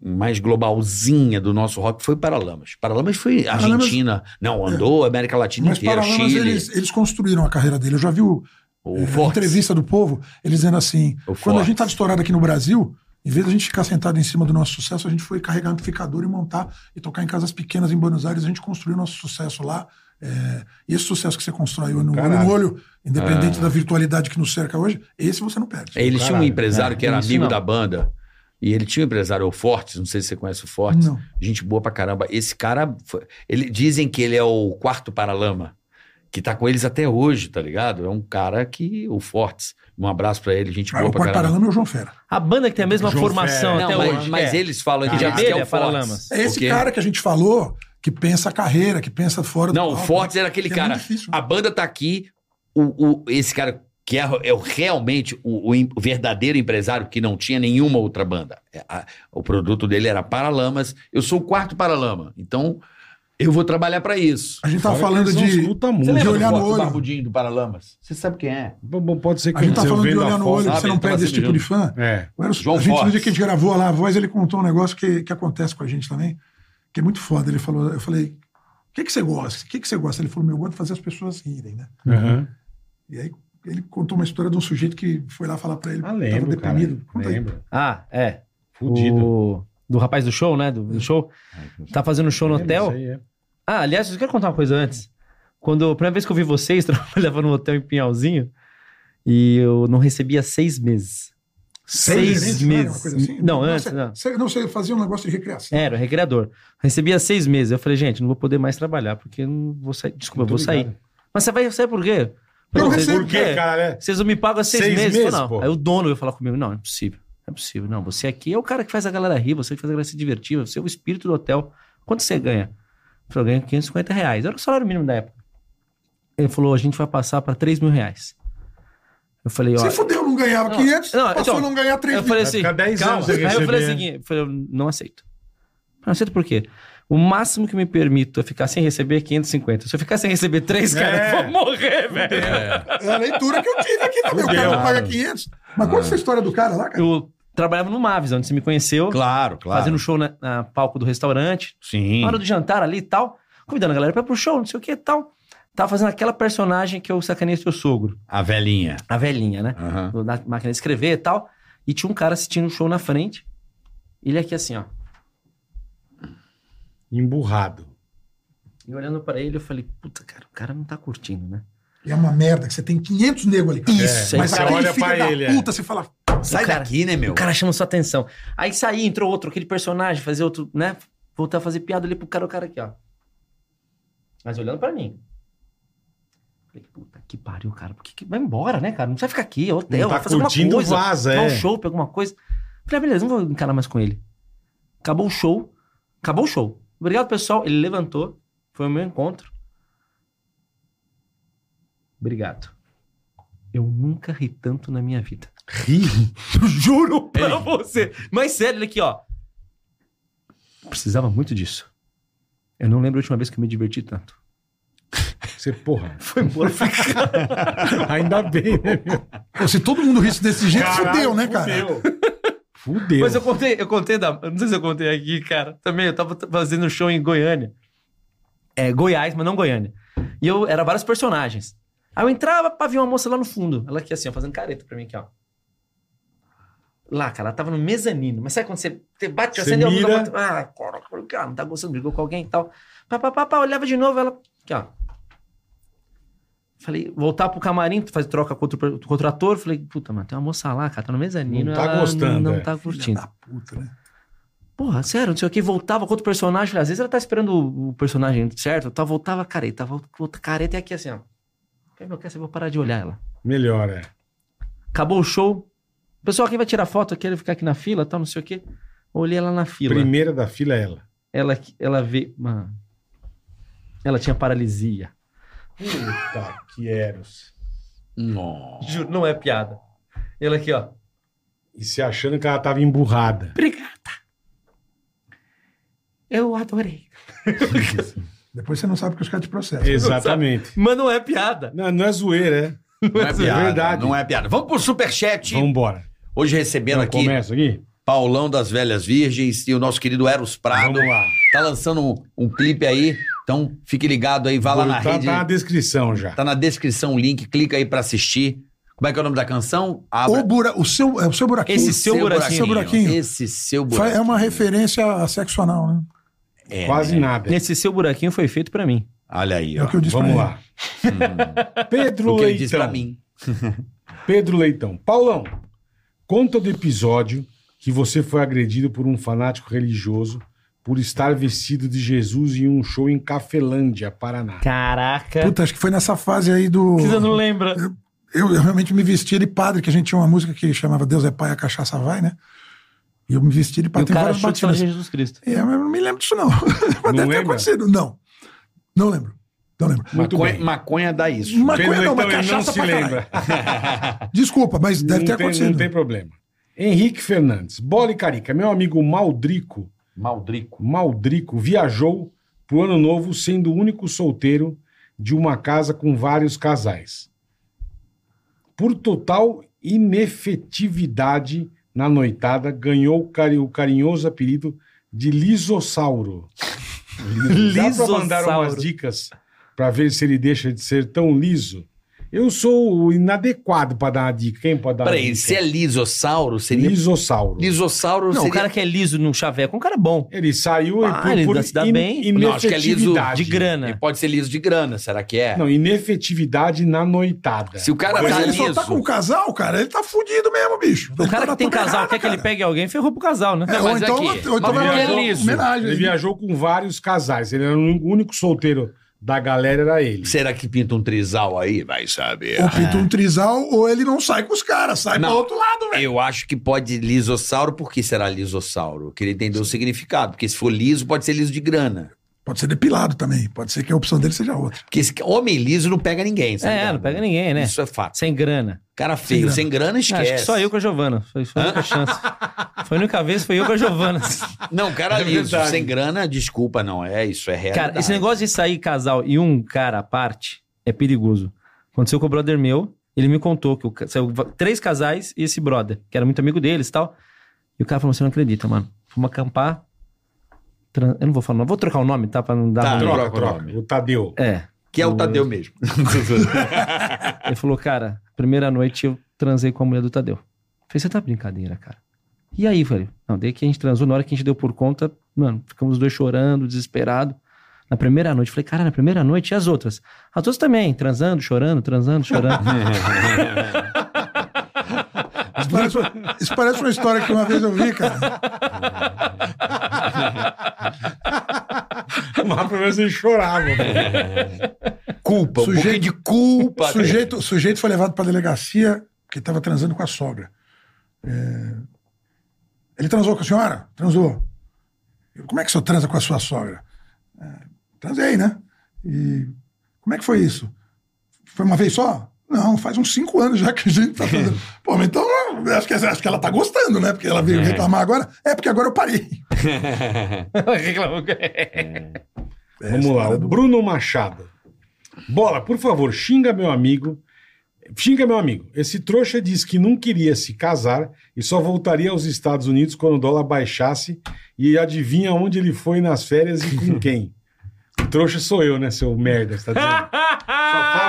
S5: mais globalzinha do nosso rock foi Paralamas. Paralamas foi
S3: Paralamas-
S5: Argentina. Não, andou América Latina
S3: Mas
S5: inteira,
S3: Paralamas,
S5: Chile.
S3: eles, eles construíram a carreira dele. Eu já vi o,
S5: O
S3: eh,
S5: Fortes.
S3: entrevista do povo, eles dizendo assim: quando a
S5: O
S3: gente
S5: Fortes.
S3: estava estourado aqui no Brasil, em vez de a gente ficar sentado em cima do nosso sucesso, a gente foi carregar amplificador e montar e tocar em casas pequenas em Buenos Aires. A gente construiu nosso sucesso lá. eh, e esse sucesso que você constrói no olho
S4: Caralho.
S3: no olho, independente
S5: Ah.
S3: da virtualidade que nos cerca hoje, esse você não perde.
S5: Ele tinha um
S4: Caralho.
S5: empresário
S6: É,
S5: que era
S6: isso
S5: amigo
S6: não.
S5: da banda. E ele tinha um empresário, o Fortes, não sei se você conhece o Fortes.
S3: Não.
S5: Gente boa pra caramba. Esse cara, foi- ele dizem que ele é o quarto Paralama, que tá com eles até hoje, tá ligado? É um cara que, o Fortes, um abraço pra ele, gente
S3: Ah,
S5: boa
S3: o
S5: pra
S3: Quarto
S5: caramba.
S3: Paralama é o João Fera.
S6: A banda que tem a mesma
S4: João
S6: formação
S4: Ferro.
S6: até
S5: Não, mas,
S6: hoje.
S5: mas
S6: é.
S5: eles falam que
S6: Que
S5: já
S6: de
S5: que é
S6: abelha,
S5: o Fortes.
S6: Paralamas.
S3: É esse
S5: Porque-
S3: cara que a gente falou que pensa a carreira, que pensa fora
S5: Não,
S3: do
S5: o
S3: palco,
S5: Fortes
S3: né?
S5: era aquele
S3: Que é
S5: cara.
S3: muito difícil, né?
S5: A banda tá aqui, o, o- esse cara que é, é o- realmente o, o em- o verdadeiro empresário que não tinha nenhuma outra banda. É, a- o produto dele era Paralamas. Eu sou o quarto Paralama, então eu vou trabalhar pra isso.
S3: A gente tava
S4: Fora que
S3: falando
S4: eles não
S3: de.
S4: escutam
S5: Você
S4: música.
S5: lembra
S3: de olhar
S5: do,
S3: no
S5: Bob- do
S3: olho.
S5: barbudinho do Paralamas? Você sabe quem é?
S4: Bom, bom, pode ser que
S3: A gente tá
S4: eu
S3: falando de
S4: vendo a
S3: olhar no
S4: foto-
S3: olho, que
S5: sabe?
S3: você não
S5: Ele tava
S3: perde
S5: se
S3: esse tipo de fã.
S5: mijando.
S4: É.
S3: Eu era-
S5: João
S3: a gente, no dia
S5: Fortes.
S3: que a gente gravou lá a voz, ele contou um negócio que, que acontece com a gente também, que é muito foda. Ele falou, eu falei, o que, que você gosta? O que, que você gosta? Ele falou, meu, eu gosto de fazer as pessoas rirem, né?
S4: Aham.
S3: E aí ele contou uma história de um sujeito que foi lá falar pra ele, que
S4: Ah,
S3: tava
S4: lembro, cara.
S3: deprimido. Conta aí.
S4: Lembro.
S6: Ah, é.
S4: Fudido.
S6: O- Do rapaz do show, né? Do, do show. Tá fazendo show no
S4: Lembro,
S6: hotel.
S4: isso aí, é.
S6: Ah, aliás, eu quero contar uma coisa antes. Quando a primeira vez que eu vi vocês, trabalhava no hotel em Pinhalzinho e eu não recebia seis meses. Seis
S3: Gerente, não era uma
S6: meses.
S3: coisa
S6: Não,
S3: assim?
S6: antes,
S3: você-
S6: não.
S3: Você, não, você fazia um negócio de recreação.
S6: É, Era, recreador. Recebia seis meses. Eu falei, gente, não vou poder mais trabalhar, porque eu não vou sair. Desculpa, eu
S4: Tô
S6: vou sair.
S4: ligado.
S6: Mas você vai sair por quê?
S3: Eu não
S6: vocês-
S3: recebo.
S4: Por que, cara? né?
S6: Vocês não me pagam há seis,
S4: Seis
S6: meses? Eu falei,
S4: meses,
S6: não.
S4: pô.
S6: Aí o dono veio falar comigo: não, não é possível. Não é possível. Não, você aqui é o cara que faz a galera rir, você que faz a galera se divertir, você é o espírito do hotel. Quanto você ganha? Eu falei, eu ganho 550 reais. Era o salário mínimo da época. Ele falou: a gente vai passar para 3 mil reais. Eu falei, ó.
S3: Se fudeu, não ganhava
S6: É Não,
S3: 500,
S6: não,
S3: passou a
S6: então,
S3: não ganhar 3
S6: Eu falei
S4: Vai
S6: assim,
S4: ficar 10
S6: calma.
S4: anos sem
S6: Aí eu falei o
S4: receber.
S6: seguinte, eu, falei, eu não aceito. Não aceito por quê? O máximo que me permito é ficar sem receber é 550. Se eu ficar sem receber 3, cara,
S4: É.
S6: eu vou morrer, velho.
S3: É a leitura que eu tive aqui também. O cara não paga 500. Mas conta essa história do cara lá, cara.
S6: Eu trabalhava no Mavis, onde você me conheceu.
S5: Claro,
S6: fazendo show na, na palco do restaurante,
S5: Sim.
S6: na hora do jantar ali e tal, convidando a galera pra ir pro show, não sei o que e tal. Tava fazendo aquela personagem que eu sacaneei seu sogro,
S5: A velhinha.
S6: a velhinha, né?
S5: Aham.
S6: Na máquina de escrever e tal. E tinha um cara assistindo o show na frente. Ele aqui assim, ó.
S4: Emburrado.
S6: E olhando pra ele, eu falei, puta, cara, o cara não tá curtindo, né?
S3: E é uma merda que você tem 500 negros ali. cara. É,
S6: Isso,
S3: Mas
S6: aí
S3: aquele
S6: você
S4: olha
S3: filho
S4: pra
S3: da
S4: ele, é.
S3: puta, você fala...
S5: Sai
S6: O cara-
S5: daqui, né, meu?
S6: O cara chama sua atenção. Aí saí, entrou outro, aquele personagem, fazer outro, né? Voltar a fazer piada ali pro cara, o cara aqui, ó. Mas olhando pra mim. Falei, puta que pariu, cara. Por que, que- vai embora, né, cara? Não precisa ficar aqui, é hotel,
S4: Não tá
S6: vai fazer alguma
S4: curtindo,
S6: coisa.
S4: vaza,
S6: dá
S4: é.
S6: um show, pega alguma coisa. Falei, ah, beleza, não vou encarar mais com ele. Acabou o show. Acabou o show. Obrigado, pessoal. Ele levantou. Foi o meu encontro. Obrigado. Eu nunca ri tanto na minha vida. Ri? Juro pra você. Mas sério, ele aqui, ó. Precisava muito disso. Eu não lembro a última vez que eu me diverti tanto.
S4: Você, porra.
S6: Foi embora.
S4: Ainda bem, né? meu?
S3: Pô, se todo mundo risse desse jeito, fudeu, né, cara?
S4: Fudeu. Fudeu.
S6: Mas eu contei, eu contei da. eu Não sei se eu contei aqui, cara. Também eu tava t- fazendo show em Goiânia. É, Goiás, mas não Goiânia. E eu era vários personagens. Aí eu entrava pra ver uma moça lá no fundo. Ela aqui assim, ó, fazendo careta pra mim aqui, ó. Lá, cara, ela tava no mezanino. Mas sabe quando você, você bate,
S4: Você
S6: acendeu a luz,
S4: mira.
S6: ela bate- Ah, cara, cara, não tá gostando, brigou com alguém e tal. Pá, pá, pá, pá, olhava de novo, ela. Aqui, ó. Falei, voltar pro camarim, fazer troca com outro, com outro ator. Falei, puta, mano, tem uma moça lá, cara, tá no mezanino.
S4: Não tá
S6: ela
S4: gostando,
S6: Não
S4: é.
S6: tá curtindo.
S3: Puta, né?
S6: Porra, sério, não sei o que, voltava com outro personagem. Falei, Às vezes ela tá esperando o- o personagem certo, tá, voltava careta, volta volta careta e aqui assim, ó. Falei, Meu, quer saber, é eu vou parar de olhar ela.
S4: Melhor, é.
S6: Acabou o show. Pessoal, quem vai tirar foto aqui, ele ficar aqui na fila, tal, não sei o que. Olhei ela na fila.
S4: Primeira da fila é ela.
S6: Ela, ela vê, mano. Ela tinha paralisia.
S4: Puta que eros.
S5: Nossa.
S6: Juro, não é piada. Ela aqui, ó.
S4: E se achando que ela tava emburrada.
S6: Eu adorei.
S3: Depois você não sabe que os caras te processam.
S4: Exatamente.
S6: Mas não é piada.
S4: Não, não é zoeira, é.
S5: Não é piada.
S4: verdade.
S5: Não é piada. Vamos pro superchat.
S4: Vambora.
S5: Hoje recebendo
S4: Não,
S5: Tipo, aqui
S4: Começa aqui?
S5: Paulão das Velhas Virgens e o nosso querido Eros Prado.
S4: Vamos lá.
S5: Tá lançando um, um clipe aí. Então fique ligado aí, vá lá na
S4: tá,
S5: rede.
S4: tá na descrição já.
S5: Tá na descrição o link, clica aí pra assistir. Como é que é o nome da canção?
S3: O, bura, o, seu, é o seu buraquinho.
S6: Esse seu buraquinho.
S3: Seu buraquinho.
S5: Esse seu
S3: Fa-
S5: buraquinho.
S3: É uma referência a sexo anal, né?
S5: É,
S4: Quase nada.
S6: Esse seu buraquinho foi feito pra mim.
S5: Olha aí,
S3: É
S5: ó.
S3: o que eu disse
S4: Vamos
S3: pra ele.
S4: lá. Pedro
S5: O que ele disse pra
S4: Leitão.
S5: mim.
S4: Pedro Leitão. Paulão, conta do episódio que você foi agredido por um fanático religioso por estar vestido de Jesus em um show em Cafelândia, Paraná.
S6: Caraca.
S3: Puta, acho que foi nessa fase aí do.
S6: Você não lembra?
S3: Eu, eu realmente me vestia de padre, que a gente tinha uma música que chamava Deus é Pai, a cachaça vai, né? E eu me vestia de
S6: E o
S3: padre. Tem
S6: cara
S3: várias
S6: achou que era
S3: batidas.
S6: Jesus Cristo.
S3: É, mas eu não me lembro disso, não. Mas deve ter
S4: lembra?
S3: acontecido. Não. Não lembro. Não lembro.
S4: Muito
S5: maconha,
S4: bem.
S5: maconha dá isso.
S3: Maconha não, mas
S4: ele
S3: cachaça pra caralho.
S4: lembra.
S3: Desculpa, mas deve
S4: não,
S3: ter
S4: tem,
S3: acontecido.
S4: não tem problema. Henrique Fernandes. Bola e Carica. Meu amigo Maldrico
S5: Maldrico.
S4: Maldrico viajou pro Ano Novo sendo o único solteiro de uma casa com vários casais. Por total inefetividade na noitada, ganhou o cari- o carinhoso apelido de Lisossauro. Dá pra mandar umas
S6: Lisossauro.
S4: dicas pra ver se ele deixa de ser tão liso? Eu sou o inadequado pra dar uma dica. Quem pode dar uma
S5: Peraí,
S4: dica?
S5: se é lisossauro, seria.
S4: Lisossauro.
S5: Lisossauro
S6: Não,
S5: seria.
S6: o cara que é liso num chaveco, é um cara bom.
S4: Ele saiu
S6: Ah, ele se dá bem.
S5: Não, acho que é liso
S4: inefetividade.
S6: De grana.
S5: Ele pode ser liso de grana, será que é?
S4: Não, inefetividade na noitada.
S5: Se o cara
S3: Mas
S5: tá
S3: ele
S5: liso.
S3: só tá com o casal, cara, ele tá fudido mesmo, bicho.
S6: O cara
S3: tá
S6: que tem
S3: tudo
S6: casal,
S3: errado,
S6: quer que ele
S3: cara.
S6: pegue alguém, ferrou pro casal, né?
S3: É, ou
S5: mas
S3: então,
S5: aqui-
S3: ou então
S5: mas
S3: vai
S5: ele é
S3: fazer uma
S5: liso.
S3: homenagem.
S4: Ele viajou com vários casais. Ele era o único solteiro da galera, era ele.
S5: Será que pinta um trisal aí? Vai saber.
S4: é
S3: Ou pinta um trisal, ou ele não sai com os caras, sai
S5: Não.
S3: pro outro lado, velho.
S5: Eu acho que pode lisossauro, por que será lisossauro? Eu queria entender o significado, porque se for liso, pode ser liso de grana.
S3: Pode ser depilado também, pode ser que a opção dele seja outra.
S5: Porque esse homem liso não pega ninguém, sabe?
S6: É, não pega ninguém, né?
S5: Isso é fato.
S6: Sem grana.
S5: Cara feio, sem grana, esquece.
S6: Acho que só eu com a Giovana. Foi, foi a única chance. Foi a única vez, foi eu com a Giovana.
S5: Não, cara
S4: É
S5: liso,
S4: verdade.
S5: sem grana, desculpa, não. É isso, é real.
S6: Cara, esse negócio de sair casal e um cara à parte é perigoso. Aconteceu com o brother meu, ele me contou que o ca- saiu va- três casais e esse brother, que era muito amigo deles e tal. E o cara falou: assim, você não acredita, mano. Fomos acampar. tran- Eu não vou falar, não. Vou trocar o nome, tá? Pra não dar.
S5: Tá,
S6: ruim.
S4: troca,
S5: troca o
S4: troca.
S5: nome.
S4: O Tadeu.
S6: É.
S5: Que é o Tadeu mesmo.
S6: Ele falou, cara, primeira noite eu transei com a mulher do Tadeu. Eu falei, você tá brincadeira, cara. E aí, velho? Não, daí que a gente transou, na hora que a gente deu por conta, mano, ficamos os dois chorando, desesperado. Na primeira noite, eu falei, cara, na primeira noite e as outras? As outras também, transando, chorando, transando, chorando.
S3: Isso parece, isso parece uma história que uma vez eu vi, cara.
S4: Mas pelo menos ele chorava. pô.
S5: culpa, um
S3: Sujeito-
S5: pouquinho de culpa.
S3: O sujeito, o sujeito foi levado para a delegacia porque estava transando com a sogra. É, Ele transou com a senhora? Transou. Eu, Como é que o senhor transa com a sua sogra? "É, Transei, né? E como é que foi isso? Foi uma vez só? Não, faz uns cinco anos já que a gente tá fazendo. Pô, mas então eu acho que, acho que ela tá gostando, né? Porque ela veio reclamar agora. É porque agora eu parei. É,
S5: É
S4: Vamos lá, o Bruno Machado. Bola, por favor, xinga meu amigo. Xinga meu amigo. Esse trouxa disse que não queria se casar e só voltaria aos Estados Unidos quando o dólar baixasse e adivinha onde ele foi nas férias e com quem. O trouxa sou eu, né, seu merda? Você tá dizendo?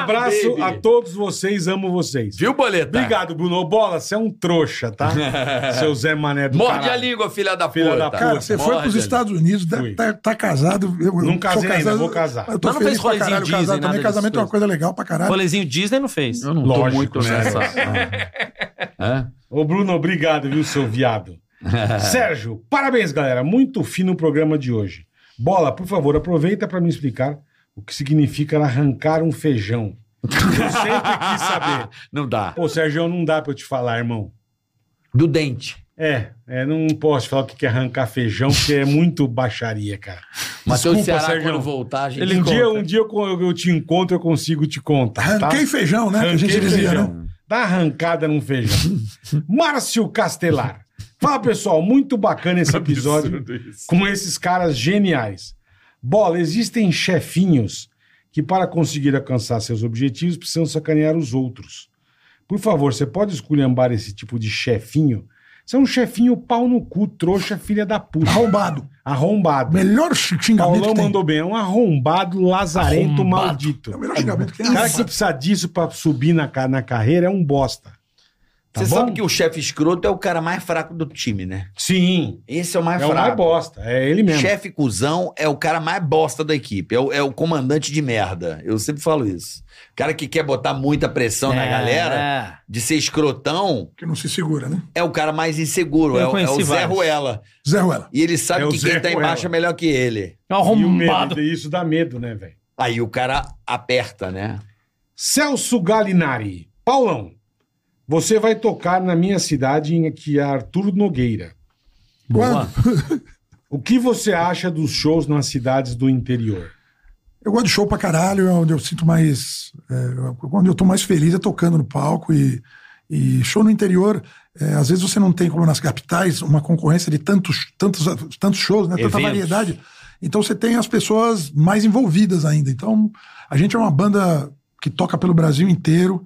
S4: Abraço
S5: baby.
S4: a todos vocês, amo vocês.
S5: Viu, boleta?
S4: Obrigado, Bruno. Ô, Bola, você é um trouxa, tá? seu Zé Mané do
S5: Morde
S4: caralho.
S5: a língua, filha da
S4: Filha
S5: puta.
S4: da puta.
S3: Cara, você foi
S5: Morde
S3: pros
S5: a
S3: Estados Unidos, deve
S4: Fui.
S3: tá, tá casado. Eu, eu
S4: Não
S3: sou
S4: casei ainda, vou casar.
S3: Eu tô
S6: Mas não
S3: feliz
S6: fez
S3: pra
S6: rolezinho
S3: caralho
S6: Disney,
S3: casado
S6: nada
S3: também.
S6: dessas
S3: Casamento é uma
S6: coisas.
S3: coisa legal pra caralho. Tá,
S6: Rolezinho Disney não fez.
S5: Eu não tô
S4: Lógico,
S5: muito
S4: né?
S6: tá
S5: nessa. Hã?
S4: Ô, Bruno, obrigado, viu, seu viado.
S5: É.
S4: Sérgio, parabéns, galera. Muito fino o programa de hoje. Bola, por favor, aproveita para me explicar o que significa arrancar um feijão. Eu sempre quis saber.
S5: Não dá.
S4: Pô, Sérgio, não dá para eu te falar, irmão.
S5: Do dente.
S4: É, é, não posso falar o que é arrancar feijão, porque é muito baixaria, cara.
S5: Matheus
S4: Desculpa,
S5: Ceará,
S4: Sérgio.
S5: quando voltar, a gente
S4: um,
S5: conta.
S4: dia, um dia eu, eu te encontro, eu consigo te contar. tá?
S3: Arranquei feijão, né? que a gente
S4: Arranquei
S3: dizia,
S4: feijão.
S3: né?
S4: Dá arrancada num feijão. Márcio Castelar. Fala, pessoal. Muito bacana esse episódio com esses caras geniais. Bola, existem chefinhos que, para conseguir alcançar seus objetivos, precisam sacanear os outros. Por favor, você pode esculhambar esse tipo de chefinho? Você é um chefinho pau no cu, trouxa, filha da puta.
S3: Arrombado.
S4: Arrombado.
S3: Melhor xi- xingamento
S4: Paulão
S3: que tem.
S4: mandou bem. É um arrombado lazarento maldito.
S3: É o melhor xingamento que tem.
S4: O cara que precisa disso pra subir na, ca- na carreira é um bosta. Tá
S5: Você
S4: bom?
S5: sabe que o chefe escroto é o cara mais fraco do time, né?
S4: Sim.
S5: Esse é o mais
S4: É o mais
S5: fraco.
S4: bosta. É ele mesmo.
S5: Chefe cuzão é o cara mais bosta da equipe. É o, é o comandante de merda. Eu sempre falo isso. O cara que quer botar muita pressão
S4: É.
S6: É.
S5: na galera, de ser escrotão,
S3: Que não se segura, né?
S5: é o cara mais inseguro.
S6: Eu
S5: É, o- é o
S6: conheci
S5: Zé
S6: vários.
S5: Ruela.
S3: Zé Ruela.
S5: E ele sabe
S4: É o
S5: que
S4: Zé
S5: quem tá embaixo é
S4: Ruela.
S5: melhor que ele.
S6: É um
S4: E o
S6: arrombado.
S4: medo, isso dá medo, né, velho?
S5: Aí o cara aperta, né?
S4: Celso Galinari. Paulão, você vai tocar na minha cidade em que é Arthur Nogueira.
S3: Quando?
S4: O que você acha dos shows nas cidades do interior?
S3: Eu gosto de show pra caralho, é onde eu sinto mais. É, onde eu tô mais feliz é tocando no palco e. e show no interior, é, às vezes você não tem, como nas capitais, uma concorrência de tantos, tantos, tantos shows, né? tanta
S6: Eventos.
S3: variedade. Então você tem as pessoas mais envolvidas ainda. Então, a gente é uma banda que toca pelo Brasil inteiro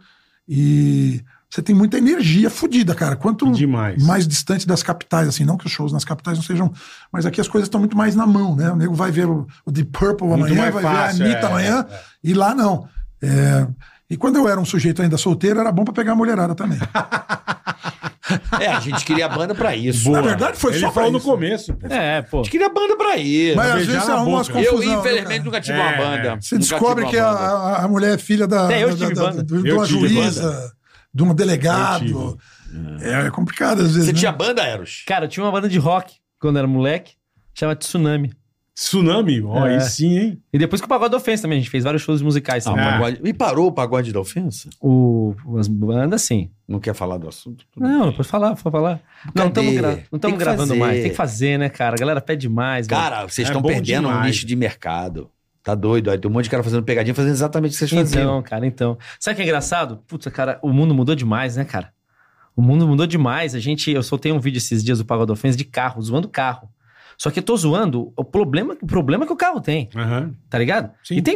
S3: e você tem muita energia fodida, cara. Quanto
S4: Demais.
S3: mais distante das capitais, assim, não que os shows nas capitais não sejam, mas aqui as coisas estão muito mais na mão, né? O nego vai ver o o Deep Purple
S4: Muito
S3: amanhã,
S4: mais
S3: vai
S4: fácil,
S3: ver a Anitta
S4: é,
S3: amanhã,
S4: é.
S3: e lá não. É, e quando eu era um sujeito ainda solteiro, era bom pra pegar a mulherada também.
S5: É, a gente queria a banda pra isso.
S4: Boa.
S3: Na verdade, foi
S4: ele
S3: só pra
S4: falou no
S3: isso.
S4: começo. pô.
S6: É, pô.
S5: A gente queria a banda pra isso.
S3: Mas às
S4: beijar
S3: vezes você
S4: na
S3: arruma
S4: boca.
S3: umas
S5: eu,
S3: confusões. né,
S5: infelizmente,
S3: cara?
S5: nunca tive
S4: É,
S5: uma banda.
S3: Você
S5: Nunca
S3: descobre
S5: tive
S3: que
S5: uma
S3: a,
S5: banda.
S3: a- a mulher é filha da,
S6: Até eu
S3: da-
S6: tive
S3: da-
S6: banda.
S3: do- de
S4: Eu
S3: uma
S4: tive
S3: juíza, de um
S4: Eu
S3: delegado. É complicado às vezes.
S5: Você
S3: né?
S5: tinha banda, Eros?
S6: Cara, eu tinha uma banda de rock quando era moleque, chama Tsunami.
S4: Tsunami, ó,
S6: É.
S4: aí sim, hein?
S6: E depois que o Pagode da Ofensa também, a gente fez vários shows musicais.
S5: Ah,
S4: É.
S6: também.
S5: pagode- E parou o pagode da ofensa?
S6: O, as bandas, sim.
S5: Não quer falar do assunto? Tudo bem.
S6: Não, não pode falar, pode falar. Não
S5: Cadê?
S6: estamos gra não
S5: Tem
S6: tamo
S5: que
S6: gravando
S5: fazer.
S6: mais. Tem que fazer, né, cara? A galera pede mais. velho.
S5: Cara, vocês
S4: É
S5: estão
S4: bom
S5: perdendo um
S4: demais.
S5: nicho de mercado. Tá doido? Aí tem um monte de cara fazendo pegadinha, fazendo exatamente o que vocês faziam.
S6: Então, cara, então. Sabe o que é engraçado? Puta, cara, o mundo mudou demais, né, cara? O mundo mudou demais. A gente, eu soltei um vídeo esses dias do Pagode Ofensa de carro, zoando carro. Só que eu tô zoando o problema, o problema que o carro tem,
S4: Aham.
S6: tá ligado?
S4: Sim.
S6: E tem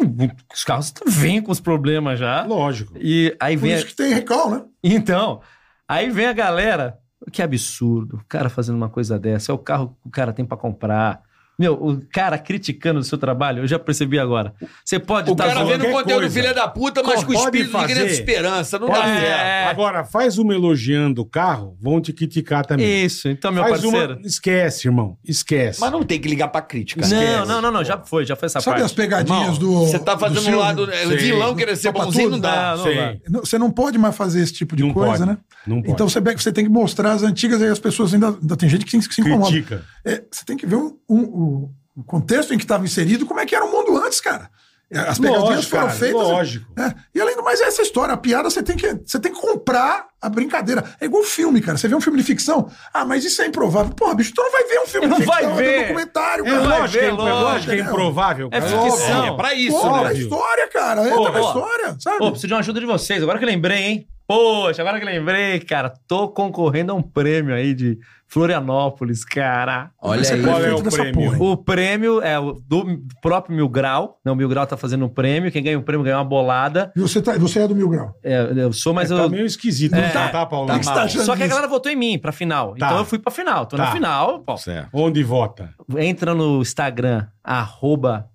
S6: os carros vêm com os problemas já.
S4: Lógico.
S6: E aí
S3: Por
S6: vem. a-
S3: isso que tem recall, né?
S6: Então, aí vem a galera. Que absurdo. O cara fazendo uma coisa dessa. É o carro que o cara tem pra comprar. Meu, o cara criticando o seu trabalho, eu já percebi agora. Você pode
S5: O
S6: tá
S5: cara
S6: zoando-
S5: vendo
S4: qualquer
S5: conteúdo
S4: coisa.
S5: filha da puta, mas
S4: Pô,
S5: com o
S4: pode
S5: espírito de
S4: fazer.
S5: criança esperança. Não dá
S4: Pode
S5: certo.
S6: É.
S4: Agora, faz uma elogiando o carro, vão te criticar também.
S6: Isso, então, meu
S4: faz
S6: parceiro.
S4: uma... Esquece, irmão. Esquece.
S5: Mas não tem que ligar pra crítica.
S6: Não, não, não, não, já foi, já foi essa
S3: Sabe as
S6: parte.
S3: pegadinhas
S5: Irmão,
S3: do.
S5: Você tá
S3: do
S5: fazendo um
S3: Silvio?
S5: lado. é,
S4: Sim.
S5: Vilão querer ser
S3: Topa
S5: bonzinho,
S3: tudo?
S5: não dá.
S6: Não, não
S4: Sim.
S6: vai.
S3: Não, Você não pode mais fazer esse tipo de
S4: Não
S3: coisa, né?
S4: pode. Não pode.
S3: Então você, pega- você tem que mostrar as antigas e as pessoas ainda, ainda tem gente que se que se incomoda.
S4: critica.
S3: É, você tem que ver um- um- o- o contexto em que estava inserido, como é que era o mundo antes, cara. As pegadinhas
S4: Lógico,
S3: foram
S4: cara,
S3: feitas.
S4: lógico.
S3: É, E além do mais, é essa história. A piada você tem que, você tem que comprar a brincadeira. É igual filme, cara. Você vê um filme de ficção. Ah, mas isso é improvável. Porra, bicho, tu não vai ver um filme
S6: Não
S3: de
S6: vai
S3: ficção.
S6: ver.
S3: É um documentário,
S4: É
S3: cara.
S4: lógico,
S6: ver,
S4: é, imp-
S6: lógico.
S4: lógico, é improvável.
S6: É
S4: cara.
S6: ficção.
S1: É pra isso,
S3: Porra,
S1: né?
S3: a história, cara. Entra na
S6: Ô, ô.
S3: história, sabe?
S6: Ô, preciso de uma ajuda de vocês. Agora que eu lembrei, hein? Poxa, agora que eu lembrei, cara. Tô concorrendo a um prêmio aí de Florianópolis, cara.
S5: Olha aí.
S4: Qual é o
S3: Dessa
S4: prêmio?
S3: porra.
S6: O prêmio é o do próprio Mil Grau. Não, o Mil Grau tá fazendo um prêmio. Quem ganha o prêmio ganha uma bolada.
S3: E você, tá, você é do Mil Grau.
S6: É, eu sou, mas
S4: É,
S6: eu.
S4: Tá meio esquisito, não tá, tá, Paulo?
S3: Tá mal.
S6: Só que a galera votou em mim pra final.
S4: Tá.
S6: Então eu fui pra final. Tô na
S4: Tá.
S6: final, pô.
S1: Certo.
S4: Onde vota?
S6: entra no Instagram, arroba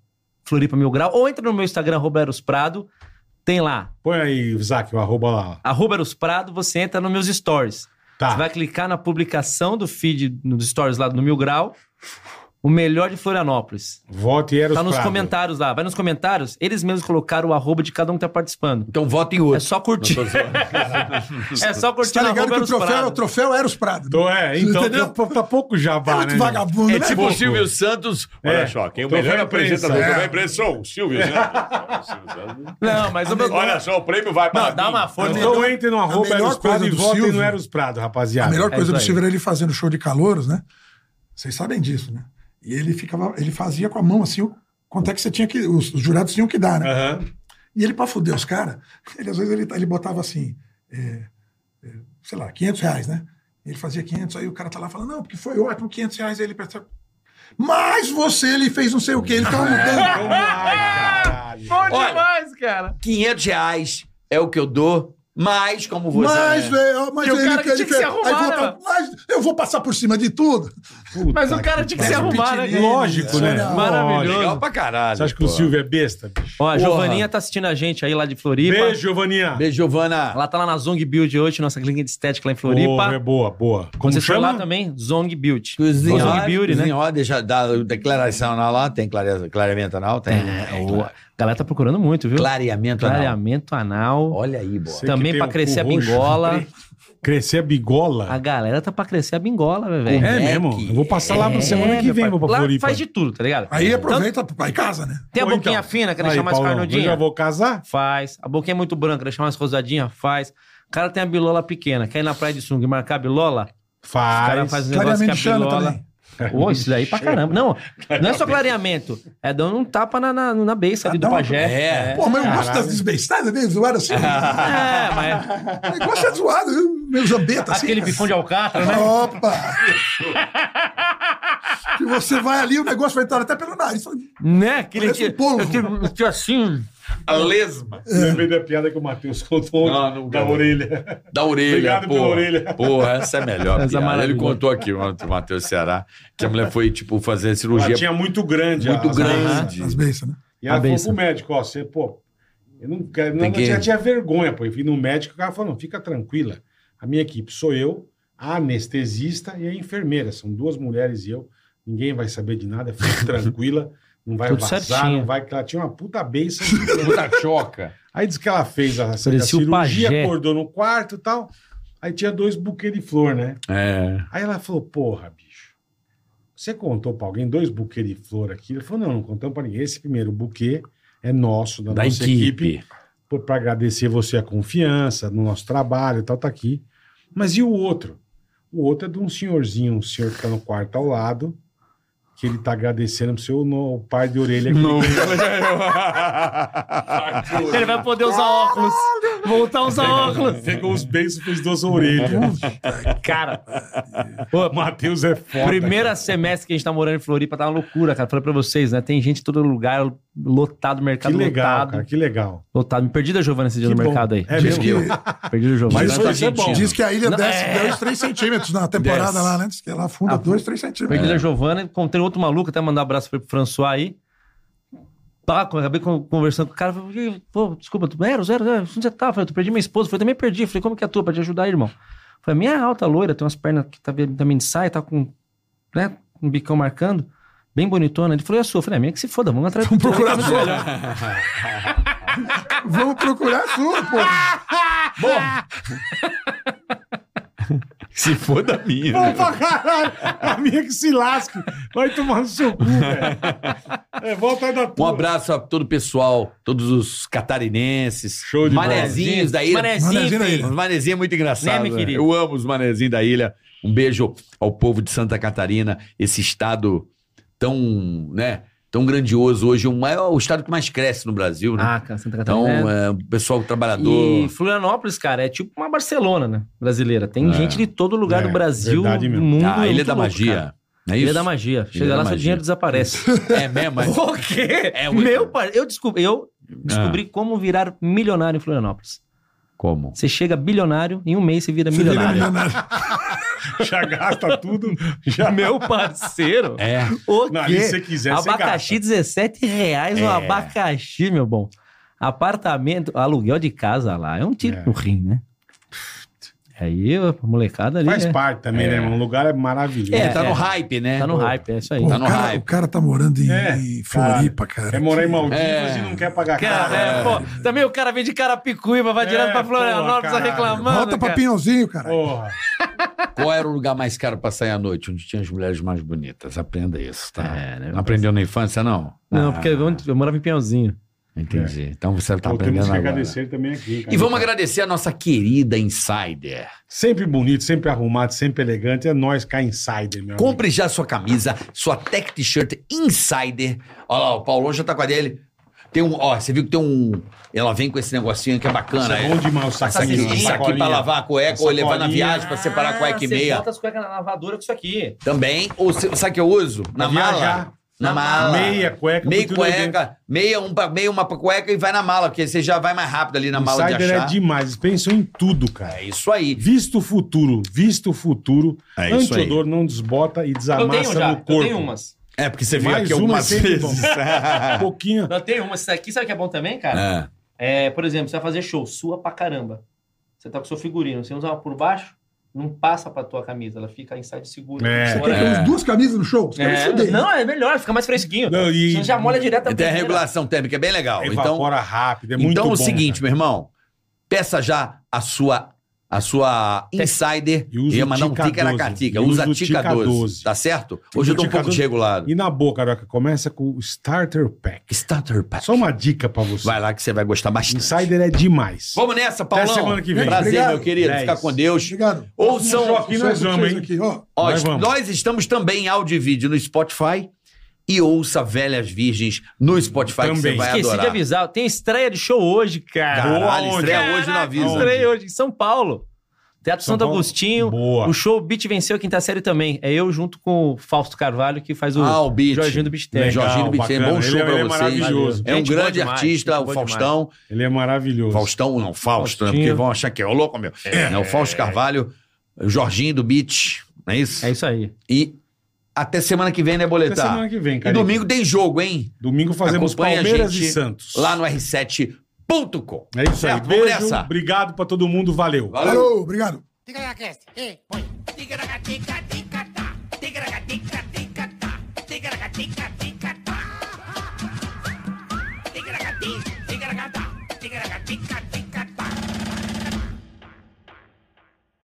S6: Floripa Mil Grau, ou entra no meu Instagram, arroba Eros Prado, tem lá,
S4: Põe aí, Zac, o arroba lá.
S6: arroba Eros Prado, você entra nos meus stories.
S4: Tá.
S6: Você vai clicar na publicação do feed, nos stories lá do Mil Grau, o melhor de Florianópolis.
S4: Vote e Eros
S6: tá nos
S4: Prado.
S6: comentários lá, vai nos comentários, eles mesmos colocaram o arroba de cada um que tá participando.
S5: Então vota em
S6: É
S5: outro.
S6: só curtir. é só
S3: Você
S6: curtir
S3: tá
S6: na
S3: ligado
S6: arroba
S3: que o
S6: Eros
S3: troféu, era- o
S6: Prado.
S3: troféu era os Prado.
S4: Então é, então
S3: Entendeu?
S4: tá, tá pouco jabá,
S3: É muito
S4: né?
S3: vagabundo,
S5: É
S3: né?
S5: tipo
S3: Pô,
S5: o Silvio Santos.
S4: É.
S9: Olha só, quem é o
S4: Troféu
S9: melhor
S4: imprensa,
S9: apresentador do
S4: é.
S9: Troféu imprensa sou o Silvio Santos.
S6: Não, mas o meu...
S9: Olha só, o prêmio vai para
S6: Não, dá
S9: mim.
S6: uma força.
S4: Então entre no arroba
S3: melhor
S4: Eros Prado
S3: coisa
S4: e
S3: do
S4: votem
S3: Silvio-
S4: no Eros Prado,
S3: A
S4: rapaziada.
S3: melhor coisa
S6: isso
S3: do
S6: aí.
S3: Silver era ele fazendo show de calouros, né? Vocês sabem disso, né? E ele ficava, ele fazia com a mão assim, o- quanto é que você tinha que. Os, os jurados tinham que dar, né?
S4: Aham.
S3: E ele, pra fuder os caras, ele às vezes ele, ele botava assim, é, é, sei lá, 500 reais, né? Ele fazia 500, aí o cara tá lá falando, não, porque foi ótimo, 500 reais, aí ele pensa, mas você, ele fez não sei o quê, ele tava mudando.
S4: Ai, caralho.
S5: Olha,
S6: demais, cara.
S5: 500 reais é o que eu dou, mas como você. é.
S3: Mas, velho, mas
S6: E é. o
S3: ele,
S6: cara que
S3: ele
S6: tinha que
S3: fez-
S6: se arrumar,
S3: aí voltava,
S6: né?
S3: mas eu vou passar por cima de tudo. é
S4: Puta
S6: Mas o
S4: que
S6: cara tinha que se
S4: pariu.
S6: arrumar, né? cara?
S4: Lógico, né?
S3: Olha,
S6: Maravilhoso.
S5: Legal pra caralho.
S4: Você acha que o
S5: pô.
S4: Silvio é besta, bicho?
S6: Ó, a Giovaninha tá assistindo a gente aí lá de Floripa.
S4: Beijo, Giovaninha.
S5: Beijo, Giovana.
S6: Ela tá lá na Zong Build hoje, nossa clínica de estética lá em
S4: Porra, é
S6: Floripa.
S4: boa, boa. Como
S6: Você foi
S4: chama?
S6: lá também? Zong Build.
S5: O Zinho,
S6: Zong Build, né?
S5: Zinho, deixa dar declaração na lá, tem clare- clareamento anal? Tem.
S6: É, o- a galera tá procurando muito, viu?
S5: Clareamento anal.
S6: Clareamento anal.
S5: Olha aí, boa.
S4: Sei que
S6: Também
S4: tem
S6: pra
S4: o
S6: crescer a
S4: cu roxo.
S6: bingola.
S4: Crescer a bigola.
S6: A galera tá pra crescer a bingola, velho.
S5: Com-
S4: É
S5: Moleque.
S4: mesmo? Eu vou passar lá pra
S6: É,
S4: semana que
S6: meu
S4: vem,
S6: pai.
S4: vou pra
S6: Lá
S4: Floripa. é
S6: faz de tudo, tá ligado?
S3: Aí
S6: Então,
S3: aproveita, vai em casa, né?
S6: tem a
S4: Ou então-
S6: boquinha fina, quer
S4: Aí,
S6: deixar mais
S4: Paulão,
S6: carnudinha?
S4: Eu já vou casar?
S6: Faz. A boquinha é muito branca, deixar mais rosadinha? Faz. O cara tem a bilola pequena. Quer ir na praia de sunga e marcar a bilola? O cara
S4: Faz.
S6: faz um negócio que
S3: Clareamento
S6: a
S3: de chana
S6: bilola...
S3: também.
S6: Ô, isso daí pra caramba. Não, não é só clareamento. É dando um tapa na, na, na beiça
S4: Ah,
S6: ali do
S3: Dá uma-
S6: pajé.
S5: É.
S3: Pô, mas eu gosto
S4: Caralho.
S3: das desbeistadas, né? Zoado assim.
S6: É, mas
S3: O negócio é zoado, viu? meu
S4: Tá
S3: zambeta assim.
S6: aquele
S3: cara.
S6: bifão de alcatra, né?
S3: Opa! que você vai ali, o negócio vai entrar até pelo nariz.
S6: Né? Aquele
S3: Parece um
S6: que,
S3: polvo.
S6: aquele- aquele assim.
S5: A lesma.
S4: Lembrei da piada que o Matheus contou
S5: Ah, não,
S4: da
S5: cara.
S4: orelha.
S5: Da orelha.
S4: Obrigado pela
S5: porra.
S4: orelha.
S5: Porra, essa é a melhor.
S6: Essa é
S5: piada. Ele
S6: maravilhosa.
S5: contou aqui, o Matheus Ceará, que a mulher foi, tipo, fazer cirurgia.
S4: Ela tinha muito grande.
S5: Muito
S4: as
S5: grande.
S4: asas.
S3: As beiças, né?
S4: E
S6: A
S4: ela falou
S6: benção.
S4: pro médico, ó, você, pô, eu não quero, não,
S5: Tem
S4: eu
S5: que-
S4: tinha, tinha vergonha, pô. Eu fui no médico, o cara falou, não, fica tranquila. A minha equipe sou eu, a anestesista e a enfermeira. São duas mulheres e eu. Ninguém vai saber de nada, fica tranquila. Não vai
S6: Tudo
S4: vazar,
S6: certinho.
S4: não vai... que Ela tinha uma puta benção.
S5: Puta choca.
S4: Aí diz que ela fez a, a
S6: Parecia o pajé.
S4: cirurgia, acordou no quarto e tal. Aí tinha dois buquês de flor, né?
S5: É.
S4: Aí ela falou, porra, bicho, você contou pra alguém dois buquês de flor aqui? Ele falou, não, não contamos pra ninguém. Esse primeiro buquê é nosso, da,
S5: Da
S4: nossa
S5: equipe.
S4: equipe, por- pra agradecer você a confiança no nosso trabalho e tal, tá aqui. Mas e o outro? O outro é de um senhorzinho, um senhor que tá no quarto ao lado, que ele tá agradecendo pro seu no, pai de orelha que ele
S6: Ele vai poder usar óculos. Voltar a usar óculos.
S4: pegou os beijos e fez duas orelhas.
S6: Cara. Ô,
S4: O Matheus é foda.
S6: Primeira semestre que a gente tá morando em Floripa, tá uma loucura, cara. Falei pra vocês, né? Tem gente em todo lugar, lotado,
S4: cara.
S6: mercado
S4: Que legal,
S6: lotado.
S4: cara, que legal.
S6: Lotado. Me perdi da Giovana esse dia
S4: Que
S6: no
S4: bom.
S6: mercado aí.
S4: É
S3: Diz que,
S4: mesmo?
S6: Perdi da Giovana.
S4: Mas isso é bom.
S3: diz que a ilha
S6: Não,
S3: desce
S6: é.
S3: 2, 3 centímetros na temporada
S5: Desce.
S3: lá, né? Diz que ela afunda
S6: Ah,
S3: 2, 3 centímetros.
S6: Perdi da Giovana, encontrei outro maluco, até mandar um abraço pro François aí. Pá, co- acabei con- conversando com o cara, falei, pô, desculpa, tu, zero, zero, zero, onde você tá? Falei, tu perdi minha esposa, falei, também perdi. Falei, como que é a tua, pra te ajudar aí, irmão? Falei, minha é alta, loira, tem umas pernas que tá, bem- também de saia, tá com, né, um bicão marcando, bem bonitona. Ele falou, e a sua? Falei, "É a minha que se foda, vamos atrás. Vamos
S3: procurar a sua. Vamos procurar a sua, pô.
S1: Se foda a minha.
S4: Bom
S1: né?
S4: pra caralho. A minha que se lasque. Vai tomar no seu cu, velho. É, volta aí da
S5: Um
S4: tua.
S5: abraço a todo o pessoal, todos os catarinenses.
S4: Show de bola.
S5: Manezinhos da ilha.
S4: Manezinho
S5: Manezinho
S4: da
S5: Os manezinhos é muito engraçado.
S6: Né, meu
S5: né?
S6: querido?
S5: Eu amo os manezinhos da ilha. Um beijo ao povo de Santa Catarina, esse estado tão, né, tão grandioso hoje, é o maior, o estado que mais cresce no Brasil, né?
S6: Ah, cara, Santa
S5: então,
S6: Catarina.
S5: é, o pessoal trabalhador.
S6: e Florianópolis, cara, é tipo uma Barcelona, né? Brasileira. Tem
S5: É.
S6: gente de todo lugar
S4: É,
S6: do Brasil,
S4: verdade
S6: do
S4: mesmo.
S6: mundo.
S5: Ah,
S6: é
S5: Ilha
S6: muito
S5: da
S6: louco, cara.
S5: Magia. Não é isso?
S6: Ilha da Magia. Chega
S5: Ilha
S6: lá,
S5: da
S6: seu
S5: Magia.
S6: dinheiro desaparece.
S5: É mesmo, mas...
S6: O quê?
S5: É muito- Ah.
S6: Meu par... Eu descobri, eu descobri como virar milionário em Florianópolis.
S5: Como?
S6: Você chega bilionário, em um mês você vira milionário.
S4: Já gasta tudo. Já...
S6: Meu parceiro.
S5: É.
S6: O
S4: Não, ali
S6: quê?
S4: se você quiser, você
S6: abacaxi,
S4: gasta.
S6: 17 reais um
S4: É.
S6: abacaxi, meu bom. Apartamento, aluguel de casa lá, é um tiro
S4: É.
S6: no rim, né? Aí a molecada ali.
S4: Faz
S6: é,
S4: parte também, né, irmão? O lugar é maravilhoso.
S5: É, tá
S6: é.
S5: no hype, né?
S6: tá no hype, é isso aí.
S3: Pô,
S5: Tá
S3: o,
S5: no
S3: cara,
S5: hype.
S3: o cara tá morando em,
S4: É,
S3: em Floripa, cara.
S4: É morar em
S3: Que-
S4: Maldivas
S5: É.
S4: e não quer pagar né?
S6: Cara,
S4: cara.
S6: é, pô, também o cara vem de Carapicuíba, vai
S4: É,
S6: direto pra
S4: porra,
S6: Florianópolis, tá
S4: caralho.
S6: reclamando.
S3: Volta pra
S6: cara.
S3: Pinhãozinho, cara.
S4: Porra.
S5: Qual era o lugar mais caro pra sair à noite? Onde tinha as mulheres mais bonitas. Aprenda isso, tá?
S6: É, né?
S5: Não aprendeu na infância, não?
S6: Não,
S5: Ah,
S6: porque É. eu, eu morava em Pinhãozinho.
S5: Entendi. Então você tá
S4: Pô,
S5: aprendendo
S4: temos que
S5: agora.
S4: agradecer também aqui. cara.
S5: E vamos agradecer a nossa querida Insider.
S4: Sempre bonito, sempre arrumado, sempre elegante. É nós cá insider, meu. amigo.
S5: Compre já sua camisa, sua tech t-shirt Insider. Olha lá, o Paulão já tá com a dele. Tem um, ó, você viu que tem um... Ela vem com esse negocinho que é
S4: Isso
S5: bacana.
S4: é
S5: é.
S4: bom demais o
S5: Essa
S4: saquinho.
S5: aqui, isso aqui pra lavar a cueca
S4: Essa
S5: ou levar na
S4: colinha.
S5: viagem pra separar a cueca e meia.
S6: Ah, as cuecas na lavadora com isso aqui.
S5: Também. Ou, se- sabe o que eu uso? Na
S4: Na viajar.
S5: mala. Na mala.
S4: Meia cueca.
S5: Ah Meia
S4: põe tudo aí dentro.
S5: cueca, meia, um pra, meia uma pra cueca e vai na mala, porque você já vai mais rápido ali na mala de
S4: Insider é
S5: achar.
S4: demais. Eles pensam em tudo, cara.
S5: É isso aí.
S4: Visto o futuro, visto o futuro.
S5: É isso aí.
S4: Antiodor não desbota e
S6: Eu
S4: desamassa
S6: tenho já,
S4: Tá no corpo.
S6: eu tenho umas.
S5: É, porque você
S4: Mais uma é sempre bom. Um pouquinho.
S6: Não, tem uma. Isso aqui, sabe o que é bom também, cara?
S5: É.
S6: É, por exemplo, você vai fazer show, sua pra caramba. Você tá com seu figurino, você usa uma por baixo, não passa pra tua camisa, ela fica inside segura.
S4: É.
S3: Tem que ter umas duas camisas no show? Os caras se
S6: É,
S3: fudem.
S6: não, é melhor, fica mais fresquinho.
S4: Não, e-
S6: Você já molha direto a
S5: Tem a
S6: primeira.
S5: regulação térmica, é bem legal. Então,
S4: Evapora rápido. É muito
S5: então é
S4: bom.
S5: o seguinte, meu irmão. Peça já a sua, a sua Insider.
S4: E usa o
S5: ia mandar um
S4: Tica
S5: tica na
S4: 12.
S5: cartica.
S4: E
S5: Usa a
S4: usa o
S5: Tica
S4: Tica
S5: 12.
S4: 12.
S5: Tá certo? Hoje eu tô um
S4: Tica
S5: pouco
S4: 12.
S5: desregulado.
S4: E na boca, Aroca, começa com o Starter Pack.
S5: Starter Pack.
S4: Só uma dica pra você.
S5: Vai lá que você vai gostar bastante.
S4: Insider é demais.
S5: Vamos nessa, Paulão.
S4: semana que vem. É
S5: Prazer,
S3: Obrigado.
S5: meu querido.
S4: Dez.
S5: Fica com Deus.
S3: Obrigado.
S4: Próximo
S5: Ouçam.
S4: jogo aqui nós vamos, hein?
S3: Aqui, ó.
S5: Ó,
S4: Nós
S5: est-
S4: vamos.
S5: nós estamos também em áudio e vídeo no Spotify e ouça Velhas Virgens no Spotify que você
S4: Também.
S5: vai
S6: Esqueci de
S5: é adorar.
S6: avisar, tem estreia de show hoje, cara.
S5: Caralho,
S4: Boa,
S5: estreia
S4: onde?
S5: hoje não avisa.
S6: Estreia hoje em São Paulo. Teatro
S4: São
S6: Santo
S4: Paulo?
S6: Agostinho.
S4: Boa.
S6: O show Beat venceu a quinta série também. É eu junto com o Fausto Carvalho que faz o
S5: Ah, o Beat.
S6: Jorginho do Beat
S4: Legal,
S6: Tech.
S5: Jorginho Bittencourt,
S4: bacana.
S5: bom show
S4: Ele é-
S5: pra
S4: ele é
S5: vocês.
S4: maravilhoso.
S5: É um
S6: Gente boa
S5: grande
S6: demais,
S5: artista,
S6: gente
S5: o
S6: boa
S5: Faustão.
S4: Ele é maravilhoso.
S5: Faustão, não, Fausto, né?
S6: Faustinho.
S5: Porque vão achar que é o louco, meu. É, o Fausto Carvalho, o Jorginho do Beat, não é isso?
S6: É isso aí.
S5: E até semana que vem, né,
S4: Até
S5: Boletar?
S4: semana que vem,
S5: E
S4: cara.
S5: domingo tem jogo, hein?
S4: Domingo fazemos
S5: Acompanha a
S4: Palmeiras
S5: gente
S4: e Santos.
S5: Lá no r7.com.
S4: É isso aí.
S5: Certo, vamos
S4: Beijo.
S5: nessa.
S4: Obrigado pra todo mundo. Valeu.
S3: Alô, obrigado.
S2: Tica-taca-tica-tica-tá. Tica-taca-tica-tica-tá. Tica-taca-tica-tica-tá.